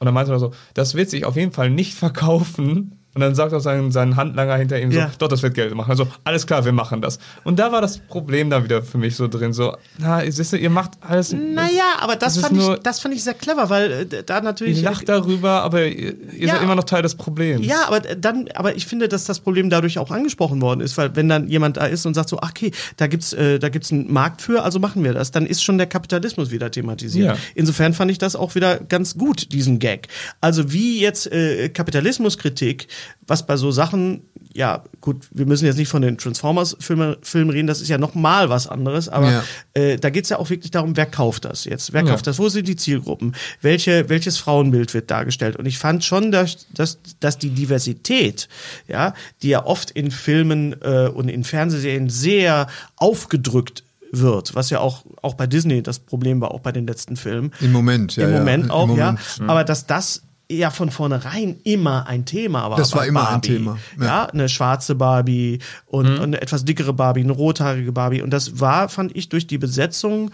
Speaker 9: Und dann meinte er so, das wird sich auf jeden Fall nicht verkaufen. Und dann sagt auch sein, sein Handlanger hinter ihm so,
Speaker 6: Ja.
Speaker 9: doch, das wird Geld machen. Also, alles klar, wir machen das. Und da war das Problem dann wieder für mich so drin, so, na, siehst du, ihr macht alles.
Speaker 6: Naja, aber das,
Speaker 9: ist
Speaker 6: fand ich,
Speaker 9: nur-
Speaker 6: das fand ich sehr clever, weil äh, da natürlich.
Speaker 9: ich lache darüber, aber ihr, ihr
Speaker 6: Ja.
Speaker 9: seid immer noch Teil des Problems.
Speaker 6: Ja, aber dann, aber ich finde, dass das Problem dadurch auch angesprochen worden ist, weil wenn dann jemand da ist und sagt so, ach, okay, da gibt's, äh, da gibt's einen Markt für, also machen wir das, dann ist schon der Kapitalismus wieder thematisiert.
Speaker 9: Ja.
Speaker 6: Insofern fand ich das auch wieder ganz gut, diesen Gag. Also wie jetzt äh, Kapitalismuskritik, was bei so Sachen, ja, gut, wir müssen jetzt nicht von den Transformers-Filmen Filmen reden, das ist ja nochmal was anderes, aber
Speaker 1: Ja.
Speaker 6: äh, da geht's ja auch wirklich darum, wer kauft das jetzt? Wer kauft das? Wo sind die Zielgruppen? Welche, welches Frauenbild wird dargestellt? Und ich fand schon, dass, dass, dass die Diversität, ja, die ja oft in Filmen äh, und in Fernsehserien sehr aufgedrückt wird, was ja auch, auch bei Disney das Problem war, auch bei den letzten Filmen.
Speaker 1: Im Moment, ja,
Speaker 6: Im
Speaker 1: ja.
Speaker 6: Moment
Speaker 1: Im
Speaker 6: auch,
Speaker 1: Moment,
Speaker 6: ja. Aber dass das ja von vornherein immer ein Thema war.
Speaker 1: Das
Speaker 6: bei
Speaker 1: war immer ein
Speaker 6: Barbie.
Speaker 1: Thema,
Speaker 6: Ja.
Speaker 1: ja.
Speaker 6: eine schwarze Barbie und, und eine etwas dickere Barbie, eine rothaarige Barbie. Und das war, fand ich, durch die Besetzung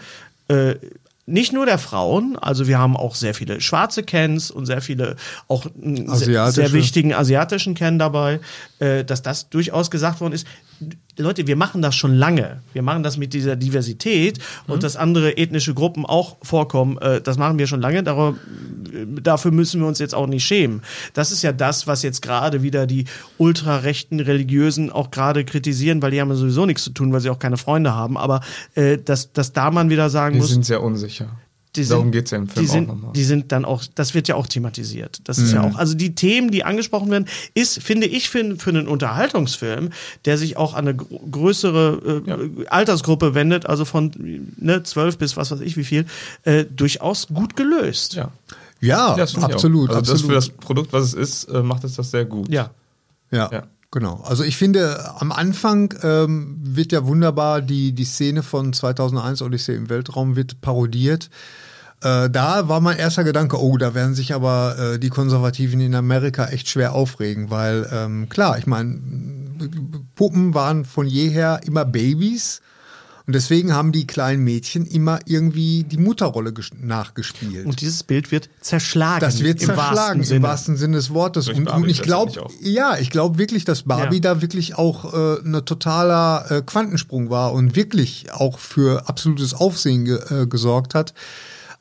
Speaker 6: äh, nicht nur der Frauen, also wir haben auch sehr viele schwarze Cans und sehr viele auch mh, sehr,
Speaker 1: Asiatische.
Speaker 6: sehr wichtigen asiatischen Can dabei, äh, dass das durchaus gesagt worden ist. Leute, wir machen das schon lange. Wir machen das mit dieser Diversität und dass andere ethnische Gruppen auch vorkommen, äh, das machen wir schon lange. Darüber, dafür müssen wir uns jetzt auch nicht schämen. Das ist ja das, was jetzt gerade wieder die ultrarechten Religiösen auch gerade kritisieren, weil die haben ja sowieso nichts zu tun, weil sie auch keine Freunde haben. Aber äh, dass, dass da man wieder sagen
Speaker 9: Die
Speaker 6: muss,
Speaker 9: sind sehr unsicher.
Speaker 6: die sind,
Speaker 9: Darum geht es ja im Film
Speaker 6: die sind,
Speaker 9: auch nochmal. Mhm.
Speaker 6: Die sind dann auch, das wird ja auch thematisiert. Das ist ja auch, also die Themen, die angesprochen werden, ist, finde ich, für, für einen Unterhaltungsfilm, der sich auch an eine gr- größere äh, Altersgruppe wendet, also von ne, 12 bis was weiß ich wie viel, äh, durchaus gut gelöst.
Speaker 9: Ja,
Speaker 1: Ja,
Speaker 9: das finde ich auch.
Speaker 1: absolut.
Speaker 9: Also das
Speaker 1: absolut.
Speaker 9: für das Produkt, was es ist, äh, macht es das sehr gut.
Speaker 6: Ja.
Speaker 1: Ja,
Speaker 9: Ja.
Speaker 1: genau. Also ich finde, am Anfang ähm, wird ja wunderbar die, die Szene von 2001 Odyssee im Weltraum wird parodiert. Äh, da war mein erster Gedanke, oh, da werden sich aber äh, die Konservativen in Amerika echt schwer aufregen, weil ähm, klar, ich meine, Puppen waren von jeher immer Babys. Und deswegen haben die kleinen Mädchen immer irgendwie die Mutterrolle ges- nachgespielt.
Speaker 6: Und dieses Bild wird zerschlagen.
Speaker 1: Das wird
Speaker 6: im
Speaker 1: zerschlagen
Speaker 6: wahrsten
Speaker 1: im
Speaker 6: Sinne.
Speaker 1: wahrsten Sinne des Wortes.
Speaker 9: Durch
Speaker 1: Und,
Speaker 9: Barbie
Speaker 1: und ich
Speaker 9: letztendlich
Speaker 1: glaube,
Speaker 9: auch.
Speaker 1: ja, ich glaube wirklich, dass Barbie
Speaker 6: Ja.
Speaker 1: da wirklich auch äh, ein totaler äh, Quantensprung war und wirklich auch für absolutes Aufsehen ge äh, gesorgt hat.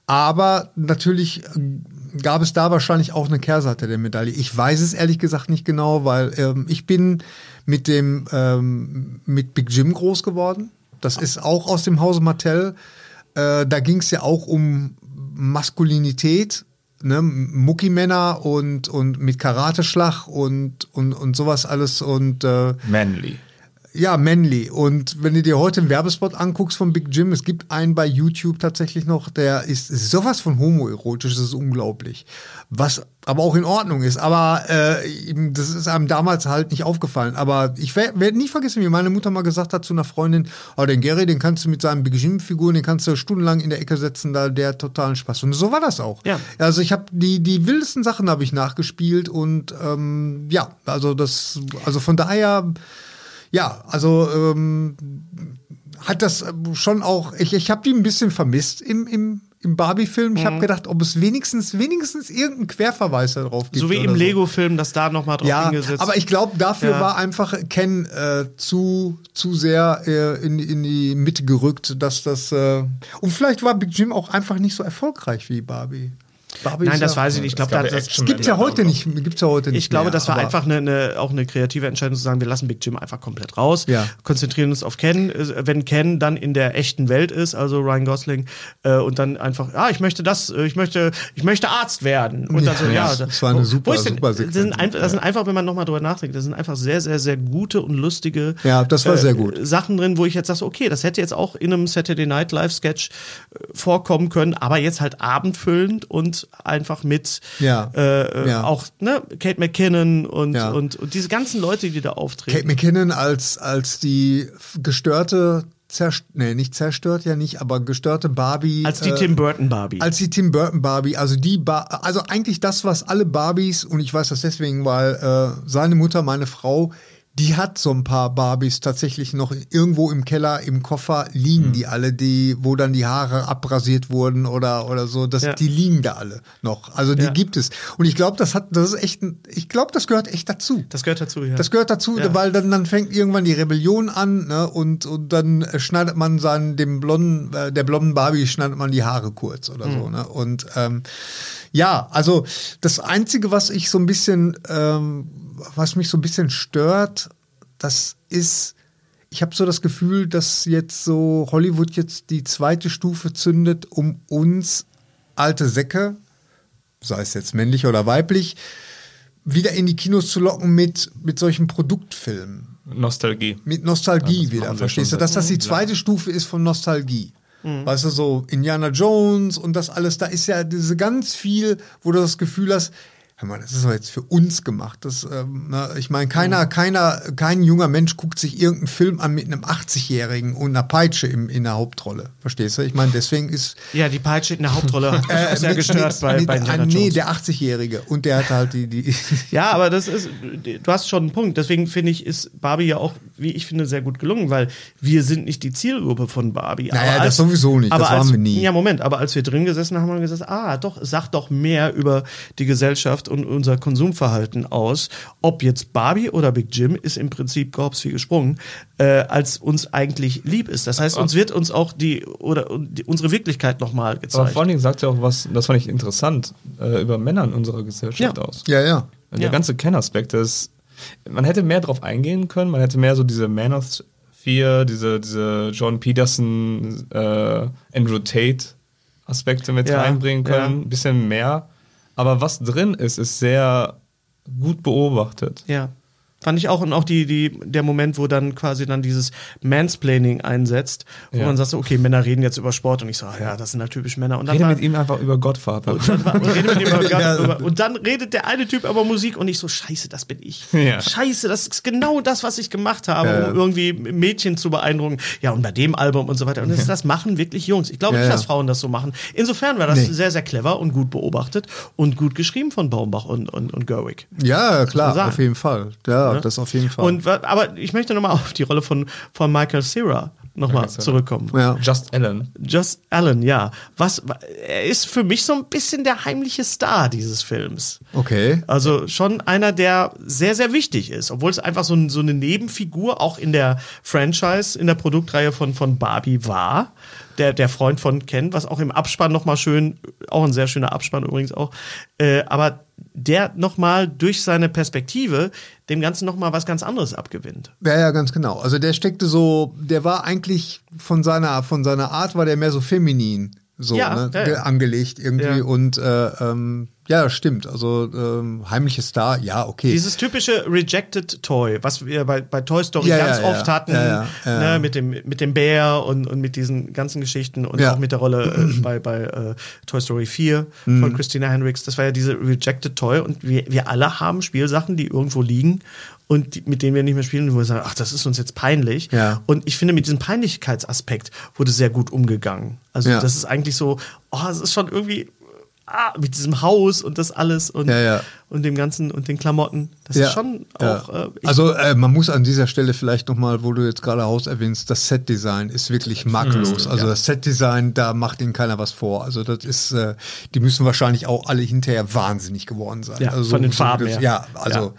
Speaker 1: Aber natürlich äh, gab es da wahrscheinlich auch eine Kehrseite der Medaille. Ich weiß es ehrlich gesagt nicht genau, weil ähm, ich bin mit dem ähm, mit Big Jim groß geworden. Das ist auch aus dem Hause Mattel. Äh, da ging es ja auch um Maskulinität, ne? Muckimänner und und mit Karateschlag und und und sowas alles und äh,
Speaker 9: Manly.
Speaker 1: ja, manly. Und wenn du dir heute einen Werbespot anguckst von Big Jim, es gibt einen bei YouTube tatsächlich noch, der ist sowas von homoerotisch, das ist unglaublich. Was aber auch in Ordnung ist. Aber äh, eben, das ist einem damals halt nicht aufgefallen. Aber ich werde werd nie vergessen, wie meine Mutter mal gesagt hat zu einer Freundin, oh, den Gary, den kannst du mit seinen Big Jim-Figuren, den kannst du stundenlang in der Ecke setzen, da der hat totalen Spaß. Und so war das auch.
Speaker 6: Ja.
Speaker 1: Also ich habe die, die wildesten Sachen habe ich nachgespielt und ähm, ja, also das, also von daher. Ja, also
Speaker 5: äh,
Speaker 1: ähm, hat das ähm, schon auch, ich, ich habe die ein bisschen vermisst im, im,
Speaker 5: im Barbie-Film. Ich habe
Speaker 6: Mhm.
Speaker 5: gedacht, ob es wenigstens, wenigstens irgendeinen Querverweis darauf gibt.
Speaker 6: So wie
Speaker 5: oder
Speaker 6: im Lego-Film, dass da nochmal drauf
Speaker 5: Also- Ja,
Speaker 6: hingesetzt
Speaker 5: aber ich glaube, dafür
Speaker 6: Ja.
Speaker 5: war einfach Ken äh, zu, zu sehr äh, in, in die Mitte gerückt, dass das. Äh, und vielleicht war Big Jim auch einfach nicht so erfolgreich wie Barbie. Barbie
Speaker 6: Nein,
Speaker 5: ist
Speaker 6: das
Speaker 5: ja,
Speaker 6: weiß ich nicht. Ich glaube,
Speaker 9: gab
Speaker 6: da,
Speaker 9: ja
Speaker 6: das,
Speaker 9: Action.
Speaker 5: Gibt ja heute nicht. Gibt's ja heute nicht
Speaker 6: Ich glaube,
Speaker 5: mehr,
Speaker 6: das war
Speaker 5: aber-
Speaker 6: einfach eine, eine, auch eine kreative Entscheidung zu sagen, wir lassen Big Jim einfach komplett raus,
Speaker 5: Ja.
Speaker 6: konzentrieren uns auf Ken. Äh, Wenn Ken dann in der echten Welt ist, also Ryan Gosling, äh, und dann einfach, ah, ich möchte das, äh, ich möchte, ich möchte Arzt werden. Und dann so,
Speaker 5: Ja,
Speaker 6: ja,
Speaker 5: das- das war eine
Speaker 6: wo-
Speaker 5: super-
Speaker 6: wo ist denn,
Speaker 5: super
Speaker 6: das,
Speaker 5: Sequenz.
Speaker 6: sind einfach, das sind einfach, wenn man nochmal drüber nachdenkt, das sind einfach sehr, sehr, sehr gute und lustige äh,
Speaker 5: Ja, das war sehr gut.
Speaker 6: Sachen drin, wo ich jetzt sage, so, okay, das hätte jetzt auch in einem Saturday Night Live Sketch äh, vorkommen können, aber jetzt halt abendfüllend und einfach mit
Speaker 5: Ja.
Speaker 6: äh,
Speaker 5: Ja.
Speaker 6: auch ne, Kate McKinnon und,
Speaker 5: Ja.
Speaker 6: und, und diese ganzen Leute, die da auftreten.
Speaker 5: Kate McKinnon als, als die f- gestörte, zerst nee, nicht zerstört ja nicht, aber gestörte Barbie.
Speaker 6: als die
Speaker 5: äh,
Speaker 6: Tim Burton Barbie.
Speaker 5: Als die Tim Burton Barbie, also die ba also eigentlich das, was alle Barbies, und ich weiß das deswegen, weil äh, seine Mutter, meine Frau, die hat so ein paar Barbies tatsächlich noch irgendwo im Keller, im Koffer liegen
Speaker 6: Mhm.
Speaker 5: die alle, die, wo dann die Haare abrasiert wurden oder, oder so. Das,
Speaker 6: Ja.
Speaker 5: Die liegen da alle noch. Also die
Speaker 6: Ja.
Speaker 5: gibt es. Und ich glaube, das hat, das ist echt, ein- ich glaube, das gehört echt dazu.
Speaker 6: das gehört dazu, ja.
Speaker 5: Das gehört dazu,
Speaker 6: Ja.
Speaker 5: weil dann, dann fängt irgendwann die Rebellion an ne? und, und dann äh, schneidet man seinen, dem blonden, äh, der blonden Barbie schneidet man die Haare kurz oder
Speaker 6: Mhm.
Speaker 5: so. Ne? Und ähm, ja, also das Einzige, was ich so ein bisschen, ähm, was mich so ein bisschen stört, das ist, ich habe so das Gefühl, dass jetzt so Hollywood jetzt die zweite Stufe zündet, um uns alte Säcke, sei es jetzt männlich oder weiblich, wieder in die Kinos zu locken mit, mit solchen Produktfilmen.
Speaker 9: Nostalgie.
Speaker 5: Mit Nostalgie
Speaker 9: Ja, das
Speaker 5: wieder,
Speaker 9: machen wir
Speaker 5: verstehst du?
Speaker 9: schon
Speaker 5: Dass das die
Speaker 9: seit-
Speaker 5: zweite Stufe ist von Nostalgie. Weißt du, so Indiana Jones und das alles, da ist ja diese ganz viel, wo du das Gefühl hast, hör mal, das ist doch jetzt für uns gemacht. Das, ähm, na, ich meine, keiner,
Speaker 6: Mhm.
Speaker 5: keiner, kein junger Mensch guckt sich irgendeinen Film an mit einem 80-Jährigen und einer Peitsche im, in der Hauptrolle. Verstehst du? Ich meine, deswegen ist
Speaker 6: ja, die Peitsche in der Hauptrolle hat mich auch sehr
Speaker 5: Äh, mit-
Speaker 6: gestört
Speaker 5: mit-
Speaker 6: bei,
Speaker 5: mit-
Speaker 6: bei
Speaker 5: ah,
Speaker 6: Indiana
Speaker 5: Nee,
Speaker 6: Jones.
Speaker 5: der 80-Jährige. Und der hat halt die. die
Speaker 6: Ja, aber das ist, du hast schon einen Punkt. Deswegen finde ich, ist Barbie ja auch, wie ich finde, sehr gut gelungen, weil wir sind nicht die Zielgruppe von Barbie.
Speaker 5: Naja, das sowieso nicht.
Speaker 6: aber
Speaker 5: Das
Speaker 6: als,
Speaker 5: waren wir nie.
Speaker 6: Ja, Moment, aber als wir drin gesessen haben, haben wir gesagt, ah, doch, sagt doch mehr über die Gesellschaft und unser Konsumverhalten aus. Ob jetzt Barbie oder Big Jim ist im Prinzip Korps wie gesprungen, äh, als uns eigentlich lieb ist. Das heißt, uns wird uns auch die, oder die, unsere Wirklichkeit nochmal
Speaker 9: Aber
Speaker 6: gezeigt.
Speaker 9: vor allen Dingen sagt er auch was, das fand ich interessant, äh, über Männer in unserer Gesellschaft
Speaker 6: Ja.
Speaker 9: aus.
Speaker 5: ja, ja.
Speaker 9: Der
Speaker 6: Ja.
Speaker 9: ganze Ken-Aspekt der ist. Man hätte mehr drauf eingehen können, man hätte mehr so diese Man of Fear, diese, diese John Peterson, äh, Andrew Tate Aspekte mit
Speaker 6: Ja,
Speaker 9: reinbringen können.
Speaker 6: ja.
Speaker 9: Ein bisschen mehr. Aber was drin ist, ist sehr gut beobachtet.
Speaker 6: Ja. Fand ich auch und auch die, die, der Moment, wo dann quasi dann dieses Mansplaining einsetzt, wo
Speaker 9: Ja.
Speaker 6: man sagt, so, okay, Männer reden jetzt über Sport und ich so, ah, ja, das sind halt typisch Männer. Und dann
Speaker 9: Rede
Speaker 6: war,
Speaker 9: mit ihm einfach über Godfather.
Speaker 6: und dann, war, und, rede mit ihm über, über, und dann redet der eine Typ aber Musik und ich so, scheiße, das bin ich.
Speaker 9: Ja.
Speaker 6: Scheiße, das ist genau das, was ich gemacht habe, um irgendwie Mädchen zu beeindrucken. Ja, und bei dem Album und so weiter. Und das, das machen wirklich Jungs. Ich glaube nicht,
Speaker 5: ja.
Speaker 6: dass Frauen das so machen. Insofern war das sehr, sehr clever und gut beobachtet und gut geschrieben von Baumbach und, und, und Gerwig.
Speaker 5: Ja,
Speaker 6: man
Speaker 5: klar,
Speaker 6: sagen.
Speaker 5: auf jeden Fall. Ja, das auf jeden Fall.
Speaker 6: Und, wa- aber ich möchte nochmal auf die Rolle von, von Michael Cera nochmal zurückkommen.
Speaker 5: ja.
Speaker 9: Just Allen.
Speaker 6: Just Allen, ja. Was, wa- er ist für mich so ein bisschen der heimliche Star dieses Films.
Speaker 5: Okay.
Speaker 6: Also schon einer, der sehr, sehr wichtig ist, obwohl es einfach so, ein, so eine Nebenfigur auch in der Franchise, in der Produktreihe von, von Barbie war. Der, der Freund von Ken, was auch im Abspann nochmal schön, auch ein sehr schöner Abspann übrigens auch, äh, aber der nochmal durch seine Perspektive dem Ganzen nochmal was ganz anderes abgewinnt.
Speaker 5: Ja, ja, ganz genau. Also der steckte so, der war eigentlich von seiner, von seiner Art war der mehr so feminin so
Speaker 6: Ja,
Speaker 5: ne,
Speaker 6: ja, ja.
Speaker 5: angelegt irgendwie
Speaker 6: Ja.
Speaker 5: und äh, ähm, ja, stimmt. Also ähm, heimliches Star, ja, okay.
Speaker 6: Dieses typische Rejected Toy, was wir bei, bei Toy Story
Speaker 5: Ja,
Speaker 6: ganz
Speaker 5: ja, ja.
Speaker 6: oft hatten,
Speaker 5: Ja, ja,
Speaker 6: Ne, mit, dem, mit dem Bär und, und mit diesen ganzen Geschichten und
Speaker 5: Ja.
Speaker 6: auch mit der Rolle äh, bei, bei äh, Toy Story 4
Speaker 5: Mhm.
Speaker 6: von Christina Hendricks. Das war ja diese Rejected Toy und wir, wir alle haben Spielsachen, die irgendwo liegen und die, mit denen wir nicht mehr spielen, wo wir sagen, ach, das ist uns jetzt peinlich.
Speaker 5: Ja.
Speaker 6: Und ich finde, mit diesem Peinlichkeitsaspekt wurde sehr gut umgegangen. Also,
Speaker 5: Ja.
Speaker 6: das ist eigentlich so, oh, es ist schon irgendwie. Ah, mit diesem Haus und das alles und
Speaker 5: Ja, ja.
Speaker 6: und dem Ganzen und den Klamotten. Das
Speaker 1: Ja,
Speaker 6: ist schon
Speaker 1: ja.
Speaker 6: auch. Äh, ich,
Speaker 1: also äh, man muss an dieser Stelle vielleicht nochmal, wo du jetzt gerade Haus erwähnst, das Setdesign ist wirklich
Speaker 6: Hm.
Speaker 1: makellos. Also das Setdesign, da macht ihnen keiner was vor. Also das ist, äh, die müssen wahrscheinlich auch alle hinterher wahnsinnig geworden sein.
Speaker 6: Ja,
Speaker 1: also,
Speaker 6: von den
Speaker 1: wie
Speaker 6: Farben
Speaker 1: das,
Speaker 6: her.
Speaker 1: Ja, also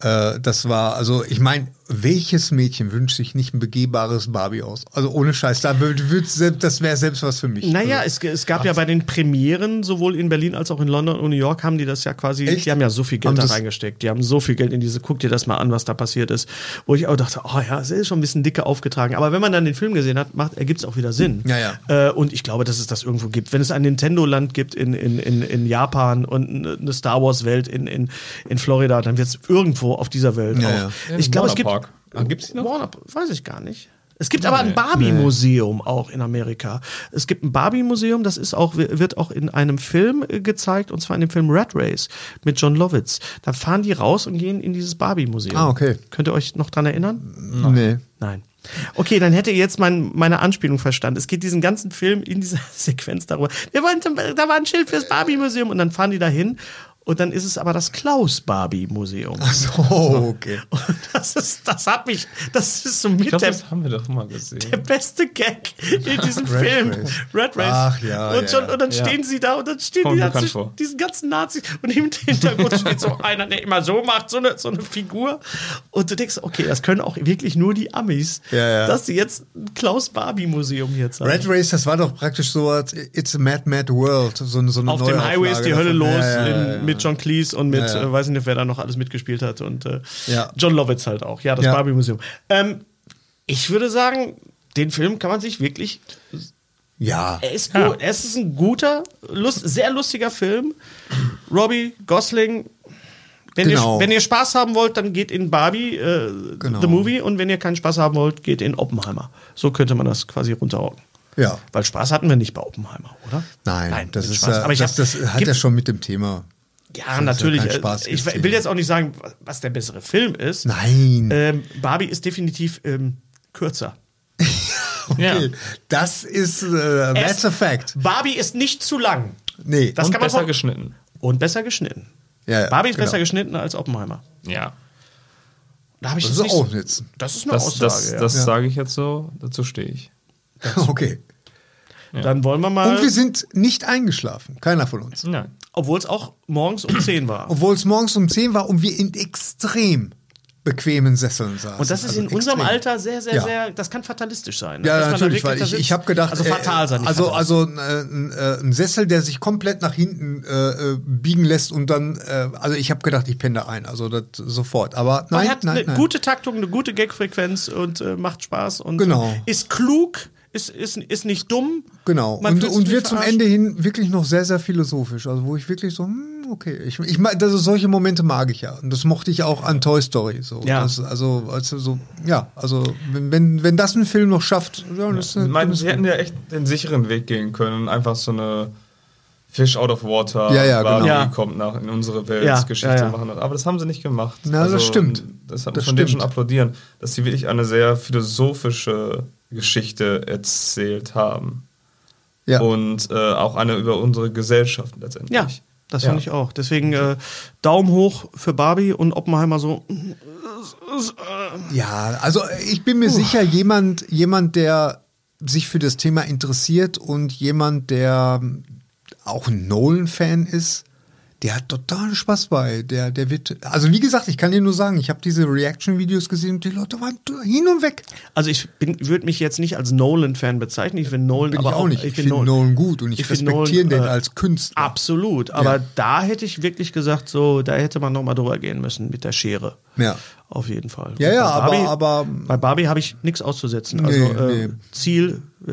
Speaker 1: Äh, das war, also ich meine, welches Mädchen wünscht sich nicht ein begehbares Barbie aus? Also ohne Scheiß, da würd, würd, selbst- das wäre selbst was für mich.
Speaker 6: naja, es, ge- es
Speaker 1: also
Speaker 6: gab ja bei den Premieren sowohl in Berlin als auch in London und New York haben die das ja quasi,
Speaker 1: Echt?
Speaker 6: die haben ja so viel Geld
Speaker 1: Haben
Speaker 6: da
Speaker 1: das-
Speaker 6: reingesteckt. Die haben so viel Geld in diese, guck dir das mal an, was da passiert ist. Wo ich auch dachte, oh ja, es ist schon ein bisschen dicke aufgetragen. Aber wenn man dann den Film gesehen hat, macht, ergibt es auch wieder Sinn.
Speaker 1: Ja, ja.
Speaker 6: Äh, und ich glaube, dass es das irgendwo gibt. Wenn es ein Nintendo-Land gibt in, in, in, in Japan und eine Star Wars-Welt in, in, in Florida, dann wird es irgendwo auf dieser Welt
Speaker 1: Ja, ja.
Speaker 6: auch. Ich glaube, es gibt.
Speaker 9: Warner Park. Ah, gibt's die noch?
Speaker 6: Warner, weiß ich gar nicht. Es gibt aber ein Barbie-Museum auch in Amerika. Es gibt ein Barbie-Museum, das ist auch, wird auch in einem Film äh, gezeigt, und zwar in dem Film Red Race mit John Lovitz. Da fahren die raus und gehen in dieses Barbie-Museum.
Speaker 1: Ah, okay.
Speaker 6: Könnt ihr euch noch dran erinnern?
Speaker 1: also, nee.
Speaker 6: Nein. Okay, dann hätte ihr jetzt mein, meine Anspielung verstanden. Es geht diesen ganzen Film in dieser Sequenz darüber. Wir wollen zum, da war ein Schild fürs Barbie-Museum und dann fahren die dahin und dann ist es aber das Klaus-Barbie-Museum.
Speaker 1: So, okay.
Speaker 6: Und das ist, das hat mich, das ist so mit
Speaker 9: Ich glaube,
Speaker 6: der,
Speaker 9: das haben wir doch mal
Speaker 6: der
Speaker 9: gesehen.
Speaker 6: beste Gag in diesem Film.
Speaker 1: Race.
Speaker 6: Red Race.
Speaker 1: Ach ja,
Speaker 6: Und,
Speaker 1: ja,
Speaker 6: schon,
Speaker 1: ja.
Speaker 6: und dann
Speaker 9: Ja.
Speaker 6: stehen sie da und dann stehen
Speaker 9: Kommt
Speaker 6: die da
Speaker 9: bekannt
Speaker 6: zwischen
Speaker 9: vor.
Speaker 6: diesen ganzen Nazis und im Hintergrund steht so einer, der immer so macht, so eine, so eine Figur. Und du denkst, okay, das können auch wirklich nur die Amis,
Speaker 1: Ja, ja.
Speaker 6: dass sie jetzt ein Klaus-Barbie-Museum hier zeigen.
Speaker 1: Red Race, das war doch praktisch so, als It's a Mad Mad World. So, eine- so eine
Speaker 6: auf dem
Speaker 1: Neuauflage
Speaker 6: Highway ist die Hölle
Speaker 1: davon.
Speaker 6: los
Speaker 1: Ja, ja, ja, ja.
Speaker 6: In, mit John Cleese und mit,
Speaker 1: Ja, ja.
Speaker 6: Äh, weiß nicht, wer da noch alles mitgespielt hat und äh,
Speaker 1: Ja.
Speaker 6: John Lovitz halt auch. Ja, das
Speaker 1: Ja.
Speaker 6: Barbie-Museum. Ähm, ich würde sagen, den Film kann man sich wirklich.
Speaker 1: Ja.
Speaker 6: Er ist, gut, es ist ein guter, lust, sehr lustiger Film. Robbie Gosling. Wenn,
Speaker 1: Genau.
Speaker 6: ihr, wenn ihr Spaß haben wollt, dann geht in Barbie, äh,
Speaker 1: Genau.
Speaker 6: The Movie. Und wenn ihr keinen Spaß haben wollt, geht in Oppenheimer. So könnte man das quasi runterrocken.
Speaker 1: Ja.
Speaker 6: Weil Spaß hatten wir nicht bei Oppenheimer, oder?
Speaker 1: Nein, das
Speaker 6: mit
Speaker 1: ist
Speaker 6: Spaß.
Speaker 1: ja, das, das hat ja
Speaker 6: gibt's-
Speaker 1: schon mit dem Thema.
Speaker 6: ja,
Speaker 1: ist ja
Speaker 6: natürlich. äh,
Speaker 1: kein Spaß,
Speaker 6: ich
Speaker 1: gibt's
Speaker 6: will
Speaker 1: hier.
Speaker 6: jetzt auch nicht sagen, was der bessere Film ist.
Speaker 1: Nein.
Speaker 6: Ähm, Barbie ist definitiv ähm, kürzer.
Speaker 1: Okay. Das ist äh, that's
Speaker 6: Es-
Speaker 1: a fact.
Speaker 6: Barbie ist nicht zu lang.
Speaker 1: Nee.
Speaker 6: Das
Speaker 9: Und
Speaker 6: kann man
Speaker 9: besser
Speaker 6: von-
Speaker 9: geschnitten.
Speaker 6: Und besser geschnitten.
Speaker 1: Ja, ja,
Speaker 6: Barbie ist
Speaker 1: genau.
Speaker 6: besser geschnitten als Oppenheimer.
Speaker 9: Ja.
Speaker 6: Da habe ich
Speaker 1: Das
Speaker 6: das
Speaker 1: ist
Speaker 6: nicht
Speaker 1: auch
Speaker 6: so-
Speaker 1: jetzt-
Speaker 6: Das ist eine
Speaker 9: Das,
Speaker 6: Aussage.
Speaker 9: das,
Speaker 6: ja.
Speaker 9: das
Speaker 1: Ja.
Speaker 9: sage ich jetzt so, dazu stehe ich.
Speaker 1: okay.
Speaker 6: Dann wollen wir mal,
Speaker 1: Und wir sind nicht eingeschlafen, keiner von uns.
Speaker 9: Nein.
Speaker 6: obwohl es auch morgens um 10 war.
Speaker 1: Obwohl es morgens um 10 war und wir in extrem bequemen Sesseln saßen.
Speaker 6: Und das ist
Speaker 1: Also
Speaker 6: in unserem
Speaker 1: extrem.
Speaker 6: Alter sehr, sehr,
Speaker 1: Ja.
Speaker 6: sehr, das kann fatalistisch sein. ne?
Speaker 1: Ja,
Speaker 6: Dass man da
Speaker 1: natürlich,
Speaker 6: wirklich
Speaker 1: weil
Speaker 6: da
Speaker 1: ich,
Speaker 6: sitzt-
Speaker 1: ich habe gedacht,
Speaker 6: Also
Speaker 1: äh,
Speaker 6: fatal sein. nicht
Speaker 1: Also,
Speaker 6: fatal.
Speaker 1: also ein, äh, ein, äh, ein Sessel, der sich komplett nach hinten äh, äh, biegen lässt und dann, äh, also ich habe gedacht, ich penne da ein, also das sofort. Aber nein,
Speaker 6: Man hat
Speaker 1: nein,
Speaker 6: eine
Speaker 1: nein.
Speaker 6: gute Taktung, eine gute Gagfrequenz und äh, macht Spaß und
Speaker 1: Genau.
Speaker 6: ist klug, ist, ist, ist nicht dumm.
Speaker 1: Genau.
Speaker 6: Man
Speaker 1: Und,
Speaker 6: fühlt sich
Speaker 1: und
Speaker 6: nicht
Speaker 1: wird zum
Speaker 6: verarscht.
Speaker 1: Ende hin wirklich noch sehr, sehr philosophisch. Also wo ich wirklich so, hm, okay. Ich, ich meine, also solche Momente mag ich ja. Und das mochte ich auch an Toy Story. So.
Speaker 6: Ja.
Speaker 1: Das, also, also so, ja, also wenn, wenn, wenn das ein Film noch schafft, ja, das ist
Speaker 9: Ich
Speaker 1: eine,
Speaker 9: meine, sie hätten ja echt den sicheren Weg gehen können und einfach so eine Fish out of water
Speaker 1: Ja, ja,
Speaker 9: Barbie
Speaker 6: genau. Ja.
Speaker 9: kommt nach in unsere
Speaker 6: Ja,
Speaker 9: Weltgeschichte
Speaker 6: ja, ja.
Speaker 9: machen. Aber das haben sie nicht gemacht. Also,
Speaker 1: Na, das stimmt.
Speaker 9: Das hat man
Speaker 1: Das
Speaker 9: von denen schon
Speaker 1: stimmt.
Speaker 9: applaudieren, dass sie wirklich eine sehr philosophische Geschichte erzählt haben.
Speaker 1: ja.
Speaker 9: Und äh, auch eine über unsere Gesellschaft letztendlich.
Speaker 6: Ja, das fand ich auch. Deswegen äh, Daumen hoch für Barbie und Oppenheimer so.
Speaker 1: Ja, also ich bin mir sicher, jemand, jemand, der sich für das Thema interessiert und jemand, der ähm, auch ein Nolan-Fan ist, der hat totalen Spaß bei. Der, der wird, also wie gesagt, ich kann dir nur sagen, ich habe diese Reaction-Videos gesehen und die Leute waren hin und weg.
Speaker 6: Also ich würde mich jetzt nicht als Nolan-Fan bezeichnen. Ich finde Nolan
Speaker 1: Bin
Speaker 6: aber
Speaker 1: ich auch nicht.
Speaker 6: Ich
Speaker 1: Ich
Speaker 6: finde
Speaker 1: finde
Speaker 6: Nolan,
Speaker 1: Nolan gut und ich,
Speaker 6: Ich finde
Speaker 1: respektiere
Speaker 6: Nolan,
Speaker 1: den
Speaker 6: äh,
Speaker 1: als Künstler.
Speaker 6: Absolut. Aber
Speaker 1: Ja.
Speaker 6: da hätte ich wirklich gesagt, so, da hätte man nochmal drüber gehen müssen mit der Schere.
Speaker 1: Ja.
Speaker 6: Auf jeden Fall.
Speaker 1: Ja,
Speaker 6: Und
Speaker 1: ja,
Speaker 6: bei
Speaker 1: aber- aber-
Speaker 6: Bei Barbie habe ich nichts auszusetzen. Also
Speaker 1: Nee,
Speaker 6: äh,
Speaker 1: nee.
Speaker 6: Ziel, äh,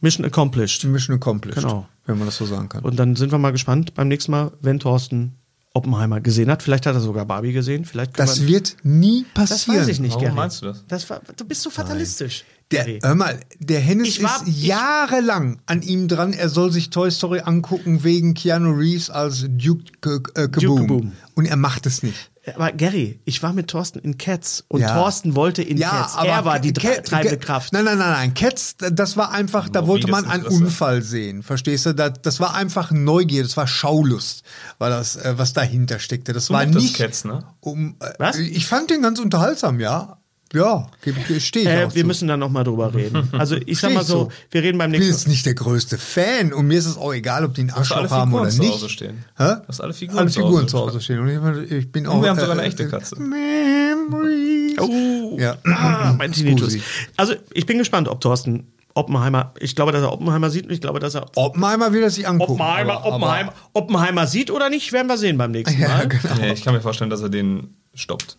Speaker 6: Mission accomplished.
Speaker 1: Mission accomplished,
Speaker 6: Genau.
Speaker 1: wenn man das so sagen kann.
Speaker 6: Und dann sind wir mal gespannt beim nächsten Mal, wenn Thorsten Oppenheimer gesehen hat. Vielleicht hat er sogar Barbie gesehen. Vielleicht können
Speaker 1: das
Speaker 6: wir,
Speaker 1: wird nie passieren.
Speaker 6: Das weiß ich nicht,
Speaker 9: Warum
Speaker 6: Gary.
Speaker 9: meinst du das?
Speaker 6: war, du bist so fatalistisch.
Speaker 1: Der, hör mal, der Hennes
Speaker 6: Ich war-
Speaker 1: ist
Speaker 6: ich-
Speaker 1: jahrelang an ihm dran. Er soll sich Toy Story angucken wegen Keanu Reeves als Duke, K- äh, Kaboom.
Speaker 6: Kaboom.
Speaker 1: Und er macht es nicht.
Speaker 6: Äh, Aber Gary, ich war mit Thorsten in Cats und
Speaker 1: Ja.
Speaker 6: Thorsten wollte in Cats. er war die
Speaker 1: Ke-
Speaker 6: tre- treibende
Speaker 1: Ke-
Speaker 6: Kraft.
Speaker 1: Nein, nein, nein, nein. Cats, d- das war einfach, da wollte man einen
Speaker 9: Interesse.
Speaker 1: Unfall sehen. Verstehst du? Das, das war einfach Neugier, das war Schaulust, war das, äh, was dahinter steckte. Das war
Speaker 9: mochtest
Speaker 1: nicht.
Speaker 9: Cats, ne?
Speaker 1: Um, äh,
Speaker 6: Was?
Speaker 1: Ich fand den ganz unterhaltsam, ja. Ja, gebe ich, stehe ich
Speaker 6: Äh,
Speaker 1: auch
Speaker 6: wir
Speaker 1: zu.
Speaker 6: müssen da nochmal drüber reden. Also ich sag
Speaker 1: Stehe
Speaker 6: mal
Speaker 1: ich
Speaker 6: so,
Speaker 1: zu.
Speaker 6: wir reden beim
Speaker 1: Ich bin
Speaker 6: nächsten
Speaker 1: jetzt nicht der größte Fan und mir ist es auch egal, ob die einen
Speaker 9: Hast du alle
Speaker 1: Arschloch haben
Speaker 9: Figuren
Speaker 1: oder
Speaker 9: zu
Speaker 1: nicht.
Speaker 9: Hause stehen?
Speaker 1: Hä?
Speaker 9: Hast du alle Figuren
Speaker 1: alle
Speaker 9: zu
Speaker 1: Figuren
Speaker 9: Hause
Speaker 1: zu Hause stehen. Und ich, ich bin auch, äh,
Speaker 9: Und wir haben sogar eine echte Katze.
Speaker 1: Memories.
Speaker 6: Oh.
Speaker 1: Ja.
Speaker 6: Ah, mein Tinnitus.
Speaker 1: Scusi.
Speaker 6: Also ich bin gespannt, ob Thorsten Oppenheimer, ich glaube, dass er Oppenheimer sieht und ich glaube, dass er
Speaker 1: Oppenheimer will das sich angucken.
Speaker 6: Oppenheimer,
Speaker 1: aber-
Speaker 6: Oppenheimer, Oppenheimer sieht oder nicht, werden wir sehen beim nächsten Mal.
Speaker 1: Ja, genau.
Speaker 9: Nee, ich kann mir vorstellen, dass er den stoppt,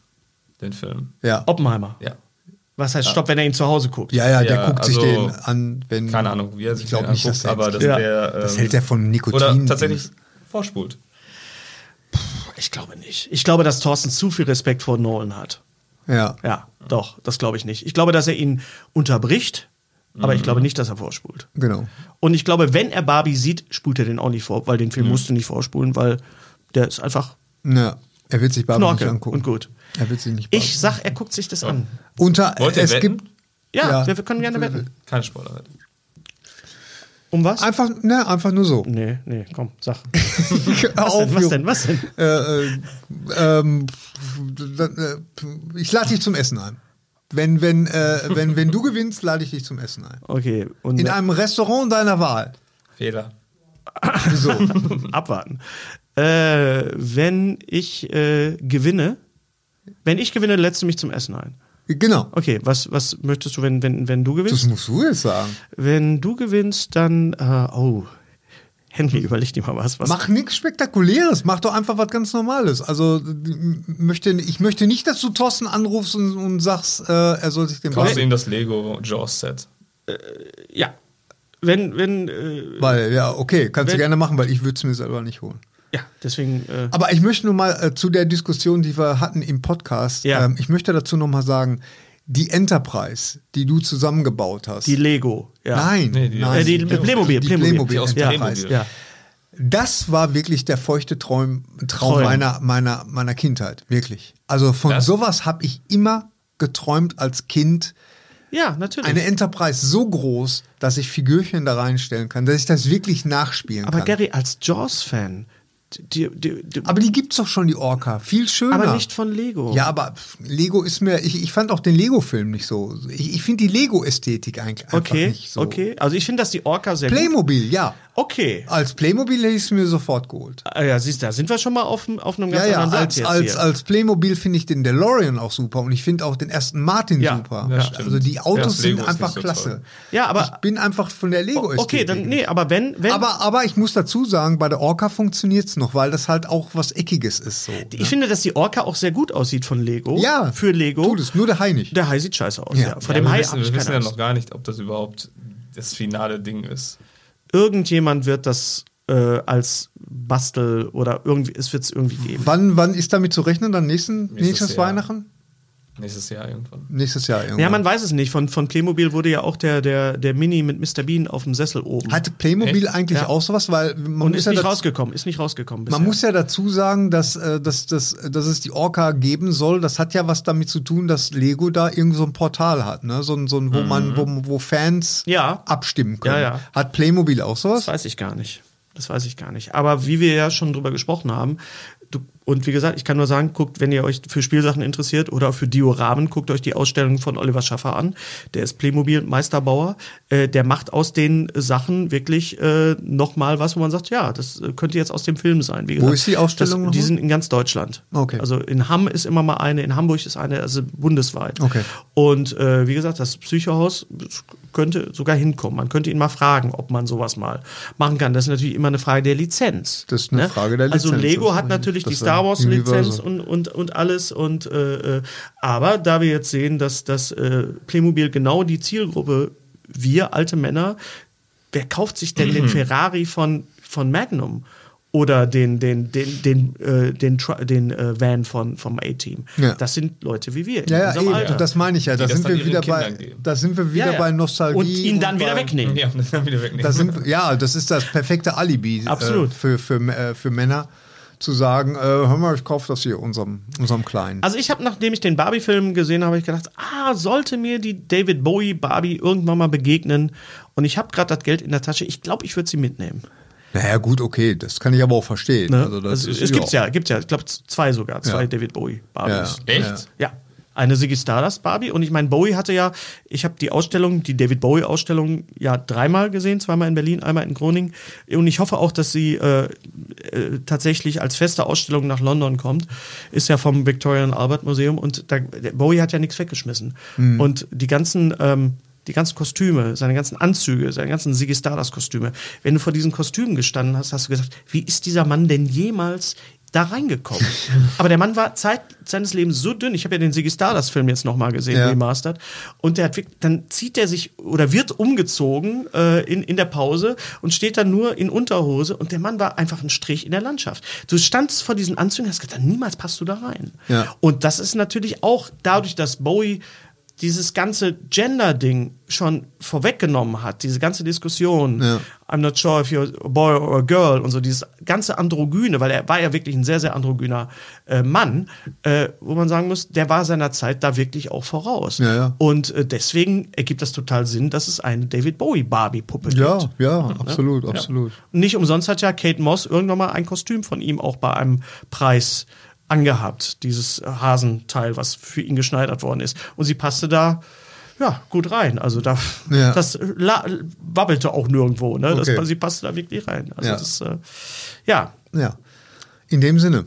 Speaker 9: den Film.
Speaker 1: Ja.
Speaker 6: Oppenheimer.
Speaker 9: Ja.
Speaker 6: Was heißt Stopp, wenn er ihn zu Hause guckt?
Speaker 1: ja, ja, der
Speaker 9: Ja,
Speaker 1: guckt sich
Speaker 9: also,
Speaker 1: den an, wenn.
Speaker 9: Keine Ahnung, wie er sich
Speaker 1: Ich glaube
Speaker 9: den
Speaker 1: nicht, dass
Speaker 9: anguckt,
Speaker 1: er
Speaker 9: aber das
Speaker 6: Ja.
Speaker 9: wäre. Ähm,
Speaker 1: Das hält er von Nikotin.
Speaker 9: Oder tatsächlich vorspult.
Speaker 6: Ich glaube nicht. Ich glaube, dass Thorsten zu viel Respekt vor Nolan hat.
Speaker 1: Ja.
Speaker 6: Ja, doch, das glaube ich nicht. Ich glaube, dass er ihn unterbricht, aber ich
Speaker 1: Mhm.
Speaker 6: glaube nicht, dass er vorspult.
Speaker 1: Genau.
Speaker 6: Und ich glaube, wenn er Barbie sieht, spult er den auch nicht vor, weil den Film
Speaker 1: Mhm.
Speaker 6: musst du nicht vorspulen, weil der ist einfach
Speaker 1: Ja. Er will sich Barbie nicht
Speaker 6: Knorke
Speaker 1: angucken.
Speaker 6: und gut.
Speaker 1: Er will sie nicht Barbie.
Speaker 6: Ich sag, er guckt sich das an.
Speaker 1: Unter,
Speaker 9: Wollt ihr
Speaker 1: es
Speaker 9: wetten?
Speaker 1: gibt
Speaker 6: Ja,
Speaker 1: Ja.
Speaker 6: wir können gerne wetten.
Speaker 9: Keine Spoiler. halt.
Speaker 6: Um was?
Speaker 1: einfach, ne, einfach nur so.
Speaker 9: Mhm.
Speaker 6: Nee, nee, komm, sag.
Speaker 1: Hör auf,
Speaker 6: was
Speaker 1: Junge.
Speaker 6: denn, was denn?
Speaker 1: Äh, äh, ähm, d- äh, ich lade dich zum Essen ein. Wenn, wenn, äh, wenn, wenn du gewinnst, lade ich dich zum Essen ein.
Speaker 6: Okay, und
Speaker 1: In einem Restaurant deiner Wahl.
Speaker 9: Fehler.
Speaker 1: So.
Speaker 6: abwarten. Äh, wenn ich äh, gewinne, wenn ich gewinne, lädst du mich zum Essen ein.
Speaker 1: Genau.
Speaker 6: Okay, was, was möchtest du, wenn, wenn, wenn du
Speaker 1: Das
Speaker 6: gewinnst?
Speaker 1: musst du jetzt sagen.
Speaker 6: Wenn du gewinnst, dann. Äh, oh, Henry, überleg dir mal was. was
Speaker 1: Mach nichts Spektakuläres, mach doch einfach was ganz Normales. Also m- möchte, ich möchte nicht, dass du Thorsten anrufst und, und sagst, äh, er soll sich den
Speaker 9: Kaufst du
Speaker 1: Ball-
Speaker 9: ihm das Lego Jaws Set?
Speaker 6: Ja. Wenn, wenn. Äh,
Speaker 1: Ball. Ja, okay, kannst
Speaker 6: Wenn-
Speaker 1: du gerne machen, weil ich würde es mir selber nicht holen.
Speaker 6: ja, deswegen. Äh,
Speaker 1: Aber ich möchte nur mal äh, zu der Diskussion, die wir hatten im Podcast,
Speaker 6: Ja.
Speaker 1: ähm, ich möchte dazu noch mal sagen, die Enterprise, die du zusammengebaut hast.
Speaker 6: die Lego. Ja.
Speaker 1: Nein,
Speaker 9: Nee, die-
Speaker 1: nein.
Speaker 6: Äh, die Playmobil.
Speaker 1: Die
Speaker 6: Playmobil.
Speaker 1: Playmobil
Speaker 9: aus
Speaker 1: Enterprise.
Speaker 9: Playmobil.
Speaker 6: Ja.
Speaker 1: Das war wirklich der feuchte Traum, Traum
Speaker 6: Träum.
Speaker 1: meiner, meiner, meiner Kindheit. Wirklich. Also von
Speaker 9: Das-
Speaker 1: sowas habe ich immer geträumt als Kind.
Speaker 6: ja, natürlich.
Speaker 1: Eine Enterprise so groß, dass ich Figürchen da reinstellen kann, dass ich das wirklich nachspielen
Speaker 6: Aber
Speaker 1: kann.
Speaker 6: Gary, als Jaws-Fan. Die, die, die,
Speaker 1: aber die gibt's doch schon, die Orca. Viel schöner.
Speaker 6: aber nicht von Lego.
Speaker 1: Ja, aber pff, Lego ist mir, ich, ich fand auch den Lego-Film nicht so. Ich, ich finde die Lego-Ästhetik eigentlich einfach
Speaker 6: Okay,
Speaker 1: nicht so.
Speaker 6: okay. Also ich finde, dass die Orca sehr gut...
Speaker 1: Playmobil, ja.
Speaker 6: Okay.
Speaker 1: Als Playmobil hätte ich es mir sofort geholt.
Speaker 6: Ah, ja, siehst du, da sind wir schon mal auf, auf einem ganz
Speaker 1: Ja, ja,
Speaker 6: anderen Blatt
Speaker 1: als,
Speaker 6: jetzt
Speaker 1: als,
Speaker 6: hier.
Speaker 1: als Playmobil finde ich den DeLorean auch super und ich finde auch den ersten Martin
Speaker 6: Ja,
Speaker 1: super.
Speaker 9: das stimmt.
Speaker 1: also die
Speaker 9: Ja,
Speaker 1: Autos
Speaker 9: das
Speaker 1: sind
Speaker 9: Lego ist
Speaker 1: einfach
Speaker 9: nicht so
Speaker 1: klasse.
Speaker 9: toll.
Speaker 6: Ja, aber-
Speaker 1: ich bin einfach von der lego
Speaker 6: okay, dann, nee, aber wenn... wenn
Speaker 1: aber, aber ich muss dazu sagen, bei der Orca funktioniert es noch, weil das halt auch was Eckiges ist. So, ne?
Speaker 6: ich finde, dass die Orca auch sehr gut aussieht von Lego.
Speaker 1: ja,
Speaker 6: Für Lego.
Speaker 1: Tut es, nur der Hai nicht.
Speaker 6: Der Hai sieht scheiße aus, ja.
Speaker 1: Ja.
Speaker 6: Vor
Speaker 9: Ja,
Speaker 6: dem
Speaker 9: wir
Speaker 6: Hai
Speaker 9: wissen,
Speaker 6: habe ich
Speaker 9: wir wissen
Speaker 6: keine
Speaker 9: ja
Speaker 6: Angst.
Speaker 9: noch gar nicht, ob das überhaupt das finale Ding ist.
Speaker 6: Irgendjemand wird das äh, als Bastel oder irgendwie, es wird es irgendwie geben.
Speaker 1: Wann, wann ist damit zu rechnen? Dann nächsten,
Speaker 9: Nächstes
Speaker 1: nächstes
Speaker 9: Jahr.
Speaker 1: Weihnachten?
Speaker 9: Nächstes Jahr irgendwann.
Speaker 1: Nächstes Jahr irgendwann.
Speaker 6: Ja, man weiß es nicht. Von, von Playmobil wurde ja auch der, der, der Mini mit Mr. Bean auf dem Sessel oben.
Speaker 1: Hatte Playmobil eigentlich
Speaker 6: Ja.
Speaker 1: auch sowas? Weil man,
Speaker 6: und
Speaker 1: muss
Speaker 6: ist
Speaker 1: ja,
Speaker 6: nicht
Speaker 1: dazu,
Speaker 6: rausgekommen, ist nicht rausgekommen bisher.
Speaker 1: man muss ja dazu sagen, dass, äh, dass, dass, dass es die Orca geben soll. Das hat ja was damit zu tun, dass Lego da irgend so ein Portal hat, ne? so, ein- so ein, wo, man, wo, wo Fans
Speaker 6: Mhm. Ja.
Speaker 1: abstimmen können.
Speaker 6: Ja, ja.
Speaker 1: Hat Playmobil auch
Speaker 6: Das
Speaker 1: sowas?
Speaker 6: weiß ich gar nicht. Das weiß ich gar nicht. Aber wie wir ja schon drüber gesprochen haben, du, und wie gesagt, ich kann nur sagen, guckt, wenn ihr euch für Spielsachen interessiert oder für Dioramen, guckt euch die Ausstellung von Oliver Schaffer an. Der ist Playmobil-Meisterbauer. Äh, der macht aus den Sachen wirklich äh, nochmal was, wo man sagt, ja, das äh, könnte jetzt aus dem Film sein. Wie gesagt,
Speaker 1: ist die Ausstellung
Speaker 6: Das, die
Speaker 1: nochmal?
Speaker 6: sind in ganz Deutschland.
Speaker 1: Okay.
Speaker 6: Also in Hamm ist immer mal eine, in Hamburg ist eine, also bundesweit.
Speaker 1: Okay.
Speaker 6: Und äh, wie gesagt, das Psychohaus könnte sogar hinkommen. Man könnte ihn mal fragen, ob man sowas mal machen kann. Das ist natürlich immer eine Frage der Lizenz.
Speaker 1: Das ist eine Frage der
Speaker 6: Also
Speaker 1: Lizenz.
Speaker 6: Lego
Speaker 1: Das
Speaker 6: hat
Speaker 1: ist-
Speaker 6: natürlich die
Speaker 1: das ist
Speaker 6: Star Wars Lizenz
Speaker 1: Universal.
Speaker 6: und, und, und alles. Und äh, äh, aber da wir jetzt sehen, dass das äh, Playmobil genau die Zielgruppe, wir alte Männer, wer kauft sich denn den Ferrari von, von Magnum? oder den, den, den, den, äh, den, Tru- den äh, Van von, vom A-Team.
Speaker 5: Ja.
Speaker 6: Das sind Leute wie wir. in
Speaker 5: Ja, ja,
Speaker 6: unserem
Speaker 5: eben,
Speaker 6: Alter.
Speaker 5: das meine ich ja. Da
Speaker 9: das
Speaker 5: sind
Speaker 9: dann
Speaker 5: wir
Speaker 9: ihren
Speaker 5: wieder
Speaker 9: Kindern
Speaker 5: bei,
Speaker 9: geben.
Speaker 5: da sind wir wieder
Speaker 6: Ja, ja.
Speaker 5: bei Nostalgie.
Speaker 6: Und ihn dann
Speaker 5: bei-
Speaker 6: wieder wegnehmen.
Speaker 9: Ja, und das dann wieder wegnehmen.
Speaker 5: Da sind, ja, das ist das perfekte Alibi
Speaker 6: Absolut.
Speaker 5: Äh, für, für, äh, für Männer, zu sagen, äh, hör mal, ich kaufe das hier unserem, unserem Kleinen.
Speaker 6: Also ich habe, nachdem ich den Barbie-Film gesehen habe, hab ich gedacht, ah, sollte mir die David Bowie Barbie irgendwann mal begegnen. Und ich habe gerade das Geld in der Tasche. Ich glaube, ich würde sie mitnehmen.
Speaker 5: naja, gut, okay, das kann ich aber auch verstehen.
Speaker 6: Ne?
Speaker 5: Also das
Speaker 6: also,
Speaker 5: ist,
Speaker 6: es gibt's ja, gibt's ja. Ich glaube, zwei sogar, zwei
Speaker 5: Ja.
Speaker 6: David Bowie
Speaker 5: Ja.
Speaker 6: Barbies.
Speaker 9: Echt?
Speaker 6: Ja. Eine Ziggy Stardust Barbie. Und ich meine, Bowie hatte ja, ich habe die Ausstellung, die David Bowie Ausstellung ja dreimal gesehen, zweimal in Berlin, einmal in Groningen. Und ich hoffe auch, dass sie äh, äh, tatsächlich als feste Ausstellung nach London kommt. Ist ja vom Victoria and Albert Museum und da, der Bowie hat ja nichts weggeschmissen. Und die ganzen ähm, die ganzen Kostüme, seine ganzen Anzüge, seine ganzen Ziggy Stardust Kostüme. Wenn du vor diesen Kostümen gestanden hast, hast du gesagt, wie ist dieser Mann denn jemals da reingekommen? Aber der Mann war Zeit seines Lebens so dünn. Ich habe ja den Ziggy Stardust Film jetzt nochmal gesehen,
Speaker 5: Ja.
Speaker 6: remastered. Und der hat wirklich, dann zieht er sich oder wird umgezogen äh, in, in der Pause und steht dann nur in Unterhose und der Mann war einfach ein Strich in der Landschaft. Du standst vor diesen Anzügen, hast gedacht, niemals passt du da rein.
Speaker 5: Ja.
Speaker 6: Und das ist natürlich auch dadurch, dass Bowie dieses ganze Gender-Ding schon vorweggenommen hat, diese ganze Diskussion, I'm not sure if you're a boy or a girl und so, dieses ganze Androgyne, weil er war ja wirklich ein sehr, sehr androgyner äh, Mann, äh, wo man sagen muss, der war seiner Zeit da wirklich auch voraus.
Speaker 5: Ja, ja.
Speaker 6: Und äh, deswegen ergibt das total Sinn, dass es eine David Bowie-Barbie-Puppe
Speaker 5: ja,
Speaker 6: gibt.
Speaker 5: ja, absolut, absolut.
Speaker 6: Nicht umsonst hat ja Kate Moss irgendwann mal ein Kostüm von ihm auch bei einem Preis angehabt, dieses äh, Hasenteil, was für ihn geschneidert worden ist. Und sie passte da ja gut rein. Also da
Speaker 5: Ja.
Speaker 6: das äh, la, wabbelte auch nirgendwo. Ne?
Speaker 5: Okay.
Speaker 6: Das, sie passte da wirklich rein. Also
Speaker 5: Ja.
Speaker 6: das äh, ja.
Speaker 5: Ja. In dem Sinne.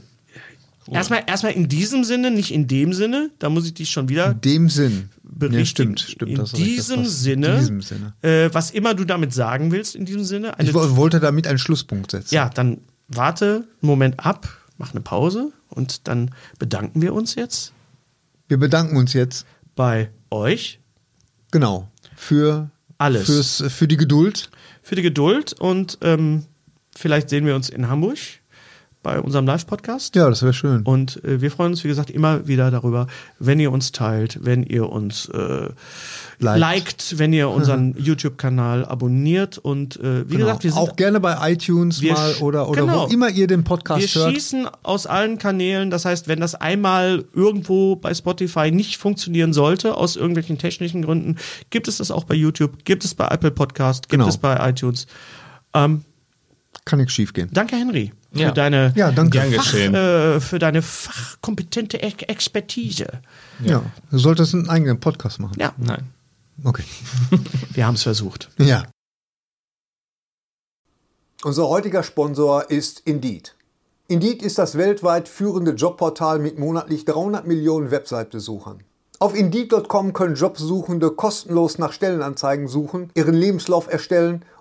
Speaker 6: Erstmal, erstmal in diesem Sinne, nicht in dem Sinne, da muss ich dich schon wieder
Speaker 5: In dem Sinn.
Speaker 6: berichtigen.
Speaker 5: Hm. Ja, stimmt, stimmt.
Speaker 6: in
Speaker 5: hast du recht, das
Speaker 6: diesem
Speaker 5: passt.
Speaker 6: Sinne,
Speaker 5: In diesem Sinne.
Speaker 6: Äh, was immer du damit sagen willst, in diesem Sinne, eine
Speaker 5: Ich wo- wollte damit einen Schlusspunkt setzen.
Speaker 6: Ja, dann warte einen Moment ab, mach eine Pause und dann bedanken wir uns jetzt
Speaker 5: Wir bedanken uns jetzt,
Speaker 6: bei euch
Speaker 5: genau, für
Speaker 6: Alles.
Speaker 5: Fürs, für die Geduld.
Speaker 6: für die Geduld und ähm, vielleicht sehen wir uns in Hamburg bei unserem Live-Podcast.
Speaker 5: Ja, das wäre schön.
Speaker 6: Und äh, wir freuen uns, wie gesagt, immer wieder darüber, wenn ihr uns teilt, wenn ihr uns äh, liked.
Speaker 5: Liked.
Speaker 6: wenn ihr unseren YouTube-Kanal abonniert und äh, wie gesagt, wir sind
Speaker 5: Genau. auch gerne bei iTunes
Speaker 6: Wir
Speaker 5: mal
Speaker 6: sch-
Speaker 5: oder, oder
Speaker 6: genau.
Speaker 5: wo immer ihr den Podcast
Speaker 6: Wir
Speaker 5: hört.
Speaker 6: schießen aus allen Kanälen. Das heißt, wenn das einmal irgendwo bei Spotify nicht funktionieren sollte, aus irgendwelchen technischen Gründen, gibt es das auch bei YouTube, gibt es bei Apple Podcast, gibt
Speaker 5: Genau.
Speaker 6: es bei iTunes.
Speaker 5: Kann nichts schief gehen.
Speaker 6: Danke, Henry,
Speaker 9: Ja.
Speaker 6: für deine,
Speaker 5: Ja, danke.
Speaker 9: Gern
Speaker 6: Fach,
Speaker 9: geschehen.
Speaker 6: äh, für deine fachkompetente Ex- Expertise.
Speaker 5: Ja. Du solltest einen eigenen Podcast machen.
Speaker 6: Ja,
Speaker 9: Nein.
Speaker 5: Okay.
Speaker 6: wir haben es versucht.
Speaker 5: Ja.
Speaker 1: Unser heutiger Sponsor ist Indeed. Indeed ist das weltweit führende Jobportal mit monatlich 300 Millionen Website-Besuchern. Auf Indeed.com können Jobsuchende kostenlos nach Stellenanzeigen suchen, ihren Lebenslauf erstellen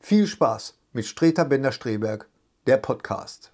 Speaker 1: viel Spaß mit Streter Bender-Streberg, der Podcast.